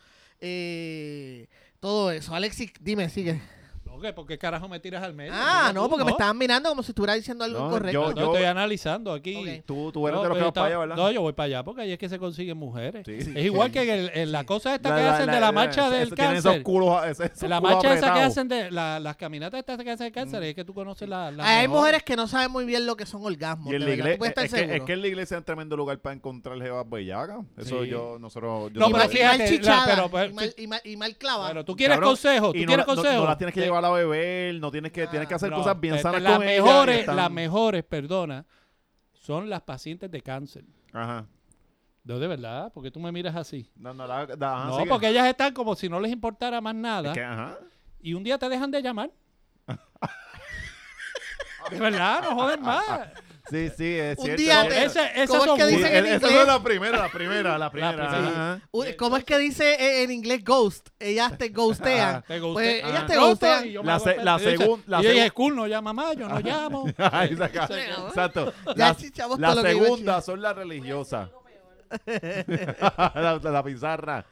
[SPEAKER 2] Eh, todo eso. Alexis, dime, sigue.
[SPEAKER 5] No, ¿qué? ¿Por qué carajo me tiras al medio?
[SPEAKER 2] Ah,
[SPEAKER 5] Digo
[SPEAKER 2] no,
[SPEAKER 5] tú,
[SPEAKER 2] porque me estaban mirando como si estuviera diciendo algo
[SPEAKER 1] No,
[SPEAKER 5] No,
[SPEAKER 2] incorrecto.
[SPEAKER 1] yo-
[SPEAKER 5] no, estoy analizando aquí.
[SPEAKER 2] Ok.
[SPEAKER 1] Tú, tú eres
[SPEAKER 5] No,
[SPEAKER 1] de los que
[SPEAKER 5] yo
[SPEAKER 1] vas para allá,
[SPEAKER 5] estaba-
[SPEAKER 1] ¿verdad?
[SPEAKER 5] no, yo voy para allá porque ahí es que se consiguen mujeres.
[SPEAKER 1] Sí. Sí.
[SPEAKER 5] Es igual que en, el- en la cosa esta que hacen de la, marcha del
[SPEAKER 1] ese- Tienen esos
[SPEAKER 5] cáncer.
[SPEAKER 1] culos, ese- esos
[SPEAKER 5] la
[SPEAKER 1] culos
[SPEAKER 5] marcha esa que
[SPEAKER 1] apretados.
[SPEAKER 5] hacen de la- las caminatas estas que hacen del cáncer, es que tú conoces la, las
[SPEAKER 2] Hay
[SPEAKER 5] mejores.
[SPEAKER 2] mujeres que no saben muy bien lo que son orgasmos.
[SPEAKER 1] Y en
[SPEAKER 2] de
[SPEAKER 1] la
[SPEAKER 2] verdad, tú
[SPEAKER 1] iglesia,
[SPEAKER 2] puedes estar
[SPEAKER 1] es, que, es
[SPEAKER 2] seguro.
[SPEAKER 1] que en la iglesia es un tremendo lugar para encontrar jevas bellacas. Eso
[SPEAKER 5] Sí.
[SPEAKER 1] yo, nosotros... yo
[SPEAKER 5] No,
[SPEAKER 2] y,
[SPEAKER 1] lo
[SPEAKER 5] pero
[SPEAKER 2] mal,
[SPEAKER 1] vi.
[SPEAKER 2] y mal
[SPEAKER 5] fíjate, la-
[SPEAKER 2] chichada,
[SPEAKER 5] pero, pues,
[SPEAKER 2] y, mal, y, mal, y mal clavada.
[SPEAKER 5] Pero tú quieres
[SPEAKER 1] Cabrón,
[SPEAKER 5] consejos, tú
[SPEAKER 1] y no
[SPEAKER 5] quieres
[SPEAKER 1] la- no-
[SPEAKER 5] consejos.
[SPEAKER 1] No, las tienes que
[SPEAKER 5] Sí.
[SPEAKER 1] llevar a beber, Ah, no Eh, tienes que, tienes que hacer
[SPEAKER 5] No,
[SPEAKER 1] cosas bien
[SPEAKER 5] este,
[SPEAKER 1] sanas
[SPEAKER 5] las
[SPEAKER 1] con ellas,
[SPEAKER 5] mejores,
[SPEAKER 1] y están-
[SPEAKER 5] Las mejores, perdona, son las pacientes de cáncer.
[SPEAKER 1] Ajá.
[SPEAKER 5] No, de verdad, porque tú me miras así.
[SPEAKER 1] No, no, la- la- ajá,
[SPEAKER 5] no,
[SPEAKER 1] sigue.
[SPEAKER 5] porque ellas están como si no les importara más
[SPEAKER 1] Ah, Es
[SPEAKER 5] nada.
[SPEAKER 1] que, ajá.
[SPEAKER 5] Y un día te dejan de llamar. de verdad, no joden
[SPEAKER 1] Ah,
[SPEAKER 5] más.
[SPEAKER 1] Sí, sí, es
[SPEAKER 2] Un
[SPEAKER 1] cierto.
[SPEAKER 2] día
[SPEAKER 1] Sí,
[SPEAKER 2] te-
[SPEAKER 1] esa-
[SPEAKER 5] Esa- esas
[SPEAKER 2] ¿Cómo es
[SPEAKER 5] son
[SPEAKER 2] que
[SPEAKER 1] sí,
[SPEAKER 2] dicen
[SPEAKER 5] buenas.
[SPEAKER 2] en
[SPEAKER 1] esa
[SPEAKER 2] inglés?
[SPEAKER 1] es la primera, la primera, la primera.
[SPEAKER 5] primera.
[SPEAKER 1] ajá.
[SPEAKER 2] Uy, ¿Cómo es que dice eh, en inglés ghost? Ellas te ghostean.
[SPEAKER 5] Te
[SPEAKER 2] Pues
[SPEAKER 5] guste-
[SPEAKER 2] ellas
[SPEAKER 5] Ah.
[SPEAKER 2] te
[SPEAKER 5] No,
[SPEAKER 2] ghostean.
[SPEAKER 5] y yo me
[SPEAKER 1] La
[SPEAKER 5] hago
[SPEAKER 1] se- la
[SPEAKER 5] pendejo. Y dice-
[SPEAKER 1] segun- la
[SPEAKER 5] y yo
[SPEAKER 1] segun-
[SPEAKER 5] dije, cool, no llama más, yo no llamo.
[SPEAKER 1] Ahí se acaba. Exacto.
[SPEAKER 2] Ya
[SPEAKER 1] La,
[SPEAKER 2] chichamos
[SPEAKER 1] la
[SPEAKER 2] todo lo que iba a
[SPEAKER 1] segunda
[SPEAKER 2] chichar.
[SPEAKER 1] son las religiosas. la, la- la pizarra.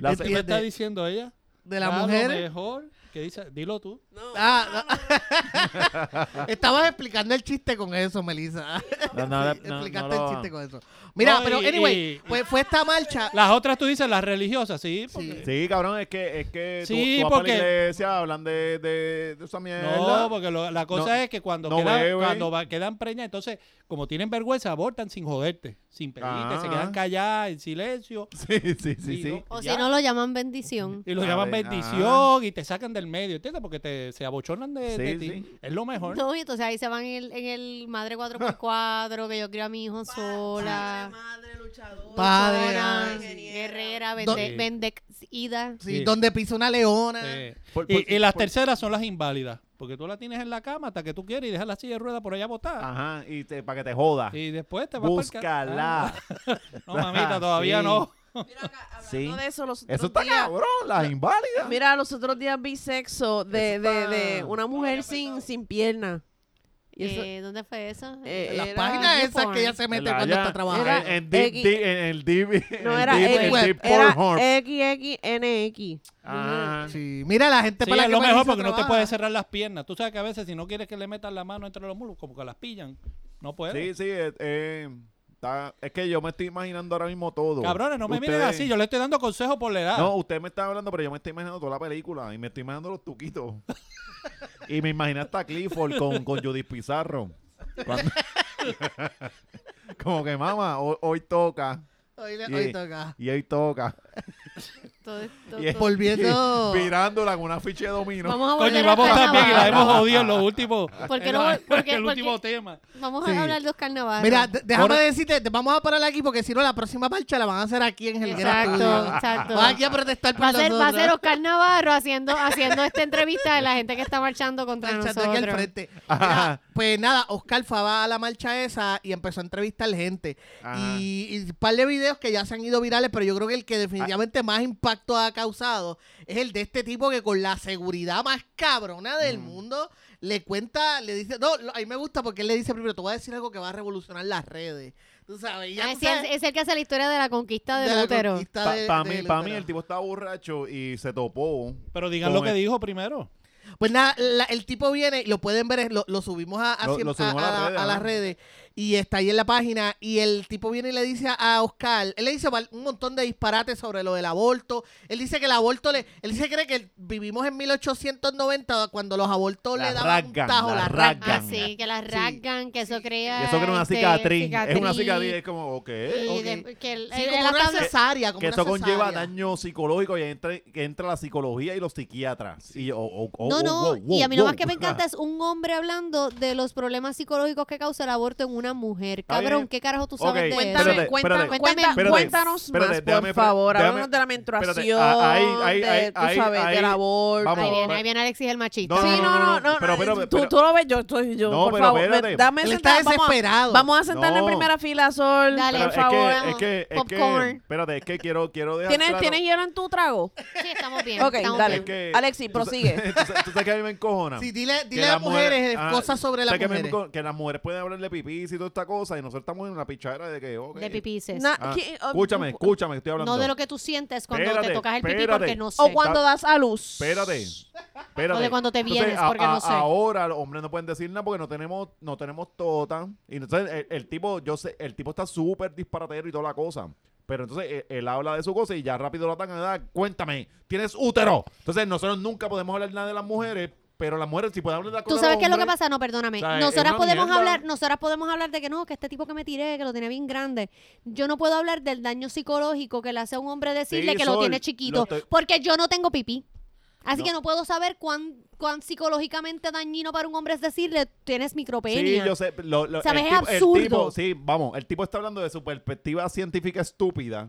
[SPEAKER 1] La se-
[SPEAKER 5] ¿Qué me está diciendo ella?
[SPEAKER 2] De la
[SPEAKER 5] Ah, lo
[SPEAKER 2] mujer.
[SPEAKER 5] mejor. ¿Qué dice? Dilo tú.
[SPEAKER 4] No,
[SPEAKER 2] Ah, no. Estabas explicando el chiste con eso, Melissa.
[SPEAKER 1] No, no,
[SPEAKER 2] Sí,
[SPEAKER 1] no, no
[SPEAKER 2] explicaste
[SPEAKER 1] lo-
[SPEAKER 2] el chiste con eso. Mira,
[SPEAKER 5] No,
[SPEAKER 2] pero
[SPEAKER 5] y-
[SPEAKER 2] anyway,
[SPEAKER 5] y-
[SPEAKER 2] pues fue esta marcha.
[SPEAKER 5] Las otras tú dices, las religiosas, sí. porque-
[SPEAKER 1] Sí, cabrón, es que, es que tú-
[SPEAKER 5] Sí,
[SPEAKER 1] tú, vas pa'
[SPEAKER 5] porque-
[SPEAKER 1] la iglesia, hablan de, de, de esa mierda.
[SPEAKER 5] No, porque lo- la cosa
[SPEAKER 1] No,
[SPEAKER 5] es que cuando,
[SPEAKER 1] no
[SPEAKER 5] quedan,
[SPEAKER 1] beben.
[SPEAKER 5] cuando va- quedan preñas, entonces, como tienen vergüenza, abortan sin joderte, sin pedirte,
[SPEAKER 1] Ah.
[SPEAKER 5] se quedan calladas, en silencio.
[SPEAKER 1] Sí, sí, sí,
[SPEAKER 5] y
[SPEAKER 1] sí.
[SPEAKER 5] no-
[SPEAKER 3] O
[SPEAKER 5] ya.
[SPEAKER 3] si no, lo llaman bendición.
[SPEAKER 5] Y lo
[SPEAKER 1] A
[SPEAKER 5] llaman
[SPEAKER 1] ver,
[SPEAKER 5] bendición
[SPEAKER 1] ah.
[SPEAKER 5] y te sacan del medio, ¿entiendes? Porque te, se abochornan de, de
[SPEAKER 1] Sí,
[SPEAKER 5] ti.
[SPEAKER 1] sí.
[SPEAKER 5] Es lo mejor.
[SPEAKER 3] No, y entonces ahí se van en el, en el madre 4x4, que yo crio a mi hijo sola.
[SPEAKER 4] Madre, luchadora.
[SPEAKER 2] Padre,
[SPEAKER 3] Lloran,
[SPEAKER 4] ingeniera.
[SPEAKER 3] guerrera,
[SPEAKER 2] Do-
[SPEAKER 3] bende- bendecida.
[SPEAKER 2] Sí,
[SPEAKER 5] Sí.
[SPEAKER 2] donde pisa una leona.
[SPEAKER 5] Sí.
[SPEAKER 1] Eh, Por-
[SPEAKER 5] Eh, Y-
[SPEAKER 1] por-
[SPEAKER 5] y, las
[SPEAKER 1] por-
[SPEAKER 5] terceras son las inválidas, porque tú la tienes en la cama hasta que tú quieres y dejas la silla de ruedas por allá botada.
[SPEAKER 1] Ajá, y te, para que te joda.
[SPEAKER 5] Y después te vas pa'l ca-
[SPEAKER 1] Ah, Búscala.
[SPEAKER 5] Ah, no, mamita, todavía
[SPEAKER 1] Sí.
[SPEAKER 5] no.
[SPEAKER 4] Mira acá, hablando
[SPEAKER 1] Sí.
[SPEAKER 4] de eso, los
[SPEAKER 1] Eso
[SPEAKER 4] otros
[SPEAKER 1] está
[SPEAKER 4] días-
[SPEAKER 1] cabrón, las inválidas.
[SPEAKER 4] Mira, los otros días vi sexo de,
[SPEAKER 1] Eso
[SPEAKER 4] de,
[SPEAKER 1] está-
[SPEAKER 4] de una mujer sin, sin pierna. Y eso-
[SPEAKER 3] Eh, ¿Dónde fue eso?
[SPEAKER 4] Eh,
[SPEAKER 2] Las
[SPEAKER 4] Era
[SPEAKER 2] páginas esas
[SPEAKER 3] porn.
[SPEAKER 2] que ella se mete
[SPEAKER 1] En la-
[SPEAKER 2] cuando
[SPEAKER 1] ya-
[SPEAKER 2] está trabajando.
[SPEAKER 4] Era-
[SPEAKER 1] en, deep,
[SPEAKER 4] X.
[SPEAKER 1] Deep- en el deep, en
[SPEAKER 4] no
[SPEAKER 1] el
[SPEAKER 4] era
[SPEAKER 1] deep,
[SPEAKER 2] X,
[SPEAKER 1] en deep Pornhub.
[SPEAKER 4] era XXNX.
[SPEAKER 1] Ajá.
[SPEAKER 2] Sí, mira la gente
[SPEAKER 5] Sí,
[SPEAKER 2] para
[SPEAKER 5] es
[SPEAKER 2] la
[SPEAKER 5] lo
[SPEAKER 2] que Melissa
[SPEAKER 5] mejor porque no te
[SPEAKER 2] trabaja.
[SPEAKER 5] puedes cerrar las piernas. Tú sabes que a veces si no quieres que le metan la mano entre los muslos, como que las pillan. No puedes.
[SPEAKER 1] Sí, sí, eh, eh, está- es que yo me estoy imaginando ahora mismo todo.
[SPEAKER 5] Cabrones, no me miren
[SPEAKER 1] Ustedes-
[SPEAKER 5] así. Yo le estoy dando consejos por la edad.
[SPEAKER 1] No, usted me está hablando, pero yo me estoy imaginando toda la película y me estoy imaginando los tuquitos. y me imaginé hasta Clifford con, con Judith Pizarro. Cuando- Como que, mamá, hoy, hoy toca.
[SPEAKER 2] Hoy, le-
[SPEAKER 1] Y-
[SPEAKER 2] hoy toca.
[SPEAKER 1] Y hoy toca.
[SPEAKER 3] Todo esto-
[SPEAKER 1] Y-
[SPEAKER 3] todo-
[SPEAKER 2] Volviendo.
[SPEAKER 1] Virándola con una ficha de dominó.
[SPEAKER 3] Vamos a volver
[SPEAKER 5] Coño, y
[SPEAKER 3] al
[SPEAKER 5] vamos también que la
[SPEAKER 3] carnaval.
[SPEAKER 5] hemos jodido en los últimos.
[SPEAKER 3] ¿Por qué
[SPEAKER 5] en
[SPEAKER 3] no
[SPEAKER 5] la-
[SPEAKER 3] vol- por qué-
[SPEAKER 5] el
[SPEAKER 3] por
[SPEAKER 5] último
[SPEAKER 3] qué?
[SPEAKER 5] tema.
[SPEAKER 3] Vamos
[SPEAKER 2] Sí.
[SPEAKER 3] a hablar de los carnavales.
[SPEAKER 2] Mira, de- déjame
[SPEAKER 5] Ahora-
[SPEAKER 2] decirte, te vamos a parar aquí porque si no la próxima marcha la van a hacer aquí en el
[SPEAKER 3] Exacto, exacto.
[SPEAKER 2] Vas aquí a protestar por
[SPEAKER 3] Va a, ser, va a ser
[SPEAKER 2] nosotros.
[SPEAKER 3] Oscar Navarro haciendo, haciendo esta entrevista de la gente que está marchando contra
[SPEAKER 2] Marchando aquí al
[SPEAKER 3] nosotros.
[SPEAKER 2] frente. Mira, pues nada, Oscar fue a la marcha esa y empezó a entrevistar gente.
[SPEAKER 1] Ajá.
[SPEAKER 2] Y, y un par de videos que ya se han ido virales, pero yo creo que el que
[SPEAKER 1] Ah.
[SPEAKER 2] definitivamente más impacto ha causado es el de este tipo que con la seguridad más cabrona del
[SPEAKER 1] Mm.
[SPEAKER 2] mundo le cuenta, le dice, no, lo- a mí me gusta porque él le dice primero, te voy a decir algo que va a revolucionar las redes. Tú sabes, y ya
[SPEAKER 3] Ah,
[SPEAKER 2] tú
[SPEAKER 3] sí, es,
[SPEAKER 2] sabes,
[SPEAKER 3] es el que hace la historia de la conquista
[SPEAKER 2] de
[SPEAKER 3] del
[SPEAKER 2] la
[SPEAKER 3] útero.
[SPEAKER 2] conquista
[SPEAKER 1] Para
[SPEAKER 2] de-
[SPEAKER 1] mí,
[SPEAKER 2] del
[SPEAKER 1] pa' mí
[SPEAKER 2] útero.
[SPEAKER 1] el tipo estaba borracho y se topó.
[SPEAKER 5] Pero digan
[SPEAKER 1] Con
[SPEAKER 5] lo que
[SPEAKER 1] el-
[SPEAKER 5] dijo primero.
[SPEAKER 2] Pues nada, la- el tipo viene, lo pueden ver, lo, lo subimos a, a
[SPEAKER 1] Lo-
[SPEAKER 2] siem-
[SPEAKER 1] lo subimos
[SPEAKER 2] a-
[SPEAKER 1] a las
[SPEAKER 2] a-
[SPEAKER 1] redes,
[SPEAKER 2] a las
[SPEAKER 1] ajá.
[SPEAKER 2] redes. y está ahí en la página y el tipo viene y le dice a Oscar, él le dice val- un montón de disparates sobre lo del aborto, él dice que el aborto le, él se cree que vivimos en 1890 cuando los abortos
[SPEAKER 1] La
[SPEAKER 2] le daban un
[SPEAKER 1] rasgan,
[SPEAKER 2] tajo,
[SPEAKER 1] la
[SPEAKER 2] la
[SPEAKER 1] rasgan.
[SPEAKER 2] rasgan.
[SPEAKER 3] Así, Ah, que las rasgan, que eso crea.
[SPEAKER 1] Y eso que era una
[SPEAKER 3] este,
[SPEAKER 1] cicatriz. Es una cicatriz, es como, ok.
[SPEAKER 3] Y
[SPEAKER 1] ok.
[SPEAKER 3] de- que el- eh,
[SPEAKER 2] Sí,
[SPEAKER 3] el-
[SPEAKER 2] como
[SPEAKER 3] el
[SPEAKER 2] una
[SPEAKER 3] ataúd-
[SPEAKER 2] cesárea, como
[SPEAKER 1] que
[SPEAKER 2] una
[SPEAKER 1] eso conlleva
[SPEAKER 2] cesárea.
[SPEAKER 1] daño psicológico y entre, que entra la psicología y los psiquiatras. Y yo, oh, oh, oh,
[SPEAKER 3] No,
[SPEAKER 1] oh,
[SPEAKER 3] no,
[SPEAKER 1] wow, wow,
[SPEAKER 3] y a mí lo
[SPEAKER 1] wow.
[SPEAKER 3] más que me encanta es un hombre hablando de los problemas psicológicos que causa el aborto en una mujer.
[SPEAKER 1] Está bien.
[SPEAKER 3] Cabrón, ¿qué carajo tú
[SPEAKER 1] Ok,
[SPEAKER 3] sabes de
[SPEAKER 1] Espérate, espérate,
[SPEAKER 4] Cuéntame, cuéntame,
[SPEAKER 3] espérate,
[SPEAKER 4] cuenta-
[SPEAKER 3] espérate,
[SPEAKER 4] cuéntanos
[SPEAKER 1] espérate,
[SPEAKER 4] más,
[SPEAKER 1] déjame,
[SPEAKER 4] por favor.
[SPEAKER 1] déjame,
[SPEAKER 4] Háblanos de la menstruación,
[SPEAKER 1] ah, ahí, ahí, ahí,
[SPEAKER 4] de, tú
[SPEAKER 1] ahí,
[SPEAKER 4] sabes,
[SPEAKER 1] ahí,
[SPEAKER 4] del aborto.
[SPEAKER 3] eso? Ahí
[SPEAKER 1] vamos,
[SPEAKER 3] viene,
[SPEAKER 1] va-
[SPEAKER 3] ahí viene Alexis el machista.
[SPEAKER 1] No,
[SPEAKER 4] sí, no, no, no, no, eh,
[SPEAKER 1] pero, pero,
[SPEAKER 4] tú,
[SPEAKER 1] pero-
[SPEAKER 4] tú lo ves, yo estoy yo,
[SPEAKER 1] No,
[SPEAKER 4] por
[SPEAKER 1] pero
[SPEAKER 4] favor,
[SPEAKER 1] espérate.
[SPEAKER 4] me- dame
[SPEAKER 2] Él
[SPEAKER 4] sentar,
[SPEAKER 2] está
[SPEAKER 4] vamos, a-
[SPEAKER 2] desesperado.
[SPEAKER 4] vamos a sentarnos
[SPEAKER 1] No.
[SPEAKER 4] en primera fila, Sol,
[SPEAKER 3] Dale,
[SPEAKER 4] por
[SPEAKER 1] Pero
[SPEAKER 4] favor.
[SPEAKER 1] es que, es que, es que-
[SPEAKER 3] Popcorn.
[SPEAKER 1] espérate, es que quiero, quiero dejar
[SPEAKER 4] ¿Tienes,
[SPEAKER 1] claro-
[SPEAKER 4] ¿Tienes hielo en tu trago?
[SPEAKER 3] Sí, estamos bien.
[SPEAKER 4] Ok,
[SPEAKER 3] estamos
[SPEAKER 4] dale.
[SPEAKER 1] es
[SPEAKER 3] bien.
[SPEAKER 1] que- tú sa-
[SPEAKER 4] Alexis, prosigue.
[SPEAKER 1] tú, sa- tú sabes que a mí me encojona.
[SPEAKER 2] Sí, dile,
[SPEAKER 1] que
[SPEAKER 2] dile a las mujeres
[SPEAKER 1] ah,
[SPEAKER 2] cosas sobre las
[SPEAKER 1] sabes que me
[SPEAKER 2] mujeres.
[SPEAKER 1] encojona- Que las mujeres pueden hablarle pipis y toda esta cosa y nosotros estamos en la pichadera de que, ok.
[SPEAKER 3] De pipices.
[SPEAKER 4] Na-
[SPEAKER 1] Ah,
[SPEAKER 4] ¿qué- oh,
[SPEAKER 1] escúchame, escúchame, estoy hablando.
[SPEAKER 3] No de lo que tú sientes cuando
[SPEAKER 1] Espérate,
[SPEAKER 3] te tocas el pipí
[SPEAKER 1] espérate.
[SPEAKER 3] porque no sé.
[SPEAKER 4] O cuando das a luz.
[SPEAKER 1] Espérate. Espérate.
[SPEAKER 3] No de cuando te vienes, porque no sé.
[SPEAKER 1] Ahora los hombres no pueden decir nada porque no tenemos, no tenemos tota. Y entonces el, el tipo, yo sé, el tipo está súper disparatero y toda la cosa. Pero entonces e, él, él habla de su cosa y ya rápido lo atan a cuéntame, tienes útero. Entonces nosotros nunca podemos hablar nada de las mujeres, pero las mujeres sí pueden hablar de las
[SPEAKER 3] ¿Tú
[SPEAKER 1] cosas.
[SPEAKER 3] sabes
[SPEAKER 1] de
[SPEAKER 3] qué es
[SPEAKER 1] los
[SPEAKER 3] lo que
[SPEAKER 1] hombres.
[SPEAKER 3] pasa? No, perdóname.
[SPEAKER 1] O sea, es
[SPEAKER 3] nosotras
[SPEAKER 1] una
[SPEAKER 3] podemos
[SPEAKER 1] mierda.
[SPEAKER 3] hablar, nosotras podemos hablar de que no, que este tipo que me tiré, que lo tenía bien grande. Yo no puedo hablar del daño psicológico que le hace a un hombre decirle
[SPEAKER 1] Sí,
[SPEAKER 3] que
[SPEAKER 1] Sol,
[SPEAKER 3] lo tiene
[SPEAKER 1] lo
[SPEAKER 3] chiquito,
[SPEAKER 1] estoy-
[SPEAKER 3] porque yo no tengo pipí. Así
[SPEAKER 1] No.
[SPEAKER 3] que no puedo saber cuán, cuán psicológicamente dañino para un hombre es decirle tienes
[SPEAKER 1] Sí,
[SPEAKER 3] micropenia.
[SPEAKER 1] yo sé. Lo, lo-
[SPEAKER 3] ¿Sabes?
[SPEAKER 1] el
[SPEAKER 3] Es
[SPEAKER 1] tipo- el
[SPEAKER 3] absurdo.
[SPEAKER 1] tipo- sí, vamos, el tipo está hablando de su perspectiva científica estúpida.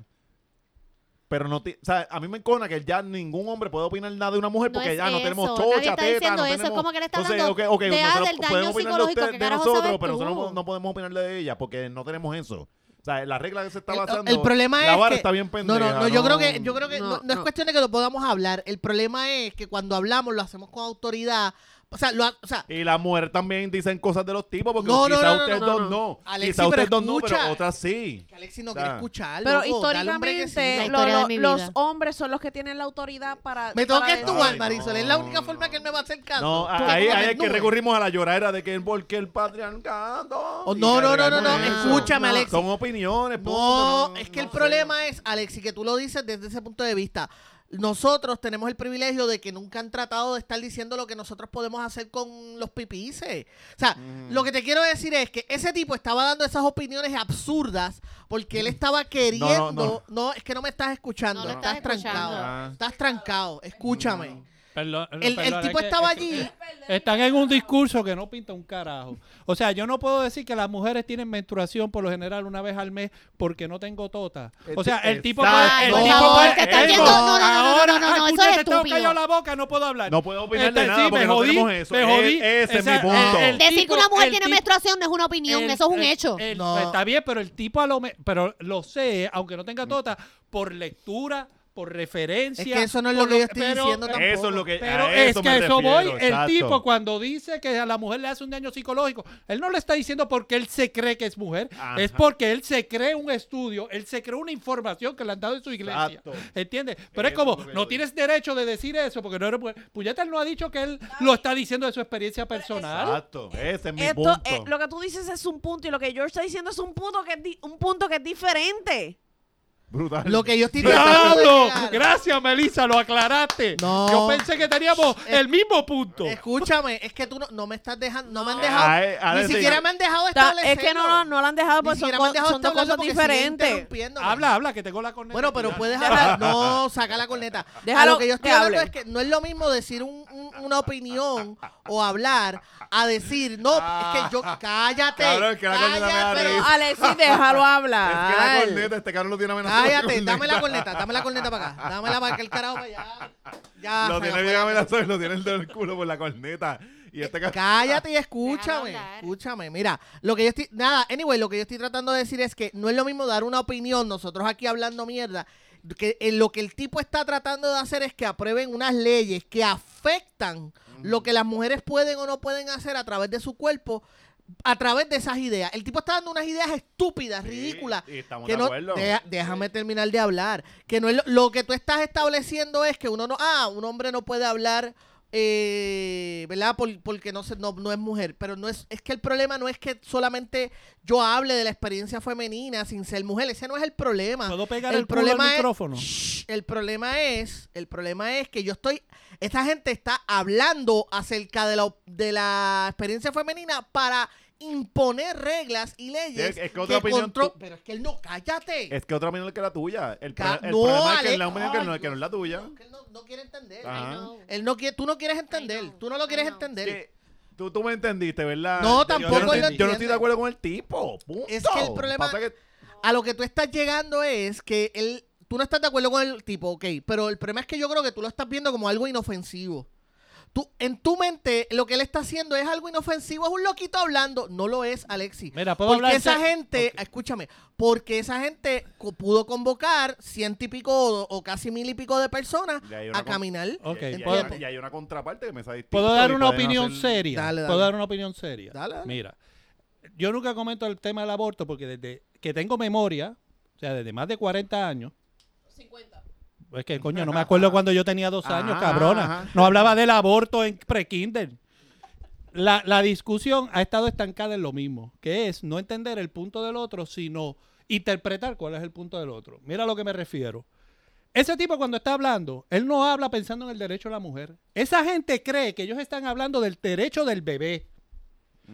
[SPEAKER 1] Pero no ti- o sea, a mí me encona que ya ningún hombre puede opinar nada de una mujer
[SPEAKER 3] No
[SPEAKER 1] porque
[SPEAKER 3] es
[SPEAKER 1] ya no
[SPEAKER 3] eso,
[SPEAKER 1] tenemos
[SPEAKER 3] nadie
[SPEAKER 1] chocha,
[SPEAKER 3] está
[SPEAKER 1] teta,
[SPEAKER 3] diciendo
[SPEAKER 1] no
[SPEAKER 3] eso, es
[SPEAKER 1] tenemos...
[SPEAKER 3] como que él está
[SPEAKER 1] Entonces,
[SPEAKER 3] hablando
[SPEAKER 1] ok, ok,
[SPEAKER 3] de-
[SPEAKER 1] nosotros
[SPEAKER 3] del daño
[SPEAKER 1] podemos opinar de
[SPEAKER 3] psicológico,
[SPEAKER 1] ustedes,
[SPEAKER 3] ¿qué
[SPEAKER 1] de
[SPEAKER 3] carajo
[SPEAKER 1] nosotros,
[SPEAKER 3] sabes
[SPEAKER 1] pero
[SPEAKER 3] tú?
[SPEAKER 1] nosotros no, no podemos opinarle de ella porque no tenemos eso. O sea, la regla que se está
[SPEAKER 2] El-
[SPEAKER 1] basando...
[SPEAKER 2] Eh, oh, el, problema
[SPEAKER 1] la
[SPEAKER 2] es
[SPEAKER 1] vara
[SPEAKER 2] que,
[SPEAKER 1] está bien pendeja.
[SPEAKER 2] no, no, no, yo creo que, yo creo que
[SPEAKER 3] No,
[SPEAKER 2] no, no es
[SPEAKER 3] no.
[SPEAKER 2] cuestión de que lo podamos hablar. El problema es que cuando hablamos lo hacemos con autoridad. O sea, lo, ha- o sea
[SPEAKER 1] Y las mujeres también dicen cosas de los tipos porque
[SPEAKER 2] No, no,
[SPEAKER 1] quizás
[SPEAKER 2] no, no,
[SPEAKER 1] ustedes
[SPEAKER 2] no,
[SPEAKER 1] dos
[SPEAKER 2] no.
[SPEAKER 1] no.
[SPEAKER 2] Alexis,
[SPEAKER 1] quizás
[SPEAKER 2] pero
[SPEAKER 1] ustedes dos no, pero
[SPEAKER 2] escucha.
[SPEAKER 1] otras sí.
[SPEAKER 2] que Alexis no
[SPEAKER 1] Está.
[SPEAKER 2] quiere escuchar.
[SPEAKER 4] Pero
[SPEAKER 2] loco, dale un
[SPEAKER 4] históricamente
[SPEAKER 2] brequecito.
[SPEAKER 3] La
[SPEAKER 4] lo-
[SPEAKER 3] historia
[SPEAKER 4] lo-
[SPEAKER 3] de mi vida.
[SPEAKER 4] los hombres son los que tienen la autoridad para...
[SPEAKER 2] me tengo
[SPEAKER 4] para
[SPEAKER 2] que
[SPEAKER 4] decir-
[SPEAKER 2] actuar,
[SPEAKER 1] Ay,
[SPEAKER 2] Marisol.
[SPEAKER 1] no,
[SPEAKER 2] es la única
[SPEAKER 1] no,
[SPEAKER 2] forma que él me va a hacer caso.
[SPEAKER 1] No,
[SPEAKER 2] Tú
[SPEAKER 1] ahí,
[SPEAKER 2] como
[SPEAKER 1] ahí es que
[SPEAKER 2] desnudo.
[SPEAKER 1] recurrimos a la lloradera de que el porque el patriarcado.
[SPEAKER 2] Oh,
[SPEAKER 1] y
[SPEAKER 2] no,
[SPEAKER 1] que
[SPEAKER 2] no, no, no,
[SPEAKER 1] regamos
[SPEAKER 2] no,
[SPEAKER 1] eso.
[SPEAKER 2] escúchame, Alexis.
[SPEAKER 1] Son opiniones. punto,
[SPEAKER 2] No, es que
[SPEAKER 1] sé.
[SPEAKER 2] el problema es, Alex, y que tú lo dices desde ese punto de vista. Nosotros tenemos el privilegio de que nunca han tratado de estar diciendo lo que nosotros podemos hacer con los pipices. O sea, lo que te quiero decir es que ese tipo estaba dando esas opiniones absurdas porque él estaba queriendo. Mm. No, Ah.
[SPEAKER 1] no.
[SPEAKER 2] es que no me estás escuchando.
[SPEAKER 3] No lo
[SPEAKER 2] estás,
[SPEAKER 3] estás
[SPEAKER 2] trancado.
[SPEAKER 1] escuchando.
[SPEAKER 2] Estás trancado. Escúchame.
[SPEAKER 5] Perdón,
[SPEAKER 2] El- El,
[SPEAKER 5] perdón, es
[SPEAKER 2] tipo
[SPEAKER 5] que-
[SPEAKER 2] estaba
[SPEAKER 5] es que-
[SPEAKER 2] allí.
[SPEAKER 5] Están en un discurso que no pinta un carajo. O sea, yo no puedo decir que las mujeres tienen menstruación por lo general una vez al mes porque no tengo tota. O sea, el tipo
[SPEAKER 1] Exacto.
[SPEAKER 5] puede- el
[SPEAKER 1] Ay,
[SPEAKER 5] tipo
[SPEAKER 1] no,
[SPEAKER 5] puede-
[SPEAKER 1] te estás
[SPEAKER 5] el
[SPEAKER 1] yendo-
[SPEAKER 5] tipo-
[SPEAKER 3] no, no, no, no,
[SPEAKER 5] ahora,
[SPEAKER 3] no, no, no,
[SPEAKER 5] ah,
[SPEAKER 3] eso es
[SPEAKER 5] escucha, te tengo
[SPEAKER 3] estúpido.
[SPEAKER 5] callado la boca, no puedo hablar.
[SPEAKER 1] No puedo opinar de
[SPEAKER 5] Este,
[SPEAKER 1] nada
[SPEAKER 5] sí,
[SPEAKER 1] porque
[SPEAKER 5] me jodí,
[SPEAKER 1] no tenemos eso.
[SPEAKER 5] me jodí.
[SPEAKER 1] E- ese es mi
[SPEAKER 5] Esa-
[SPEAKER 1] punto.
[SPEAKER 5] el- el
[SPEAKER 3] Decir que
[SPEAKER 5] tipo-
[SPEAKER 3] una mujer
[SPEAKER 5] el
[SPEAKER 3] tiene
[SPEAKER 5] tipo-
[SPEAKER 3] menstruación no es una opinión,
[SPEAKER 5] el-
[SPEAKER 3] eso es un
[SPEAKER 5] el-
[SPEAKER 3] hecho.
[SPEAKER 5] el-
[SPEAKER 2] No.
[SPEAKER 5] Está bien, pero el tipo a lo me- pero lo sé, aunque no
[SPEAKER 1] Mm.
[SPEAKER 5] tenga tota, por lectura, por referencia.
[SPEAKER 2] Es que eso no es lo
[SPEAKER 5] por
[SPEAKER 2] que yo estoy diciendo
[SPEAKER 5] pero-
[SPEAKER 1] Eso es lo que.
[SPEAKER 5] pero
[SPEAKER 1] a
[SPEAKER 5] es
[SPEAKER 1] eso
[SPEAKER 5] que
[SPEAKER 1] me
[SPEAKER 5] eso
[SPEAKER 1] refiero,
[SPEAKER 5] voy.
[SPEAKER 1] exacto.
[SPEAKER 5] El tipo cuando dice que a la mujer le hace un daño psicológico, él no le está diciendo porque él se cree que es mujer,
[SPEAKER 1] Ajá.
[SPEAKER 5] es porque él se cree un estudio, él se cree una información que le han dado en su iglesia.
[SPEAKER 1] Exacto.
[SPEAKER 5] ¿Entiendes? Pero es
[SPEAKER 1] Eso es
[SPEAKER 5] como,
[SPEAKER 1] lo que yo
[SPEAKER 5] no tienes derecho de decir eso porque no eres mujer. Puñeta, él no ha dicho que él lo está diciendo de su experiencia personal.
[SPEAKER 1] Exacto. Ese es mi
[SPEAKER 4] Esto,
[SPEAKER 1] punto.
[SPEAKER 4] eh, lo que tú dices es un punto y lo que George está diciendo es un punto que es, di- un punto que es diferente.
[SPEAKER 1] Brutal.
[SPEAKER 2] Lo que yo estoy
[SPEAKER 5] ¡Diablo!
[SPEAKER 2] de llegar-
[SPEAKER 5] Gracias, Melissa, lo aclaraste.
[SPEAKER 2] No.
[SPEAKER 5] Yo pensé que teníamos el mismo punto.
[SPEAKER 2] Escúchame, es que tú no, no me estás dejando, no me han dejado,
[SPEAKER 1] Ay,
[SPEAKER 2] ni
[SPEAKER 1] Alexis,
[SPEAKER 2] siquiera me han dejado
[SPEAKER 4] Está-
[SPEAKER 2] establecer.
[SPEAKER 4] es que no, no, no lo han dejado porque pues, son,
[SPEAKER 2] siquiera me
[SPEAKER 4] co-
[SPEAKER 2] han dejado
[SPEAKER 4] son dos
[SPEAKER 2] establecer
[SPEAKER 4] cosas
[SPEAKER 2] porque siguen
[SPEAKER 4] diferentes.
[SPEAKER 2] interrumpiéndome.
[SPEAKER 5] Habla, habla, que tengo la corneta.
[SPEAKER 2] Bueno, pero
[SPEAKER 5] tirada.
[SPEAKER 2] puedes hablar. No, saca la corneta. A
[SPEAKER 4] Déjalo
[SPEAKER 2] lo que yo estoy
[SPEAKER 4] que
[SPEAKER 2] hablando
[SPEAKER 4] hable.
[SPEAKER 2] es que no es lo mismo decir un- un- una opinión o hablar a decir, no, es que yo, cállate.
[SPEAKER 1] Ah. Cabrón, que la corneta me da
[SPEAKER 2] cállate,
[SPEAKER 1] risa.
[SPEAKER 4] Pero Alexis, déjalo
[SPEAKER 1] Es que la
[SPEAKER 4] hablar.
[SPEAKER 1] corneta, este cabrón lo tiene amenazado.
[SPEAKER 2] Cállate, dame la corneta, dame la corneta para acá. Dámela para acá, el carajo para allá. Ya,
[SPEAKER 1] Lo
[SPEAKER 2] saca
[SPEAKER 1] tiene bien
[SPEAKER 2] fuera.
[SPEAKER 1] amenazado y lo tiene el dedo en el culo por la corneta. Y este cabrón.
[SPEAKER 2] Cállate y escúchame,
[SPEAKER 3] Déjalo hablar.
[SPEAKER 2] escúchame. Mira, lo que yo estoy, nada, anyway, lo que yo estoy tratando de decir es que no es lo mismo dar una opinión, nosotros aquí hablando mierda, que eh, lo que el tipo está tratando de hacer es que aprueben unas leyes que afectan lo que las mujeres pueden o no pueden hacer a través de su cuerpo, a través de esas ideas. El tipo está dando unas ideas estúpidas, ridículas,
[SPEAKER 1] Y estamos
[SPEAKER 2] que
[SPEAKER 1] de
[SPEAKER 2] no-
[SPEAKER 1] acuerdo.
[SPEAKER 2] deja- déjame terminar de hablar. Que no es lo, lo que tú estás estableciendo es que uno no, ah, un hombre no puede hablar eh, ¿verdad? Por- porque no, se- no, no es mujer, pero no es, es que el problema no es que solamente yo hable de la experiencia femenina sin ser mujer, ese no es el problema.
[SPEAKER 6] ¿Puedo pegar
[SPEAKER 2] el
[SPEAKER 6] el, culo al
[SPEAKER 2] problema es-
[SPEAKER 6] micrófono?
[SPEAKER 2] Shh, el problema es, el problema es que yo estoy, esta gente está hablando acerca de la, op- de la experiencia femenina para imponer reglas y leyes.
[SPEAKER 1] Es- es que otra opinión
[SPEAKER 2] contro-
[SPEAKER 1] tú-
[SPEAKER 2] Pero es que él no, cállate.
[SPEAKER 1] Es que otra opinión que la tuya. El, pro-
[SPEAKER 2] Ca-
[SPEAKER 1] el
[SPEAKER 2] no,
[SPEAKER 1] problema es que
[SPEAKER 2] Ale-
[SPEAKER 1] es la opinión que, no,
[SPEAKER 2] Ay,
[SPEAKER 1] que no es la tuya.
[SPEAKER 2] No, que él no, no quiere entender.
[SPEAKER 1] Ajá.
[SPEAKER 2] Él no quiere, tú no quieres entender,
[SPEAKER 3] know,
[SPEAKER 2] tú no lo quieres
[SPEAKER 3] I know.
[SPEAKER 2] entender.
[SPEAKER 1] Que- tú, tú me entendiste, ¿verdad?
[SPEAKER 2] No,
[SPEAKER 1] Yo
[SPEAKER 2] tampoco
[SPEAKER 1] Ah, Yo
[SPEAKER 2] lo
[SPEAKER 1] no, estoy, yo no estoy
[SPEAKER 2] entiende.
[SPEAKER 1] de acuerdo con el tipo. punto.
[SPEAKER 2] Es que el problema-
[SPEAKER 1] Pasa que-
[SPEAKER 2] A lo que tú estás llegando es que él, tú no estás de acuerdo con el tipo, ok, pero el problema es que yo creo que tú lo estás viendo como algo inofensivo. Tú, en tu mente, lo que él está haciendo es algo inofensivo, es un loquito hablando. No lo es, Alexi.
[SPEAKER 5] Mira, ¿puedo
[SPEAKER 2] Porque
[SPEAKER 5] hablar?
[SPEAKER 2] esa gente, escúchame, porque esa gente co- pudo convocar ciento y pico o, o casi mil y pico de personas
[SPEAKER 1] Ya hay una Oh.
[SPEAKER 2] a
[SPEAKER 1] con-
[SPEAKER 2] caminar.
[SPEAKER 5] Ok,
[SPEAKER 1] y, y-
[SPEAKER 5] ¿puedo-
[SPEAKER 1] y hay una contraparte que me está distinto
[SPEAKER 5] ¿Puedo dar
[SPEAKER 1] y
[SPEAKER 5] una
[SPEAKER 1] pueden
[SPEAKER 5] opinión
[SPEAKER 1] hacer-
[SPEAKER 5] seria?
[SPEAKER 2] Dale, dale.
[SPEAKER 5] ¿Puedo dar una opinión seria?
[SPEAKER 2] Dale, dale.
[SPEAKER 5] Mira, yo nunca comento el tema del aborto porque desde que tengo memoria, o sea, desde más de 40 años,
[SPEAKER 4] 50.
[SPEAKER 5] es que coño, no me acuerdo cuando yo tenía dos
[SPEAKER 1] Ajá,
[SPEAKER 5] años, cabrona.
[SPEAKER 1] ajá.
[SPEAKER 5] No hablaba del aborto en pre-kinder. La, la discusión ha estado estancada en lo mismo, que es no entender el punto del otro, sino interpretar cuál es el punto del otro. Mira a lo que me refiero. Ese tipo cuando está hablando, él no habla pensando en el derecho a la mujer. Esa gente cree que ellos están hablando del derecho del bebé,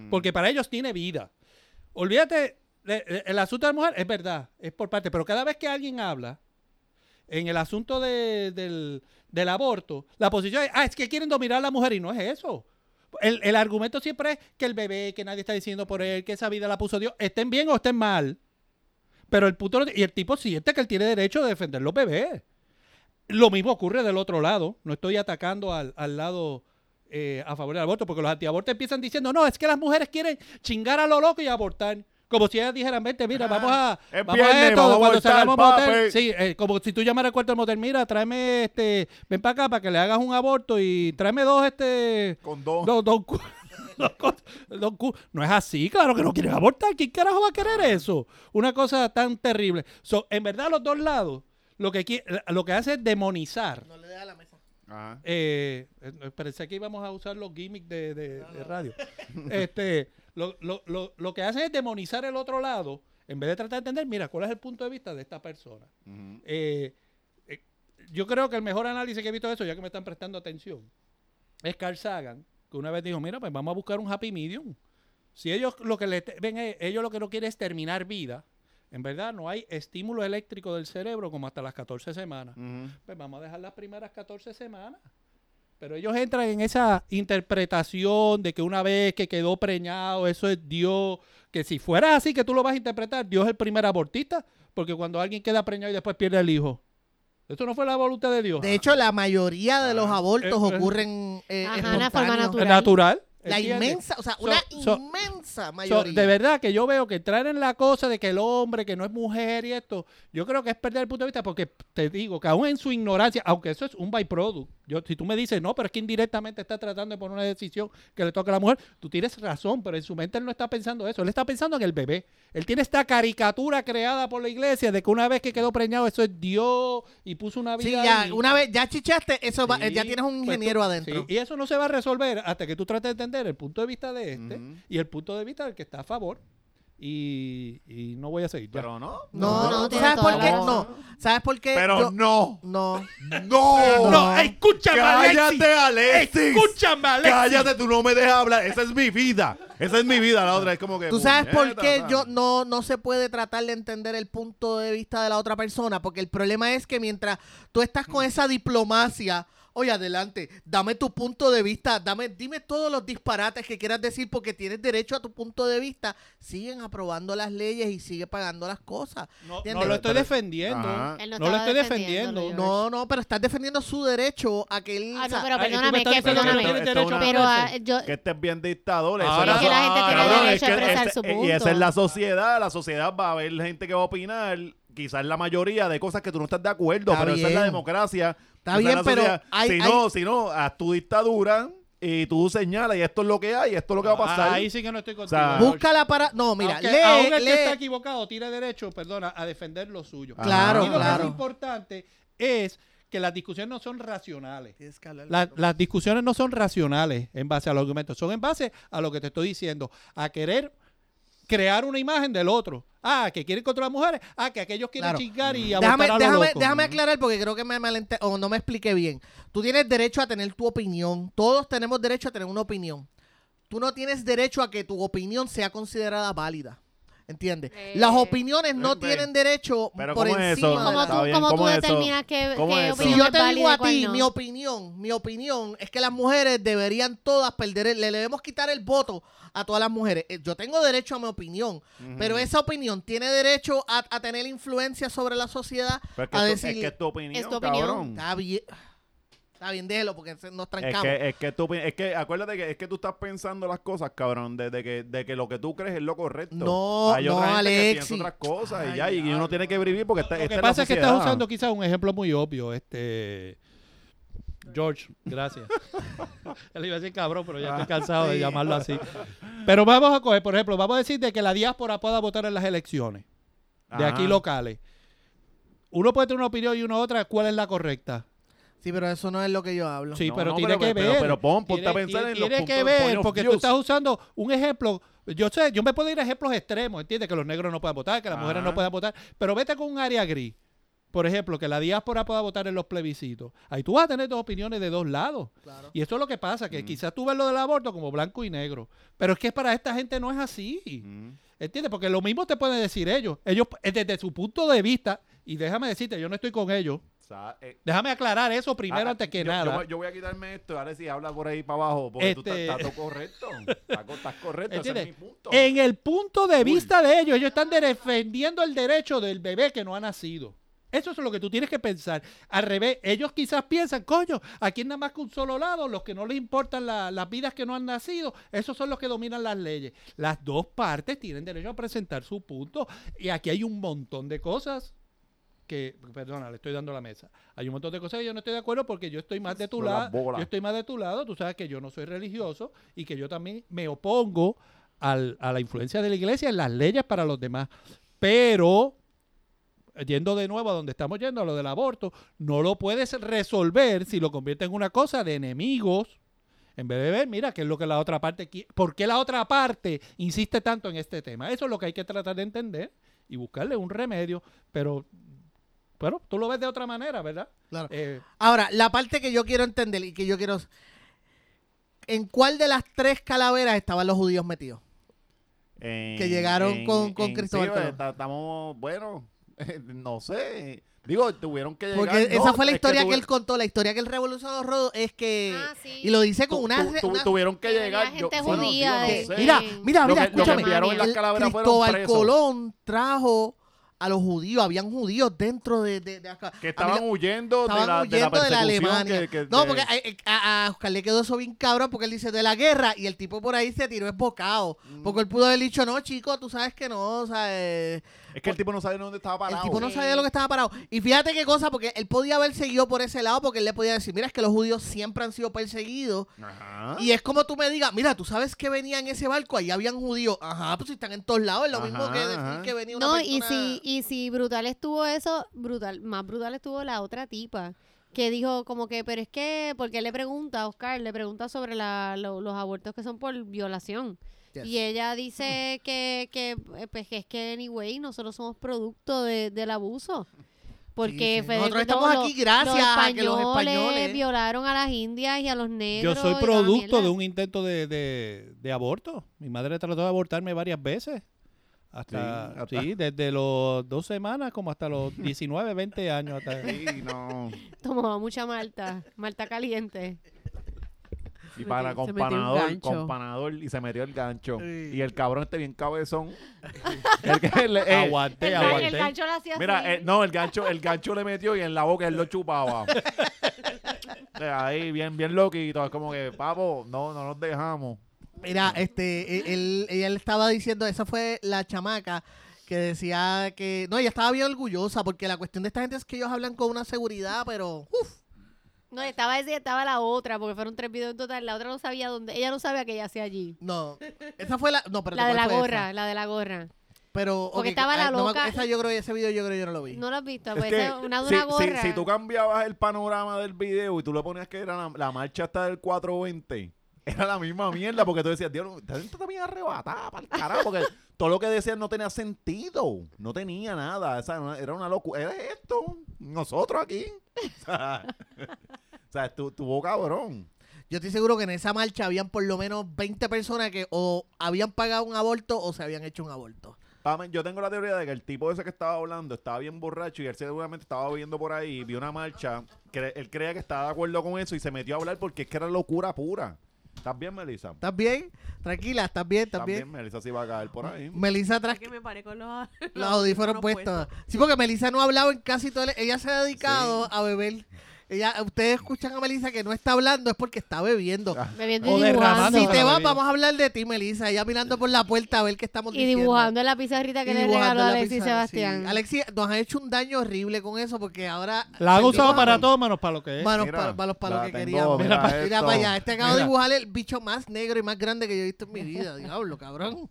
[SPEAKER 5] porque para ellos tiene vida. Olvídate, de- de- el asunto de la mujer es verdad, es por parte, pero cada vez que alguien habla en el asunto de- del, del aborto, la posición es, ah, es que quieren dominar a la mujer y no es eso. El, el argumento siempre es que el bebé, que nadie está diciendo por él, que esa vida la puso Dios, estén bien o estén mal. Pero el puto, y el tipo siente que él tiene derecho de defender los bebés. Lo mismo ocurre del otro lado. No estoy atacando al, al lado eh, a favor del aborto, porque los antiabortos empiezan diciendo, no, es que las mujeres quieren chingar a lo loco y abortar. Como si ellas dijeran, vente, mira, vamos a,
[SPEAKER 1] es
[SPEAKER 5] vamos
[SPEAKER 1] viernes,
[SPEAKER 5] a esto,
[SPEAKER 1] Ah, vamos a
[SPEAKER 5] cuando
[SPEAKER 1] abortar,
[SPEAKER 5] salgamos a motel.
[SPEAKER 1] papi.
[SPEAKER 5] Sí, eh, como si tú llamaras al cuarto del motel, mira, tráeme este, ven para acá para que le hagas un aborto y tráeme dos, este,
[SPEAKER 1] Con dos.
[SPEAKER 5] dos, dos cu- dos cos- dos cu- No es así, claro que no quieres abortar. ¿Quién carajo va a querer eso? Una cosa tan terrible. So, en verdad, los dos lados, lo que, qui- lo que hace es demonizar
[SPEAKER 2] No le da la mesa.
[SPEAKER 1] Ajá.
[SPEAKER 5] eh, eh, pensé que íbamos a usar los gimmicks de, de- de radio. este, lo, lo- lo- lo que hace es demonizar el otro lado en vez de tratar de entender, mira, cuál es el punto de vista de esta persona.
[SPEAKER 1] Ujú.
[SPEAKER 5] Eh, eh, yo creo que el mejor análisis que he visto de eso, ya que me están prestando atención, es Carl Sagan, que una vez dijo, mira, pues vamos a buscar un happy medium. Si ellos lo que le te- ven es- ellos lo que no quieren es terminar vida, en verdad no hay estímulo eléctrico del cerebro como hasta las 14 semanas
[SPEAKER 1] Ujú.
[SPEAKER 5] pues vamos a dejar las primeras 14 semanas. Pero ellos entran en esa interpretación de que una vez que quedó preñado, eso es Dios. Que si fuera así que tú lo vas a interpretar, Dios es el primer abortista, porque cuando alguien queda preñado y después pierde el hijo. Eso no fue la voluntad de Dios.
[SPEAKER 2] De hecho, la mayoría de los
[SPEAKER 1] Ah.
[SPEAKER 2] abortos
[SPEAKER 5] Eh, eh.
[SPEAKER 2] ocurren eh,
[SPEAKER 3] Ajá, de forma
[SPEAKER 2] espontáneos.
[SPEAKER 3] natural.
[SPEAKER 5] Ah, es natural.
[SPEAKER 2] La
[SPEAKER 5] ¿entiendes?
[SPEAKER 2] inmensa, o sea,
[SPEAKER 5] So-
[SPEAKER 2] una
[SPEAKER 5] so-
[SPEAKER 2] inmensa
[SPEAKER 5] So,
[SPEAKER 2] mayoría.
[SPEAKER 5] de verdad que yo veo que traen en la cosa de que el hombre, que no es mujer y esto, yo creo que es perder el punto de vista porque te digo que aún en su ignorancia, aunque eso es un byproduct, yo, si tú me dices, no, pero es que indirectamente está tratando de poner una decisión que le toca a la mujer, tú tienes razón, pero en su mente él no está pensando eso, él está pensando en el bebé. Él tiene esta caricatura creada por la iglesia de que una vez que quedó preñado, eso es Dios y puso una vida.
[SPEAKER 2] Sí, ya,
[SPEAKER 5] ahí.
[SPEAKER 2] una vez ya chichaste, eso va- eh,
[SPEAKER 5] Sí,
[SPEAKER 2] ya tienes un
[SPEAKER 5] pues tú-
[SPEAKER 2] ingeniero adentro.
[SPEAKER 5] Sí, y eso no se va a resolver hasta que tú trates de entender el punto de vista de este
[SPEAKER 1] Ujú.
[SPEAKER 5] y el punto de vista del que está a favor. Y, y no voy a seguir. ya.
[SPEAKER 1] Pero no.
[SPEAKER 2] No, no,
[SPEAKER 3] no, tiene
[SPEAKER 2] ¿sabes
[SPEAKER 3] toda
[SPEAKER 2] por
[SPEAKER 3] la
[SPEAKER 2] qué?
[SPEAKER 3] razón.
[SPEAKER 2] No, ¿sabes por qué?
[SPEAKER 1] Pero
[SPEAKER 2] Yo-
[SPEAKER 1] no.
[SPEAKER 2] no.
[SPEAKER 1] No.
[SPEAKER 2] No,
[SPEAKER 5] escúchame,
[SPEAKER 1] Cállate, Alexis.
[SPEAKER 5] Alexis.
[SPEAKER 1] Cállate, tú no me dejas hablar. Esa es mi vida. Esa es mi vida. La otra es como que.
[SPEAKER 2] ¿Tú sabes por
[SPEAKER 1] puñeta,
[SPEAKER 2] qué
[SPEAKER 1] o sea.
[SPEAKER 2] yo no, no se puede tratar de entender el punto de vista de la otra persona? Porque el problema es que mientras tú estás con esa diplomacia, oye, adelante, dame tu punto de vista, dame, dime todos los disparates que quieras decir porque tienes derecho a tu punto de vista, siguen aprobando las leyes y sigue pagando las cosas.
[SPEAKER 5] No,
[SPEAKER 2] ¿Entiendes?
[SPEAKER 5] no lo estoy
[SPEAKER 1] Pero-
[SPEAKER 5] defendiendo.
[SPEAKER 1] Ajá.
[SPEAKER 3] Él no,
[SPEAKER 5] No lo
[SPEAKER 3] estaba
[SPEAKER 5] estoy
[SPEAKER 3] defendiéndolo,
[SPEAKER 5] defendiendo,
[SPEAKER 2] No,
[SPEAKER 3] George.
[SPEAKER 2] no, pero estás defendiendo su derecho a que él...
[SPEAKER 3] Ah,
[SPEAKER 2] o
[SPEAKER 3] no,
[SPEAKER 2] sea,
[SPEAKER 3] pero
[SPEAKER 5] Ay, tú me
[SPEAKER 3] perdóname,
[SPEAKER 5] estás
[SPEAKER 3] que
[SPEAKER 5] diciendo que no
[SPEAKER 3] perdóname.
[SPEAKER 5] tienes derecho a
[SPEAKER 3] Pero ah,
[SPEAKER 5] defenderse.
[SPEAKER 3] yo,
[SPEAKER 1] Que este es bien dictador. esa
[SPEAKER 5] Ahora-
[SPEAKER 1] es
[SPEAKER 5] Que la
[SPEAKER 3] gente tiene
[SPEAKER 1] cabrón,
[SPEAKER 3] derecho a
[SPEAKER 1] que
[SPEAKER 3] expresar
[SPEAKER 1] ese- eh,
[SPEAKER 3] su
[SPEAKER 1] Y esa
[SPEAKER 3] punto.
[SPEAKER 1] es la sociedad. La sociedad va a haber gente que va a opinar, quizás la mayoría de cosas que tú no estás de acuerdo,
[SPEAKER 2] Está
[SPEAKER 1] pero esa es la
[SPEAKER 2] bien.
[SPEAKER 1] democracia.
[SPEAKER 2] Está
[SPEAKER 1] esa es la
[SPEAKER 2] bien, pero
[SPEAKER 1] sociedad.
[SPEAKER 2] hay-
[SPEAKER 1] si
[SPEAKER 2] hay-
[SPEAKER 1] no, si no, haz tu dictadura y tú señalas y esto es lo que hay, esto es lo que va a
[SPEAKER 3] Ah,
[SPEAKER 1] pasar.
[SPEAKER 5] Ah, Ahí sí que no estoy contigo.
[SPEAKER 1] sea,
[SPEAKER 5] George.
[SPEAKER 2] Búscala para... No, mira,
[SPEAKER 5] Ah, Aunque-
[SPEAKER 2] lee,
[SPEAKER 5] aún el
[SPEAKER 2] lee.
[SPEAKER 5] que está equivocado tiene derecho, perdona, a defender lo suyo.
[SPEAKER 1] Claro,
[SPEAKER 5] Y lo que
[SPEAKER 2] claro.
[SPEAKER 5] es importante es que las discusiones no son racionales.
[SPEAKER 2] Tienes que hablar.
[SPEAKER 5] La- las discusiones no son racionales en base a los argumentos, son en base a lo que te estoy diciendo, a querer crear una imagen del otro. Ah, que quieren controlar mujeres, ah, que aquellos quieren
[SPEAKER 2] Claro.
[SPEAKER 5] chingar y abortar
[SPEAKER 2] Déjame,
[SPEAKER 5] a lo
[SPEAKER 2] déjame,
[SPEAKER 5] loco.
[SPEAKER 2] déjame aclarar porque creo que me malente- o no me expliqué bien. Tú tienes derecho a tener tu opinión. Todos tenemos derecho a tener una opinión. Tú no tienes derecho a que tu opinión sea considerada válida. ¿Entiendes?
[SPEAKER 3] Eh.
[SPEAKER 2] Las opiniones no
[SPEAKER 1] Ven, ven.
[SPEAKER 2] tienen derecho
[SPEAKER 1] Pero
[SPEAKER 2] por
[SPEAKER 1] ¿cómo
[SPEAKER 2] encima
[SPEAKER 1] es eso?
[SPEAKER 2] de
[SPEAKER 3] ¿Cómo
[SPEAKER 2] la-
[SPEAKER 1] Está
[SPEAKER 3] tú,
[SPEAKER 1] bien,
[SPEAKER 3] cómo tú
[SPEAKER 1] ¿cómo es eso?
[SPEAKER 3] determinas qué,
[SPEAKER 1] ¿Cómo
[SPEAKER 3] qué
[SPEAKER 1] es eso?
[SPEAKER 3] opinión
[SPEAKER 2] si yo
[SPEAKER 3] es
[SPEAKER 2] te digo
[SPEAKER 3] válida y
[SPEAKER 2] a
[SPEAKER 3] cuál
[SPEAKER 2] ti,
[SPEAKER 3] no?
[SPEAKER 2] mi opinión, mi opinión es que las mujeres deberían todas perder, el- le debemos quitar el voto a todas las mujeres. Eh, Yo tengo derecho a mi opinión, pero esa opinión tiene derecho a, a tener influencia sobre la sociedad,
[SPEAKER 1] Pero Pues es que,
[SPEAKER 2] a
[SPEAKER 1] es tu-
[SPEAKER 2] decir,
[SPEAKER 1] es que es tu opinión,
[SPEAKER 3] Es tu opinión.
[SPEAKER 1] cabrón.
[SPEAKER 2] está bien, está bien, déjelo porque se- nos
[SPEAKER 1] Mm. Es
[SPEAKER 2] trancamos.
[SPEAKER 1] que, es, que tu opin- es que acuérdate que es que tú estás pensando las cosas, cabrón, de, de que, de que lo que tú crees es lo correcto.
[SPEAKER 2] No, no,
[SPEAKER 1] otra gente que
[SPEAKER 2] Alexis.
[SPEAKER 1] piensa otras cosas y
[SPEAKER 2] Ay,
[SPEAKER 1] ya, y uno
[SPEAKER 2] diablo.
[SPEAKER 1] tiene que vivir porque está,
[SPEAKER 5] Lo
[SPEAKER 1] esta
[SPEAKER 5] que
[SPEAKER 1] la
[SPEAKER 5] pasa es que
[SPEAKER 1] sociedad.
[SPEAKER 5] estás usando quizás un ejemplo muy obvio, este George, gracias. Le iba a decir cabrón, pero ya
[SPEAKER 1] Ah,
[SPEAKER 5] estoy cansado de
[SPEAKER 2] Sí.
[SPEAKER 5] llamarlo así. Pero vamos a coger, por ejemplo, vamos a decir de que la diáspora pueda votar en las elecciones de
[SPEAKER 1] Ajá.
[SPEAKER 5] aquí locales. Uno puede tener una opinión y una otra, ¿cuál es la correcta?
[SPEAKER 2] Sí, pero eso no es lo que yo hablo.
[SPEAKER 5] Sí,
[SPEAKER 1] No,
[SPEAKER 5] pero
[SPEAKER 1] no,
[SPEAKER 5] tiene
[SPEAKER 1] pero-
[SPEAKER 5] que
[SPEAKER 1] pero-
[SPEAKER 5] ver.
[SPEAKER 1] pero pon- ponte a
[SPEAKER 5] Tiene-
[SPEAKER 1] pensar
[SPEAKER 5] tiene-
[SPEAKER 1] en los
[SPEAKER 5] tiene que
[SPEAKER 1] puntos- point
[SPEAKER 5] ver,
[SPEAKER 1] of
[SPEAKER 5] porque tú
[SPEAKER 1] views.
[SPEAKER 5] estás usando un ejemplo. Yo sé, yo me puedo ir a ejemplos extremos, ¿entiendes? Que los negros no puedan votar, que las mujeres
[SPEAKER 1] Ajá.
[SPEAKER 5] no puedan votar. Pero vete con un área gris. Por ejemplo, que la diáspora pueda votar en los plebiscitos. Ahí tú vas a tener dos opiniones de dos lados.
[SPEAKER 2] Claro.
[SPEAKER 5] Y eso es lo que pasa,
[SPEAKER 1] Mm.
[SPEAKER 5] que quizás tú ves lo del aborto como blanco y negro. Pero es que para esta gente no es así.
[SPEAKER 1] Mm.
[SPEAKER 5] ¿Entiendes? Porque lo mismo te pueden decir ellos. Ellos, eh, desde su punto de vista, y déjame decirte, yo no estoy con ellos.
[SPEAKER 1] O sea, eh,
[SPEAKER 5] Déjame aclarar eso primero
[SPEAKER 1] ah,
[SPEAKER 5] antes que
[SPEAKER 1] yo-
[SPEAKER 5] nada.
[SPEAKER 1] Yo, yo voy a quitarme esto, ahora sí habla por ahí para abajo, porque tú
[SPEAKER 5] Este-
[SPEAKER 1] estás, estás todo correcto. Estás, co- estás correcto, ese es mi
[SPEAKER 5] ¿Entiendes?
[SPEAKER 1] punto.
[SPEAKER 5] En el punto de
[SPEAKER 1] Uy.
[SPEAKER 5] vista de ellos, ellos están defendiendo el derecho del bebé que no ha nacido. Eso es lo que tú tienes que pensar. Al revés, ellos quizás piensan, coño, aquí nada más que un solo lado, los que no les importan la- las vidas que no han nacido, esos son los que dominan las leyes. Las dos partes tienen derecho a presentar su punto y aquí hay un montón de cosas que, perdona, le estoy dando la mesa. Hay un montón de cosas que yo no estoy de acuerdo porque yo estoy más de tu
[SPEAKER 1] Son las
[SPEAKER 5] lado.
[SPEAKER 1] bolas.
[SPEAKER 5] Yo estoy más de tu lado, tú sabes que yo no soy religioso y que yo también me opongo al- a la influencia de la iglesia en las leyes para los demás. Pero, yendo de nuevo a donde estamos yendo, a lo del aborto, no lo puedes resolver si lo convierte en una cosa de enemigos. En vez de ver, mira, qué es lo que la otra parte qui- ¿Por qué la otra parte insiste tanto en este tema? Eso es lo que hay que tratar de entender y buscarle un remedio. Pero, bueno, tú lo ves de otra manera, ¿verdad?
[SPEAKER 2] Claro.
[SPEAKER 5] Eh,
[SPEAKER 2] Ahora, la parte que yo quiero entender y que yo quiero... ¿En cuál de las tres calaveras estaban los judíos metidos?
[SPEAKER 1] En-
[SPEAKER 2] que llegaron con- con Cristóbal
[SPEAKER 1] sí,
[SPEAKER 2] Colón.
[SPEAKER 1] está- Estamos, bueno, no sé. Digo, tuvieron que llegar.
[SPEAKER 2] Porque esa
[SPEAKER 1] Eh, no,
[SPEAKER 2] fue la
[SPEAKER 1] es
[SPEAKER 2] historia que,
[SPEAKER 1] tuvi-
[SPEAKER 2] él contó, la historia que el revolucionó Rodo es que...
[SPEAKER 3] Ah, sí.
[SPEAKER 2] Y lo dice con
[SPEAKER 1] tu-
[SPEAKER 2] una...
[SPEAKER 1] tu- tu-
[SPEAKER 2] una-
[SPEAKER 1] Tuvieron que
[SPEAKER 3] Que había
[SPEAKER 1] llegar.
[SPEAKER 3] gente
[SPEAKER 1] bueno, digo,
[SPEAKER 3] judía
[SPEAKER 1] no
[SPEAKER 3] de-
[SPEAKER 1] sé.
[SPEAKER 2] Mira, mira,
[SPEAKER 1] Lo
[SPEAKER 2] mira,
[SPEAKER 1] que- lo que
[SPEAKER 2] escúchame.
[SPEAKER 1] enviaron en las
[SPEAKER 2] El
[SPEAKER 1] calaveras fueron
[SPEAKER 2] Cristóbal
[SPEAKER 1] presos.
[SPEAKER 2] Colón trajo a los judíos, habían judíos dentro de... de, de acá.
[SPEAKER 1] Que estaban
[SPEAKER 2] Amiga,
[SPEAKER 1] huyendo de
[SPEAKER 2] estaban
[SPEAKER 1] la, de la
[SPEAKER 2] huyendo de la
[SPEAKER 1] persecución
[SPEAKER 2] Alemania.
[SPEAKER 1] que- que-
[SPEAKER 2] no,
[SPEAKER 1] de-
[SPEAKER 2] porque a, a- a Oscar le quedó eso bien cabrón porque él dice de la guerra y el tipo por ahí se tiró esbocado.
[SPEAKER 1] Mm.
[SPEAKER 2] Porque él pudo haber dicho, no, chico, tú sabes que no, o sea, eh,
[SPEAKER 1] Es que el tipo no sabía dónde estaba parado.
[SPEAKER 2] el tipo no
[SPEAKER 3] Sí.
[SPEAKER 2] sabía lo que estaba parado. Y fíjate qué cosa, porque él podía haber seguido por ese lado porque él le podía decir, mira, es que los judíos siempre han sido perseguidos.
[SPEAKER 1] Ajá.
[SPEAKER 2] Y es como tú me digas, mira, tú sabes que venía en ese barco, ahí habían judíos. Ajá, pues si están en todos lados, es lo mismo
[SPEAKER 1] Ajá,
[SPEAKER 2] que decir
[SPEAKER 1] ajá.
[SPEAKER 2] que venía una
[SPEAKER 3] No, y
[SPEAKER 2] persona-
[SPEAKER 3] si, y si brutal estuvo eso, brutal, más brutal estuvo la otra tipa. Que dijo como que, pero es que, porque él le pregunta a Oscar, le pregunta sobre la- lo- los abortos que son por violación.
[SPEAKER 2] Yes.
[SPEAKER 3] Y ella dice que, que, eh, pues, que es que, anyway, nosotros somos producto de- del abuso. Porque
[SPEAKER 2] sí.
[SPEAKER 3] Federico-
[SPEAKER 2] Nosotros estamos
[SPEAKER 3] los-
[SPEAKER 2] aquí gracias a que los españoles-
[SPEAKER 3] violaron a las indias y a los
[SPEAKER 5] Yo
[SPEAKER 3] negros.
[SPEAKER 5] soy
[SPEAKER 3] y toda la
[SPEAKER 5] producto de
[SPEAKER 3] mierda.
[SPEAKER 5] un intento de, de- de aborto. Mi madre trató de abortarme varias veces. Hasta,
[SPEAKER 1] Sí, hasta-
[SPEAKER 5] sí, desde los dos semanas como hasta los 19, 20 años. hasta-
[SPEAKER 1] Sí, no.
[SPEAKER 3] Tomaba mucha malta, malta caliente.
[SPEAKER 1] Y
[SPEAKER 4] Se
[SPEAKER 1] para
[SPEAKER 4] metió- se
[SPEAKER 1] con
[SPEAKER 4] metió un
[SPEAKER 1] panador,
[SPEAKER 4] gancho.
[SPEAKER 1] con panador, y se metió el gancho.
[SPEAKER 2] Sí.
[SPEAKER 1] Y el cabrón este bien cabezón. El que le- eh,
[SPEAKER 5] aguanté,
[SPEAKER 3] el, gan- el
[SPEAKER 5] aguanté.
[SPEAKER 3] gancho lo hacía así.
[SPEAKER 1] Mira, eh, no, el gancho, el gancho le metió y en la boca él lo chupaba. Eh, Ahí, bien, bien loquito. Es como que, papo, no, no nos dejamos.
[SPEAKER 2] Mira, este, eh, él, ella le estaba diciendo, esa fue la chamaca que decía que, no, ella estaba bien orgullosa porque la cuestión de esta gente es que ellos hablan con una seguridad, pero, uh, uf,
[SPEAKER 3] No, estaba esa y estaba la otra, porque fueron tres videos en total. La otra no sabía dónde, ella no sabía que ella hacía allí.
[SPEAKER 2] no, esa fue la, no, pero
[SPEAKER 3] La de la gorra, la de la gorra.
[SPEAKER 2] Pero.
[SPEAKER 3] Porque
[SPEAKER 2] ok,
[SPEAKER 3] estaba la
[SPEAKER 2] ay, no me acu-
[SPEAKER 3] loca-
[SPEAKER 2] esa yo creo, ese video yo creo que yo no lo vi.
[SPEAKER 3] No lo has visto,
[SPEAKER 1] Es
[SPEAKER 3] pues
[SPEAKER 1] que
[SPEAKER 3] esa es una
[SPEAKER 1] si,
[SPEAKER 3] dura
[SPEAKER 1] si-
[SPEAKER 3] gorra.
[SPEAKER 1] si tú cambiabas el panorama del video y tú le ponías que era la, la marcha hasta del 420, era la misma mierda porque tú decías, Dios, esta gente también arrebatada para el carajo, porque todo lo que decían no tenía sentido, no tenía nada, esa no- era una locura, era esto, nosotros aquí. O sea, o sea, estu- estuvo cabrón.
[SPEAKER 2] Yo estoy seguro que en esa marcha habían por lo menos 20 personas que o habían pagado un aborto o se habían hecho un aborto.
[SPEAKER 1] Pame, Yo tengo la teoría de que el tipo ese que estaba hablando estaba bien borracho y él seguramente estaba viendo por ahí, vio una marcha, cre- él creía que estaba de acuerdo con eso y se metió a hablar porque es que era locura pura. ¿Estás bien, Melissa?
[SPEAKER 2] ¿Estás bien? Tranquila, ¿estás bien? ¿Estás
[SPEAKER 1] También
[SPEAKER 2] bien? Mm,
[SPEAKER 1] Melissa se iba a caer por ahí.
[SPEAKER 2] Melissa atrás
[SPEAKER 4] Es que me paré con los,
[SPEAKER 2] los audífonos puestos. Sí, porque Melissa no ha hablado en casi todo el... Ella se ha dedicado a beber. Ella, ustedes escuchan a Melissa que no está hablando, es porque está bebiendo.
[SPEAKER 1] Ah,
[SPEAKER 3] Bebiendo
[SPEAKER 5] O
[SPEAKER 3] y
[SPEAKER 5] derramando.
[SPEAKER 3] dibujando.
[SPEAKER 2] Si te vas,
[SPEAKER 5] bebida.
[SPEAKER 2] vamos a hablar de ti, Melissa. Ella mirando por la puerta a ver qué estamos
[SPEAKER 3] Y
[SPEAKER 2] diciendo.
[SPEAKER 3] dibujando en la pizarrita que
[SPEAKER 2] Y
[SPEAKER 3] le
[SPEAKER 2] dibujando
[SPEAKER 3] regaló
[SPEAKER 2] la
[SPEAKER 3] Alexis
[SPEAKER 2] pizarra,
[SPEAKER 3] Sebastián.
[SPEAKER 2] sí. Alexis, nos ha hecho un daño horrible con eso porque ahora...
[SPEAKER 5] La han
[SPEAKER 2] perdimos
[SPEAKER 5] usado para
[SPEAKER 2] la-
[SPEAKER 5] todo menos para lo que es.
[SPEAKER 2] Manos
[SPEAKER 1] Eh, Mira,
[SPEAKER 2] para, los palos
[SPEAKER 1] la
[SPEAKER 2] que
[SPEAKER 1] tengo,
[SPEAKER 2] queríamos.
[SPEAKER 1] mira
[SPEAKER 2] Mira,
[SPEAKER 1] esto.
[SPEAKER 2] para allá. Este acabo de
[SPEAKER 5] Mira.
[SPEAKER 2] dibujar el bicho más negro y más grande que yo he visto en mi vida. Diablo, cabrón.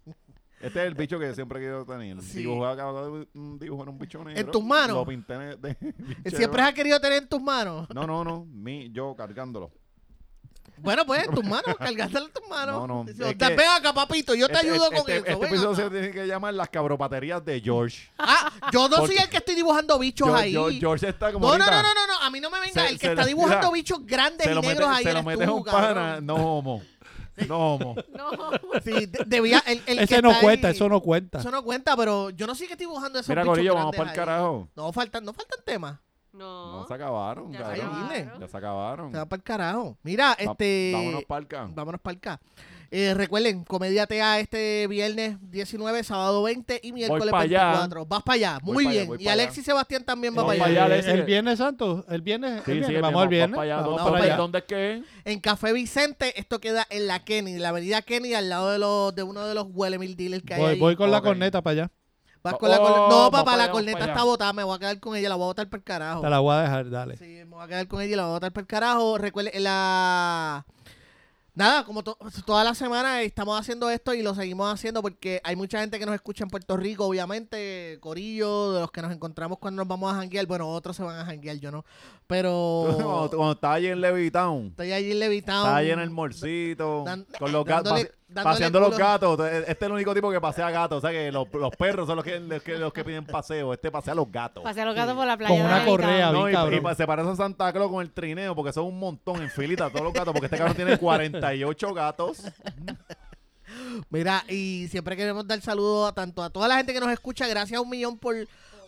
[SPEAKER 1] Este es el bicho que siempre he querido tener.
[SPEAKER 2] Sí.
[SPEAKER 1] Dibujaba cada- un dibujo en un bicho negro.
[SPEAKER 2] tus manos?
[SPEAKER 1] Lo pinté de- de- bien
[SPEAKER 2] Él
[SPEAKER 1] chévere.
[SPEAKER 2] siempre has querido tener en tus manos.
[SPEAKER 1] No, no, no. Mi, yo cargándolo.
[SPEAKER 2] Bueno, pues, tus manos, cargándole tus manos.
[SPEAKER 1] No, no,
[SPEAKER 2] Dice,
[SPEAKER 1] es
[SPEAKER 2] "Ven
[SPEAKER 1] que-
[SPEAKER 2] acá, papito, yo te
[SPEAKER 1] Este-
[SPEAKER 2] ayudo
[SPEAKER 1] este-
[SPEAKER 2] con
[SPEAKER 1] este-
[SPEAKER 2] eso.
[SPEAKER 1] Este
[SPEAKER 2] ven
[SPEAKER 1] episodio
[SPEAKER 2] acá".
[SPEAKER 1] se tiene que llamar Las cabropaterías de George.
[SPEAKER 2] Ah, yo no soy
[SPEAKER 1] Porque-
[SPEAKER 2] el que estoy dibujando bichos
[SPEAKER 1] Yo-
[SPEAKER 2] ahí.
[SPEAKER 1] yo- George está como
[SPEAKER 2] no, no,
[SPEAKER 1] ahorita.
[SPEAKER 2] no, no, no, no, a mí no me venga.
[SPEAKER 1] Se-
[SPEAKER 2] el que
[SPEAKER 1] se
[SPEAKER 2] está
[SPEAKER 1] lo-
[SPEAKER 2] dibujando
[SPEAKER 1] mira,
[SPEAKER 2] bichos grandes y
[SPEAKER 1] se lo
[SPEAKER 2] negros
[SPEAKER 1] metes, se
[SPEAKER 2] ahí.
[SPEAKER 1] lo
[SPEAKER 2] eres
[SPEAKER 1] metes a
[SPEAKER 2] tú,
[SPEAKER 1] un
[SPEAKER 2] cabrón.
[SPEAKER 1] pana. No homo. No homo.
[SPEAKER 4] No,
[SPEAKER 2] Sí, de- debía. El, el que
[SPEAKER 5] Ese no
[SPEAKER 2] está
[SPEAKER 5] cuenta,
[SPEAKER 2] ahí-
[SPEAKER 5] eso no cuenta.
[SPEAKER 2] Eso no cuenta, pero yo no sé que estoy dibujando esos
[SPEAKER 1] Mira,
[SPEAKER 2] bichos
[SPEAKER 1] Corillo, vamos
[SPEAKER 2] grandes
[SPEAKER 1] para el
[SPEAKER 2] ahí.
[SPEAKER 1] carajo.
[SPEAKER 2] No faltan, no faltan temas.
[SPEAKER 4] no.
[SPEAKER 1] No se acabaron,
[SPEAKER 4] Ya se
[SPEAKER 1] cabrón.
[SPEAKER 2] acabaron.
[SPEAKER 1] Ya se acabaron.
[SPEAKER 2] Se va para el carajo. Mira,
[SPEAKER 1] Va-
[SPEAKER 2] este.
[SPEAKER 1] Vámonos para el campo.
[SPEAKER 2] Vámonos para acá. Eh, recuerden, Comedia TA este viernes 19, sábado 20 y miércoles
[SPEAKER 1] pa' allá.
[SPEAKER 2] 24. Vas para allá.
[SPEAKER 1] Voy
[SPEAKER 2] Muy
[SPEAKER 1] pa' allá,
[SPEAKER 2] bien.
[SPEAKER 1] voy
[SPEAKER 2] y
[SPEAKER 1] pa'
[SPEAKER 2] Alexis Sebastián también va
[SPEAKER 1] Voy
[SPEAKER 2] para allá.
[SPEAKER 1] pa' allá,
[SPEAKER 5] Eh,
[SPEAKER 1] Alexis.
[SPEAKER 5] el viernes santo, el viernes, el
[SPEAKER 1] Sí,
[SPEAKER 5] viernes,
[SPEAKER 1] sí,
[SPEAKER 5] vamos al viernes.
[SPEAKER 1] Para allá,
[SPEAKER 5] vamos
[SPEAKER 1] vamos
[SPEAKER 5] para
[SPEAKER 1] para allá.
[SPEAKER 5] allá.
[SPEAKER 1] ¿Dónde es que es?
[SPEAKER 2] En Café Vicente, esto queda en la Kennedy, la avenida Kennedy, al lado de, los, de uno de los huele mil dealers que hay.
[SPEAKER 5] Voy,
[SPEAKER 2] ahí.
[SPEAKER 5] voy con la
[SPEAKER 1] Ok.
[SPEAKER 5] corneta para allá.
[SPEAKER 2] Vas con la
[SPEAKER 1] Oh,
[SPEAKER 2] corne-
[SPEAKER 1] vamos
[SPEAKER 2] No,
[SPEAKER 1] pa'
[SPEAKER 2] papá,
[SPEAKER 1] allá,
[SPEAKER 2] la
[SPEAKER 1] vamos
[SPEAKER 2] corneta
[SPEAKER 1] pa' allá.
[SPEAKER 2] está botada. Me voy a quedar con ella, la voy a botar para el carajo.
[SPEAKER 5] Te la voy a dejar, dale.
[SPEAKER 2] Sí, me voy a quedar con ella y la voy a botar para el carajo. Recuerden, la... Nada, como to- toda la semana estamos haciendo esto y lo seguimos haciendo porque hay mucha gente que nos escucha en Puerto Rico, obviamente, Corillo, de los que nos encontramos cuando nos vamos a janguear. Bueno, otros se van a janguear, yo no.
[SPEAKER 1] Cuando,
[SPEAKER 2] Pero
[SPEAKER 1] cuando estaba allí en Levitown.
[SPEAKER 2] estoy allí levitado.
[SPEAKER 1] Estaba allí en el morcito.
[SPEAKER 2] Dan-
[SPEAKER 1] con los gatos.
[SPEAKER 2] dándole-
[SPEAKER 1] pase-
[SPEAKER 2] dándole
[SPEAKER 1] paseando los
[SPEAKER 2] culo.
[SPEAKER 1] gatos. Este es el único tipo que pasea gatos. O sea que los, los perros son los que, los, que, los que piden paseo. Este pasea los gatos.
[SPEAKER 3] Pasé a los gatos por la playa.
[SPEAKER 5] Con una
[SPEAKER 3] de Navidad.
[SPEAKER 5] correa.
[SPEAKER 1] No, y,
[SPEAKER 5] bien cabrón.
[SPEAKER 1] y pa- se parece a Santa Claus con el trineo porque son un montón en filita todos los gatos. Porque este cabrón tiene 48 gatos.
[SPEAKER 2] Mira, y siempre queremos dar saludos a tanto a toda la gente que nos escucha. Gracias a un millón por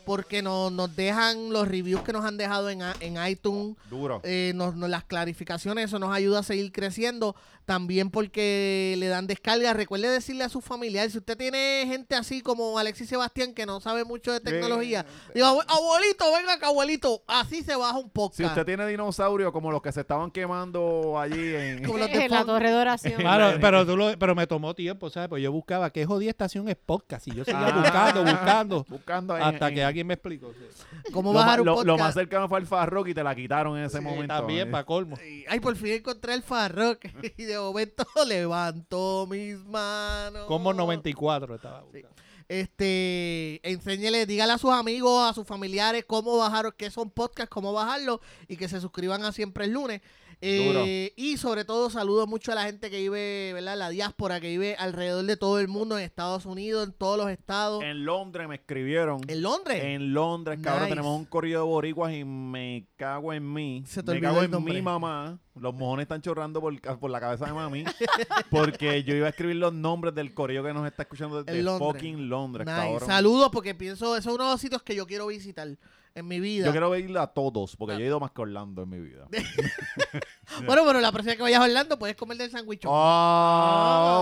[SPEAKER 2] porque nos, nos dejan los reviews que nos han dejado en, a- en iTunes.
[SPEAKER 1] Duro.
[SPEAKER 2] eh, nos- nos- las clarificaciones, eso nos ayuda a seguir creciendo. También porque le dan descarga. Recuerde decirle a su familiar, si usted tiene gente así como Alexis Sebastián que no sabe mucho de tecnología, digo, "Abue- abuelito, venga acá, abuelito, así se baja un podcast.
[SPEAKER 1] Si usted tiene dinosaurios como los que se estaban quemando allí en.
[SPEAKER 2] Como los de
[SPEAKER 3] En la
[SPEAKER 2] Fox.
[SPEAKER 3] torre de oración.
[SPEAKER 5] Claro, pero, tú lo- pero me tomó tiempo, ¿sabes? Pues yo buscaba qué jodida estación es podcast y yo seguía Ah. buscando, buscando,
[SPEAKER 1] Buscando ahí
[SPEAKER 5] hasta
[SPEAKER 1] Ah. en-
[SPEAKER 5] que alguien me explicó. sí.
[SPEAKER 2] ¿Cómo
[SPEAKER 1] lo,
[SPEAKER 2] bajar
[SPEAKER 1] ma-
[SPEAKER 2] un
[SPEAKER 1] lo-
[SPEAKER 2] podcast?
[SPEAKER 1] lo más cercano fue el Farrock y te la quitaron en ese
[SPEAKER 5] Sí,
[SPEAKER 1] momento.
[SPEAKER 5] También,
[SPEAKER 1] ¿eh?
[SPEAKER 5] para colmo.
[SPEAKER 2] Sí. Ay, por fin encontré el farrock. Y de momento levanto mis manos.
[SPEAKER 5] Como 94 estaba buscando.
[SPEAKER 2] Este, enséñele, dígale a sus amigos, a sus familiares cómo bajar, qué son podcasts, cómo bajarlo y que se suscriban a siempre el lunes. Eh, y sobre todo, saludo mucho a la gente que vive, ¿verdad? La diáspora que vive alrededor de todo el mundo, en Estados Unidos, en todos los estados. En,
[SPEAKER 1] En Londres me escribieron.
[SPEAKER 2] Londres.
[SPEAKER 1] En Londres, cabrón,
[SPEAKER 2] Nice.
[SPEAKER 1] tenemos un corrido de boricuas y me cago en mí.
[SPEAKER 2] Se te
[SPEAKER 1] me
[SPEAKER 2] olvidó
[SPEAKER 1] cago
[SPEAKER 2] el
[SPEAKER 1] en
[SPEAKER 2] nombre.
[SPEAKER 1] mi mamá. Los mojones están chorrando por, ca- por la cabeza de mami. porque yo iba a escribir los nombres del corrido que nos está escuchando desde
[SPEAKER 2] En Londres.
[SPEAKER 1] fucking Londres,
[SPEAKER 2] Nice.
[SPEAKER 1] cabrón.
[SPEAKER 2] Saludos porque pienso, esos son uno de los sitios que yo quiero visitar en mi vida.
[SPEAKER 1] Yo quiero ir a todos,
[SPEAKER 2] Ah.
[SPEAKER 1] porque yo he ido más que Orlando en mi vida.
[SPEAKER 2] Bueno, pero la próxima que vayas a Orlando puedes comer del sándwichón.
[SPEAKER 1] ¡Oh,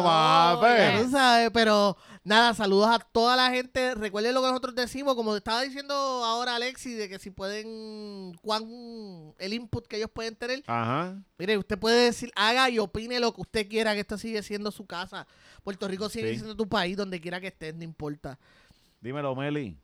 [SPEAKER 3] Ah,
[SPEAKER 1] mames!
[SPEAKER 2] Ya tú sabes, pero nada, saludos a toda la gente. Recuerden lo que nosotros decimos, como estaba diciendo ahora Alexis, de que si pueden, cuán el input que ellos pueden tener.
[SPEAKER 1] Ajá.
[SPEAKER 2] Mire, usted puede decir, haga y opine lo que usted quiera, que esto sigue siendo su casa. Puerto Rico sigue
[SPEAKER 1] Sí.
[SPEAKER 2] siendo tu país, donde quiera que estés, no importa.
[SPEAKER 1] Dímelo, Meli.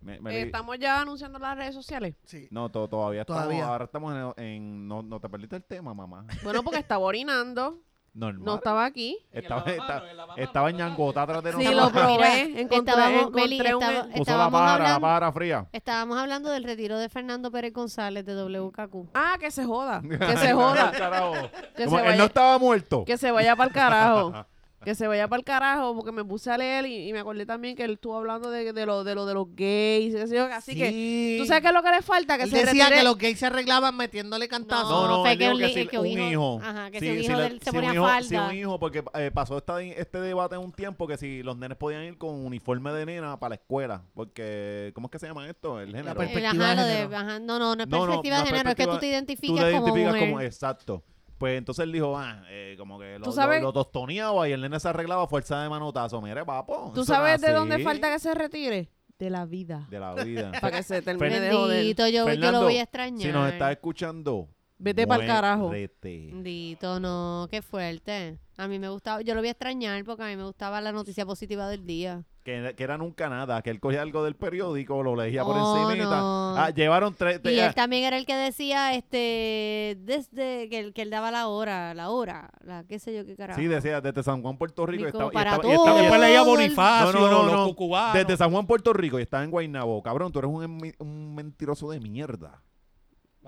[SPEAKER 1] Me- Meli.
[SPEAKER 4] Eh, estamos ya anunciando las redes sociales.
[SPEAKER 2] Sí.
[SPEAKER 1] No, to- todavía,
[SPEAKER 2] Todavía.
[SPEAKER 1] estamos. Ahora estamos en. en- no, no te perdiste el tema, mamá.
[SPEAKER 4] Bueno, porque está borinando.
[SPEAKER 1] Normal.
[SPEAKER 4] No estaba aquí.
[SPEAKER 1] Estaba, esta- estaba en Ñangotá atrás de
[SPEAKER 4] Sí,
[SPEAKER 1] nosotros.
[SPEAKER 4] lo probé.
[SPEAKER 3] Mira,
[SPEAKER 4] encontré
[SPEAKER 3] estábamos-
[SPEAKER 4] encontré
[SPEAKER 3] Meli,
[SPEAKER 4] un-
[SPEAKER 3] estaba-
[SPEAKER 1] Puso la
[SPEAKER 3] estábamos
[SPEAKER 1] pájara, la
[SPEAKER 3] hablando-
[SPEAKER 1] pájara fría.
[SPEAKER 3] Estábamos hablando del retiro de Fernando Pérez González de WKQ.
[SPEAKER 4] Ah, que se joda. Que se joda.
[SPEAKER 1] Carajo.
[SPEAKER 4] Que
[SPEAKER 1] Como
[SPEAKER 4] se
[SPEAKER 1] él no
[SPEAKER 4] vaya,
[SPEAKER 1] estaba
[SPEAKER 2] Oh.
[SPEAKER 1] muerto.
[SPEAKER 4] que se vaya para el carajo. Que se vaya para el carajo, porque me puse a leer y, y me acordé también que él estuvo hablando de, de lo, de lo de los gays. y qué sé yo. Así que, ¿tú sabes qué es lo que le falta? Que
[SPEAKER 2] Él
[SPEAKER 4] se
[SPEAKER 2] decía
[SPEAKER 4] retire-
[SPEAKER 2] que los gays se arreglaban metiéndole cantazos.
[SPEAKER 1] No, no,
[SPEAKER 3] fue
[SPEAKER 1] él
[SPEAKER 3] que
[SPEAKER 1] dijo
[SPEAKER 3] un
[SPEAKER 1] que,
[SPEAKER 3] li-
[SPEAKER 1] si
[SPEAKER 3] que
[SPEAKER 1] un
[SPEAKER 3] un
[SPEAKER 1] hijo.
[SPEAKER 3] hijo- ajá, que si un hijo
[SPEAKER 1] le-
[SPEAKER 3] del-
[SPEAKER 1] si
[SPEAKER 3] se
[SPEAKER 1] un
[SPEAKER 3] ponía
[SPEAKER 1] hijo- Si
[SPEAKER 3] falda.
[SPEAKER 1] un hijo, porque eh, pasó esta- este debate en un tiempo que si los nenes podían ir con uniforme de nena para la escuela. Porque, ¿cómo es que se llama esto? El género.
[SPEAKER 2] per-
[SPEAKER 3] El,
[SPEAKER 2] Perspectiva
[SPEAKER 3] ajá, lo
[SPEAKER 2] de
[SPEAKER 3] de,
[SPEAKER 2] género.
[SPEAKER 3] ajá, no, no, no es
[SPEAKER 1] No, no,
[SPEAKER 3] perspectiva
[SPEAKER 1] la
[SPEAKER 3] de género, es que tú te
[SPEAKER 1] Tú
[SPEAKER 3] identificas,
[SPEAKER 1] te
[SPEAKER 3] como,
[SPEAKER 1] identificas
[SPEAKER 3] mujer.
[SPEAKER 1] como, Exacto. Pues entonces él dijo, ah, eh, como que lo,
[SPEAKER 4] ¿Tú sabes-
[SPEAKER 1] lo, lo tostoneaba y el nene se arreglaba a fuerza de manotazo. Mire, papo.
[SPEAKER 4] ¿Tú
[SPEAKER 1] eso no
[SPEAKER 4] sabes
[SPEAKER 1] es
[SPEAKER 4] de dónde
[SPEAKER 1] así
[SPEAKER 4] falta que se retire? De la vida.
[SPEAKER 1] De la vida.
[SPEAKER 4] Para que se termine de joder.
[SPEAKER 3] Bendito, yo, yo
[SPEAKER 1] Fernando,
[SPEAKER 3] lo voy a extrañar.
[SPEAKER 1] si nos estás escuchando,
[SPEAKER 4] Vete pa'l carajo.
[SPEAKER 1] muérete.
[SPEAKER 3] Mm. Bendito, no, qué fuerte. A mí me gustaba, yo lo voy a extrañar porque a mí me gustaba la noticia positiva del día.
[SPEAKER 1] que, que era nunca nada, que él cogía algo del periódico, lo leía por
[SPEAKER 3] Oh,
[SPEAKER 1] encimita.
[SPEAKER 3] no.
[SPEAKER 1] Ah, llevaron tres... te-
[SPEAKER 3] Y
[SPEAKER 1] ah,
[SPEAKER 3] él también era el que decía, este, desde que, él- que él daba la hora, la hora, la qué sé yo qué carajo.
[SPEAKER 1] sí, decía, desde San Juan, Puerto Rico.
[SPEAKER 3] Ni
[SPEAKER 1] y estaba- y
[SPEAKER 3] para
[SPEAKER 1] estaba- y
[SPEAKER 3] todo. Ah,
[SPEAKER 1] estaba- y
[SPEAKER 5] Después
[SPEAKER 1] estaba-
[SPEAKER 5] leía
[SPEAKER 3] No, no,
[SPEAKER 5] Bonifacio,
[SPEAKER 1] Oh. no, no, no.
[SPEAKER 5] los cubanos.
[SPEAKER 1] desde San Juan, Puerto Rico, y estaba en Guaynabo. Cabrón, tú eres un, enmi- un mentiroso de mierda.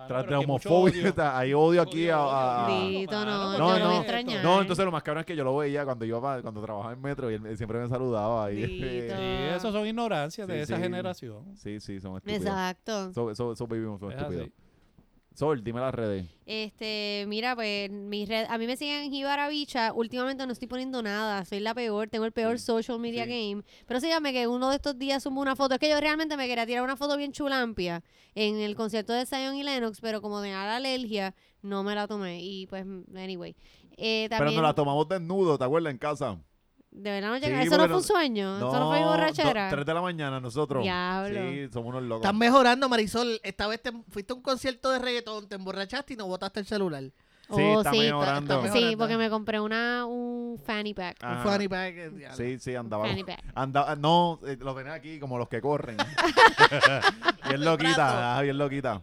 [SPEAKER 1] Tras de homofobia, está- hay odio aquí a... a- a-
[SPEAKER 3] Bendito, no,
[SPEAKER 1] No,
[SPEAKER 3] yo lo voy
[SPEAKER 1] no.
[SPEAKER 3] a extrañar.
[SPEAKER 1] No, entonces lo más cabrón es que yo lo veía cuando yo cuando trabajaba en metro y él me- siempre me saludaba. Y,
[SPEAKER 3] Bendito.
[SPEAKER 5] Sí, eso son ignorancias
[SPEAKER 1] Sí,
[SPEAKER 5] de esa
[SPEAKER 1] sí.
[SPEAKER 5] generación.
[SPEAKER 1] sí, sí, son estúpidos.
[SPEAKER 3] Exacto.
[SPEAKER 1] Eso so, so vivimos, son
[SPEAKER 5] Es así.
[SPEAKER 1] estúpidos. Sol, dime las redes.
[SPEAKER 3] Este, mira, pues mi red, a mí me siguen en Jibarabicha. Últimamente no estoy poniendo nada, soy la peor, tengo el peor
[SPEAKER 1] Sí,
[SPEAKER 3] social media
[SPEAKER 1] sí.
[SPEAKER 3] game. Pero síganme que uno de estos días subo una foto. Es que yo realmente me quería tirar una foto bien chulampia en el concierto de Zion y Lennox, pero como tenía la alergia, no me la tomé. Y pues, anyway. Eh,
[SPEAKER 1] Pero
[SPEAKER 3] también,
[SPEAKER 1] nos la tomamos desnudo, ¿te acuerdas? En casa.
[SPEAKER 3] de verdad no
[SPEAKER 1] Sí,
[SPEAKER 3] llega- Eso
[SPEAKER 1] porque no-
[SPEAKER 3] no fue un sueño, eso no fue borrachera.
[SPEAKER 1] 3 de la mañana nosotros.
[SPEAKER 3] Diablo.
[SPEAKER 1] Sí, somos unos locos.
[SPEAKER 2] Estás mejorando, Marisol. Esta vez te, fuiste a un concierto de reggaetón, te emborrachaste y no botaste el celular.
[SPEAKER 1] Sí,
[SPEAKER 3] Oh,
[SPEAKER 1] está
[SPEAKER 3] sí,
[SPEAKER 1] mejorando.
[SPEAKER 2] está
[SPEAKER 3] Sí,
[SPEAKER 2] mejorando.
[SPEAKER 3] porque me compré una un fanny pack.
[SPEAKER 1] Ajá.
[SPEAKER 2] Un funny bag, eh, diablo.
[SPEAKER 1] Ah. Sí, sí, andaba.
[SPEAKER 3] Fanny pack.
[SPEAKER 1] andaba no, eh, lo tenía aquí como los que corren. bien loquita, ah, bien loquita.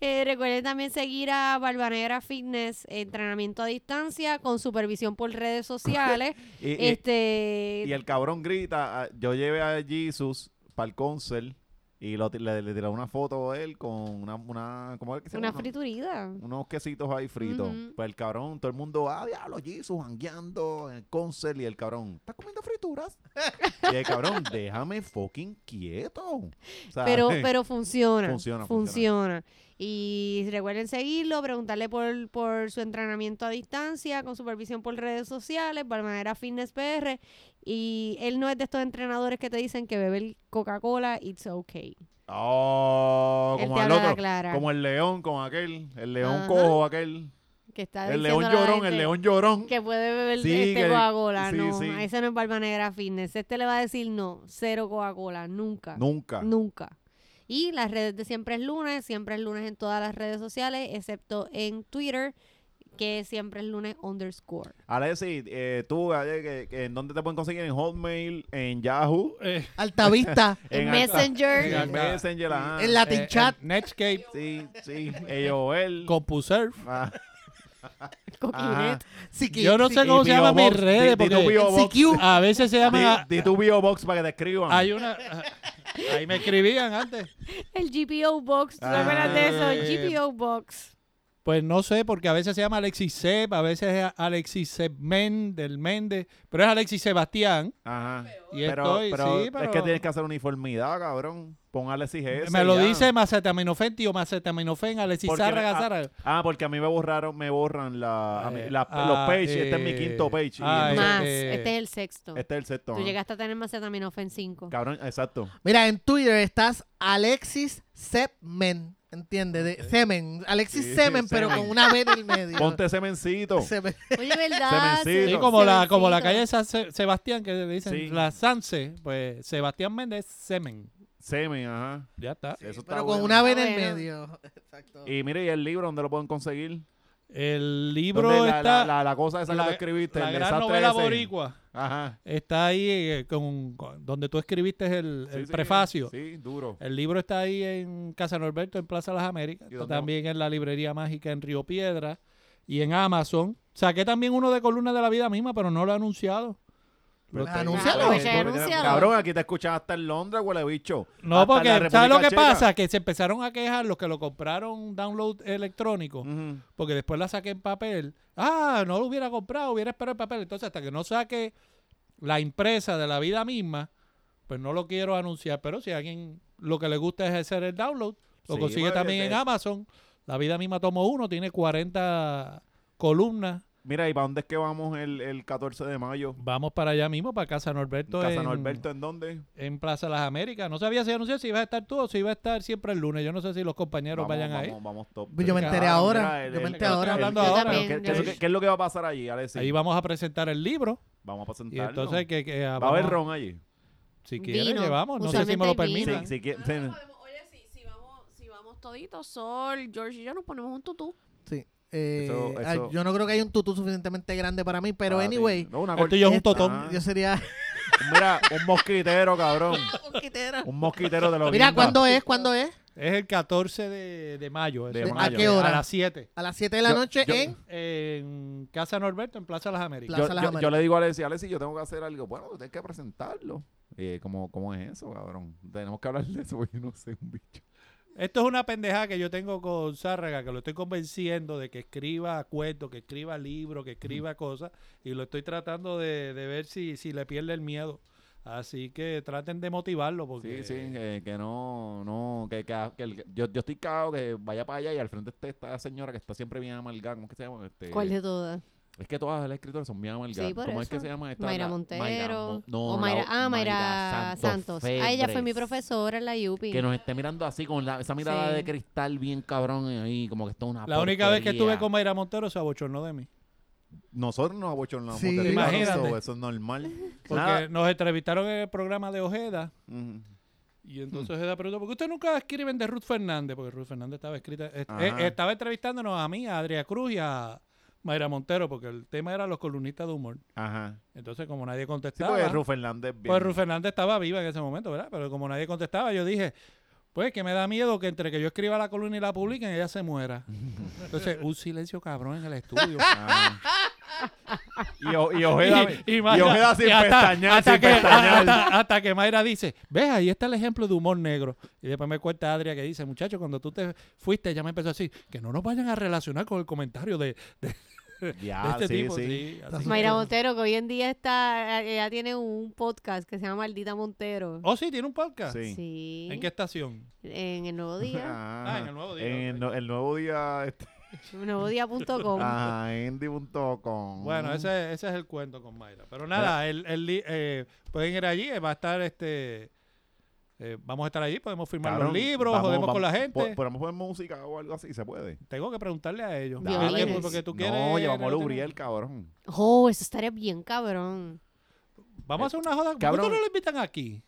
[SPEAKER 3] Eh, recuerden también seguir a Barbanera Fitness, entrenamiento a distancia con supervisión por redes sociales.
[SPEAKER 1] Y, y-
[SPEAKER 3] este,
[SPEAKER 1] y el cabrón grita, ah, yo llevé a Jesus para el concert y lo ti- le, le tiré una foto a él con una, una ¿cómo es que se
[SPEAKER 3] una
[SPEAKER 1] llama?
[SPEAKER 3] friturida.
[SPEAKER 1] unos quesitos ahí fritos.
[SPEAKER 3] Ujú.
[SPEAKER 1] Pues el cabrón, todo el mundo, ah, diablo, Jesus, jangueando en el concert. Y el cabrón, ¿estás comiendo frituras? y el cabrón, déjame fucking quieto. O sea,
[SPEAKER 3] Pero, pero funciona,
[SPEAKER 1] Funciona,
[SPEAKER 3] funciona.
[SPEAKER 1] funciona.
[SPEAKER 3] Y recuerden seguirlo, preguntarle por, por su entrenamiento a distancia con supervisión por redes sociales, Barbanera Fitness PR. Y él no es de estos entrenadores que te dicen que beber Coca-Cola, it's okay.
[SPEAKER 1] Oh,
[SPEAKER 3] él
[SPEAKER 1] como el
[SPEAKER 3] te habla la
[SPEAKER 1] otro.
[SPEAKER 3] clara.
[SPEAKER 1] Como el león, con aquel. El león
[SPEAKER 3] Ajá.
[SPEAKER 1] cojo, aquel.
[SPEAKER 3] que está
[SPEAKER 1] El león
[SPEAKER 3] diciendo a la
[SPEAKER 1] llorón, el
[SPEAKER 3] gente-
[SPEAKER 1] león llorón.
[SPEAKER 3] que puede beber
[SPEAKER 1] Sí,
[SPEAKER 3] este
[SPEAKER 1] que-
[SPEAKER 3] Coca-Cola.
[SPEAKER 1] sí,
[SPEAKER 3] no,
[SPEAKER 1] sí.
[SPEAKER 3] ese no es Barba Negra Fitness. Este le va a decir no, cero Coca-Cola, nunca.
[SPEAKER 1] Nunca.
[SPEAKER 3] Nunca. Y las redes de siempre es lunes, siempre es lunes en todas las redes sociales, excepto en Twitter, que siempre es lunes underscore.
[SPEAKER 1] Alexi, eh, tú, Galle, que- que ¿en dónde te pueden conseguir? En Hotmail, en Yahoo,
[SPEAKER 5] Eh,
[SPEAKER 2] Altavista,
[SPEAKER 3] En
[SPEAKER 1] Alta-
[SPEAKER 3] Messenger,
[SPEAKER 1] en
[SPEAKER 5] Alta-
[SPEAKER 1] Messenger, ajá.
[SPEAKER 2] en Latin
[SPEAKER 5] eh,
[SPEAKER 2] Chat,
[SPEAKER 5] en Netscape,
[SPEAKER 1] Sí, sí. EOL.
[SPEAKER 5] CompuServe.
[SPEAKER 1] Ah,
[SPEAKER 3] Coquinet.
[SPEAKER 2] Siqui-
[SPEAKER 5] Yo no sé
[SPEAKER 2] Siqui-
[SPEAKER 5] cómo se llaman mis
[SPEAKER 1] Box, di-
[SPEAKER 5] redes,
[SPEAKER 1] di tu
[SPEAKER 5] porque
[SPEAKER 1] bio box.
[SPEAKER 2] Siqui-
[SPEAKER 5] a veces se
[SPEAKER 1] Di,
[SPEAKER 5] llaman...
[SPEAKER 1] di tu bio box para que te escriban.
[SPEAKER 5] Hay una... Ahí me escribían antes.
[SPEAKER 3] El GPO Box. ¿Tú te
[SPEAKER 1] Ah,
[SPEAKER 3] acuerdas de eso? El
[SPEAKER 5] eh,
[SPEAKER 3] GPO Box.
[SPEAKER 5] Pues no sé, porque a veces se llama Alexis Seb, a veces es Alexis Seb Men, del Méndez, pero es Alexis Sebastián.
[SPEAKER 1] Ajá.
[SPEAKER 5] Y estoy, sí, pero...
[SPEAKER 1] es que tienes que hacer uniformidad, cabrón. Pon Alexis G.
[SPEAKER 5] me lo dice Macetaminofen, tío Macetaminofen, Alexis
[SPEAKER 1] Porque-
[SPEAKER 5] Zárraga,
[SPEAKER 1] ah,
[SPEAKER 5] Zárraga.
[SPEAKER 1] Ah, porque a mí me borraron, me borran la, a mí-
[SPEAKER 5] Eh,
[SPEAKER 1] la-
[SPEAKER 5] ah,
[SPEAKER 1] los pages. este es mi
[SPEAKER 5] eh,
[SPEAKER 1] quinto page. y
[SPEAKER 5] ah,
[SPEAKER 1] entonces-
[SPEAKER 3] Más.
[SPEAKER 5] eh,
[SPEAKER 3] este es el sexto.
[SPEAKER 1] este es el sexto.
[SPEAKER 3] Tú
[SPEAKER 1] ajá.
[SPEAKER 3] llegaste a tener más acetaminofén 5.
[SPEAKER 1] Cabrón, exacto.
[SPEAKER 2] Mira, en Twitter estás Alexis Semen, ¿entiendes? De- Semen, Alexis
[SPEAKER 1] Sí,
[SPEAKER 2] Semen, pero
[SPEAKER 1] Semen.
[SPEAKER 2] con una B en el medio.
[SPEAKER 1] Ponte semencito.
[SPEAKER 2] Semen.
[SPEAKER 3] Oye, ¿verdad?
[SPEAKER 1] Semencito.
[SPEAKER 5] Sí,
[SPEAKER 1] Pero-
[SPEAKER 5] como la, como la
[SPEAKER 3] Semencito.
[SPEAKER 5] calle San Se- Sebastián, que le dicen
[SPEAKER 1] Sí.
[SPEAKER 5] la Sanse, pues Sebastián Méndez Semen.
[SPEAKER 1] Semen, ajá.
[SPEAKER 5] Ya está.
[SPEAKER 1] Eso está
[SPEAKER 2] Pero con
[SPEAKER 1] bueno.
[SPEAKER 2] una B en el
[SPEAKER 3] Bueno.
[SPEAKER 2] medio. Exacto.
[SPEAKER 1] Y mire, ¿y el libro dónde lo pueden conseguir?
[SPEAKER 5] El libro
[SPEAKER 1] ¿Dónde la,
[SPEAKER 5] está.
[SPEAKER 1] la, la, la cosa esa
[SPEAKER 5] la-
[SPEAKER 1] que tú escribiste.
[SPEAKER 5] la
[SPEAKER 1] el
[SPEAKER 5] gran
[SPEAKER 1] desastre
[SPEAKER 5] novela
[SPEAKER 1] ese.
[SPEAKER 5] boricua
[SPEAKER 1] Ajá.
[SPEAKER 5] está ahí eh, con, con- donde tú escribiste el,
[SPEAKER 1] Sí,
[SPEAKER 5] el
[SPEAKER 1] sí,
[SPEAKER 5] prefacio. Eh,
[SPEAKER 1] Sí, duro.
[SPEAKER 5] El libro está ahí en Casa Norberto, en Plaza Las Américas.
[SPEAKER 1] ¿Y
[SPEAKER 5] Está
[SPEAKER 1] dónde-
[SPEAKER 5] también en la librería mágica en Río Piedra. y en Amazon. Saqué también uno de Columnas de la Vida misma, pero no lo he anunciado. Lo
[SPEAKER 1] Pero-
[SPEAKER 2] Anúncialo.
[SPEAKER 1] Cabrón,
[SPEAKER 3] Pues, anúncialo.
[SPEAKER 1] Cabrón, aquí te escuchan hasta en Londres, huele bicho.
[SPEAKER 5] No,
[SPEAKER 1] Hasta en la
[SPEAKER 5] porque ¿sabes lo
[SPEAKER 1] República
[SPEAKER 5] que
[SPEAKER 1] Checa.
[SPEAKER 5] pasa? Que se empezaron a quejar los que lo compraron download electrónico,
[SPEAKER 1] Ujú.
[SPEAKER 5] porque después la saqué en papel. Ah, no lo hubiera comprado, hubiera esperado el papel. Entonces, hasta que no saque la impresa de la vida misma, pues no lo quiero anunciar. Pero si a alguien lo que le gusta es hacer el download, lo
[SPEAKER 1] Sí,
[SPEAKER 5] consigue
[SPEAKER 1] bueno,
[SPEAKER 5] también
[SPEAKER 1] que
[SPEAKER 5] en
[SPEAKER 1] te-
[SPEAKER 5] Amazon. La vida misma tomo uno, tiene 40 columnas.
[SPEAKER 1] Mira, ¿y para dónde es que vamos el, el 14 de mayo?
[SPEAKER 5] Vamos para allá mismo, para Casa Norberto.
[SPEAKER 1] Casa
[SPEAKER 5] en-
[SPEAKER 1] Norberto, ¿en dónde?
[SPEAKER 5] en Plaza Las Américas. No sabía si anunciar si iba a estar tú o si iba a estar siempre el lunes. Yo no sé si los
[SPEAKER 1] vamos,
[SPEAKER 5] compañeros vayan
[SPEAKER 1] vamos,
[SPEAKER 5] ahí.
[SPEAKER 1] vamos top.
[SPEAKER 2] Pues Yo me enteré
[SPEAKER 1] Cabrón,
[SPEAKER 2] ahora,
[SPEAKER 1] mira, el-
[SPEAKER 2] yo me
[SPEAKER 1] el-
[SPEAKER 2] enteré
[SPEAKER 1] el-
[SPEAKER 5] ahora.
[SPEAKER 1] el-
[SPEAKER 5] Hablando
[SPEAKER 1] el-
[SPEAKER 5] ahora.
[SPEAKER 1] pero ¿qué-
[SPEAKER 3] Yo
[SPEAKER 1] qué, es lo que-
[SPEAKER 3] también.
[SPEAKER 1] qué es lo que va a pasar allí, Alexis?
[SPEAKER 5] Ahí vamos a presentar el libro.
[SPEAKER 1] Vamos a
[SPEAKER 5] Y
[SPEAKER 1] presentarlo.
[SPEAKER 5] entonces que, que- ah,
[SPEAKER 1] va a
[SPEAKER 5] vamos
[SPEAKER 1] haber
[SPEAKER 5] a-
[SPEAKER 1] ron allí.
[SPEAKER 5] si quieren
[SPEAKER 3] Vino.
[SPEAKER 5] llevamos. No sé si me lo
[SPEAKER 3] Usualmente hay vino.
[SPEAKER 5] permitan.
[SPEAKER 1] Sí, sí, que- sí.
[SPEAKER 4] Oye, si, si vamos, si vamos toditos, Sol, George y yo nos ponemos un tutú.
[SPEAKER 2] Sí. Eh,
[SPEAKER 1] Eso-
[SPEAKER 2] ah,
[SPEAKER 1] eso-
[SPEAKER 2] Yo no creo que haya un tutú suficientemente grande para mí, pero
[SPEAKER 1] Ah,
[SPEAKER 2] anyway.
[SPEAKER 1] sí. No, una
[SPEAKER 5] Esto
[SPEAKER 1] cor-
[SPEAKER 5] y yo es un
[SPEAKER 2] esto-
[SPEAKER 5] totón.
[SPEAKER 1] Ah.
[SPEAKER 2] Yo sería.
[SPEAKER 1] Mira, un mosquitero, cabrón. Un mosquitero de los
[SPEAKER 2] Mira,
[SPEAKER 1] lindos.
[SPEAKER 2] ¿cuándo es? ¿Cuándo es?
[SPEAKER 5] Es el 14 de, de mayo.
[SPEAKER 1] De
[SPEAKER 5] eso.
[SPEAKER 1] mayo. ¿A qué
[SPEAKER 2] hora?
[SPEAKER 5] A las 7.
[SPEAKER 2] A las 7 de la
[SPEAKER 1] Yo-
[SPEAKER 2] noche
[SPEAKER 1] yo-
[SPEAKER 2] en.
[SPEAKER 5] En Casa Norberto, en Plaza Las Américas.
[SPEAKER 1] Yo,
[SPEAKER 2] Plaza Las
[SPEAKER 1] yo-
[SPEAKER 2] Américas.
[SPEAKER 1] yo le digo a Alexis, Alexis, yo tengo que hacer algo. Bueno, tienes que presentarlo. Eh, ¿cómo, ¿Cómo es eso, cabrón? Tenemos que hablar de eso porque yo no sé un bicho.
[SPEAKER 5] Esto es una pendejada que yo tengo con Zárraga, que lo estoy convenciendo de que escriba cuentos, que escriba libros, que escriba cosas, y lo estoy tratando de, de ver si, si le pierde el miedo. Así que traten de motivarlo,
[SPEAKER 1] Sí,
[SPEAKER 5] porque
[SPEAKER 1] sí, eh, que, que no, no, que, que- que el- yo, yo estoy cagado que vaya para allá y al frente está esta señora que está siempre bien amargada. ¿Cómo es que se llama? Este,
[SPEAKER 3] ¿Cuál de todas?
[SPEAKER 1] Es que todas las escritoras son bien amargadas.
[SPEAKER 3] Sí, por
[SPEAKER 1] ¿Cómo es que
[SPEAKER 3] eso.
[SPEAKER 1] se llama esta?
[SPEAKER 3] Mayra
[SPEAKER 1] La-
[SPEAKER 3] Montero.
[SPEAKER 1] Mo- no,
[SPEAKER 3] o
[SPEAKER 1] la-
[SPEAKER 3] Mayra, ah, Mayra Santos. Ah, ella fue mi
[SPEAKER 1] Febres.
[SPEAKER 3] profesora en la UPI.
[SPEAKER 1] Que nos esté mirando así con la- esa mirada
[SPEAKER 3] Sí.
[SPEAKER 1] de cristal bien cabrón ahí, como que está una
[SPEAKER 5] la única vez que
[SPEAKER 1] porquería.
[SPEAKER 5] estuve con Mayra Montero se abochornó de mí.
[SPEAKER 1] Nosotros nos abochornamos
[SPEAKER 2] Sí.
[SPEAKER 1] de ti, cabrón,
[SPEAKER 5] Imagínate.
[SPEAKER 1] Eso, eso es normal.
[SPEAKER 5] Porque
[SPEAKER 1] Nada.
[SPEAKER 5] nos entrevistaron en el programa de Ojeda,
[SPEAKER 1] Ujú.
[SPEAKER 5] y entonces Ojeda preguntó, ¿por qué ustedes nunca escriben de Ruth Fernández? Porque Ruth Fernández estaba escrita, est-
[SPEAKER 1] Ajá.
[SPEAKER 5] eh, estaba entrevistándonos a mí, a Adria Cruz y a Mayra Montero, porque el tema era los columnistas de humor.
[SPEAKER 1] Ajá.
[SPEAKER 5] Entonces, como nadie
[SPEAKER 1] Sí,
[SPEAKER 5] contestaba...
[SPEAKER 1] pues Ruf Fernández. bien.
[SPEAKER 5] Pues Ruth Fernández estaba viva en ese momento, ¿verdad? Pero como nadie contestaba, yo dije, pues que me da miedo que entre que yo escriba la columna y la publiquen, ella se muera. Entonces, un silencio cabrón en el estudio.
[SPEAKER 1] Ah. Y, o- y Ojeda, y,
[SPEAKER 5] Mayra-
[SPEAKER 1] Ojeda sin
[SPEAKER 5] y hasta-
[SPEAKER 1] pestañear,
[SPEAKER 5] hasta
[SPEAKER 1] sin
[SPEAKER 5] que,
[SPEAKER 1] pestañear.
[SPEAKER 5] hasta- hasta que Mayra dice, ves, ahí está el ejemplo de humor negro. Y después me cuenta Adria que dice, muchacho, cuando tú te fuiste, ya me empezó así, que no nos vayan a relacionar con el comentario de, de-
[SPEAKER 1] Ya,
[SPEAKER 5] de este
[SPEAKER 1] Ah, sí, pues
[SPEAKER 5] tipo.
[SPEAKER 1] sí.
[SPEAKER 5] sí, así que-
[SPEAKER 3] Mayra Montero, que hoy en día está, ella tiene un podcast que se llama Maldita Montero.
[SPEAKER 5] Oh, sí, tiene un podcast.
[SPEAKER 1] Sí.
[SPEAKER 3] Sí.
[SPEAKER 5] ¿En qué estación?
[SPEAKER 3] En el nuevo día.
[SPEAKER 1] Ajá.
[SPEAKER 5] Ah, en el nuevo día,
[SPEAKER 1] En el,
[SPEAKER 5] ok.
[SPEAKER 1] no- el nuevo día, este, Oh.
[SPEAKER 3] Nuevodía.com.
[SPEAKER 1] ajá, indie.com.
[SPEAKER 5] Bueno, ese, ese es el cuento con Mayra. Pero nada, el, el li- eh, pueden ir allí, eh, va a estar este. eh, vamos a estar allí, podemos firmar
[SPEAKER 1] Cabrón,
[SPEAKER 5] los libros,
[SPEAKER 1] vamos-
[SPEAKER 5] jodemos con
[SPEAKER 1] vamos-
[SPEAKER 5] la gente.
[SPEAKER 1] po- Podemos poner música o algo así, se puede.
[SPEAKER 5] Tengo que preguntarle a ellos.
[SPEAKER 3] Dale.
[SPEAKER 5] ¿Por qué? Porque tú quieres.
[SPEAKER 1] no, llevamos a
[SPEAKER 5] tener- este
[SPEAKER 1] Uriel, cabrón.
[SPEAKER 3] Oh, eso estaría bien cabrón.
[SPEAKER 5] Vamos a hacer una joda. ¿Por qué
[SPEAKER 1] Eh, Cabrón.
[SPEAKER 5] tú no lo invitan aquí?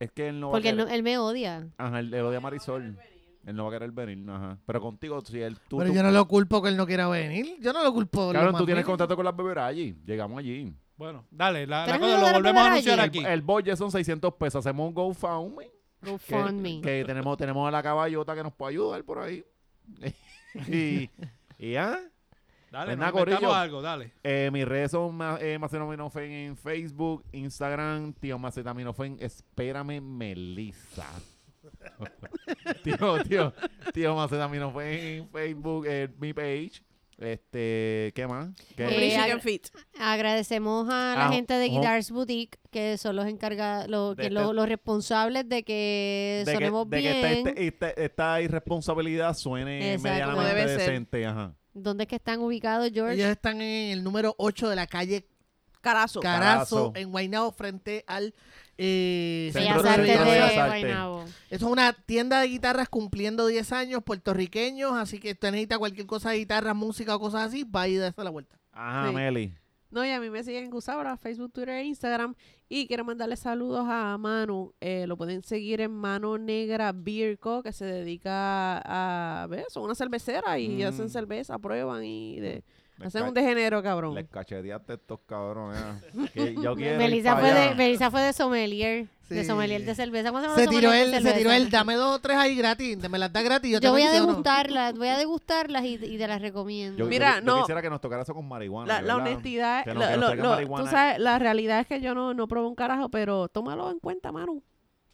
[SPEAKER 1] Es que él no va
[SPEAKER 3] Porque
[SPEAKER 1] a
[SPEAKER 3] él, no-
[SPEAKER 1] querer.
[SPEAKER 3] él me odia.
[SPEAKER 1] Ajá, él él odia a Marisol. Él no va a querer venir, ajá. Pero contigo, si él. Tú,
[SPEAKER 2] Pero
[SPEAKER 1] tú-
[SPEAKER 2] yo no lo culpo que él no quiera venir. Yo no lo culpo. lo
[SPEAKER 1] cabrón,
[SPEAKER 2] más
[SPEAKER 1] tú tienes
[SPEAKER 2] mínimo.
[SPEAKER 1] contacto con las beberas allí. Llegamos allí.
[SPEAKER 5] Bueno, dale, la, la
[SPEAKER 3] Pero
[SPEAKER 5] cosa
[SPEAKER 3] no
[SPEAKER 5] lo
[SPEAKER 3] lo
[SPEAKER 5] volvemos a
[SPEAKER 3] van a
[SPEAKER 5] anunciar
[SPEAKER 3] poner
[SPEAKER 5] aquí.
[SPEAKER 3] allí.
[SPEAKER 1] El budget son 600 pesos. Hacemos un GoFundMe.
[SPEAKER 3] GoFundMe.
[SPEAKER 1] Que, que tenemos, tenemos a la caballota que nos puede ayudar por ahí. y, y ya.
[SPEAKER 5] Dale,
[SPEAKER 1] Ven
[SPEAKER 5] nos
[SPEAKER 1] acá, pues Corillo.
[SPEAKER 5] inventamos algo, dale.
[SPEAKER 1] Eh, mis redes son Ma- eh, Macetaminofen en Facebook, Instagram, tío Macetaminofen, espérame Melissa. tío, tío, tío Macetaminofen en Facebook, eh, mi page. Este, ¿qué más? ¿Qué-
[SPEAKER 3] Eh,
[SPEAKER 4] Chicken
[SPEAKER 3] agra-
[SPEAKER 4] Fit.
[SPEAKER 3] Agradecemos a la
[SPEAKER 1] Ah,
[SPEAKER 3] gente de
[SPEAKER 1] ojo.
[SPEAKER 3] Guitars Boutique, que son los encargados, los,
[SPEAKER 1] De
[SPEAKER 3] que
[SPEAKER 1] este-
[SPEAKER 3] los, los responsables de que
[SPEAKER 1] de que,
[SPEAKER 3] sonemos
[SPEAKER 1] de que
[SPEAKER 3] bien.
[SPEAKER 1] esta, este- este- esta irresponsabilidad suene
[SPEAKER 3] Exacto.
[SPEAKER 1] medianamente
[SPEAKER 4] Como debe ser.
[SPEAKER 1] decente. Ajá.
[SPEAKER 3] ¿Dónde es que están ubicados, George?
[SPEAKER 2] Ellos están en el número 8 de la calle
[SPEAKER 4] Carazo.
[SPEAKER 2] Carazo,
[SPEAKER 1] Carazo.
[SPEAKER 2] en Guaynabo, frente al eh,
[SPEAKER 3] Bellas
[SPEAKER 1] Centro
[SPEAKER 3] Artes
[SPEAKER 1] Centro
[SPEAKER 3] de
[SPEAKER 1] Bellas Artes.
[SPEAKER 3] Guaynabo.
[SPEAKER 2] Eso es una tienda de guitarras cumpliendo 10 años, puertorriqueños, así que usted necesita cualquier cosa de guitarras, música o cosas así, va y darse la vuelta.
[SPEAKER 1] Ajá,
[SPEAKER 4] Sí.
[SPEAKER 1] Meli.
[SPEAKER 4] No, y a mí me siguen en Gusabra, Facebook, Twitter e Instagram. Y quiero mandarle saludos a Manu. Eh, lo pueden seguir en Mano Negra Beer Co, que se dedica a ver, son una cervecera y
[SPEAKER 1] Mm.
[SPEAKER 4] hacen cerveza, prueban y de
[SPEAKER 1] Les
[SPEAKER 4] Hacen un
[SPEAKER 1] ca-
[SPEAKER 4] degenero, cabrón.
[SPEAKER 1] Les cacheteaste estos cabrones. ah. Que yo quiero ir
[SPEAKER 3] Melissa
[SPEAKER 1] pa'
[SPEAKER 3] fue, de,
[SPEAKER 1] allá.
[SPEAKER 3] Melissa fue de sommelier, de
[SPEAKER 2] Sí.
[SPEAKER 3] sommelier de cerveza. ¿Cómo se llama
[SPEAKER 2] Se tiró
[SPEAKER 3] sommelier
[SPEAKER 2] él,
[SPEAKER 3] de
[SPEAKER 2] se tiró
[SPEAKER 3] cerveza?
[SPEAKER 2] él. Dame dos o tres ahí gratis. te- Me las da gratis. Yo, te
[SPEAKER 3] Yo voy a
[SPEAKER 2] bendiciono.
[SPEAKER 3] degustarlas, voy a degustarlas y, y te las recomiendo.
[SPEAKER 1] Yo,
[SPEAKER 4] Mira,
[SPEAKER 1] yo- yo
[SPEAKER 4] no.
[SPEAKER 1] quisiera que nos tocara eso con marihuana.
[SPEAKER 4] La,
[SPEAKER 1] de
[SPEAKER 4] la
[SPEAKER 1] verdad.
[SPEAKER 4] honestidad,
[SPEAKER 1] Que nos-
[SPEAKER 4] lo-
[SPEAKER 1] que nos
[SPEAKER 4] lo-
[SPEAKER 1] traigan
[SPEAKER 4] lo- tú
[SPEAKER 1] marihuana.
[SPEAKER 4] sabes, la realidad es que yo no, no pruebo un carajo, pero tómalo en cuenta, Manu.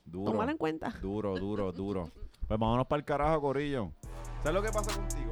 [SPEAKER 1] Duro,
[SPEAKER 4] Tómalo en cuenta.
[SPEAKER 1] duro, duro, duro. Pues vámonos para el carajo, Corillo. ¿Sabes lo que pasa contigo? este, ¿eh?